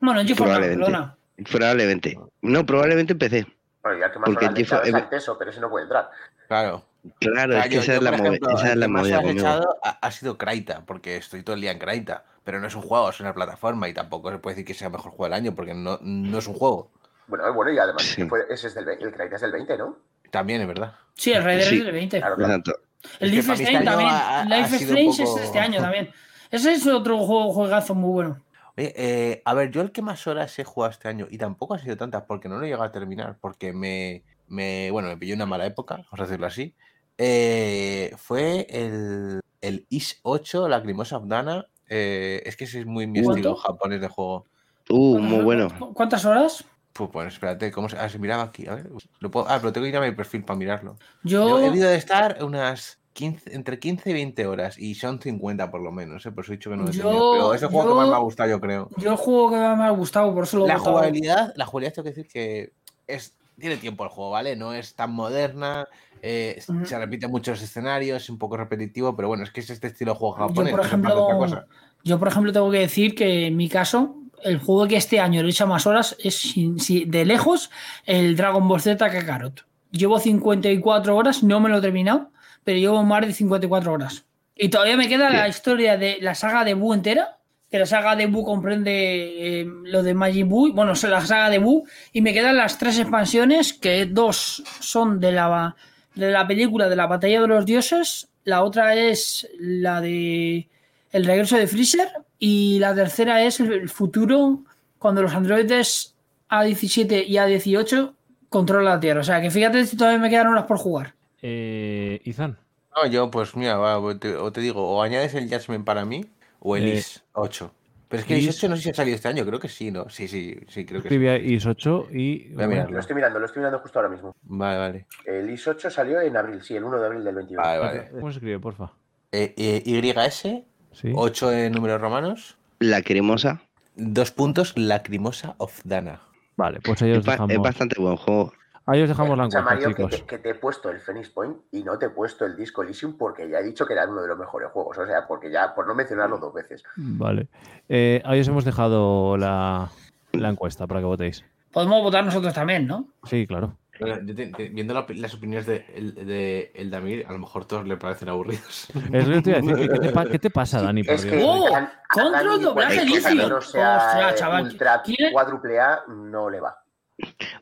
[SPEAKER 3] Bueno, en GeForce Now,
[SPEAKER 2] Probablemente.
[SPEAKER 3] perdona.
[SPEAKER 2] <laughs> Probablemente. No, probablemente empecé.
[SPEAKER 6] Bueno, ya que más
[SPEAKER 2] Porque
[SPEAKER 6] horas le
[SPEAKER 2] el Gifo-
[SPEAKER 6] echabas
[SPEAKER 2] eh,
[SPEAKER 6] al teso, pero ese no puede entrar.
[SPEAKER 4] Claro.
[SPEAKER 2] Claro,
[SPEAKER 4] O sea,
[SPEAKER 2] es que
[SPEAKER 4] yo-
[SPEAKER 2] esa
[SPEAKER 4] yo,
[SPEAKER 2] es la
[SPEAKER 4] por
[SPEAKER 2] movida.
[SPEAKER 4] ejemplo,
[SPEAKER 2] Esa
[SPEAKER 4] al
[SPEAKER 2] es
[SPEAKER 4] que
[SPEAKER 2] la
[SPEAKER 4] más
[SPEAKER 2] movida
[SPEAKER 4] horas he
[SPEAKER 2] conmigo.
[SPEAKER 4] echado ha, ha sido Kraita, porque estoy todo el día en Kraita. Pero no es un juego, es una plataforma y tampoco se puede decir que sea el mejor juego del año, porque no, no es un juego.
[SPEAKER 6] Bueno, eh, bueno, y además,
[SPEAKER 2] Sí.
[SPEAKER 6] que fue- ese es del, ve- el Crytek es del 20, ¿no?
[SPEAKER 4] También, es verdad.
[SPEAKER 3] Sí, el Red Dead
[SPEAKER 2] Sí.
[SPEAKER 3] es del 20.
[SPEAKER 6] Claro, claro.
[SPEAKER 2] Exacto.
[SPEAKER 3] El
[SPEAKER 4] Es que
[SPEAKER 3] Life
[SPEAKER 4] para
[SPEAKER 3] is
[SPEAKER 4] mí
[SPEAKER 3] Strange
[SPEAKER 4] este año
[SPEAKER 3] también.
[SPEAKER 4] ha- ha- ha
[SPEAKER 3] Life is
[SPEAKER 4] sido un
[SPEAKER 3] Strange
[SPEAKER 4] poco-
[SPEAKER 3] es este
[SPEAKER 4] <laughs>
[SPEAKER 3] año también. Ese es otro juego, juegazo muy bueno.
[SPEAKER 4] Oye, eh, a ver, yo el que más horas he jugado este año, y tampoco ha sido tantas, porque no lo he llegado a terminar, porque me, me bueno, me pilló una mala época, vamos a decirlo así, eh, fue el, el Is 8, Lacrimosa Afdana. eh, es que ese es muy mi
[SPEAKER 3] ¿Cuánto?
[SPEAKER 4] estilo japonés de juego.
[SPEAKER 2] Uh, muy bueno.
[SPEAKER 3] ¿Cu- ¿Cuántas horas?
[SPEAKER 4] Pues, bueno, espérate, ¿cómo se, ah, se miraba aquí? A ver, lo puedo, ah, pero tengo que ir a mi perfil para mirarlo. Yo
[SPEAKER 3] Yo,
[SPEAKER 4] he debido de estar unas 15, entre 15 y 20 horas, y son 50 por lo menos, eh, por eso he dicho que no lo he
[SPEAKER 3] Yo-
[SPEAKER 4] terminado, Pero es el juego que más
[SPEAKER 3] yo-
[SPEAKER 4] me ha gustado, yo creo.
[SPEAKER 3] yo el juego que más me ha gustado, por eso lo he
[SPEAKER 4] la
[SPEAKER 3] votado.
[SPEAKER 4] jugabilidad, la jugabilidad tengo que decir que es, tiene tiempo el juego, ¿vale? No es tan moderna, eh,
[SPEAKER 3] Ujú.
[SPEAKER 4] se repiten muchos escenarios, es un poco repetitivo, pero bueno, es que es este estilo de juego
[SPEAKER 3] Yo,
[SPEAKER 4] japonés.
[SPEAKER 3] por
[SPEAKER 4] no se trata de otra
[SPEAKER 3] ejemplo,
[SPEAKER 4] cosa.
[SPEAKER 3] yo, por ejemplo, tengo que decir que en mi caso, el juego que este año le he hecho más horas es, sin- si- de lejos, el Dragon Ball Z Kakarot. Llevo 54 horas, no me lo he terminado, pero llevo más de 54 horas. Y todavía me queda la historia de la saga de Buu entera, que que la saga de Boo comprende eh, lo de Magic Boo, bueno, es la saga de Boo, y me quedan las tres expansiones, que dos son de la, de la película de la batalla de los dioses, la otra es la de El regreso de Freezer, y la tercera es el, el futuro, cuando los androides A17 y A18 controlan la Tierra. O sea, que fíjate si todavía me quedan unas por jugar.
[SPEAKER 1] Eh, Izan.
[SPEAKER 4] No, yo, pues mira, va, o, te, o te digo, o añades el Jasmine para mí o el
[SPEAKER 1] Eh,
[SPEAKER 4] IS 8. Pero es que el
[SPEAKER 1] Is-
[SPEAKER 4] IS 8 no sé si ha salido este año, creo que sí, ¿no? Sí, sí, sí, creo que sí.
[SPEAKER 1] Escribía IS8 y.
[SPEAKER 4] Voy a mirarlo.
[SPEAKER 6] Lo estoy mirando, lo estoy mirando justo ahora mismo.
[SPEAKER 4] Vale, vale.
[SPEAKER 6] El IS 8 salió en abril, sí, el 1 de abril del 21.
[SPEAKER 4] Vale, vale.
[SPEAKER 1] ¿Cómo se escribe, porfa?
[SPEAKER 4] Eh, eh, YS,
[SPEAKER 1] Sí.
[SPEAKER 4] 8 en números romanos,
[SPEAKER 2] La cremosa.
[SPEAKER 4] dos puntos, Lacrimosa of Dana.
[SPEAKER 1] Vale, pues ahí os
[SPEAKER 2] Es, ba- es
[SPEAKER 1] dejamos.
[SPEAKER 2] bastante buen juego.
[SPEAKER 1] Ahí os dejamos la
[SPEAKER 6] O sea,
[SPEAKER 1] encuesta,
[SPEAKER 6] Mario, que
[SPEAKER 1] chicos.
[SPEAKER 6] te, que te he puesto el Phoenix Point y no te he puesto el Disco Elysium porque ya he dicho que era uno de los mejores juegos. O sea, porque ya, por no mencionarlo dos veces.
[SPEAKER 1] Vale. Eh, ahí os hemos dejado la, la encuesta para que votéis.
[SPEAKER 3] Podemos votar nosotros también, ¿no?
[SPEAKER 1] Sí, claro.
[SPEAKER 4] Bueno, yo te- te- viendo la- las opiniones de, el, de el Damir, a lo mejor todos le parecen aburridos. <laughs>
[SPEAKER 1] Es lo que te iba a decir. ¿Qué, qué te, pa- qué te pasa, Dani? por
[SPEAKER 6] es
[SPEAKER 1] Dios?
[SPEAKER 6] que
[SPEAKER 3] ¡Oh!
[SPEAKER 6] a- a
[SPEAKER 3] Control
[SPEAKER 6] Dani,
[SPEAKER 3] doblaje
[SPEAKER 6] cualquier cosa que
[SPEAKER 3] líquido.
[SPEAKER 6] no sea,
[SPEAKER 3] Ostras,
[SPEAKER 6] eh,
[SPEAKER 3] chaval,
[SPEAKER 6] Ultra
[SPEAKER 3] ¿quiere-
[SPEAKER 6] cuádruple A no le va.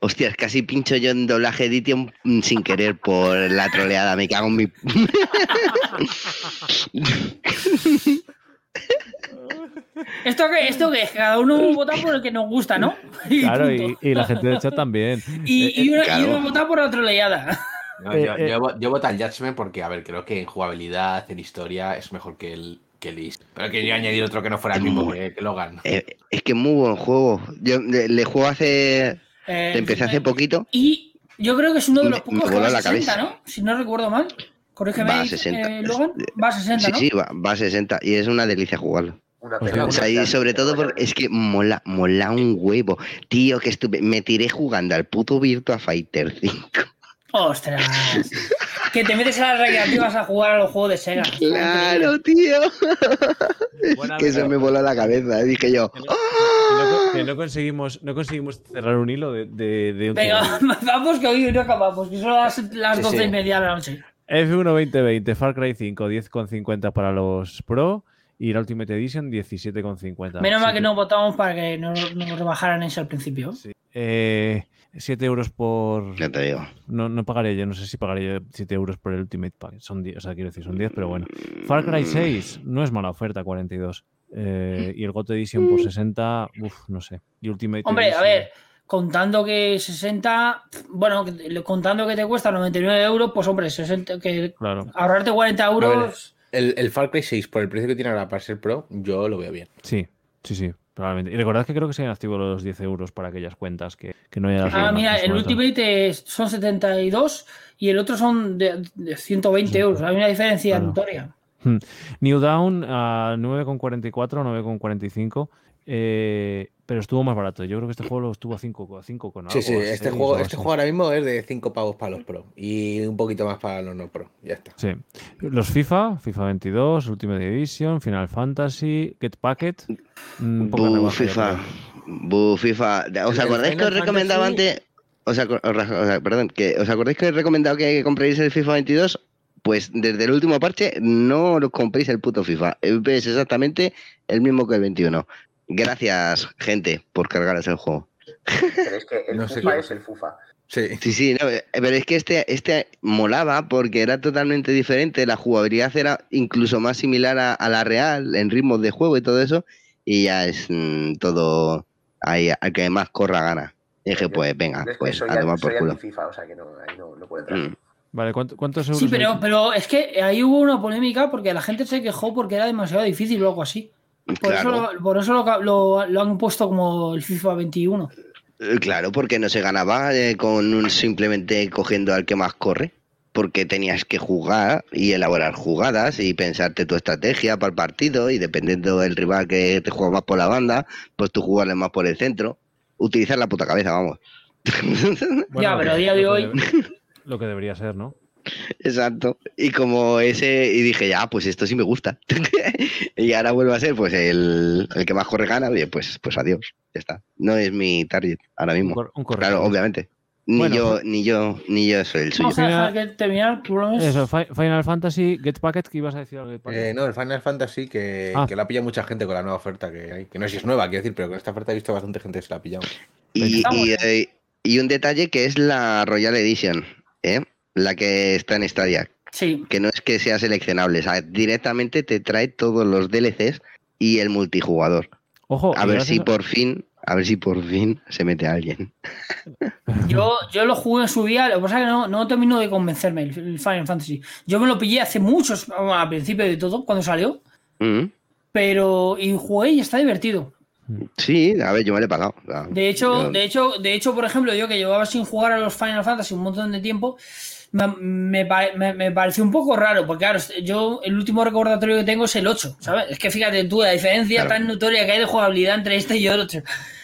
[SPEAKER 2] Hostias, casi pincho yo en doblaje edition mm, sin querer por la troleada. Me cago en mi.
[SPEAKER 3] ¿Esto qué? ¿Esto qué? Cada uno <laughs> vota por el que nos gusta, ¿no? Y
[SPEAKER 1] Claro, y,
[SPEAKER 3] punto.
[SPEAKER 1] y
[SPEAKER 4] <laughs>
[SPEAKER 1] la gente del chat también. Eh,
[SPEAKER 3] Y,
[SPEAKER 1] eh,
[SPEAKER 3] y uno,
[SPEAKER 2] claro.
[SPEAKER 3] y uno vota por la troleada.
[SPEAKER 2] <laughs>
[SPEAKER 4] No,
[SPEAKER 1] Eh,
[SPEAKER 4] yo,
[SPEAKER 1] eh.
[SPEAKER 4] yo vo- yo voto al Judgment porque, a ver, creo que en jugabilidad, en historia, es mejor que el, que el East. Pero quería añadir otro que no fuera el mismo que, que Logan.
[SPEAKER 2] Eh, es que es muy buen juego. Yo le, le juego hace.
[SPEAKER 3] Eh,
[SPEAKER 2] Le empecé hace poquito.
[SPEAKER 3] Y yo creo que es uno de los
[SPEAKER 2] Me- me
[SPEAKER 3] pocos que
[SPEAKER 2] voló
[SPEAKER 3] va a
[SPEAKER 2] la
[SPEAKER 3] 60,
[SPEAKER 2] cabeza.
[SPEAKER 3] ¿no? Si no recuerdo mal. Corrígeme,
[SPEAKER 2] Va a 60.
[SPEAKER 3] eh, Logan. Va a 60,
[SPEAKER 2] Sí,
[SPEAKER 3] ¿no?
[SPEAKER 2] sí, va, va a 60. Y es una delicia jugarlo.
[SPEAKER 6] Una
[SPEAKER 1] Pues
[SPEAKER 6] pena.
[SPEAKER 2] O sea, y sobre todo porque es que mola, mola un huevo. Tío, que estuve. Me tiré jugando al puto Virtua Fighter 5.
[SPEAKER 3] ¡Ostras! que te metes a las recreativas a jugar a los juegos de Sega.
[SPEAKER 2] Claro, tío.
[SPEAKER 1] eh, Buena
[SPEAKER 2] que eso
[SPEAKER 1] vida.
[SPEAKER 2] me voló la cabeza. Dije yo.
[SPEAKER 1] Que
[SPEAKER 2] "Ah".
[SPEAKER 1] no, que no conseguimos, no conseguimos cerrar un hilo de, de- de un
[SPEAKER 3] Venga, <laughs>
[SPEAKER 1] tiro.
[SPEAKER 3] vamos que hoy no acabamos, que son las, las
[SPEAKER 4] Sí,
[SPEAKER 3] 12
[SPEAKER 4] sí.
[SPEAKER 3] y media de la noche.
[SPEAKER 1] F1 2020, Far Cry 5, 10,50 para los Pro y la Ultimate Edition 17,50.
[SPEAKER 3] Menos mal que
[SPEAKER 1] Siete-
[SPEAKER 3] no votamos para que no nos rebajaran eso al principio.
[SPEAKER 1] sí. Eh, 7 euros por.
[SPEAKER 2] No te digo.
[SPEAKER 1] No, no pagaré yo, no sé si pagaré yo 7 euros por el Ultimate Pack. Son 10, o sea, quiero decir, son 10, pero bueno. Far
[SPEAKER 2] Mm.
[SPEAKER 1] Cry 6 no es mala oferta, 42. Eh, y el GOT Edition por 60, uff, no sé. Y Ultimate
[SPEAKER 3] Mm. Hombre, a
[SPEAKER 1] Edition-
[SPEAKER 3] ver, contando que 60, bueno, que- contando que te cuesta 99 euros, pues hombre, 60, que
[SPEAKER 1] Claro,
[SPEAKER 3] ahorrarte 40 euros.
[SPEAKER 4] El, el Far Cry 6, por el precio que tiene ahora para ser pro, yo lo veo bien.
[SPEAKER 1] sí, sí, sí, probablemente. Y recordad que creo que se han activado los 10 euros para aquellas cuentas que, que no hayan
[SPEAKER 3] Ah,
[SPEAKER 1] firmado
[SPEAKER 3] mira,
[SPEAKER 1] en su
[SPEAKER 3] el
[SPEAKER 1] momento.
[SPEAKER 3] Ultimate es- son 72 y el otro son de, de 120 euros. Hay una diferencia
[SPEAKER 1] Claro.
[SPEAKER 3] notoria.
[SPEAKER 1] New Down a 9,44, 9,45. eh, pero estuvo más barato. Yo creo que este juego lo estuvo a 5, a 5 con
[SPEAKER 4] Sí,
[SPEAKER 1] algo,
[SPEAKER 4] sí,
[SPEAKER 1] a seis
[SPEAKER 4] este
[SPEAKER 1] o
[SPEAKER 4] juego,
[SPEAKER 1] algo
[SPEAKER 4] este
[SPEAKER 1] así.
[SPEAKER 4] juego ahora mismo es de 5 pavos para los pro y un poquito más para los no pro. Ya está.
[SPEAKER 1] Sí. Los FIFA, FIFA 22, Ultimate Edition, Final Fantasy, Get Packet. mm, poca
[SPEAKER 2] Bu
[SPEAKER 1] rebaja, yo
[SPEAKER 2] FIFA.
[SPEAKER 1] creo.
[SPEAKER 2] Bu FIFA. ¿Os
[SPEAKER 4] El
[SPEAKER 2] acordáis que
[SPEAKER 4] Final
[SPEAKER 2] os recomendaba
[SPEAKER 4] Fantasy-
[SPEAKER 2] antes? Os acor- os ra- o sea, perdón, que os acordáis que os he recomendado que compréis el FIFA 22? Pues desde el último parche no lo compréis el puto FIFA. Es exactamente el mismo que el 21. Gracias, gente, por cargaros el juego.
[SPEAKER 6] Pero es que el
[SPEAKER 4] No sé
[SPEAKER 6] FUFA
[SPEAKER 4] yo.
[SPEAKER 6] es el FUFA.
[SPEAKER 4] Sí.
[SPEAKER 2] Sí, sí, no, eh, pero es que este, este molaba porque era totalmente diferente, la jugabilidad era incluso más similar a, a la real en ritmos de juego y todo eso, y ya es mm, todo ahí, al que más corra gana. Y dije, pues venga,
[SPEAKER 6] Yo es que
[SPEAKER 2] pues
[SPEAKER 6] soy,
[SPEAKER 2] a tomar por culo.
[SPEAKER 6] FIFA, o sea que no, ahí no, no puedo entrar.
[SPEAKER 2] Mm.
[SPEAKER 1] Vale, ¿cuánto- ¿cuántos euros?
[SPEAKER 3] Sí, pero,
[SPEAKER 1] hay?
[SPEAKER 3] pero es que ahí hubo una polémica porque la gente se quejó porque era demasiado difícil o algo así. Por
[SPEAKER 2] Mm, Claro,
[SPEAKER 3] eso, lo, por eso lo, lo- lo han puesto como el FIFA 21.
[SPEAKER 2] eh, claro, porque no se ganaba eh, con un- simplemente cogiendo al que más corre, porque tenías que jugar y elaborar jugadas y pensarte tu estrategia para el partido y dependiendo del rival que te juega más por la banda, pues tú jugarle más por el centro. Utilizar la puta cabeza, vamos. <laughs>
[SPEAKER 3] Ya, pero a día
[SPEAKER 1] lo
[SPEAKER 3] de
[SPEAKER 1] que
[SPEAKER 3] hoy-
[SPEAKER 1] debe- Lo que debería ser, ¿no?
[SPEAKER 2] Exacto. Y como ese, y dije, ya, pues esto sí me gusta. <laughs> y ahora vuelvo a ser, pues, el, el que más corre gana, oye, pues, pues adiós. Ya está. No es mi target ahora
[SPEAKER 1] Un,
[SPEAKER 2] mismo.
[SPEAKER 1] cor- un correo.
[SPEAKER 2] Claro, obviamente. Ni
[SPEAKER 1] Bueno.
[SPEAKER 2] yo, ni yo, ni yo soy el suyo.
[SPEAKER 3] Vamos a dejar que terminar, por lo menos.
[SPEAKER 1] Eso, Fi- Final Fantasy, Get Packet, ¿qué ibas a decir? algo de Packet?
[SPEAKER 4] Eh, no, el Final Fantasy que,
[SPEAKER 1] Ah.
[SPEAKER 4] que la pilla mucha gente con la nueva oferta que hay. Que no sé si es nueva, quiero decir, pero con esta oferta he visto bastante gente que se la ha pillado.
[SPEAKER 2] Y,
[SPEAKER 3] Está muy
[SPEAKER 2] y, eh, y un detalle que es la Royal Edition, ¿eh? la que está en Stadia,
[SPEAKER 3] Sí,
[SPEAKER 2] que no es que sea seleccionable, o sea, directamente te trae todos los DLCs y el multijugador.
[SPEAKER 3] Oh,
[SPEAKER 1] Ojo,
[SPEAKER 2] A
[SPEAKER 1] y
[SPEAKER 2] ver
[SPEAKER 1] ahora
[SPEAKER 2] si
[SPEAKER 1] tengo-
[SPEAKER 2] por fin, a ver si por fin se mete alguien.
[SPEAKER 3] yo, yo lo jugué en su día, lo que pasa es que no, no termino de convencerme el, el Final Fantasy. Yo me lo pillé hace muchos, bueno, al principio de todo, cuando salió,
[SPEAKER 2] Mm,
[SPEAKER 3] pero y jugué y está divertido.
[SPEAKER 2] Sí, a ver, yo me lo he pagado. o sea,
[SPEAKER 3] De hecho,
[SPEAKER 2] yo-
[SPEAKER 3] de hecho, de hecho, por ejemplo, yo que llevaba sin jugar a los Final Fantasy un montón de tiempo, me, me pa- me- me pareció un poco raro, porque claro, este, yo el último recordatorio que tengo es el 8, ¿sabes? Es que fíjate tú, la diferencia
[SPEAKER 2] Claro.
[SPEAKER 3] tan notoria que hay de jugabilidad entre este y el otro.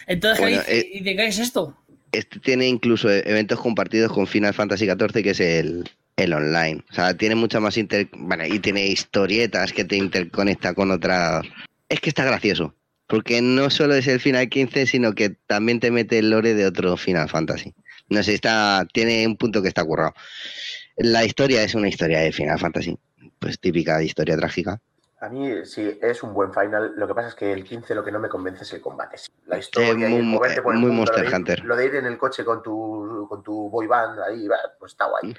[SPEAKER 3] Entonces,
[SPEAKER 2] Bueno,
[SPEAKER 3] ahí,
[SPEAKER 2] eh,
[SPEAKER 3] ¿y de qué es esto?
[SPEAKER 2] Este tiene incluso e- eventos compartidos con Final Fantasy XIV, que es el, el online. O sea, tiene mucha más inter... Bueno, y tiene historietas que te interconecta con otras... Es que está gracioso. Porque no solo es el Final 15, sino que también te mete el lore de otro Final Fantasy. No sé, está... tiene un punto que está currado. La historia es una historia de Final Fantasy. Pues típica de historia trágica.
[SPEAKER 6] A mí sí, es un buen final. Lo que pasa es que el 15 lo que no me convence es el combate. sí. La
[SPEAKER 2] Eh,
[SPEAKER 6] historia, y
[SPEAKER 2] muy-
[SPEAKER 6] el moverte por el
[SPEAKER 2] muy
[SPEAKER 6] mundo,
[SPEAKER 2] Monster
[SPEAKER 6] lo de, ir-
[SPEAKER 2] Hunter.
[SPEAKER 6] Lo de ir en el coche con tu, con tu boy band ahí, va, pues está
[SPEAKER 2] Mm.
[SPEAKER 6] guay.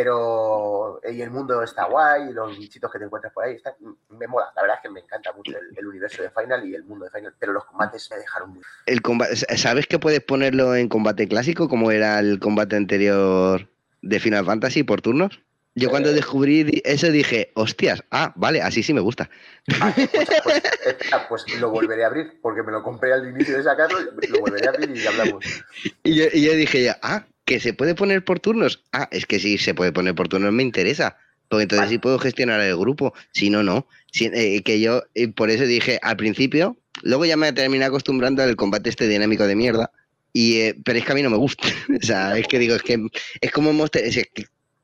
[SPEAKER 6] Pero y el mundo está guay, y los bichitos que te encuentras por ahí, está, me mola. La verdad es que me encanta mucho el, el universo de Final y el mundo de Final, pero los combates me dejaron muy.
[SPEAKER 2] El combate... ¿Sabes que puedes ponerlo en combate clásico, como era el combate anterior de Final Fantasy por turnos? Yo cuando
[SPEAKER 6] Eh.
[SPEAKER 2] descubrí di- eso dije, hostias, ah, vale, así sí me gusta.
[SPEAKER 6] Vale, pues, pues, espera, pues lo volveré a abrir, porque me lo compré al inicio de sacarlo, lo volveré a abrir y hablamos.
[SPEAKER 2] Y yo, y yo dije ya, ah, que se puede poner por turnos. Ah, es que sí, se puede poner por turnos, me interesa. Porque entonces
[SPEAKER 6] Vale.
[SPEAKER 2] sí puedo gestionar el grupo. Si no, no. Si- eh, que yo, eh, por eso dije al principio, luego ya me terminé acostumbrando al combate este dinámico de mierda. Y, eh, pero es que a mí no me gusta. <laughs> o sea, es que digo, es que es como Monster, es,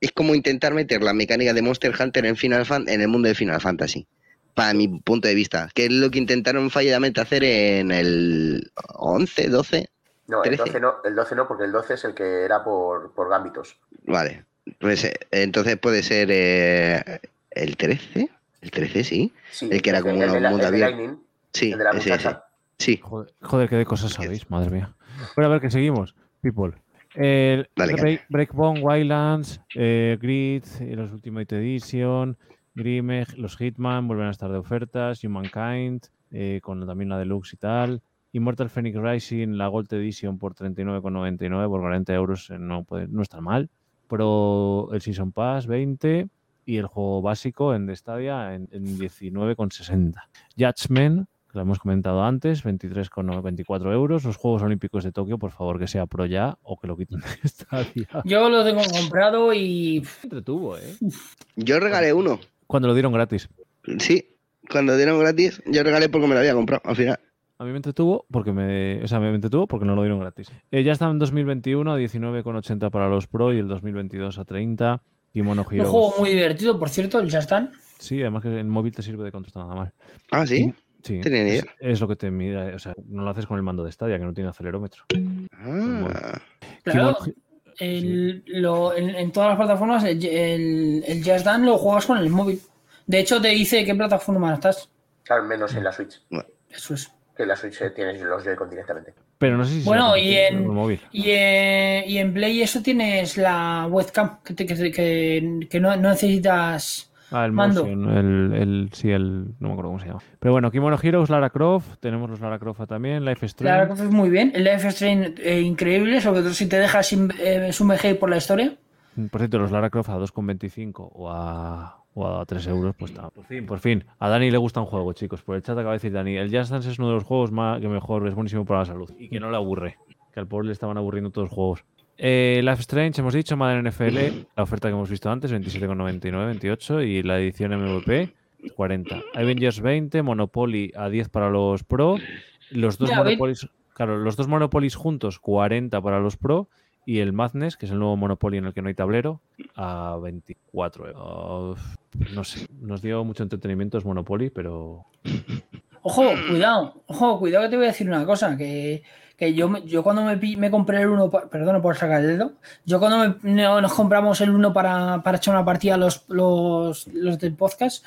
[SPEAKER 2] es como intentar meter la mecánica de Monster Hunter en Final Fan, en el mundo de Final Fantasy. Para mi punto de vista, que es lo que intentaron fallidamente hacer en el 11, 12,
[SPEAKER 6] No, el
[SPEAKER 2] 13.
[SPEAKER 6] 12 no, el 12 no, porque el 12 es el que era por, por gambitos.
[SPEAKER 2] Vale. Pues eh, entonces puede ser eh, el 13. El 13, sí.
[SPEAKER 6] Sí,
[SPEAKER 2] El que era como un
[SPEAKER 6] de la-
[SPEAKER 2] mundo
[SPEAKER 6] el de
[SPEAKER 2] abierto.
[SPEAKER 6] Lightning,
[SPEAKER 2] Sí,
[SPEAKER 6] el de la
[SPEAKER 2] ese, ese.
[SPEAKER 6] muchacha.
[SPEAKER 2] Sí.
[SPEAKER 1] Joder, joder, qué de cosas sabéis, madre mía. Bueno, a ver, que seguimos. People. El
[SPEAKER 2] Dale,
[SPEAKER 1] Break- Breakbone, Wildlands, eh, Grid, eh, los Ultimate Edition, Grimmage, los Hitman, vuelven a estar de ofertas, Humankind, eh, con también la Deluxe y tal. Immortal Phoenix Rising, la Gold Edition por 39,99, por 40 euros, eh, no, puede, no está mal. Pro el Season Pass, 20. Y el juego básico en The Stadia en, en 19,60. Judgment, que lo hemos comentado antes, 23,94 euros. Los Juegos Olímpicos de Tokio, por favor, que sea pro ya o que lo quiten de <laughs> Stadia.
[SPEAKER 3] Yo lo tengo comprado y
[SPEAKER 1] Me entretuvo, ¿eh?
[SPEAKER 2] Yo regalé uno.
[SPEAKER 1] Cuando lo dieron gratis.
[SPEAKER 2] Sí. Cuando dieron gratis, yo regalé porque me lo había comprado al final.
[SPEAKER 1] A mí me entretuvo porque me, o sea, me entretuvo porque no lo dieron gratis. Eh, ya está en 2021 a 19,80 para los pro y el 2022 a 30. Kimono
[SPEAKER 3] un
[SPEAKER 1] Heroes.
[SPEAKER 3] juego muy divertido, por cierto, el Justin.
[SPEAKER 1] Sí, además que el móvil te sirve de control nada mal.
[SPEAKER 2] Ah, sí.
[SPEAKER 1] Sí,
[SPEAKER 2] Tenía ni
[SPEAKER 1] es,
[SPEAKER 2] idea.
[SPEAKER 1] es lo que te mira, eh, o sea, no lo haces con el mando de Stadia, que no tiene acelerómetro.
[SPEAKER 2] Ah.
[SPEAKER 3] Claro,
[SPEAKER 1] Kimono-
[SPEAKER 3] el- lo- en, en todas las plataformas el, el, el Just Dance lo juegas con el móvil. De hecho, te dice qué plataforma estás.
[SPEAKER 6] Claro, menos en la Switch,
[SPEAKER 3] Eso es.
[SPEAKER 6] que en la Switch eh, tienes los Joy-Con directamente.
[SPEAKER 1] Pero no sé si será
[SPEAKER 3] Bueno, y
[SPEAKER 1] compatible
[SPEAKER 3] en-
[SPEAKER 1] con el móvil.
[SPEAKER 3] Y, eh, y en Play eso tienes la webcam, que, te- que, que- que no, no necesitas...
[SPEAKER 1] Ah, el
[SPEAKER 3] Mando.
[SPEAKER 1] Motion, el, el, sí, el, no me acuerdo cómo se llama. Pero bueno, Kimono Heroes, Lara Croft, tenemos los Lara Croft también, Life is
[SPEAKER 3] La
[SPEAKER 1] Strange,
[SPEAKER 3] verdad que es muy bien. El Life is Strange eh, increíble, sobre todo si te dejas in- eh, sumergir por la historia.
[SPEAKER 1] por cierto, los Lara Croft a 2,25 o a, o a 3 euros, pues está, por fin, por fin. A Dani le gusta un juego, chicos, por el chat acaba de decir Dani, el Just Dance es uno de los juegos más, que mejor, es buenísimo para la salud y que no le aburre, que al pobre le estaban aburriendo todos los juegos. Eh, Life is Strange, hemos dicho, Madden NFL, la oferta que hemos visto antes, 27,99, 28 y la edición MVP, 40. Avengers 20, Monopoly a 10 para los Pro, los dos
[SPEAKER 3] Ya, ve-
[SPEAKER 1] Monopolies, claro, los dos Monopolies juntos 40 para los Pro y el Madness, que es el nuevo Monopoly en el que no hay tablero, a 24. euros. no sé, nos dio mucho entretenimiento es Monopoly, pero
[SPEAKER 3] Ojo, cuidado, ojo, cuidado que te voy a decir una cosa, que, que que yo, me- yo cuando me, pi- me compré el uno, pa- perdona por sacar el dedo, yo cuando me- no- nos compramos el uno para, para echar una partida los, los, los del podcast,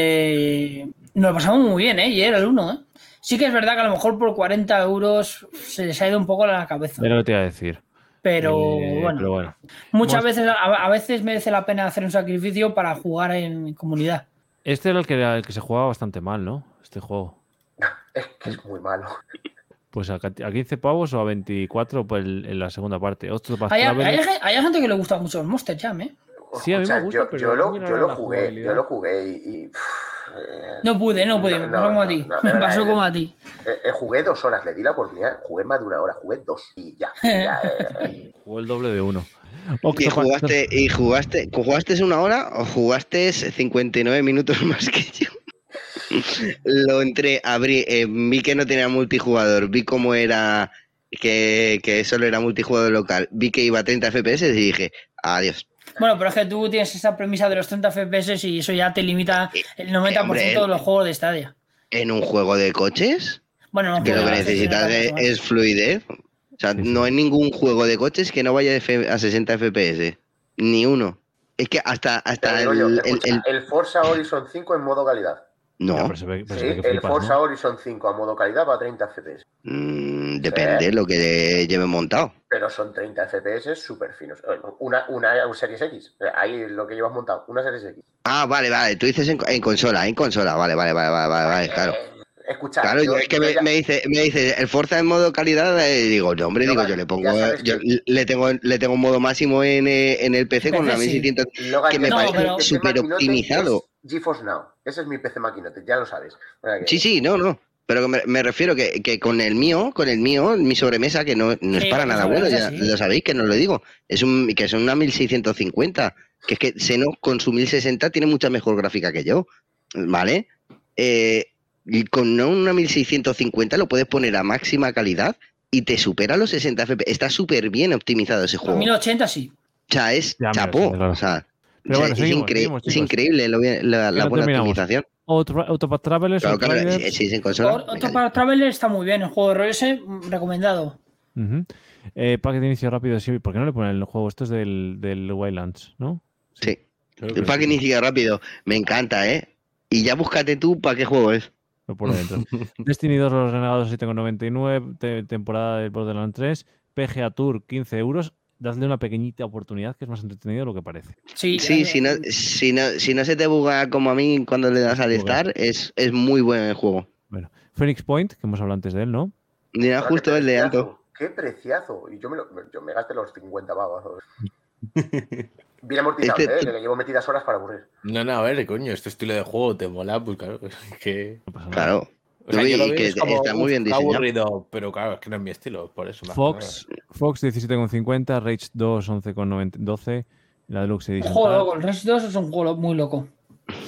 [SPEAKER 3] eh, nos lo pasamos muy bien, ¿eh? Y era el uno, ¿eh? Sí que es verdad que a lo mejor por 40 euros se les ha ido un poco la cabeza,
[SPEAKER 1] Era lo que te iba a decir.
[SPEAKER 3] pero
[SPEAKER 1] Eh,
[SPEAKER 3] bueno.
[SPEAKER 1] Pero bueno.
[SPEAKER 3] Muchas
[SPEAKER 1] Mos-
[SPEAKER 3] veces, a, a veces merece la pena hacer un sacrificio para jugar en comunidad.
[SPEAKER 1] Este era el que, era el que se jugaba bastante mal, ¿no? Este juego.
[SPEAKER 6] Es que es muy malo.
[SPEAKER 1] Pues a, ca- a 15 pavos o a 24 por el- en la segunda parte. Otro para
[SPEAKER 3] Hay,
[SPEAKER 1] Traveler.
[SPEAKER 3] hay- hay gente que le gusta mucho el Monster Jam, ¿eh?
[SPEAKER 1] Sí, a mí me
[SPEAKER 6] Escucha,
[SPEAKER 1] gusta,
[SPEAKER 6] yo,
[SPEAKER 1] pero
[SPEAKER 6] yo lo,
[SPEAKER 1] mira
[SPEAKER 6] yo lo
[SPEAKER 1] la
[SPEAKER 6] jugué, yo
[SPEAKER 1] jugabilidad.
[SPEAKER 6] lo jugué y... y, pff, eh,
[SPEAKER 3] No pude, no pude,
[SPEAKER 6] No,
[SPEAKER 3] me pasó
[SPEAKER 6] no,
[SPEAKER 3] como a
[SPEAKER 6] no,
[SPEAKER 3] ti.
[SPEAKER 6] no,
[SPEAKER 3] me
[SPEAKER 6] no,
[SPEAKER 3] pasó
[SPEAKER 6] no,
[SPEAKER 3] como
[SPEAKER 6] no.
[SPEAKER 3] a ti.
[SPEAKER 6] eh, eh, jugué dos horas, le di la oportunidad, jugué más de una hora, jugué dos y ya. ya, eh,
[SPEAKER 1] Jugó el doble de uno.
[SPEAKER 2] ¿Y
[SPEAKER 1] Octopath-
[SPEAKER 2] jugaste, y jugaste, jugaste una hora o jugaste 59 minutos <laughs> más que yo? Lo entré, abrí, eh, vi que no tenía multijugador, vi cómo era, que, que solo era multijugador local, vi que iba a 30 FPS y dije, adiós.
[SPEAKER 3] Bueno, pero es que tú tienes esa premisa de los 30 FPS y eso ya te limita el 90% de
[SPEAKER 2] eh,
[SPEAKER 3] los juegos de Stadia.
[SPEAKER 2] En un juego de coches,
[SPEAKER 3] Bueno, no
[SPEAKER 2] que lo que
[SPEAKER 3] puedo,
[SPEAKER 2] necesitas es,
[SPEAKER 3] no,
[SPEAKER 2] es fluidez. O sea,
[SPEAKER 1] Sí, sí.
[SPEAKER 2] no hay ningún juego de coches que no vaya de F- a 60 FPS, ni uno. Es que hasta,
[SPEAKER 6] te
[SPEAKER 2] hasta el,
[SPEAKER 6] digo yo,
[SPEAKER 2] el-
[SPEAKER 6] escucha,
[SPEAKER 2] el-
[SPEAKER 6] el Forza Horizon 5 en modo calidad.
[SPEAKER 1] Ya,
[SPEAKER 2] No,
[SPEAKER 1] pero se ve- pero se
[SPEAKER 6] Sí,
[SPEAKER 1] ve Pues que
[SPEAKER 6] el
[SPEAKER 1] flipas, ¿no?
[SPEAKER 6] Forza Horizon 5 a modo calidad va a 30 FPS.
[SPEAKER 2] mm, depende lo que lleve montado.
[SPEAKER 6] Pero son 30 FPS súper finos. Eh, Una, una Series X. eh, Ahí es lo que llevas montado. Una Series X.
[SPEAKER 2] Ah, vale, vale, tú dices en, en consola, en consola, vale, vale, vale, vale, vale, vale, claro.
[SPEAKER 6] Eh, escucha.
[SPEAKER 2] Claro, yo
[SPEAKER 6] yo-
[SPEAKER 2] es que
[SPEAKER 6] yo
[SPEAKER 2] me,
[SPEAKER 6] ya-
[SPEAKER 2] me dice, me dice, el Forza en modo calidad, eh, digo, no, hombre,
[SPEAKER 6] No,
[SPEAKER 2] digo,
[SPEAKER 6] vale,
[SPEAKER 2] yo le
[SPEAKER 6] ya
[SPEAKER 2] pongo,
[SPEAKER 6] sabes
[SPEAKER 2] yo
[SPEAKER 6] que-
[SPEAKER 2] le tengo, le tengo modo máximo en, eh, en el PC con la
[SPEAKER 3] Sí.
[SPEAKER 2] 1600.
[SPEAKER 6] Logan,
[SPEAKER 2] que
[SPEAKER 6] yo
[SPEAKER 2] me
[SPEAKER 6] tengo
[SPEAKER 3] parece
[SPEAKER 6] mi PC
[SPEAKER 2] súper
[SPEAKER 6] maquinote,
[SPEAKER 2] optimizado.
[SPEAKER 6] este es GeForce Now. Ese es mi PC maquinote, ya lo sabes. O sea que-
[SPEAKER 2] Sí, sí, no, no. Pero que me, me refiero que, que con el mío, con el mío, mi sobremesa, que no, no es
[SPEAKER 3] Sí,
[SPEAKER 2] para
[SPEAKER 3] con tu
[SPEAKER 2] nada bueno, ya
[SPEAKER 3] sobremesa, sí.
[SPEAKER 2] lo sabéis que no lo digo, es un, que son una 1650, que es que Xeno con su 1060 tiene mucha mejor gráfica que yo, ¿vale? Eh, y con no una 1650 lo puedes poner a máxima calidad y te supera los 60 FPS. Está súper bien optimizado ese juego.
[SPEAKER 3] 2080 sí.
[SPEAKER 2] O sea, es
[SPEAKER 1] Ya, mira,
[SPEAKER 2] chapó.
[SPEAKER 1] sí, claro.
[SPEAKER 2] O sea,
[SPEAKER 1] Pero
[SPEAKER 2] o sea,
[SPEAKER 1] bueno,
[SPEAKER 2] es,
[SPEAKER 1] seguimos,
[SPEAKER 2] incre-
[SPEAKER 1] seguimos,
[SPEAKER 2] es
[SPEAKER 1] chicos.
[SPEAKER 2] increíble lo bien- la, la
[SPEAKER 1] no
[SPEAKER 2] buena
[SPEAKER 1] terminamos.
[SPEAKER 2] optimización.
[SPEAKER 1] Otro, Autopath Traveler.
[SPEAKER 2] Claro, claro, eh,
[SPEAKER 1] Outriders.
[SPEAKER 2] si- si es en consola,
[SPEAKER 3] Otro
[SPEAKER 2] venga,
[SPEAKER 3] otro para Traveler está muy bien, el juego de roles eh, recomendado.
[SPEAKER 1] Ujú. Eh, pack de inicio rápido. Sí, ¿Por qué no le ponen el juego? Esto es del, del Wildlands, ¿no?
[SPEAKER 2] sí.
[SPEAKER 4] Creo que
[SPEAKER 2] El pack
[SPEAKER 4] sí.
[SPEAKER 2] inicia rápido, me encanta, ¿eh? Y ya búscate tú para qué juego es.
[SPEAKER 1] Lo pone
[SPEAKER 2] <laughs>
[SPEAKER 1] dentro. Destiny 2, Los Renegados 7,99. te- temporada de Borderlands 3. PGA Tour, 15 euros. Dadle una pequeñita oportunidad que es más entretenido de lo que parece.
[SPEAKER 3] Sí,
[SPEAKER 2] Sí,
[SPEAKER 3] eh,
[SPEAKER 2] si no, si, no, si no se te buga como a mí cuando le das al
[SPEAKER 1] Buguea.
[SPEAKER 2] estar, es, es muy buen juego.
[SPEAKER 1] Phoenix Point, que hemos hablado antes de él, ¿no?
[SPEAKER 2] Mira,
[SPEAKER 6] Ahora,
[SPEAKER 2] justo
[SPEAKER 6] qué
[SPEAKER 2] el de
[SPEAKER 6] preciazo,
[SPEAKER 2] Anto.
[SPEAKER 6] Qué preciazo. Y yo me, lo- yo me gasté los
[SPEAKER 4] <laughs>
[SPEAKER 6] 50 pavos. Bien amortizado,
[SPEAKER 2] Este-
[SPEAKER 6] ¿eh? que le llevo metidas horas para aburrir.
[SPEAKER 4] No, no, a ver, coño, este estilo de juego te mola, pues claro, <laughs> es que.
[SPEAKER 1] No pasa nada.
[SPEAKER 2] Claro.
[SPEAKER 4] O sea,
[SPEAKER 2] Uy,
[SPEAKER 4] yo lo
[SPEAKER 2] y
[SPEAKER 4] veo
[SPEAKER 2] que
[SPEAKER 4] y es como,
[SPEAKER 2] está muy
[SPEAKER 4] "Uf,
[SPEAKER 2] bien
[SPEAKER 4] qué
[SPEAKER 2] diseñado".
[SPEAKER 4] aburrido, pero claro, es que no es mi estilo, por eso. más que
[SPEAKER 1] Fox, Fox 17,50. Rage 2, 11,12. La Deluxe
[SPEAKER 3] Un
[SPEAKER 1] Edition.
[SPEAKER 3] juego
[SPEAKER 1] tal.
[SPEAKER 3] loco, el Res 2 es un juego muy loco.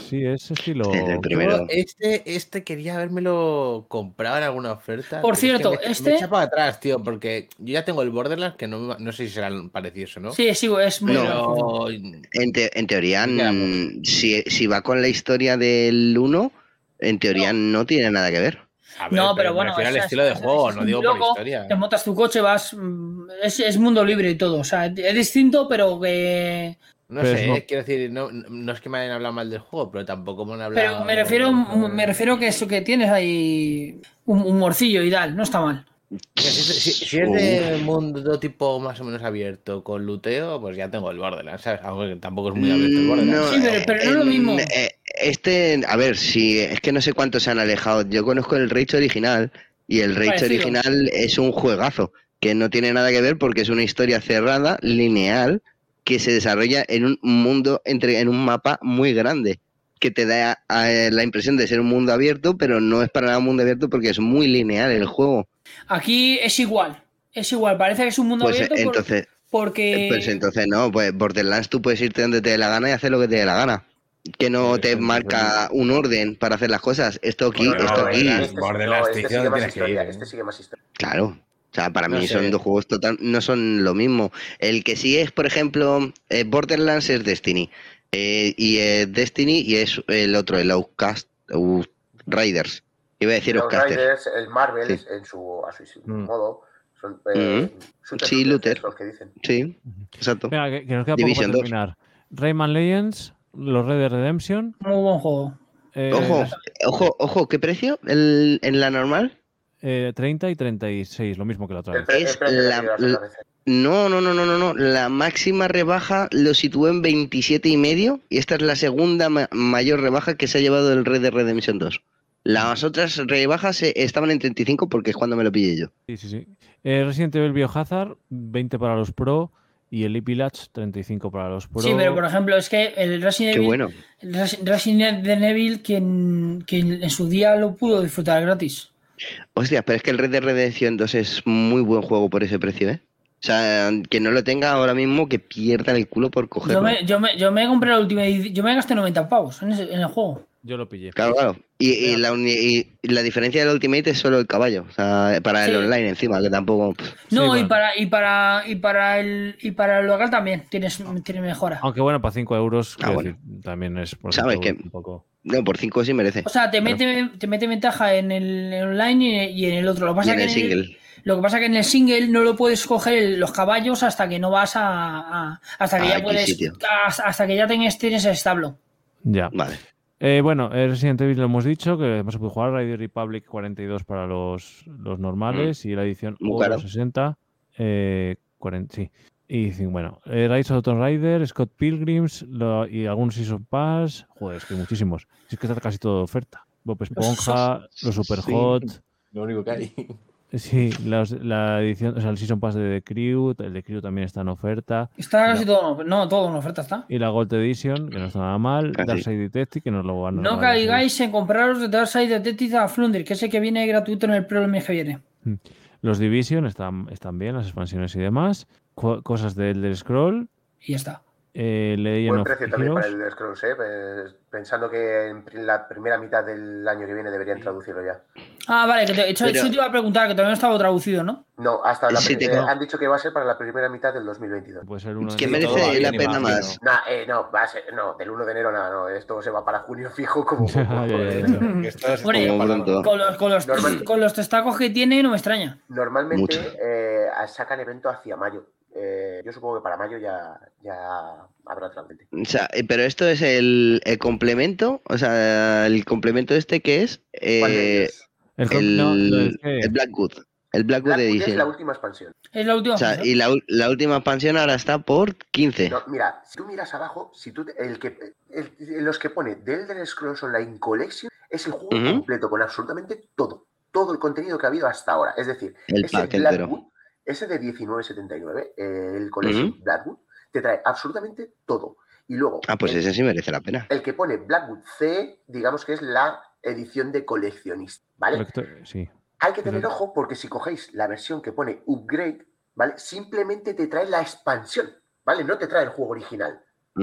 [SPEAKER 1] Sí, es estilo.
[SPEAKER 2] Este es el
[SPEAKER 4] nada. Yo
[SPEAKER 2] primero.
[SPEAKER 4] Este, este quería habérmelo comprado en alguna
[SPEAKER 3] Por
[SPEAKER 4] oferta. pero es que
[SPEAKER 3] cierto,
[SPEAKER 4] me echa- me
[SPEAKER 3] este-
[SPEAKER 4] echa para atrás, tío, porque yo ya tengo el Borderlands, que no, me- no sé si serán parecidos o no.
[SPEAKER 3] Sí, sí, es muy loco.
[SPEAKER 4] pero.
[SPEAKER 2] En, te- en teoría,
[SPEAKER 4] Me queda
[SPEAKER 2] mm, si, si va con la historia del 1, en teoría no. tiene nada que ver.
[SPEAKER 4] A
[SPEAKER 3] No, pero
[SPEAKER 4] me
[SPEAKER 3] bueno,
[SPEAKER 4] refiero
[SPEAKER 3] o sea,
[SPEAKER 4] al estilo de
[SPEAKER 3] es-
[SPEAKER 4] juego,
[SPEAKER 3] es
[SPEAKER 4] no
[SPEAKER 3] un
[SPEAKER 4] digo por
[SPEAKER 3] loco,
[SPEAKER 4] historia.
[SPEAKER 3] Te montas tu coche, vas. mm, Es, es mundo libre y todo. O sea, es es distinto, pero que.
[SPEAKER 4] No
[SPEAKER 1] Pero
[SPEAKER 4] sé,
[SPEAKER 1] es mo-
[SPEAKER 4] eh, quiero decir, no, no es que me hayan hablado mal del juego, pero tampoco me han hablado.
[SPEAKER 3] Pero me refiero, me refiero que eso que tienes ahí. Un, un morcillo y tal, no está mal.
[SPEAKER 4] Mira, Si, es- si- si es de mundo tipo más o menos abierto con luteo, pues ya tengo el Borderlands, ¿sabes? Aunque tampoco es muy abierto el
[SPEAKER 2] Mm,
[SPEAKER 4] Borderlands.
[SPEAKER 2] no,
[SPEAKER 3] Sí, pero- pero no es lo
[SPEAKER 2] en-
[SPEAKER 3] mismo.
[SPEAKER 2] eh, este, a ver, si es que no sé cuántos se han alejado. Yo conozco el Rage original y el Rage
[SPEAKER 3] Parecido.
[SPEAKER 2] original es un juegazo que no tiene nada que ver porque es una historia cerrada, lineal, que se desarrolla en un mundo, entre, en un mapa muy grande, que te da eh, la impresión de ser un mundo abierto, pero no es para nada un mundo abierto porque es muy lineal el juego.
[SPEAKER 3] Aquí es igual. Es igual, parece que es un mundo
[SPEAKER 2] Pues eh,
[SPEAKER 3] abierto por-
[SPEAKER 2] entonces,
[SPEAKER 3] porque.
[SPEAKER 2] Pues entonces no, pues Borderlands tú puedes irte donde te dé la gana y hacer lo que te dé la gana. Que no
[SPEAKER 4] Sí,
[SPEAKER 2] te
[SPEAKER 4] sí,
[SPEAKER 2] marca un orden para hacer las cosas. Esto aquí,
[SPEAKER 4] Bueno,
[SPEAKER 2] esto
[SPEAKER 4] no, eh,
[SPEAKER 2] aquí.
[SPEAKER 4] era-
[SPEAKER 6] sí-
[SPEAKER 4] Borderlands, te
[SPEAKER 6] este
[SPEAKER 4] dicen
[SPEAKER 6] sigue
[SPEAKER 4] dónde
[SPEAKER 6] más
[SPEAKER 4] tienes que
[SPEAKER 6] historia.
[SPEAKER 4] ir, ¿eh?
[SPEAKER 6] Este sigue más historia.
[SPEAKER 2] Claro. O sea, para
[SPEAKER 4] No
[SPEAKER 2] mí
[SPEAKER 4] sé.
[SPEAKER 2] son dos juegos total, no son lo mismo. El que sí es, por ejemplo, eh, Borderlands es Destiny. Eh, y es Destiny y es el otro, el Outcast, Outriders. Iba a decir
[SPEAKER 6] Los
[SPEAKER 2] Outcaster.
[SPEAKER 6] Riders, el Marvel
[SPEAKER 2] Sí.
[SPEAKER 6] en su, a su
[SPEAKER 4] Mm.
[SPEAKER 6] modo, Son, eh,
[SPEAKER 2] Ujú.
[SPEAKER 6] shooters
[SPEAKER 2] Sí,
[SPEAKER 6] shooters,
[SPEAKER 2] looter.
[SPEAKER 6] Los que dicen.
[SPEAKER 2] Sí, exacto.
[SPEAKER 1] Venga, que, que nos queda poco
[SPEAKER 2] Division
[SPEAKER 1] para
[SPEAKER 2] 2.
[SPEAKER 1] terminar. Rayman Legends, los Red Dead Redemption.
[SPEAKER 3] Muy buen juego.
[SPEAKER 1] eh,
[SPEAKER 2] Ojo, ojo, ojo, ¿qué precio? El- en la normal.
[SPEAKER 1] eh, 30 y 36, lo mismo que la otra
[SPEAKER 6] El
[SPEAKER 1] vez.
[SPEAKER 6] pre-
[SPEAKER 2] Es
[SPEAKER 6] el premio que
[SPEAKER 2] la-
[SPEAKER 6] llevas a
[SPEAKER 2] la-
[SPEAKER 6] veces.
[SPEAKER 2] No, no, no, no, no, no. La máxima rebaja lo situó en 27 y medio y esta es la segunda ma- mayor rebaja que se ha llevado el Red de Redemption 2. Las otras rebajas eh, estaban en 35 porque es cuando me lo pillé yo.
[SPEAKER 1] Sí, sí, sí. Eh, Resident Evil Biohazard, 20 para los Pro. Y el Epilach, 35 para los Pro.
[SPEAKER 3] Sí, pero por ejemplo, es que el Resident
[SPEAKER 2] Qué
[SPEAKER 3] Evil,
[SPEAKER 2] bueno.
[SPEAKER 3] el Res- Resident Evil quien, quien en su día lo pudo disfrutar gratis.
[SPEAKER 2] Hostia, pero es que el Red de Redemption 2 es muy buen juego por ese precio, ¿eh? O sea, que no lo tenga ahora mismo, que pierdan el culo por cogerlo.
[SPEAKER 3] Yo me, yo, me, yo me compré la última edi- yo me gasté 90 pavos en, ese- en el juego.
[SPEAKER 1] Yo lo pillé.
[SPEAKER 2] Claro, claro. Y, y la, uni- y la diferencia del Ultimate es solo el caballo. O sea, para el
[SPEAKER 3] Sí.
[SPEAKER 2] online encima, que tampoco.
[SPEAKER 3] No, y
[SPEAKER 1] bueno.
[SPEAKER 3] para y para y para el y para el local también tienes tiene mejora.
[SPEAKER 1] Aunque bueno, para 5 euros
[SPEAKER 2] Ah,
[SPEAKER 1] quiero
[SPEAKER 2] bueno.
[SPEAKER 1] decir, también es por
[SPEAKER 2] Sabes
[SPEAKER 1] cinco
[SPEAKER 2] que-
[SPEAKER 1] euros un poco.
[SPEAKER 2] No, por 5 sí merece.
[SPEAKER 3] O sea, te mete, te mete ventaja en el en online y en el- y en el otro. Lo que
[SPEAKER 2] Y
[SPEAKER 3] pasa
[SPEAKER 2] en
[SPEAKER 3] que
[SPEAKER 2] el
[SPEAKER 3] en el-
[SPEAKER 2] single.
[SPEAKER 3] Lo que pasa que en el single no lo puedes coger el- los caballos hasta que no vas a. a- hasta que
[SPEAKER 2] A
[SPEAKER 3] ya
[SPEAKER 2] X
[SPEAKER 3] puedes.
[SPEAKER 2] sitio.
[SPEAKER 3] Hasta, hasta que ya tengas, tienes el establo.
[SPEAKER 1] Ya.
[SPEAKER 2] Vale.
[SPEAKER 1] Eh, bueno, eh, Resident Evil lo hemos dicho, que hemos podido jugar Radio Republic 42 para los, los normales y la edición
[SPEAKER 2] Mm. Muy
[SPEAKER 1] Oro
[SPEAKER 2] caro.
[SPEAKER 1] 60. Eh, 40, sí. Y cin- bueno, eh, Rise of the Tomb Raider, Scott Pilgrims lo- y algunos Season Pass. Joder, es que hay muchísimos. Si es que está casi todo de oferta. Bob Esponja, los Superhot.
[SPEAKER 4] Lo único que hay.
[SPEAKER 1] Sí, las- la edición, o sea, el Season Pass de The Crew. El de Crew también está en oferta.
[SPEAKER 3] Está casi
[SPEAKER 1] No.
[SPEAKER 3] todo. No, todo en oferta está.
[SPEAKER 1] Y la Gold Edition, que no está nada mal.
[SPEAKER 2] Casi.
[SPEAKER 1] Darkseid Detective, que nos lo van a
[SPEAKER 3] No caigáis en compraros de Darkseid Detective a Flunder, que es el que viene gratuito en el programa mes que viene.
[SPEAKER 1] Los Division están, están bien, las expansiones y demás. Co- cosas de Elder Scroll.
[SPEAKER 3] Y ya está.
[SPEAKER 1] Eh, Legend
[SPEAKER 6] Buen
[SPEAKER 1] of
[SPEAKER 6] precio también para
[SPEAKER 1] Heroes.
[SPEAKER 6] el Scrolls, ¿eh? Pues, Pensando que en pri- la primera mitad del año que viene deberían traducirlo ya.
[SPEAKER 3] Ah, vale, que te, eso-
[SPEAKER 2] Pero-
[SPEAKER 3] eso te iba a preguntar, que todavía no estaba traducido, ¿no?
[SPEAKER 6] No, hasta la
[SPEAKER 2] Sí,
[SPEAKER 6] pri-
[SPEAKER 2] tengo.
[SPEAKER 6] eh, han dicho que va a ser para la primera mitad del 2022.
[SPEAKER 1] Puede ser uno de
[SPEAKER 2] Que
[SPEAKER 1] los-
[SPEAKER 2] merece
[SPEAKER 4] todo va
[SPEAKER 2] la
[SPEAKER 4] bien,
[SPEAKER 2] pena
[SPEAKER 4] imagino.
[SPEAKER 2] más.
[SPEAKER 6] Nah, eh, no, va a ser, no, del 1 de enero nada, no, esto se va para junio <laughs> fijo
[SPEAKER 1] <laughs>
[SPEAKER 6] como...
[SPEAKER 1] <laughs> Ya, ya, ya.
[SPEAKER 4] Que esto es-
[SPEAKER 3] Hombre,
[SPEAKER 2] Como pronto.
[SPEAKER 3] Con los, con los,
[SPEAKER 6] Normal.
[SPEAKER 3] con los testacos que tiene, no me extraña.
[SPEAKER 2] Mucho.
[SPEAKER 6] Normalmente eh, sacan evento hacia mayo. Eh, yo supongo que para mayo ya, ya habrá traducido.
[SPEAKER 2] O sea, eh, pero esto es el, el complemento. O sea, el complemento este que es.
[SPEAKER 6] ¿Cuál
[SPEAKER 2] eh,
[SPEAKER 6] de ellos?
[SPEAKER 1] El,
[SPEAKER 2] el,
[SPEAKER 1] no, este, no, es que-
[SPEAKER 2] el Blackwood. El Blackwood
[SPEAKER 6] Blackwood es
[SPEAKER 2] Edition.
[SPEAKER 6] la última expansión.
[SPEAKER 3] Es la última.
[SPEAKER 2] O sea,
[SPEAKER 3] cosa.
[SPEAKER 2] y la, u- la última expansión ahora está por 15.
[SPEAKER 6] No, mira, si tú miras abajo, si tú, te- el que, el- los que pone The Elder Scrolls Online Collection es el juego
[SPEAKER 2] Ujú.
[SPEAKER 6] completo con absolutamente todo, todo el contenido que ha habido hasta ahora. Es decir,
[SPEAKER 2] el
[SPEAKER 6] ese
[SPEAKER 2] pack
[SPEAKER 6] Blackwood,
[SPEAKER 2] entero.
[SPEAKER 6] ese de 1979, eh, el Collection Blackwood, te trae absolutamente todo. Y luego,
[SPEAKER 2] Ah, pues
[SPEAKER 6] el-
[SPEAKER 2] ese sí merece la pena.
[SPEAKER 6] El que pone Blackwood C, digamos que es la edición de coleccionista, ¿vale?
[SPEAKER 1] correcto, sí.
[SPEAKER 6] Hay que tener
[SPEAKER 1] Ujú.
[SPEAKER 6] ojo porque si cogéis la versión que pone upgrade, ¿vale? Simplemente te trae la expansión, ¿vale? No te trae el juego original.
[SPEAKER 1] Y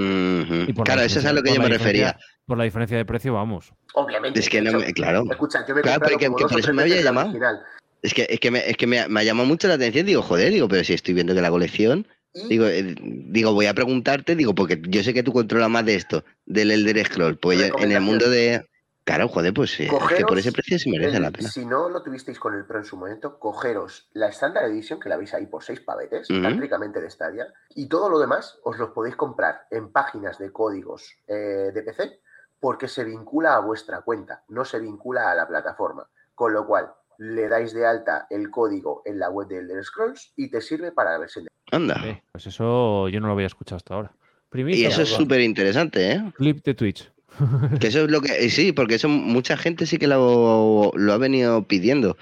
[SPEAKER 2] Ujú.
[SPEAKER 1] por la
[SPEAKER 2] Claro, eso es
[SPEAKER 1] diferencia-
[SPEAKER 2] a lo que
[SPEAKER 1] por
[SPEAKER 2] yo
[SPEAKER 1] la
[SPEAKER 2] me
[SPEAKER 1] diferencia-
[SPEAKER 2] refería.
[SPEAKER 1] Por la diferencia de precio, vamos.
[SPEAKER 6] Obviamente.
[SPEAKER 2] Es que
[SPEAKER 6] de
[SPEAKER 2] no
[SPEAKER 6] hecho,
[SPEAKER 2] me- claro.
[SPEAKER 6] Escucha, yo me he
[SPEAKER 2] Claro,
[SPEAKER 6] comprado
[SPEAKER 2] pero que-
[SPEAKER 6] como
[SPEAKER 2] que
[SPEAKER 6] dos
[SPEAKER 2] por
[SPEAKER 6] o
[SPEAKER 2] eso
[SPEAKER 6] tres
[SPEAKER 2] me había
[SPEAKER 6] veces la
[SPEAKER 2] llamado.
[SPEAKER 6] original.
[SPEAKER 2] Es que, es que, me, es que me, ha- me ha llamado mucho la atención. Digo, joder, digo, pero si estoy viendo que la colección.
[SPEAKER 6] Y
[SPEAKER 2] Digo, eh, digo, voy a preguntarte, digo, porque yo sé que tú controlas más de esto, del Elder Scroll. Pues yo- en el mundo de. Claro, joder, pues sí, es que por
[SPEAKER 6] Cogeros
[SPEAKER 2] ese precio sí merece
[SPEAKER 6] el-
[SPEAKER 2] la pena.
[SPEAKER 6] si no lo tuvisteis con el Pro en su momento, cogeros la estándar edición que la veis ahí por seis pavetes,
[SPEAKER 2] Ujú.
[SPEAKER 6] prácticamente de Stadia, y todo lo demás os los podéis comprar en páginas de códigos eh, de PC porque se vincula a vuestra cuenta, no se vincula a la plataforma. Con lo cual, le dais de alta el código en la web de Elder Scrolls y te sirve para la versión de...
[SPEAKER 2] Anda.
[SPEAKER 1] Eh, pues eso yo no lo había escuchado hasta ahora.
[SPEAKER 2] Ah. Y
[SPEAKER 1] Primicia,
[SPEAKER 2] eso es
[SPEAKER 1] va.
[SPEAKER 2] súper
[SPEAKER 1] <laughs>
[SPEAKER 2] interesante, ¿eh?
[SPEAKER 1] Clip de Twitch.
[SPEAKER 2] Que eso es lo que. eh, Sí, porque eso mucha gente sí que lo, lo ha venido pidiendo.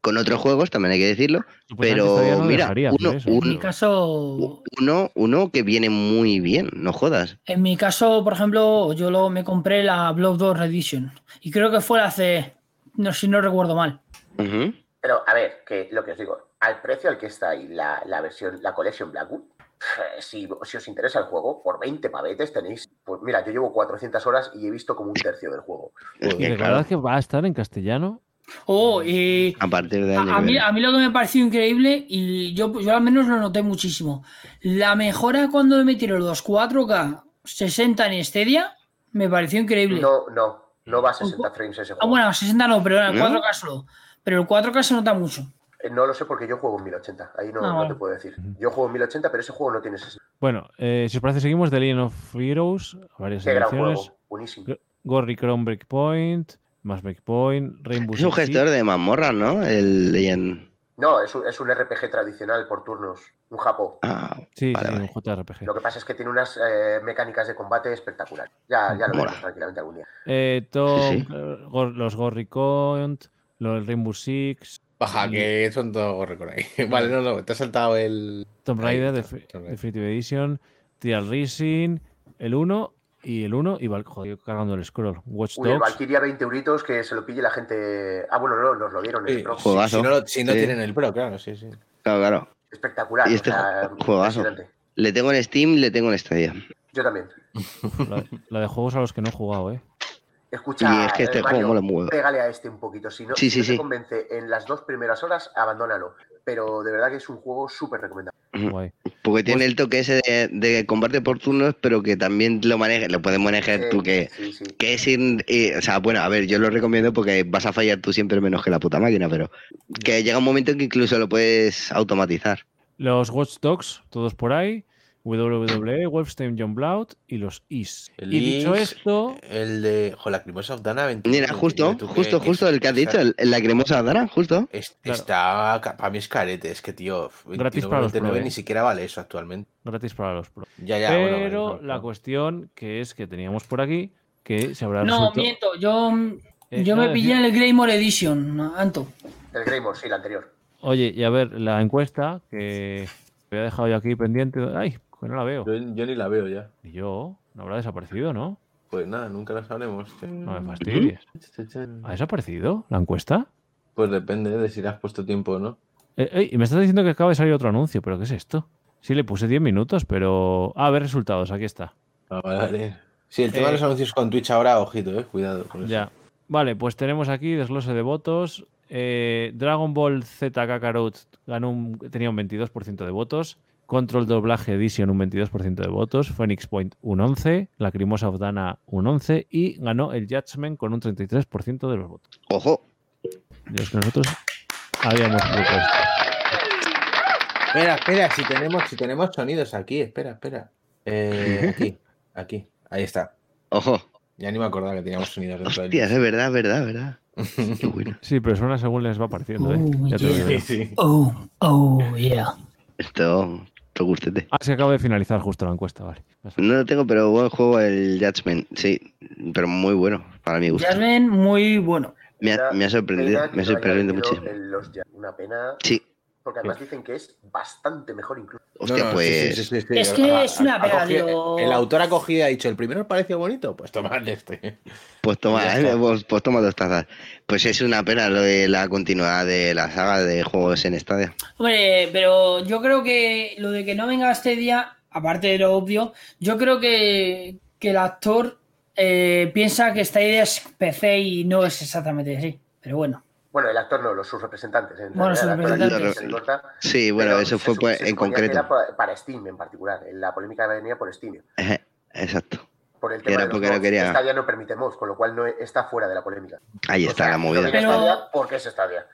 [SPEAKER 2] Con otros juegos también hay que decirlo.
[SPEAKER 1] Supuestamente
[SPEAKER 2] Pero
[SPEAKER 1] todavía no
[SPEAKER 2] mira,
[SPEAKER 1] dejaría hacer
[SPEAKER 2] uno,
[SPEAKER 1] eso,
[SPEAKER 2] uno-
[SPEAKER 3] En mi caso.
[SPEAKER 2] uno, uno que viene muy bien, no jodas.
[SPEAKER 3] En mi caso, por ejemplo, yo luego me compré la Blood 2 Edition. Y creo que fue hace. No sé si no recuerdo mal.
[SPEAKER 2] Ujú.
[SPEAKER 6] Pero, a ver, que lo que os digo, al precio al que está ahí la, la versión, la Collection Blackwood, pf, si, si os interesa el juego, por 20 pavetes tenéis. Pues mira, yo llevo 400 horas y he visto como un tercio del juego.
[SPEAKER 2] Es
[SPEAKER 1] Y
[SPEAKER 2] que,
[SPEAKER 1] Pues, de
[SPEAKER 2] claro,
[SPEAKER 1] verdad que va a estar en castellano.
[SPEAKER 3] Oh, y.
[SPEAKER 2] a partir de
[SPEAKER 3] A,
[SPEAKER 2] año
[SPEAKER 3] a
[SPEAKER 2] que
[SPEAKER 3] mí,
[SPEAKER 2] viene.
[SPEAKER 3] a mí lo que me pareció increíble, y yo, yo al menos lo noté muchísimo. La mejora cuando me metieron los 4K 60 en Stadia, me pareció increíble.
[SPEAKER 6] No, no, no va a 60 frames ese
[SPEAKER 3] Ah,
[SPEAKER 6] juego.
[SPEAKER 3] bueno, 60 no, pero
[SPEAKER 2] ¿No?
[SPEAKER 3] 4K solo. Pero el 4K se nota mucho.
[SPEAKER 6] Eh, No lo sé porque yo juego en 1080. Ahí no,
[SPEAKER 3] Ah,
[SPEAKER 6] no
[SPEAKER 3] vale.
[SPEAKER 6] te puedo decir. Yo juego en 1080, pero ese juego no tiene ese.
[SPEAKER 1] Bueno, eh, si os parece, seguimos The Legend of Heroes, varias
[SPEAKER 6] Qué gran
[SPEAKER 1] ediciones.
[SPEAKER 6] juego. Buenísimo.
[SPEAKER 1] Gra- Gorry Crown Breakpoint, más Breakpoint, Rainbow
[SPEAKER 2] Es un
[SPEAKER 1] Six Siege.
[SPEAKER 2] gestor de mazmorras, ¿no? El Legend.
[SPEAKER 6] No, es un, es un RPG tradicional por turnos. Un japo.
[SPEAKER 2] Ah,
[SPEAKER 1] Sí,
[SPEAKER 2] Vale,
[SPEAKER 1] sí,
[SPEAKER 2] vale.
[SPEAKER 1] un JRPG.
[SPEAKER 6] Lo que pasa es que tiene unas eh, mecánicas de combate espectaculares. Ya, ya lo
[SPEAKER 2] Mola.
[SPEAKER 6] veremos tranquilamente algún día.
[SPEAKER 1] Eh, Tom,
[SPEAKER 2] Sí, sí.
[SPEAKER 1] eh, Gor- los Gorry Count, los Rainbow Six,
[SPEAKER 4] Baja, que son todos récord ahí. <laughs> Vale, no, no, te has saltado el.
[SPEAKER 1] Tomb
[SPEAKER 4] Ahí
[SPEAKER 1] Raider,
[SPEAKER 4] está,
[SPEAKER 1] Defi-
[SPEAKER 4] Tomb Raider.
[SPEAKER 1] Definitive Edition, Trial Racing, el 1 y el 1 y Val- joder, yo cargando el scroll. Watch
[SPEAKER 6] Uy, el
[SPEAKER 1] Dogs.
[SPEAKER 6] Valkyria 20 euritos que se lo pille la gente. Ah, bueno, no, nos lo dieron en
[SPEAKER 4] Sí,
[SPEAKER 6] el Pro.
[SPEAKER 4] si,
[SPEAKER 2] Juegazo.
[SPEAKER 4] si no, lo- si no
[SPEAKER 2] Sí.
[SPEAKER 4] tienen el pro, claro, sí, sí.
[SPEAKER 2] claro, claro.
[SPEAKER 6] Espectacular.
[SPEAKER 2] Y
[SPEAKER 6] o
[SPEAKER 2] este
[SPEAKER 6] sea,
[SPEAKER 2] ju- juegazo.
[SPEAKER 6] impresionante.
[SPEAKER 2] Le tengo en Steam, le tengo en Stadia.
[SPEAKER 6] Yo también.
[SPEAKER 1] La, la de juegos a los que no he jugado, ¿eh?
[SPEAKER 6] Escucha,
[SPEAKER 2] y es que este
[SPEAKER 6] eh,
[SPEAKER 2] juego
[SPEAKER 6] Mario,
[SPEAKER 2] mola mucho.
[SPEAKER 6] pégale a este un poquito. Si no,
[SPEAKER 2] Sí,
[SPEAKER 6] si
[SPEAKER 2] sí,
[SPEAKER 6] no
[SPEAKER 2] sí.
[SPEAKER 6] te convence en las dos primeras horas, abandónalo. Pero de verdad que es un juego súper recomendable.
[SPEAKER 1] Guay.
[SPEAKER 2] Porque tiene
[SPEAKER 4] Pues
[SPEAKER 2] el toque ese de, de combate por turnos, pero que también lo manejes, lo puedes manejar
[SPEAKER 6] Eh,
[SPEAKER 2] tú que.
[SPEAKER 6] Sí, sí.
[SPEAKER 2] Que es ir- eh, o sea, bueno, a ver, yo lo recomiendo porque vas a fallar tú siempre menos que la puta máquina, pero que llega un momento en que incluso lo puedes automatizar.
[SPEAKER 1] Los Watch Dogs, todos por ahí. WWE, Wolfenstein John Blood y los IS.
[SPEAKER 4] El
[SPEAKER 1] y dicho
[SPEAKER 4] Is,
[SPEAKER 1] esto,
[SPEAKER 4] El de. Jo, la Cremosa of Dana 21.
[SPEAKER 2] Mira, justo,
[SPEAKER 4] ¿tú qué-
[SPEAKER 2] justo,
[SPEAKER 4] qué-
[SPEAKER 2] justo el que has
[SPEAKER 4] o sea,
[SPEAKER 2] dicho, el, el lacrimosa Dara, justo.
[SPEAKER 4] es-
[SPEAKER 1] Claro.
[SPEAKER 4] Está. ca- Para mí es carete, es que, tío.
[SPEAKER 1] Gratis para los
[SPEAKER 4] 29
[SPEAKER 1] pro,
[SPEAKER 4] ni
[SPEAKER 1] eh.
[SPEAKER 4] siquiera vale eso actualmente.
[SPEAKER 1] gratis para los pro.
[SPEAKER 4] Ya, ya. bueno,
[SPEAKER 1] Pero
[SPEAKER 4] bueno,
[SPEAKER 1] la
[SPEAKER 4] no.
[SPEAKER 1] cuestión que es que teníamos por aquí que se habrá
[SPEAKER 3] No,
[SPEAKER 1] resuelto-
[SPEAKER 3] miento, yo,
[SPEAKER 1] Eh,
[SPEAKER 3] yo
[SPEAKER 1] no,
[SPEAKER 3] me
[SPEAKER 1] decía-
[SPEAKER 3] pillé el Greymore Edition, Anto.
[SPEAKER 6] El Greymore, sí, el anterior.
[SPEAKER 1] Oye, y a ver, la encuesta que había dejado yo aquí pendiente. Ay, que no la veo.
[SPEAKER 4] Yo, yo ni la veo ya.
[SPEAKER 1] Y yo, no habrá desaparecido, ¿no?
[SPEAKER 4] Pues nada, nunca la sabremos.
[SPEAKER 1] No me fastidies. ¿Ha desaparecido la encuesta?
[SPEAKER 4] Pues depende de si le has puesto tiempo o no.
[SPEAKER 1] Eh, ey, y me estás diciendo que acaba de salir otro anuncio, pero ¿qué es esto? Sí, le puse 10 minutos, pero. Ah, a ver, resultados, aquí está.
[SPEAKER 4] Ah, vale, vale. Sí, el tema
[SPEAKER 1] Eh,
[SPEAKER 4] de los anuncios con Twitch ahora, ojito, eh. Cuidado con eso.
[SPEAKER 1] Ya. Vale, pues tenemos aquí desglose de votos. Eh, Dragon Ball Z Kakarot ganó un- tenía un 22% de votos. Control Doblaje Edition un 22% de votos. Phoenix Point un 11%. Lacrimosa of Dana un 11%. Y ganó el Judgment con un 33% de los votos.
[SPEAKER 2] Ojo,
[SPEAKER 1] De los que nosotros habíamos propuesto.
[SPEAKER 4] Espera, espera, si tenemos, si tenemos sonidos aquí, espera, espera.
[SPEAKER 2] <laughs>
[SPEAKER 4] Eh, aquí, aquí, ahí está.
[SPEAKER 2] ojo.
[SPEAKER 4] Ya ni me acordaba que teníamos sonidos dentro del.
[SPEAKER 2] Hostias, es verdad, es verdad, es verdad.
[SPEAKER 4] <laughs>
[SPEAKER 2] Qué bueno.
[SPEAKER 1] Sí, pero suena según les va pareciendo. ¿eh?
[SPEAKER 3] Oh,
[SPEAKER 1] Ya te lo
[SPEAKER 3] yeah.
[SPEAKER 1] digo.
[SPEAKER 4] Sí, sí.
[SPEAKER 3] Oh, oh, yeah.
[SPEAKER 2] Esto, esto gustete.
[SPEAKER 1] Ah, se acaba de finalizar justo la encuesta, vale.
[SPEAKER 2] No lo tengo, pero buen juego el Judgment, sí, pero muy bueno, para mi gusto.
[SPEAKER 3] Jasmine, muy bueno.
[SPEAKER 2] Me ha, me ha sorprendido,
[SPEAKER 6] Pena que
[SPEAKER 2] me ha
[SPEAKER 6] no haya
[SPEAKER 2] sorprendido
[SPEAKER 6] venido
[SPEAKER 2] muchísimo.
[SPEAKER 6] el Los Ya- Una pena.
[SPEAKER 2] Sí,
[SPEAKER 6] Porque además dicen que es bastante mejor incluso.
[SPEAKER 2] hostia,
[SPEAKER 4] No, no, sí,
[SPEAKER 2] pues.
[SPEAKER 4] sí, sí, sí,
[SPEAKER 3] Es
[SPEAKER 4] ha-
[SPEAKER 3] que
[SPEAKER 4] ha-
[SPEAKER 3] es una
[SPEAKER 4] ha
[SPEAKER 3] pega,
[SPEAKER 4] cogido-
[SPEAKER 3] tío.
[SPEAKER 4] El autor ha cogido y ha dicho: el primero pareció bonito, pues tomad este.
[SPEAKER 3] <laughs>
[SPEAKER 2] Pues toma,
[SPEAKER 4] Ya
[SPEAKER 2] eh,
[SPEAKER 4] está.
[SPEAKER 2] pues, pues toma dos tazas. Pues es una pena lo de la continuidad de la saga de juegos en Stadia.
[SPEAKER 3] Hombre, pero yo creo que lo de que no venga este día, aparte de lo obvio, yo creo que, que el actor eh, piensa que esta idea es PC y no es exactamente así. Pero bueno,
[SPEAKER 6] Bueno, el actor no, los sus representantes. en
[SPEAKER 3] Bueno, sus
[SPEAKER 6] realidad, el actor aquí
[SPEAKER 2] representantes.
[SPEAKER 6] se le corta,
[SPEAKER 2] Sí, bueno,
[SPEAKER 6] pero
[SPEAKER 2] eso
[SPEAKER 6] se
[SPEAKER 2] fue
[SPEAKER 6] su-
[SPEAKER 2] pues,
[SPEAKER 6] se
[SPEAKER 2] en
[SPEAKER 6] suponía que
[SPEAKER 2] concreto. <laughs>
[SPEAKER 6] era pa- para Steam en particular. La polémica venía por Steam.
[SPEAKER 2] Ajá, Exacto.
[SPEAKER 6] Por el
[SPEAKER 2] Que
[SPEAKER 6] tema
[SPEAKER 2] era
[SPEAKER 6] de los
[SPEAKER 2] porque no
[SPEAKER 6] mods.
[SPEAKER 2] quería-
[SPEAKER 6] Stadia no permite mods, con lo cual no está fuera de la polémica.
[SPEAKER 2] Ahí
[SPEAKER 6] O
[SPEAKER 2] está
[SPEAKER 6] sea,
[SPEAKER 2] la
[SPEAKER 6] no
[SPEAKER 2] movida.
[SPEAKER 6] viene a
[SPEAKER 3] Pero-
[SPEAKER 6] Stadia porque es Stadia.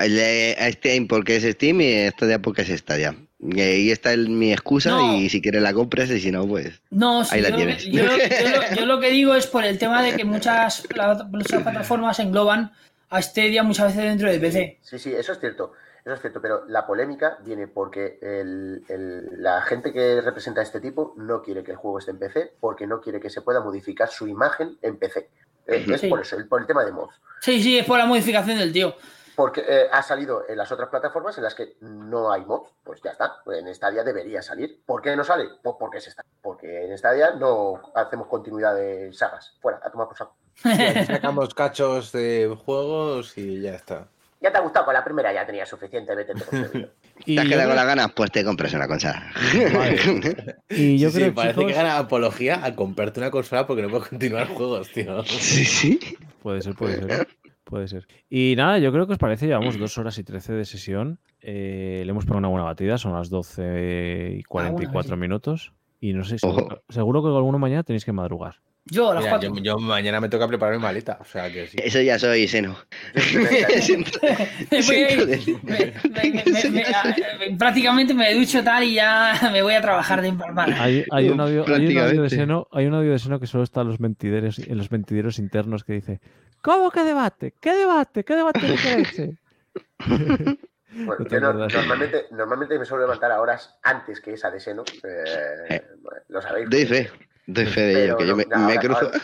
[SPEAKER 2] El, eh, Steam porque es Steam y Stadia porque es Stadia. Y ahí está el- mi excusa
[SPEAKER 3] No.
[SPEAKER 2] y si quieres la compras y si no, pues.
[SPEAKER 3] no, sí,
[SPEAKER 2] Ahí la
[SPEAKER 3] yo, lo que-
[SPEAKER 2] tienes.
[SPEAKER 3] yo lo- yo
[SPEAKER 2] <laughs>
[SPEAKER 3] lo- yo lo que digo es por el tema de que muchas, pla- muchas plataformas engloban a este día muchas veces dentro de PC.
[SPEAKER 6] Sí, sí, eso es cierto. Eso es cierto, pero la polémica viene porque el- el- la gente que representa a este tipo no quiere que el juego esté en PC porque no quiere que se pueda modificar su imagen en PC. Eh,
[SPEAKER 2] Ujú.
[SPEAKER 6] Es
[SPEAKER 3] Sí.
[SPEAKER 6] por eso, el- por el tema de mods.
[SPEAKER 3] Sí, sí, es por la modificación del tío.
[SPEAKER 6] Porque eh, ha salido en las otras plataformas en las que no hay mods, pues ya está. En Stadia debería salir. ¿Por qué no sale? Pues porque se está. Porque en Stadia no hacemos continuidad de sagas. Fuera, a tomar por saco.
[SPEAKER 4] Y aquí sacamos cachos de juegos y ya está.
[SPEAKER 6] Ya te ha gustado con la primera, ya tenía suficiente, vete.
[SPEAKER 2] <laughs>
[SPEAKER 6] te concedo.
[SPEAKER 1] Y
[SPEAKER 2] ¿Te has
[SPEAKER 1] yo
[SPEAKER 2] quedado con
[SPEAKER 1] creo-
[SPEAKER 2] las ganas? Pues te compras una consola. <laughs>
[SPEAKER 1] Y yo
[SPEAKER 4] Sí, sí,
[SPEAKER 1] creo,
[SPEAKER 4] parece
[SPEAKER 1] chicos-
[SPEAKER 4] que gana apología a comprarte una consola porque no puedo continuar juegos, tío.
[SPEAKER 2] sí, sí.
[SPEAKER 1] Puede ser, puede ser. Puede ser. Y nada, yo creo que os parece, llevamos dos horas y trece de sesión. Eh, le hemos pegado una buena batida, son las 12 y 44
[SPEAKER 3] Ah, bueno,
[SPEAKER 1] minutos. Y no sé,
[SPEAKER 2] Ojo.
[SPEAKER 1] seguro, seguro que alguno mañana tenéis que madrugar.
[SPEAKER 3] Yo a las
[SPEAKER 4] Mira, yo,
[SPEAKER 3] cuatro. <laughs>
[SPEAKER 4] yo mañana me toca preparar mi maleta. O sea que sí.
[SPEAKER 2] Eso ya soy seno. <laughs> Siento-
[SPEAKER 3] Me voy a ir-
[SPEAKER 2] siento decir-
[SPEAKER 3] me- me- me- me- me- a- me- prácticamente me ducho tal y ya me voy a trabajar de empalmada.
[SPEAKER 1] Hay, hay un audio, hay un
[SPEAKER 2] Uf,
[SPEAKER 1] audio de
[SPEAKER 2] prácticamente.
[SPEAKER 1] seno, hay un audio de seno que solo está en los mentideros, en los mentideros internos que dice ¿Cómo que debate? ¿Qué debate? ¿Qué debate de leche?
[SPEAKER 6] Bueno,
[SPEAKER 1] No te
[SPEAKER 6] yo no-
[SPEAKER 1] acuerdas.
[SPEAKER 6] normalmente, normalmente me suelo levantar a horas antes que esa de seno. eh, lo sabéis.
[SPEAKER 2] Doy fe, doy fe de ello, eh,
[SPEAKER 6] Pero
[SPEAKER 2] que yo
[SPEAKER 6] no,
[SPEAKER 2] me,
[SPEAKER 6] no,
[SPEAKER 2] me
[SPEAKER 6] ahora-
[SPEAKER 2] cruzo.
[SPEAKER 6] Ahora,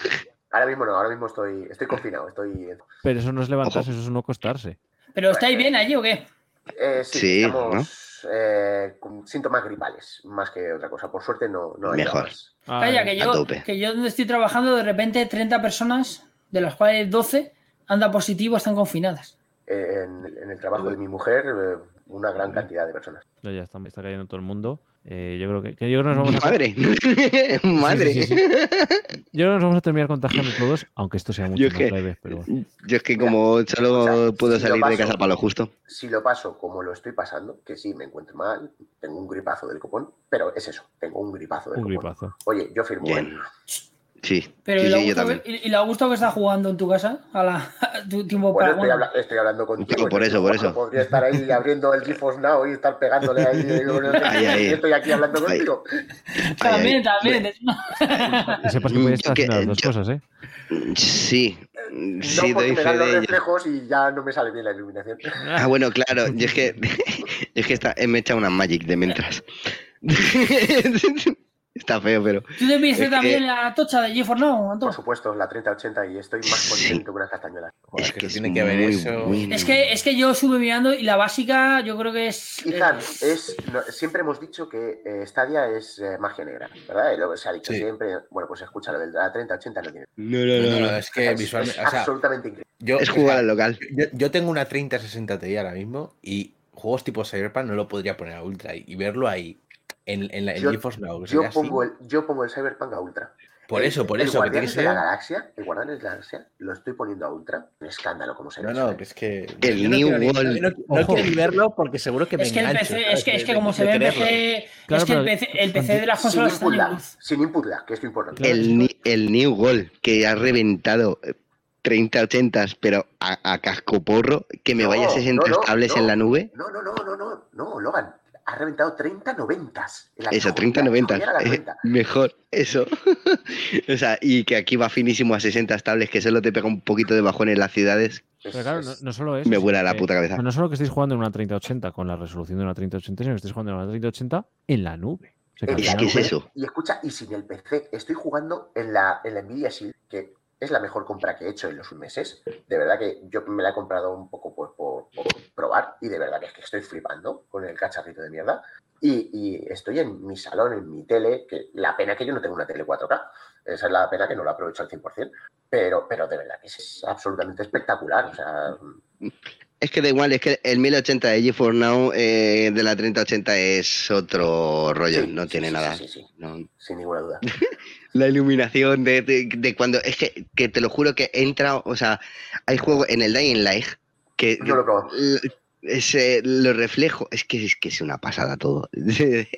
[SPEAKER 6] ahora mismo no, ahora mismo estoy, estoy confinado. Estoy,
[SPEAKER 1] Pero eso no es levantarse, eso es no acostarse.
[SPEAKER 3] ¿Pero estáis bien allí o qué?
[SPEAKER 6] eh, sí,
[SPEAKER 2] Sí,
[SPEAKER 6] estamos eh, con síntomas gripales, más que otra cosa. Por suerte no, no hay nada
[SPEAKER 2] Mejor.
[SPEAKER 6] más.
[SPEAKER 3] Calla, que
[SPEAKER 2] Ah, a
[SPEAKER 3] yo,
[SPEAKER 2] tope.
[SPEAKER 3] que yo donde estoy trabajando, de repente 30 personas, de las cuales 12 anda positivo, están confinadas.
[SPEAKER 6] Eh, En, en el trabajo de mi mujer, eh, una gran cantidad de personas.
[SPEAKER 1] Ya, ya está, está cayendo todo el mundo. Eh, yo creo que, que yo creo que
[SPEAKER 2] <laughs>
[SPEAKER 1] nos vamos a
[SPEAKER 2] Madre,
[SPEAKER 1] <laughs>
[SPEAKER 2] <laughs> madre.
[SPEAKER 1] Sí, sí, sí, Yo creo que nos vamos a terminar contagiando todos, aunque esto sea mucho
[SPEAKER 2] Yo es
[SPEAKER 1] más
[SPEAKER 2] que-
[SPEAKER 1] leve, pero bueno.
[SPEAKER 2] Yo es que como solo
[SPEAKER 6] o sea,
[SPEAKER 2] puedo
[SPEAKER 6] si yo
[SPEAKER 2] salir de
[SPEAKER 6] paso-
[SPEAKER 2] casa para lo justo.
[SPEAKER 6] Si lo paso como lo estoy pasando, que sí, me encuentro mal, tengo un gripazo del copón, pero es eso, tengo un gripazo del
[SPEAKER 1] Un
[SPEAKER 3] <laughs>
[SPEAKER 6] copón.
[SPEAKER 1] gripazo.
[SPEAKER 6] Oye, yo firmo.
[SPEAKER 2] Bien.
[SPEAKER 6] ¿eh?
[SPEAKER 2] Sí,
[SPEAKER 3] Pero
[SPEAKER 2] sí,
[SPEAKER 3] ¿y, la
[SPEAKER 2] sí, yo
[SPEAKER 3] gusto,
[SPEAKER 2] también.
[SPEAKER 3] y- y la gusto que está jugando en tu casa? A la, a tu tiempo
[SPEAKER 6] Bueno,
[SPEAKER 3] para.
[SPEAKER 6] estoy,
[SPEAKER 3] bueno,
[SPEAKER 6] habla- estoy hablando contigo.
[SPEAKER 2] poco por
[SPEAKER 6] yo
[SPEAKER 2] eso, por
[SPEAKER 6] tampoco
[SPEAKER 2] eso.
[SPEAKER 6] Podría estar ahí abriendo el GeForce Now y estar pegándole ahí. eh, con el-
[SPEAKER 2] Ahí, ahí.
[SPEAKER 6] y estoy aquí hablando
[SPEAKER 2] Ahí.
[SPEAKER 6] contigo.
[SPEAKER 2] Ay,
[SPEAKER 3] también,
[SPEAKER 2] ay,
[SPEAKER 3] también. es una-
[SPEAKER 1] Que sepas que
[SPEAKER 2] Mm,
[SPEAKER 1] puedes estar
[SPEAKER 2] que-
[SPEAKER 1] haciendo las dos
[SPEAKER 2] yo-
[SPEAKER 1] cosas, ¿eh?
[SPEAKER 2] Sí, sí
[SPEAKER 6] no porque
[SPEAKER 2] doy
[SPEAKER 6] me
[SPEAKER 2] fe
[SPEAKER 6] dan los
[SPEAKER 2] de ello.
[SPEAKER 6] reflejos y ya no me sale bien la iluminación.
[SPEAKER 2] Ah, bueno, claro, yo es que, <laughs> yo es que está, me he echado una magic de mientras. <laughs> está feo, pero
[SPEAKER 3] ¿Tú te viste
[SPEAKER 2] Es que-
[SPEAKER 3] también la tocha de G4 Now,
[SPEAKER 6] Por
[SPEAKER 3] Antonio?
[SPEAKER 6] supuesto, la 3080 y estoy más contento que unas castañuelas.
[SPEAKER 4] Joder,
[SPEAKER 2] es
[SPEAKER 4] que
[SPEAKER 2] que
[SPEAKER 4] se
[SPEAKER 2] es
[SPEAKER 4] tiene que haber
[SPEAKER 2] muy
[SPEAKER 4] eso.
[SPEAKER 2] bueno.
[SPEAKER 3] Es que, es que yo estuve mirando y la básica yo creo que es...
[SPEAKER 6] Ethan,
[SPEAKER 3] eh,
[SPEAKER 6] es, no, siempre hemos dicho que eh, Stadia es eh, magia negra, ¿verdad? Y Lo que se ha dicho
[SPEAKER 4] Sí.
[SPEAKER 6] siempre. Bueno, pues escucha, lo de la 3080 no tiene.
[SPEAKER 2] No, no,
[SPEAKER 4] No,
[SPEAKER 2] no, no.
[SPEAKER 4] no, es que
[SPEAKER 6] es,
[SPEAKER 4] visualmente.
[SPEAKER 6] es
[SPEAKER 4] o sea,
[SPEAKER 6] absolutamente increíble.
[SPEAKER 4] yo,
[SPEAKER 2] Es
[SPEAKER 4] o
[SPEAKER 2] jugar
[SPEAKER 4] sea,
[SPEAKER 2] al local.
[SPEAKER 4] yo, yo tengo una 3060 Ti ahora mismo y juegos tipo Cyberpunk no lo podría poner a Ultra y, y verlo ahí en, en la en
[SPEAKER 6] Yo-
[SPEAKER 4] GeForce Now. que
[SPEAKER 6] Yo
[SPEAKER 4] pues sería así.
[SPEAKER 6] pongo, el, yo pongo el Cyberpunk a Ultra.
[SPEAKER 4] Por eso, por
[SPEAKER 6] el
[SPEAKER 4] eso. Que tiene que
[SPEAKER 6] Guardianes de la
[SPEAKER 4] ser.
[SPEAKER 6] Galaxia, el Guardianes de la Galaxia, lo estoy poniendo a ultra. Un escándalo, como se
[SPEAKER 4] No, no, que es que.
[SPEAKER 2] El
[SPEAKER 4] yo no
[SPEAKER 2] New
[SPEAKER 4] quiero ni-
[SPEAKER 2] World.
[SPEAKER 4] No, no
[SPEAKER 1] Ojo.
[SPEAKER 4] quiero ni verlo porque seguro que me
[SPEAKER 3] Es que, el
[SPEAKER 4] engancho,
[SPEAKER 3] PC,
[SPEAKER 4] ¿sabes?
[SPEAKER 3] es, que, es que
[SPEAKER 4] De-
[SPEAKER 3] como
[SPEAKER 4] de
[SPEAKER 3] se ve en
[SPEAKER 4] quererlo.
[SPEAKER 3] PC,
[SPEAKER 1] Claro,
[SPEAKER 3] es que el
[SPEAKER 1] pero-
[SPEAKER 3] PC, el PC de las
[SPEAKER 6] Sin
[SPEAKER 3] consolas está
[SPEAKER 6] input
[SPEAKER 3] en
[SPEAKER 6] lag,
[SPEAKER 3] luz.
[SPEAKER 6] sin input lag, que es lo importante.
[SPEAKER 1] Claro.
[SPEAKER 2] El, ni- el New Gold que ha reventado 30-80, pero a, a cascoporro, que me
[SPEAKER 6] No,
[SPEAKER 2] vaya a 60
[SPEAKER 6] no, no,
[SPEAKER 2] estables en
[SPEAKER 6] no.
[SPEAKER 2] la nube.
[SPEAKER 6] No, no, no, no, no, no, Logan. Ha reventado 30 90s.
[SPEAKER 2] Eso, 30-90. eh, mejor, eso. <laughs> o sea, y que aquí va finísimo a 60 estables, que solo te pega un poquito de bajón en las ciudades.
[SPEAKER 1] Pero claro, no, no solo es...
[SPEAKER 2] Me vuela la
[SPEAKER 1] que-
[SPEAKER 2] puta cabeza.
[SPEAKER 1] No solo que estéis jugando en una 3080 con la resolución de una 3080, sino que estéis jugando en una 3080 en la nube. O sea, que al
[SPEAKER 2] Es
[SPEAKER 1] final-
[SPEAKER 2] que es eso.
[SPEAKER 6] Y escucha, y sin el PC, estoy jugando en la, en la Nvidia Shield, que es la mejor compra que he hecho en los meses. De verdad que yo me la he comprado un poco pues, por, por probar, y de verdad que es que estoy flipando con el cacharrito de mierda. Y, y estoy en mi salón, en mi tele, que la pena que yo no tengo una tele 4K, esa es la pena que no la aprovecho al 100%, pero, pero de verdad que es absolutamente espectacular. O sea,
[SPEAKER 2] Es que da igual, es que el 1080 de GeForce Now eh, de la 3080 es otro rollo,
[SPEAKER 6] sí,
[SPEAKER 2] no
[SPEAKER 6] sí,
[SPEAKER 2] tiene
[SPEAKER 6] sí,
[SPEAKER 2] nada.
[SPEAKER 6] sí, sí, sí,
[SPEAKER 2] no-
[SPEAKER 6] sin
[SPEAKER 2] <laughs>
[SPEAKER 6] ninguna duda.
[SPEAKER 2] La iluminación de, de- de cuando. Es que, que te lo juro que entra. O sea, hay juego en el Dying Light que.
[SPEAKER 6] Yo lo he probado.
[SPEAKER 2] l- ese- lo reflejo. Es que, es que es una pasada
[SPEAKER 6] <laughs>
[SPEAKER 2] todo. <laughs> brilli,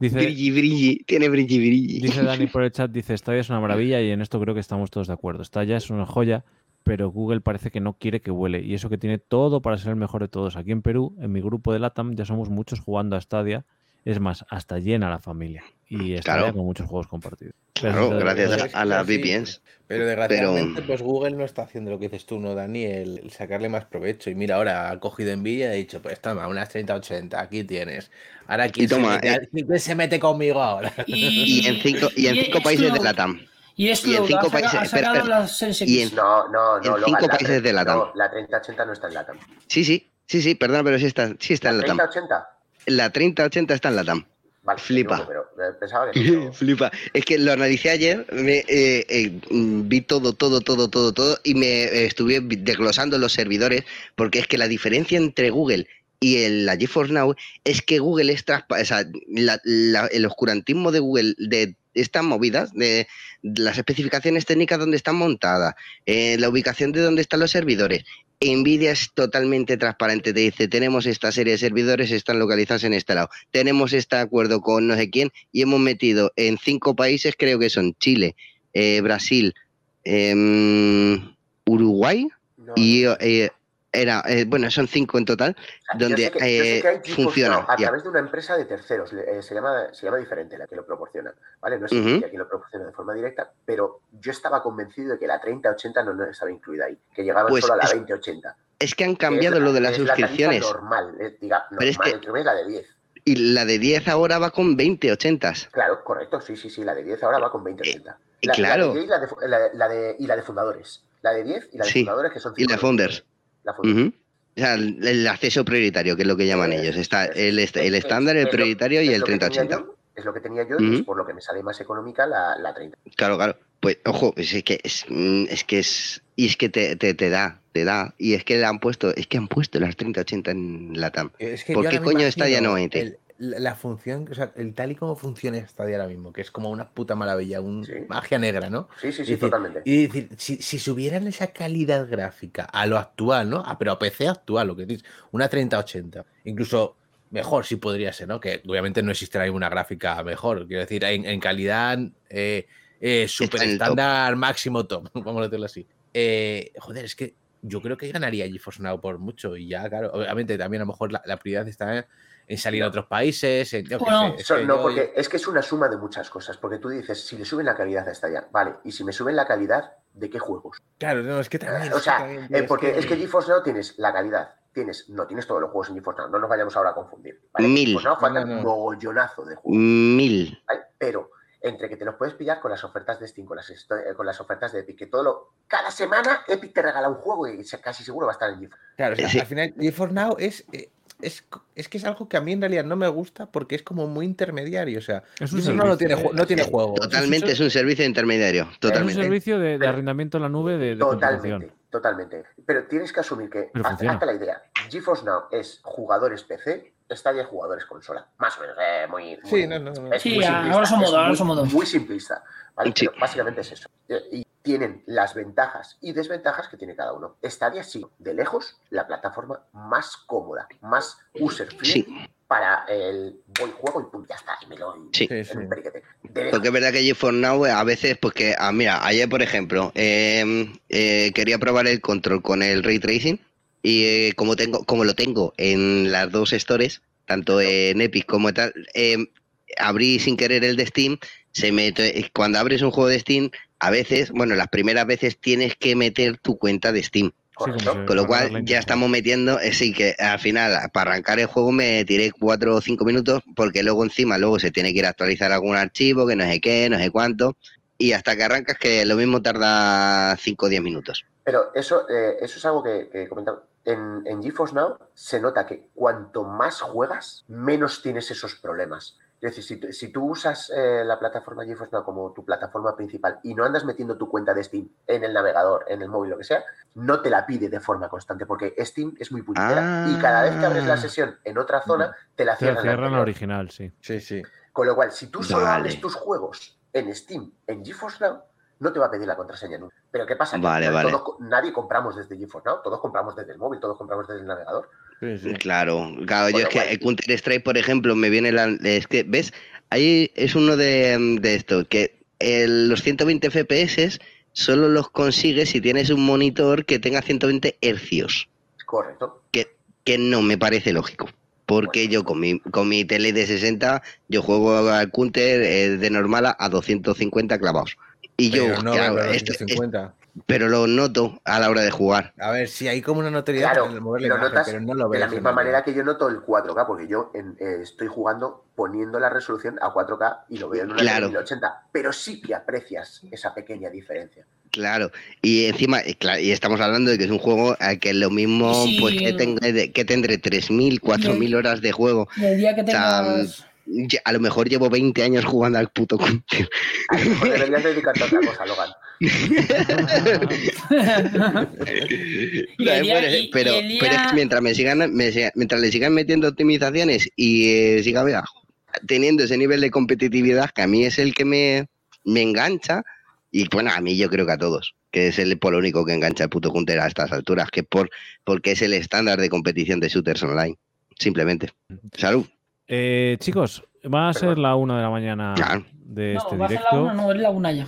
[SPEAKER 1] Dice,
[SPEAKER 2] brilli. Tiene brilli, brilli.
[SPEAKER 1] dice Dani por el chat, dice, Stadia es una maravilla y en esto creo que estamos todos de acuerdo. Stadia es una joya, pero Google parece que no quiere que huele. Y eso que tiene todo para ser el mejor de todos. Aquí en Perú, en mi grupo de LATAM, ya somos muchos jugando a Stadia. Es más, hasta llena la familia. Y Stadia
[SPEAKER 2] Claro.
[SPEAKER 1] con muchos juegos compartidos.
[SPEAKER 2] Claro,
[SPEAKER 1] Pero-
[SPEAKER 2] gracias a, a las
[SPEAKER 4] Sí.
[SPEAKER 2] VPNs.
[SPEAKER 4] Pero desgraciadamente, pues Google no está haciendo lo que dices tú, ¿no, Dani? El, el sacarle más provecho. Y mira, ahora ha cogido envidia y ha dicho, pues toma, unas 30-80, aquí tienes. Ahora aquí
[SPEAKER 2] toma, eh.
[SPEAKER 4] se mete, ¿quién se mete conmigo ahora.
[SPEAKER 3] Y,
[SPEAKER 2] <laughs> Y en cinco, y en
[SPEAKER 3] y
[SPEAKER 2] cinco
[SPEAKER 3] es
[SPEAKER 2] países de
[SPEAKER 3] lo-
[SPEAKER 2] la TAM.
[SPEAKER 3] Y es
[SPEAKER 2] y en
[SPEAKER 3] lo que ha
[SPEAKER 2] cinco
[SPEAKER 3] saca-
[SPEAKER 2] países-
[SPEAKER 3] ha
[SPEAKER 2] espera,
[SPEAKER 3] sacado
[SPEAKER 2] espera.
[SPEAKER 3] la Series
[SPEAKER 2] Y
[SPEAKER 3] X.
[SPEAKER 2] en-
[SPEAKER 6] No, no, no,
[SPEAKER 2] en
[SPEAKER 6] Logan,
[SPEAKER 2] cinco
[SPEAKER 6] la
[SPEAKER 2] países de LATAM.
[SPEAKER 6] No, la 3080 no está en LATAM.
[SPEAKER 2] Sí, sí. Sí, sí, perdona, pero sí está, sí está en la TAM.
[SPEAKER 6] 3080.
[SPEAKER 2] La 3080 está en la TAM.
[SPEAKER 6] Vale,
[SPEAKER 2] Flipa.
[SPEAKER 6] me equivoco, pero eh,
[SPEAKER 2] <laughs>
[SPEAKER 6] pensaba que sí, pero-
[SPEAKER 2] Flipa. Es que lo analicé ayer, me, eh, eh, mm, vi todo, todo, todo, todo, todo y me eh, estuve vi- desglosando los servidores porque es que la diferencia entre Google y el, la GeForce Now es que Google es traspa- o sea, la- la- el oscurantismo de Google de estas movidas, de, de las especificaciones técnicas donde están montadas, eh, la ubicación de donde están los servidores. Nvidia es totalmente transparente, te dice, tenemos esta serie de servidores, están localizados en este lado tenemos este acuerdo con no sé quién y hemos metido en cinco países, creo que son Chile, eh, Brasil, em, Uruguay
[SPEAKER 6] No,
[SPEAKER 2] y
[SPEAKER 6] no.
[SPEAKER 2] eh, era, eh, bueno, son cinco en total.
[SPEAKER 6] O sea,
[SPEAKER 2] donde,
[SPEAKER 6] yo sé que- yo sé
[SPEAKER 2] eh,
[SPEAKER 6] que hay tipos,
[SPEAKER 2] funciona,
[SPEAKER 6] no, a
[SPEAKER 2] ya.
[SPEAKER 6] través de una empresa de terceros. le- eh, se, llama, se llama diferente la que lo proporciona. ¿vale? No es
[SPEAKER 2] Ujú.
[SPEAKER 6] la que lo proporciona de forma directa, pero yo estaba convencido de que la 3080 no, no estaba incluida ahí, que llegaban
[SPEAKER 2] Pues
[SPEAKER 6] solo a la
[SPEAKER 2] es-
[SPEAKER 6] 2080.
[SPEAKER 2] Es que han
[SPEAKER 6] que es
[SPEAKER 2] cambiado lo de las
[SPEAKER 6] es la tarifa
[SPEAKER 2] suscripciones
[SPEAKER 6] normal, eh, diga, normal,
[SPEAKER 2] Pero es que-
[SPEAKER 6] entre comillas, la de 10.
[SPEAKER 2] y la de 10 ahora va con 20 ochentas.
[SPEAKER 6] Claro, correcto, sí, sí, sí, la de 10 ahora va con 2080.
[SPEAKER 2] y
[SPEAKER 6] La-
[SPEAKER 2] Eh, claro.
[SPEAKER 6] La de 10 y la de, fu- la- la de- y la de fundadores. La de 10 y la de
[SPEAKER 2] Sí,
[SPEAKER 6] fundadores, que son
[SPEAKER 2] y la
[SPEAKER 6] cinco.
[SPEAKER 2] founders.
[SPEAKER 6] La fundadores.
[SPEAKER 2] Ujú. O sea, el, el acceso prioritario, que es lo que llaman
[SPEAKER 6] Eh,
[SPEAKER 2] ellos. Está
[SPEAKER 6] es-
[SPEAKER 2] el, est-
[SPEAKER 6] es-
[SPEAKER 2] el
[SPEAKER 6] es-
[SPEAKER 2] estándar, el
[SPEAKER 6] es lo-
[SPEAKER 2] prioritario y
[SPEAKER 6] Es
[SPEAKER 2] el
[SPEAKER 6] lo que tenía
[SPEAKER 2] 3080.
[SPEAKER 6] yo, Es lo que tenía yo, y
[SPEAKER 2] Ujú.
[SPEAKER 6] es por lo que me sale más económica la, la 30.
[SPEAKER 2] Claro, claro. Pues ojo, pues es que es, mm, es que es y es que te, te, te da, te da y es que le han puesto, es que han puesto las 3080 en la TAM.
[SPEAKER 4] Eh, Es que
[SPEAKER 2] ¿Por
[SPEAKER 4] yo
[SPEAKER 2] qué
[SPEAKER 4] ahora me
[SPEAKER 2] coño
[SPEAKER 4] imagino
[SPEAKER 2] Stadia no entra?
[SPEAKER 4] el- La, la función, o sea, el tal y como funciona Stadia ahora mismo, que es como una puta maravilla, un
[SPEAKER 6] Sí.
[SPEAKER 4] magia negra, ¿no?
[SPEAKER 6] Sí, sí,
[SPEAKER 4] Es
[SPEAKER 6] sí,
[SPEAKER 4] decir,
[SPEAKER 6] totalmente.
[SPEAKER 4] Y decir, si, si subieran esa calidad gráfica a lo actual, ¿no? A- pero a PC actual, lo que dices, una 3080, incluso mejor sí podría ser, ¿no? Que obviamente no existirá ninguna gráfica mejor, quiero decir, en, en calidad eh, eh, super
[SPEAKER 2] en el top.
[SPEAKER 4] estándar, máximo top, <laughs> vamos a decirlo así. Eh, joder, es que yo creo que ganaría GeForce Now por mucho y ya, claro, obviamente también a lo mejor la, la prioridad está en salir a otros países, en, yo qué
[SPEAKER 3] Bueno,
[SPEAKER 4] sé, es
[SPEAKER 6] Eso
[SPEAKER 4] que
[SPEAKER 6] no,
[SPEAKER 4] yo-
[SPEAKER 6] porque es que es una suma de muchas cosas. Porque tú dices, si le suben la calidad a esta ya, vale, y si me suben la calidad, ¿de qué juegos?
[SPEAKER 4] Claro, no, es que también...
[SPEAKER 6] o
[SPEAKER 4] es que
[SPEAKER 6] sea,
[SPEAKER 4] también, tío,
[SPEAKER 6] eh, porque es que GeForce Now tienes la calidad, tienes, no tienes todos los juegos en GeForce Now, no nos vayamos ahora a confundir. ¿vale?
[SPEAKER 2] Mil.
[SPEAKER 6] GeForce Now faltan
[SPEAKER 4] No, no.
[SPEAKER 6] un mogollonazo de juegos,
[SPEAKER 2] Mil.
[SPEAKER 6] ¿vale? Pero entre que te los puedes pillar con las ofertas de Steam, con las, esto- eh, con las ofertas de Epic, que todo lo, cada semana Epic te regala un juego y se- casi seguro va a estar en GeForce.
[SPEAKER 4] Claro, o sea,
[SPEAKER 2] Sí.
[SPEAKER 4] al final GeForce Now es, eh, es, co- es que es algo que a mí en realidad no me gusta porque es como muy intermediario. O sea,
[SPEAKER 1] Es un
[SPEAKER 4] GeForce Now no
[SPEAKER 1] servicio,
[SPEAKER 4] tiene,
[SPEAKER 1] eh,
[SPEAKER 4] ju- no tiene juego.
[SPEAKER 2] Totalmente es un servicio intermediario,
[SPEAKER 1] Es un
[SPEAKER 2] totalmente.
[SPEAKER 1] servicio de, de arrendamiento en la nube de, de computación.
[SPEAKER 6] Totalmente, totalmente. Pero tienes que asumir que,
[SPEAKER 1] Pero
[SPEAKER 6] haz-
[SPEAKER 1] funciona.
[SPEAKER 6] hazte la idea, GeForce Now es jugadores PC, Stadia es jugadores consola. Más o menos, eh, muy, muy-
[SPEAKER 4] Sí, no, no, no.
[SPEAKER 6] es
[SPEAKER 3] Sí,
[SPEAKER 6] muy
[SPEAKER 3] a
[SPEAKER 6] simplista,
[SPEAKER 3] grosso modo,
[SPEAKER 6] es
[SPEAKER 3] a
[SPEAKER 6] muy-
[SPEAKER 3] grosso modo.
[SPEAKER 6] Muy simplista, ¿vale?
[SPEAKER 2] Sí.
[SPEAKER 6] Pero básicamente es eso. Eh, Y tienen las ventajas y desventajas que tiene cada uno. Stadia sí, de lejos, la plataforma más cómoda, más user friendly para el voy juego y pum, ya está, y me lo y-
[SPEAKER 2] Sí.
[SPEAKER 4] Sí, sí.
[SPEAKER 6] en un periquete. De lejos.
[SPEAKER 2] Porque es verdad que GeForce Now eh, a veces, pues que, ah, mira, ayer por ejemplo, eh, eh, quería probar el control con el ray tracing y eh, como tengo, como lo tengo en las dos stores, tanto en Epic como tal, eh, abrí sin querer el de Steam, se mete, cuando abres un juego de Steam, a veces, bueno, las primeras veces tienes que meter tu cuenta de Steam.
[SPEAKER 1] Sí, como
[SPEAKER 6] Correcto.
[SPEAKER 1] si-
[SPEAKER 2] Con lo
[SPEAKER 1] para darle
[SPEAKER 2] cual
[SPEAKER 1] en
[SPEAKER 2] ya
[SPEAKER 1] tu-
[SPEAKER 2] estamos metiendo, eh, sí que al final para arrancar el juego me tiré cuatro o cinco minutos porque luego encima luego se tiene que ir a actualizar algún archivo que no sé qué, no sé cuánto y hasta que arrancas que lo mismo tarda cinco o diez minutos.
[SPEAKER 6] Pero eso, eh, eso es algo que, que comentaba. En, en GeForce Now se nota que cuanto más juegas, menos tienes esos problemas. Es decir, si, tú- si tú usas eh, la plataforma GeForce Now como tu plataforma principal y no andas metiendo tu cuenta de Steam en el navegador, en el móvil, lo que sea, no te la pide de forma constante porque Steam es muy puñetera. Y cada vez que abres la
[SPEAKER 2] Ah.
[SPEAKER 6] sesión en otra zona, te
[SPEAKER 1] Cierra-
[SPEAKER 6] la cierran. la
[SPEAKER 1] Cierran la
[SPEAKER 6] anterior.
[SPEAKER 1] original, sí.
[SPEAKER 4] Sí, sí.
[SPEAKER 6] Con lo cual, si tú solo
[SPEAKER 2] Vale.
[SPEAKER 6] abres tus juegos en Steam, en GeForce Now, no te va a pedir la contraseña nunca. Pero ¿qué pasa? Que
[SPEAKER 2] Vale, vale.
[SPEAKER 6] todos co- nadie compramos desde GeForce Now, todos compramos desde el móvil, todos compramos desde el navegador.
[SPEAKER 4] sí, sí.
[SPEAKER 2] Claro, claro, yo
[SPEAKER 6] Bueno,
[SPEAKER 2] es que
[SPEAKER 6] guay.
[SPEAKER 2] el Counter Strike, por ejemplo, me viene la... Es que, ¿ves? Ahí es uno de, de estos, que el- los 120 FPS solo los consigues si tienes un monitor que tenga 120 hercios.
[SPEAKER 6] Correcto.
[SPEAKER 2] que no me parece lógico. Porque
[SPEAKER 6] Bueno.
[SPEAKER 2] yo con mi, con mi tele de 60, yo juego al counter eh, de normal a 250 clavados. Y yo,
[SPEAKER 4] Pero no
[SPEAKER 2] claro,
[SPEAKER 4] verlo en
[SPEAKER 2] esto- es-
[SPEAKER 4] 250.
[SPEAKER 2] pero lo noto a la hora de jugar.
[SPEAKER 4] A ver, sí, hay como una notoriedad
[SPEAKER 6] Claro,
[SPEAKER 4] en el mover la
[SPEAKER 6] lo
[SPEAKER 4] imagen,
[SPEAKER 6] notas
[SPEAKER 4] pero no lo
[SPEAKER 6] De
[SPEAKER 4] ves.
[SPEAKER 6] la
[SPEAKER 4] en
[SPEAKER 6] misma
[SPEAKER 4] el-
[SPEAKER 6] manera que yo noto el 4K, porque yo en- eh, estoy jugando poniendo la resolución a 4K y lo veo en una
[SPEAKER 2] Claro.
[SPEAKER 6] 1080, pero sí que aprecias esa pequeña
[SPEAKER 2] <laughs>
[SPEAKER 6] diferencia.
[SPEAKER 2] Claro. Y encima, eh, cla- y estamos hablando de que es un juego al que lo mismo,
[SPEAKER 3] Sí.
[SPEAKER 2] pues que, tenga de- que tendré 3.000, 4.000 horas de juego.
[SPEAKER 3] Y el día que tengas.
[SPEAKER 2] Ya- A lo mejor llevo 20 años jugando al puto counter.
[SPEAKER 6] A lo mejor deberías dedicarte a otra cosa, Logan.
[SPEAKER 3] Y el día-
[SPEAKER 2] Bueno,
[SPEAKER 3] y-
[SPEAKER 2] pero,
[SPEAKER 3] y el día-
[SPEAKER 2] pero es que mientras, me sigan, me siga- mientras le sigan metiendo optimizaciones y eh, siga mira, teniendo ese nivel de competitividad que a mí es el que me, me engancha, y bueno, a mí yo creo que a todos, que es el por lo único que engancha el puto Hunter a estas alturas, que por porque es el estándar de competición de shooters online, simplemente.
[SPEAKER 3] <laughs>
[SPEAKER 2] Salud.
[SPEAKER 1] Eh, chicos, va a
[SPEAKER 6] Perdón.
[SPEAKER 1] ser la una de la mañana
[SPEAKER 2] Claro.
[SPEAKER 1] de
[SPEAKER 3] No,
[SPEAKER 1] este
[SPEAKER 3] va a ser la
[SPEAKER 1] directo.
[SPEAKER 3] una, no, es la una ya.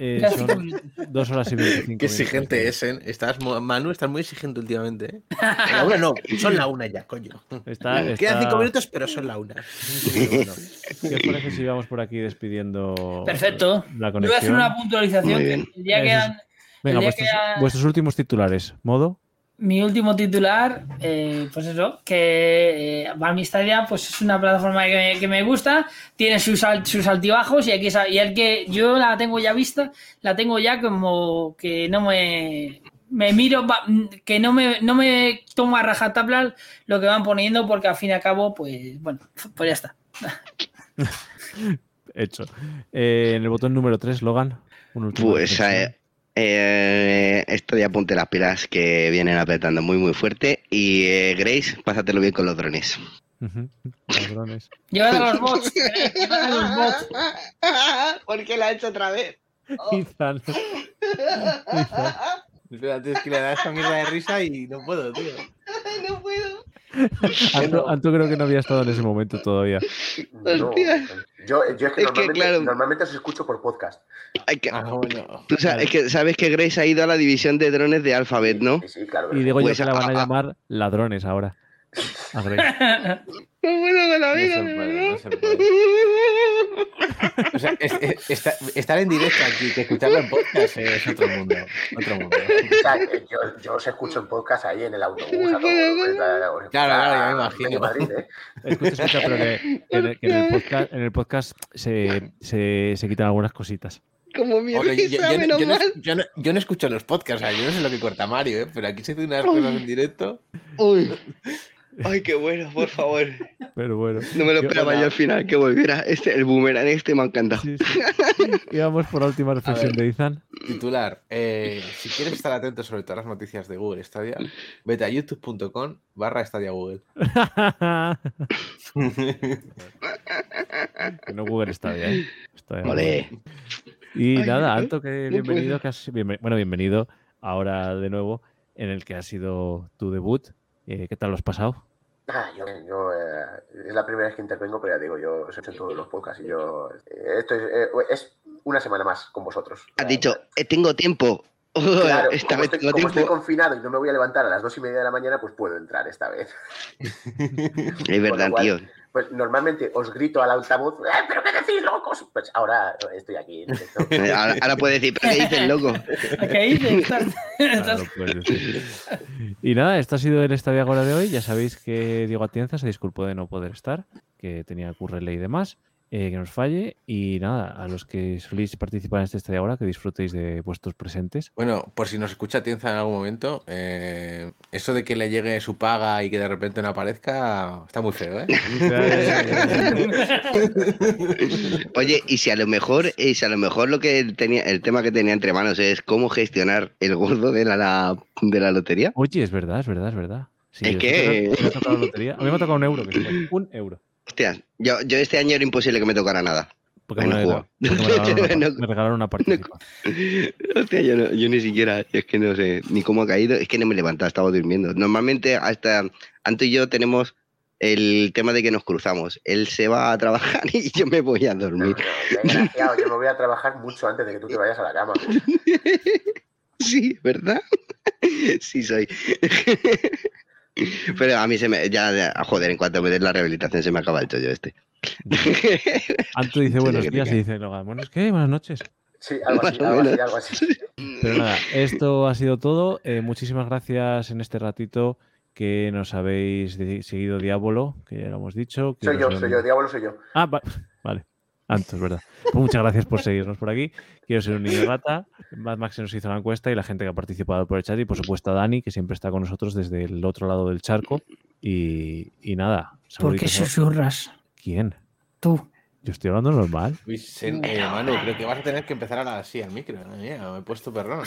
[SPEAKER 1] Eh,
[SPEAKER 3] Casi
[SPEAKER 1] son
[SPEAKER 3] como yo.
[SPEAKER 1] dos horas y 25
[SPEAKER 4] Qué exigente
[SPEAKER 1] minutos.
[SPEAKER 4] es, ¿eh? Estás, mo- Manu, estás muy exigente últimamente, ¿eh?
[SPEAKER 2] Ah,
[SPEAKER 4] La una no, son la una ya, coño.
[SPEAKER 1] Está, está...
[SPEAKER 4] Quedan cinco minutos, pero son la <laughs> una.
[SPEAKER 1] ¿Qué os parece si vamos por aquí despidiendo
[SPEAKER 3] <laughs> Perfecto.
[SPEAKER 1] la
[SPEAKER 3] Yo voy a hacer
[SPEAKER 1] conexión?
[SPEAKER 3] una puntualización.
[SPEAKER 2] Muy
[SPEAKER 3] que
[SPEAKER 2] bien.
[SPEAKER 3] El día que
[SPEAKER 1] Eso es-
[SPEAKER 3] han-
[SPEAKER 1] Venga,
[SPEAKER 3] el día
[SPEAKER 1] vuestros,
[SPEAKER 3] que ha-
[SPEAKER 1] vuestros últimos titulares. ¿Modo?
[SPEAKER 3] mi último titular, eh, pues eso, que eh, Balmy Stadia pues es una plataforma que me, que me gusta, tiene sus, al- sus altibajos y aquí es a- y el que yo la tengo ya vista, la tengo ya como que no me me miro va- que no me no me tomo a rajatabla lo que van poniendo porque al fin y al cabo pues bueno, pues ya está.
[SPEAKER 1] Hecho. Eh, en el botón número 3, Logan. un último
[SPEAKER 2] Pues
[SPEAKER 1] reflexión.
[SPEAKER 2] eh, esto ya ponte las pilas que vienen apretando muy muy fuerte. Y eh, Grace, pásatelo bien con los drones.
[SPEAKER 1] Ujú.
[SPEAKER 3] <laughs>
[SPEAKER 1] Cabrones. <laughs>
[SPEAKER 3] Llevad a los bots, eh, llevad a los bots. <laughs>
[SPEAKER 2] <laughs> Porque la ha hecho otra vez. <laughs>
[SPEAKER 1] Ethan. Ethan.
[SPEAKER 4] Espérate, es que le da esa mierda de risa y no puedo, tío.
[SPEAKER 2] No puedo.
[SPEAKER 1] Anto, Anto creo que no había estado en ese momento todavía.
[SPEAKER 6] No,
[SPEAKER 2] Hostia.
[SPEAKER 6] yo, yo es que,
[SPEAKER 2] Es que,
[SPEAKER 6] normalmente,
[SPEAKER 2] claro.
[SPEAKER 6] normalmente os escucho por podcast.
[SPEAKER 2] Hay que-
[SPEAKER 4] Ah, bueno.
[SPEAKER 2] Tú sabes, es que, sabes que Grace ha ido a la división de drones de Alphabet, Pues, ¿no?
[SPEAKER 6] Sí, sí, claro.
[SPEAKER 1] Y digo yo
[SPEAKER 2] Pues,
[SPEAKER 1] que la van a
[SPEAKER 2] ah, ah.
[SPEAKER 1] llamar ladrones ahora. A Grey.
[SPEAKER 2] No puedo con la
[SPEAKER 4] No
[SPEAKER 2] vida,
[SPEAKER 4] se
[SPEAKER 2] de
[SPEAKER 4] puede, no se
[SPEAKER 2] verdad.
[SPEAKER 4] puede. O sea, es- es- esta- estar en directo aquí que escucharlo en podcast es otro mundo. Otro mundo.
[SPEAKER 6] O
[SPEAKER 2] <laughs>
[SPEAKER 6] sea, eh, yo, yo os escucho en podcast ahí en el autobús. a todo,
[SPEAKER 4] Claro,
[SPEAKER 6] eh,
[SPEAKER 4] claro, ya me
[SPEAKER 6] en
[SPEAKER 2] <laughs>
[SPEAKER 4] imagino.
[SPEAKER 6] Madrid, eh.
[SPEAKER 1] Escucha, escucha, pero que, que en el- que en el podcast, en el podcast se, se- se quitan algunas cositas.
[SPEAKER 2] <laughs> Como mi
[SPEAKER 4] Hombre, yo, yo-
[SPEAKER 2] risa,
[SPEAKER 4] yo no,
[SPEAKER 2] menos
[SPEAKER 4] yo no-
[SPEAKER 2] mal.
[SPEAKER 4] yo no- yo no escucho los podcasts, o sea, yo no sé lo que corta Mario, ¿eh? pero aquí se hacen unas cosas en directo.
[SPEAKER 2] Uy. <laughs> Ay, qué bueno, por favor.
[SPEAKER 1] Pero bueno.
[SPEAKER 2] No me lo
[SPEAKER 1] Yo-
[SPEAKER 2] esperaba yo al final que volviera. Este, el boomerang este me ha encantado.
[SPEAKER 1] Sí, sí. Y vamos por la última reflexión
[SPEAKER 4] ver.
[SPEAKER 1] de Ethan.
[SPEAKER 4] Titular, eh, si quieres estar atento sobre todas las noticias de Google Stadia, vete a youtube.com barra
[SPEAKER 2] <laughs>
[SPEAKER 4] Stadia Google.
[SPEAKER 1] <laughs> que no Google está bien. Está bien.
[SPEAKER 2] Ole.
[SPEAKER 1] Y
[SPEAKER 2] Ay, ¿eh?
[SPEAKER 1] nada,
[SPEAKER 2] no,
[SPEAKER 1] Anto, que
[SPEAKER 2] no
[SPEAKER 1] bienvenido,
[SPEAKER 2] puedo.
[SPEAKER 1] que has- bienve- bueno, bienvenido ahora de nuevo en el que ha sido tu debut. Eh, ¿Qué tal lo has pasado?
[SPEAKER 6] Ah, yo, yo, eh, es la primera vez que intervengo, pero ya digo, yo os he hecho todos los podcasts y yo. eh, esto es, eh, es una semana más con vosotros.
[SPEAKER 2] Has dicho, eh, tengo tiempo. <laughs>
[SPEAKER 6] Claro,
[SPEAKER 2] Esta
[SPEAKER 6] como
[SPEAKER 2] vez
[SPEAKER 6] estoy,
[SPEAKER 2] tengo
[SPEAKER 6] como estoy
[SPEAKER 2] tiempo.
[SPEAKER 6] confinado y no me voy a levantar a las dos y media de la mañana, pues puedo entrar esta vez. <laughs>
[SPEAKER 2] Es verdad,
[SPEAKER 6] con lo
[SPEAKER 2] tío.
[SPEAKER 6] cual- Pues normalmente os grito al altavoz, ¡Eh, pero qué decís, locos! Pues ahora estoy aquí.
[SPEAKER 2] <laughs>
[SPEAKER 6] esto-
[SPEAKER 2] Eh, Ahora, ahora puedes decir, ¿pero qué dices, loco?
[SPEAKER 3] ¿Qué dices? Estás- estás-
[SPEAKER 1] Claro, pues, sí. Y nada, esto ha sido el Estadio Agora de hoy. Ya sabéis que Diego Atienza se disculpó de no poder estar, que tenía currele y demás, eh, que nos falle. Y nada, a los que soléis participar en este Estadio Agora, que disfrutéis de vuestros <laughs> presentes.
[SPEAKER 4] Bueno, por si nos escucha Tienza en algún momento, eh, eso de que le llegue su paga y que de repente no aparezca, está muy feo, ¿eh?
[SPEAKER 2] Oye, y si a lo mejor, y si a lo mejor lo que tenía, el tema que tenía entre manos es cómo gestionar el gordo de la, la- de la lotería.
[SPEAKER 1] Oye, es verdad, es verdad, es verdad. Sí,
[SPEAKER 2] Es
[SPEAKER 1] os
[SPEAKER 2] que-
[SPEAKER 1] ha tocado- os ha tocado la lotería. A mí me ha tocado un euro, que
[SPEAKER 2] <laughs>
[SPEAKER 1] se fue. un euro.
[SPEAKER 2] Hostia, yo, yo este año era imposible que me tocara nada.
[SPEAKER 1] Porque
[SPEAKER 2] <laughs> Bueno,
[SPEAKER 1] me,
[SPEAKER 2] juego.
[SPEAKER 1] porque me regalaron una,
[SPEAKER 2] No-
[SPEAKER 1] par- me regalaron una participa.
[SPEAKER 2] <laughs> Hostia, yo, no- yo ni siquiera, es que no sé ni cómo ha caído, es que no me he levantado, estaba durmiendo. Normalmente hasta Anto y yo tenemos el tema de que nos cruzamos. Él se va a trabajar <laughs> y yo me voy a
[SPEAKER 6] <laughs> No,
[SPEAKER 2] dormir.
[SPEAKER 6] no, desgraciado, yo me voy a trabajar mucho antes de que tú te vayas a la cama.
[SPEAKER 2] <laughs> Sí, ¿verdad? <laughs> Sí soy. <laughs> Pero a mí se me, ya, ya, joder, en cuanto me den la rehabilitación se me acaba el chollo <laughs> este.
[SPEAKER 1] Anto dice
[SPEAKER 2] Sería
[SPEAKER 1] buenos
[SPEAKER 2] que te
[SPEAKER 1] días y
[SPEAKER 2] cae.
[SPEAKER 1] dice Logan, buenos qué, buenas noches.
[SPEAKER 6] Sí, algo
[SPEAKER 2] <laughs>
[SPEAKER 6] así,
[SPEAKER 2] Más o
[SPEAKER 6] algo así,
[SPEAKER 2] menos.
[SPEAKER 6] algo así.
[SPEAKER 1] Pero nada, esto ha sido todo. Eh, muchísimas gracias en este ratito que nos habéis de- seguido Diablo, que ya lo hemos dicho. que
[SPEAKER 6] Soy
[SPEAKER 1] nos
[SPEAKER 6] yo,
[SPEAKER 1] habéis-
[SPEAKER 6] soy yo, diablo soy yo.
[SPEAKER 1] Ah, va- vale. Antes, es verdad. Pues muchas gracias por seguirnos por aquí. Quiero ser un niño rata. Mad Max se nos hizo la encuesta y la gente que ha participado por el chat. Y por supuesto a Dani, que siempre está con nosotros desde el otro lado del charco. Y, y nada.
[SPEAKER 3] ¿Por qué
[SPEAKER 1] saluditos a-
[SPEAKER 3] susurras?
[SPEAKER 1] ¿Quién?
[SPEAKER 3] Tú.
[SPEAKER 1] Yo estoy hablando normal. <laughs>
[SPEAKER 4] Luis, eh, eh, Manu, creo que vas a tener que empezar ahora así al micro. madre mía, me he puesto perrón.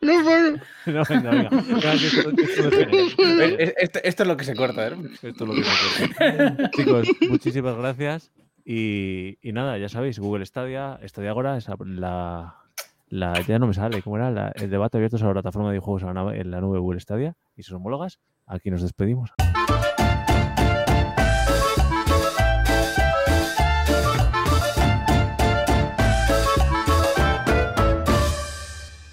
[SPEAKER 2] No, bueno.
[SPEAKER 1] No, venga, venga. Venga, que esto- que esto degenera.
[SPEAKER 4] Eh, eh, esto, esto es lo que se corta, ¿eh?
[SPEAKER 1] Esto es lo que me acuerdo. Chicos, muchísimas gracias. Y, y nada, ya sabéis, Google Stadia, Stadia Agora, esa- la, la- ya no me sale, ¿cómo era? La- el debate abierto sobre la plataforma de videojuegos en la nave- en la nube Google Stadia y sus homólogas. Aquí nos despedimos.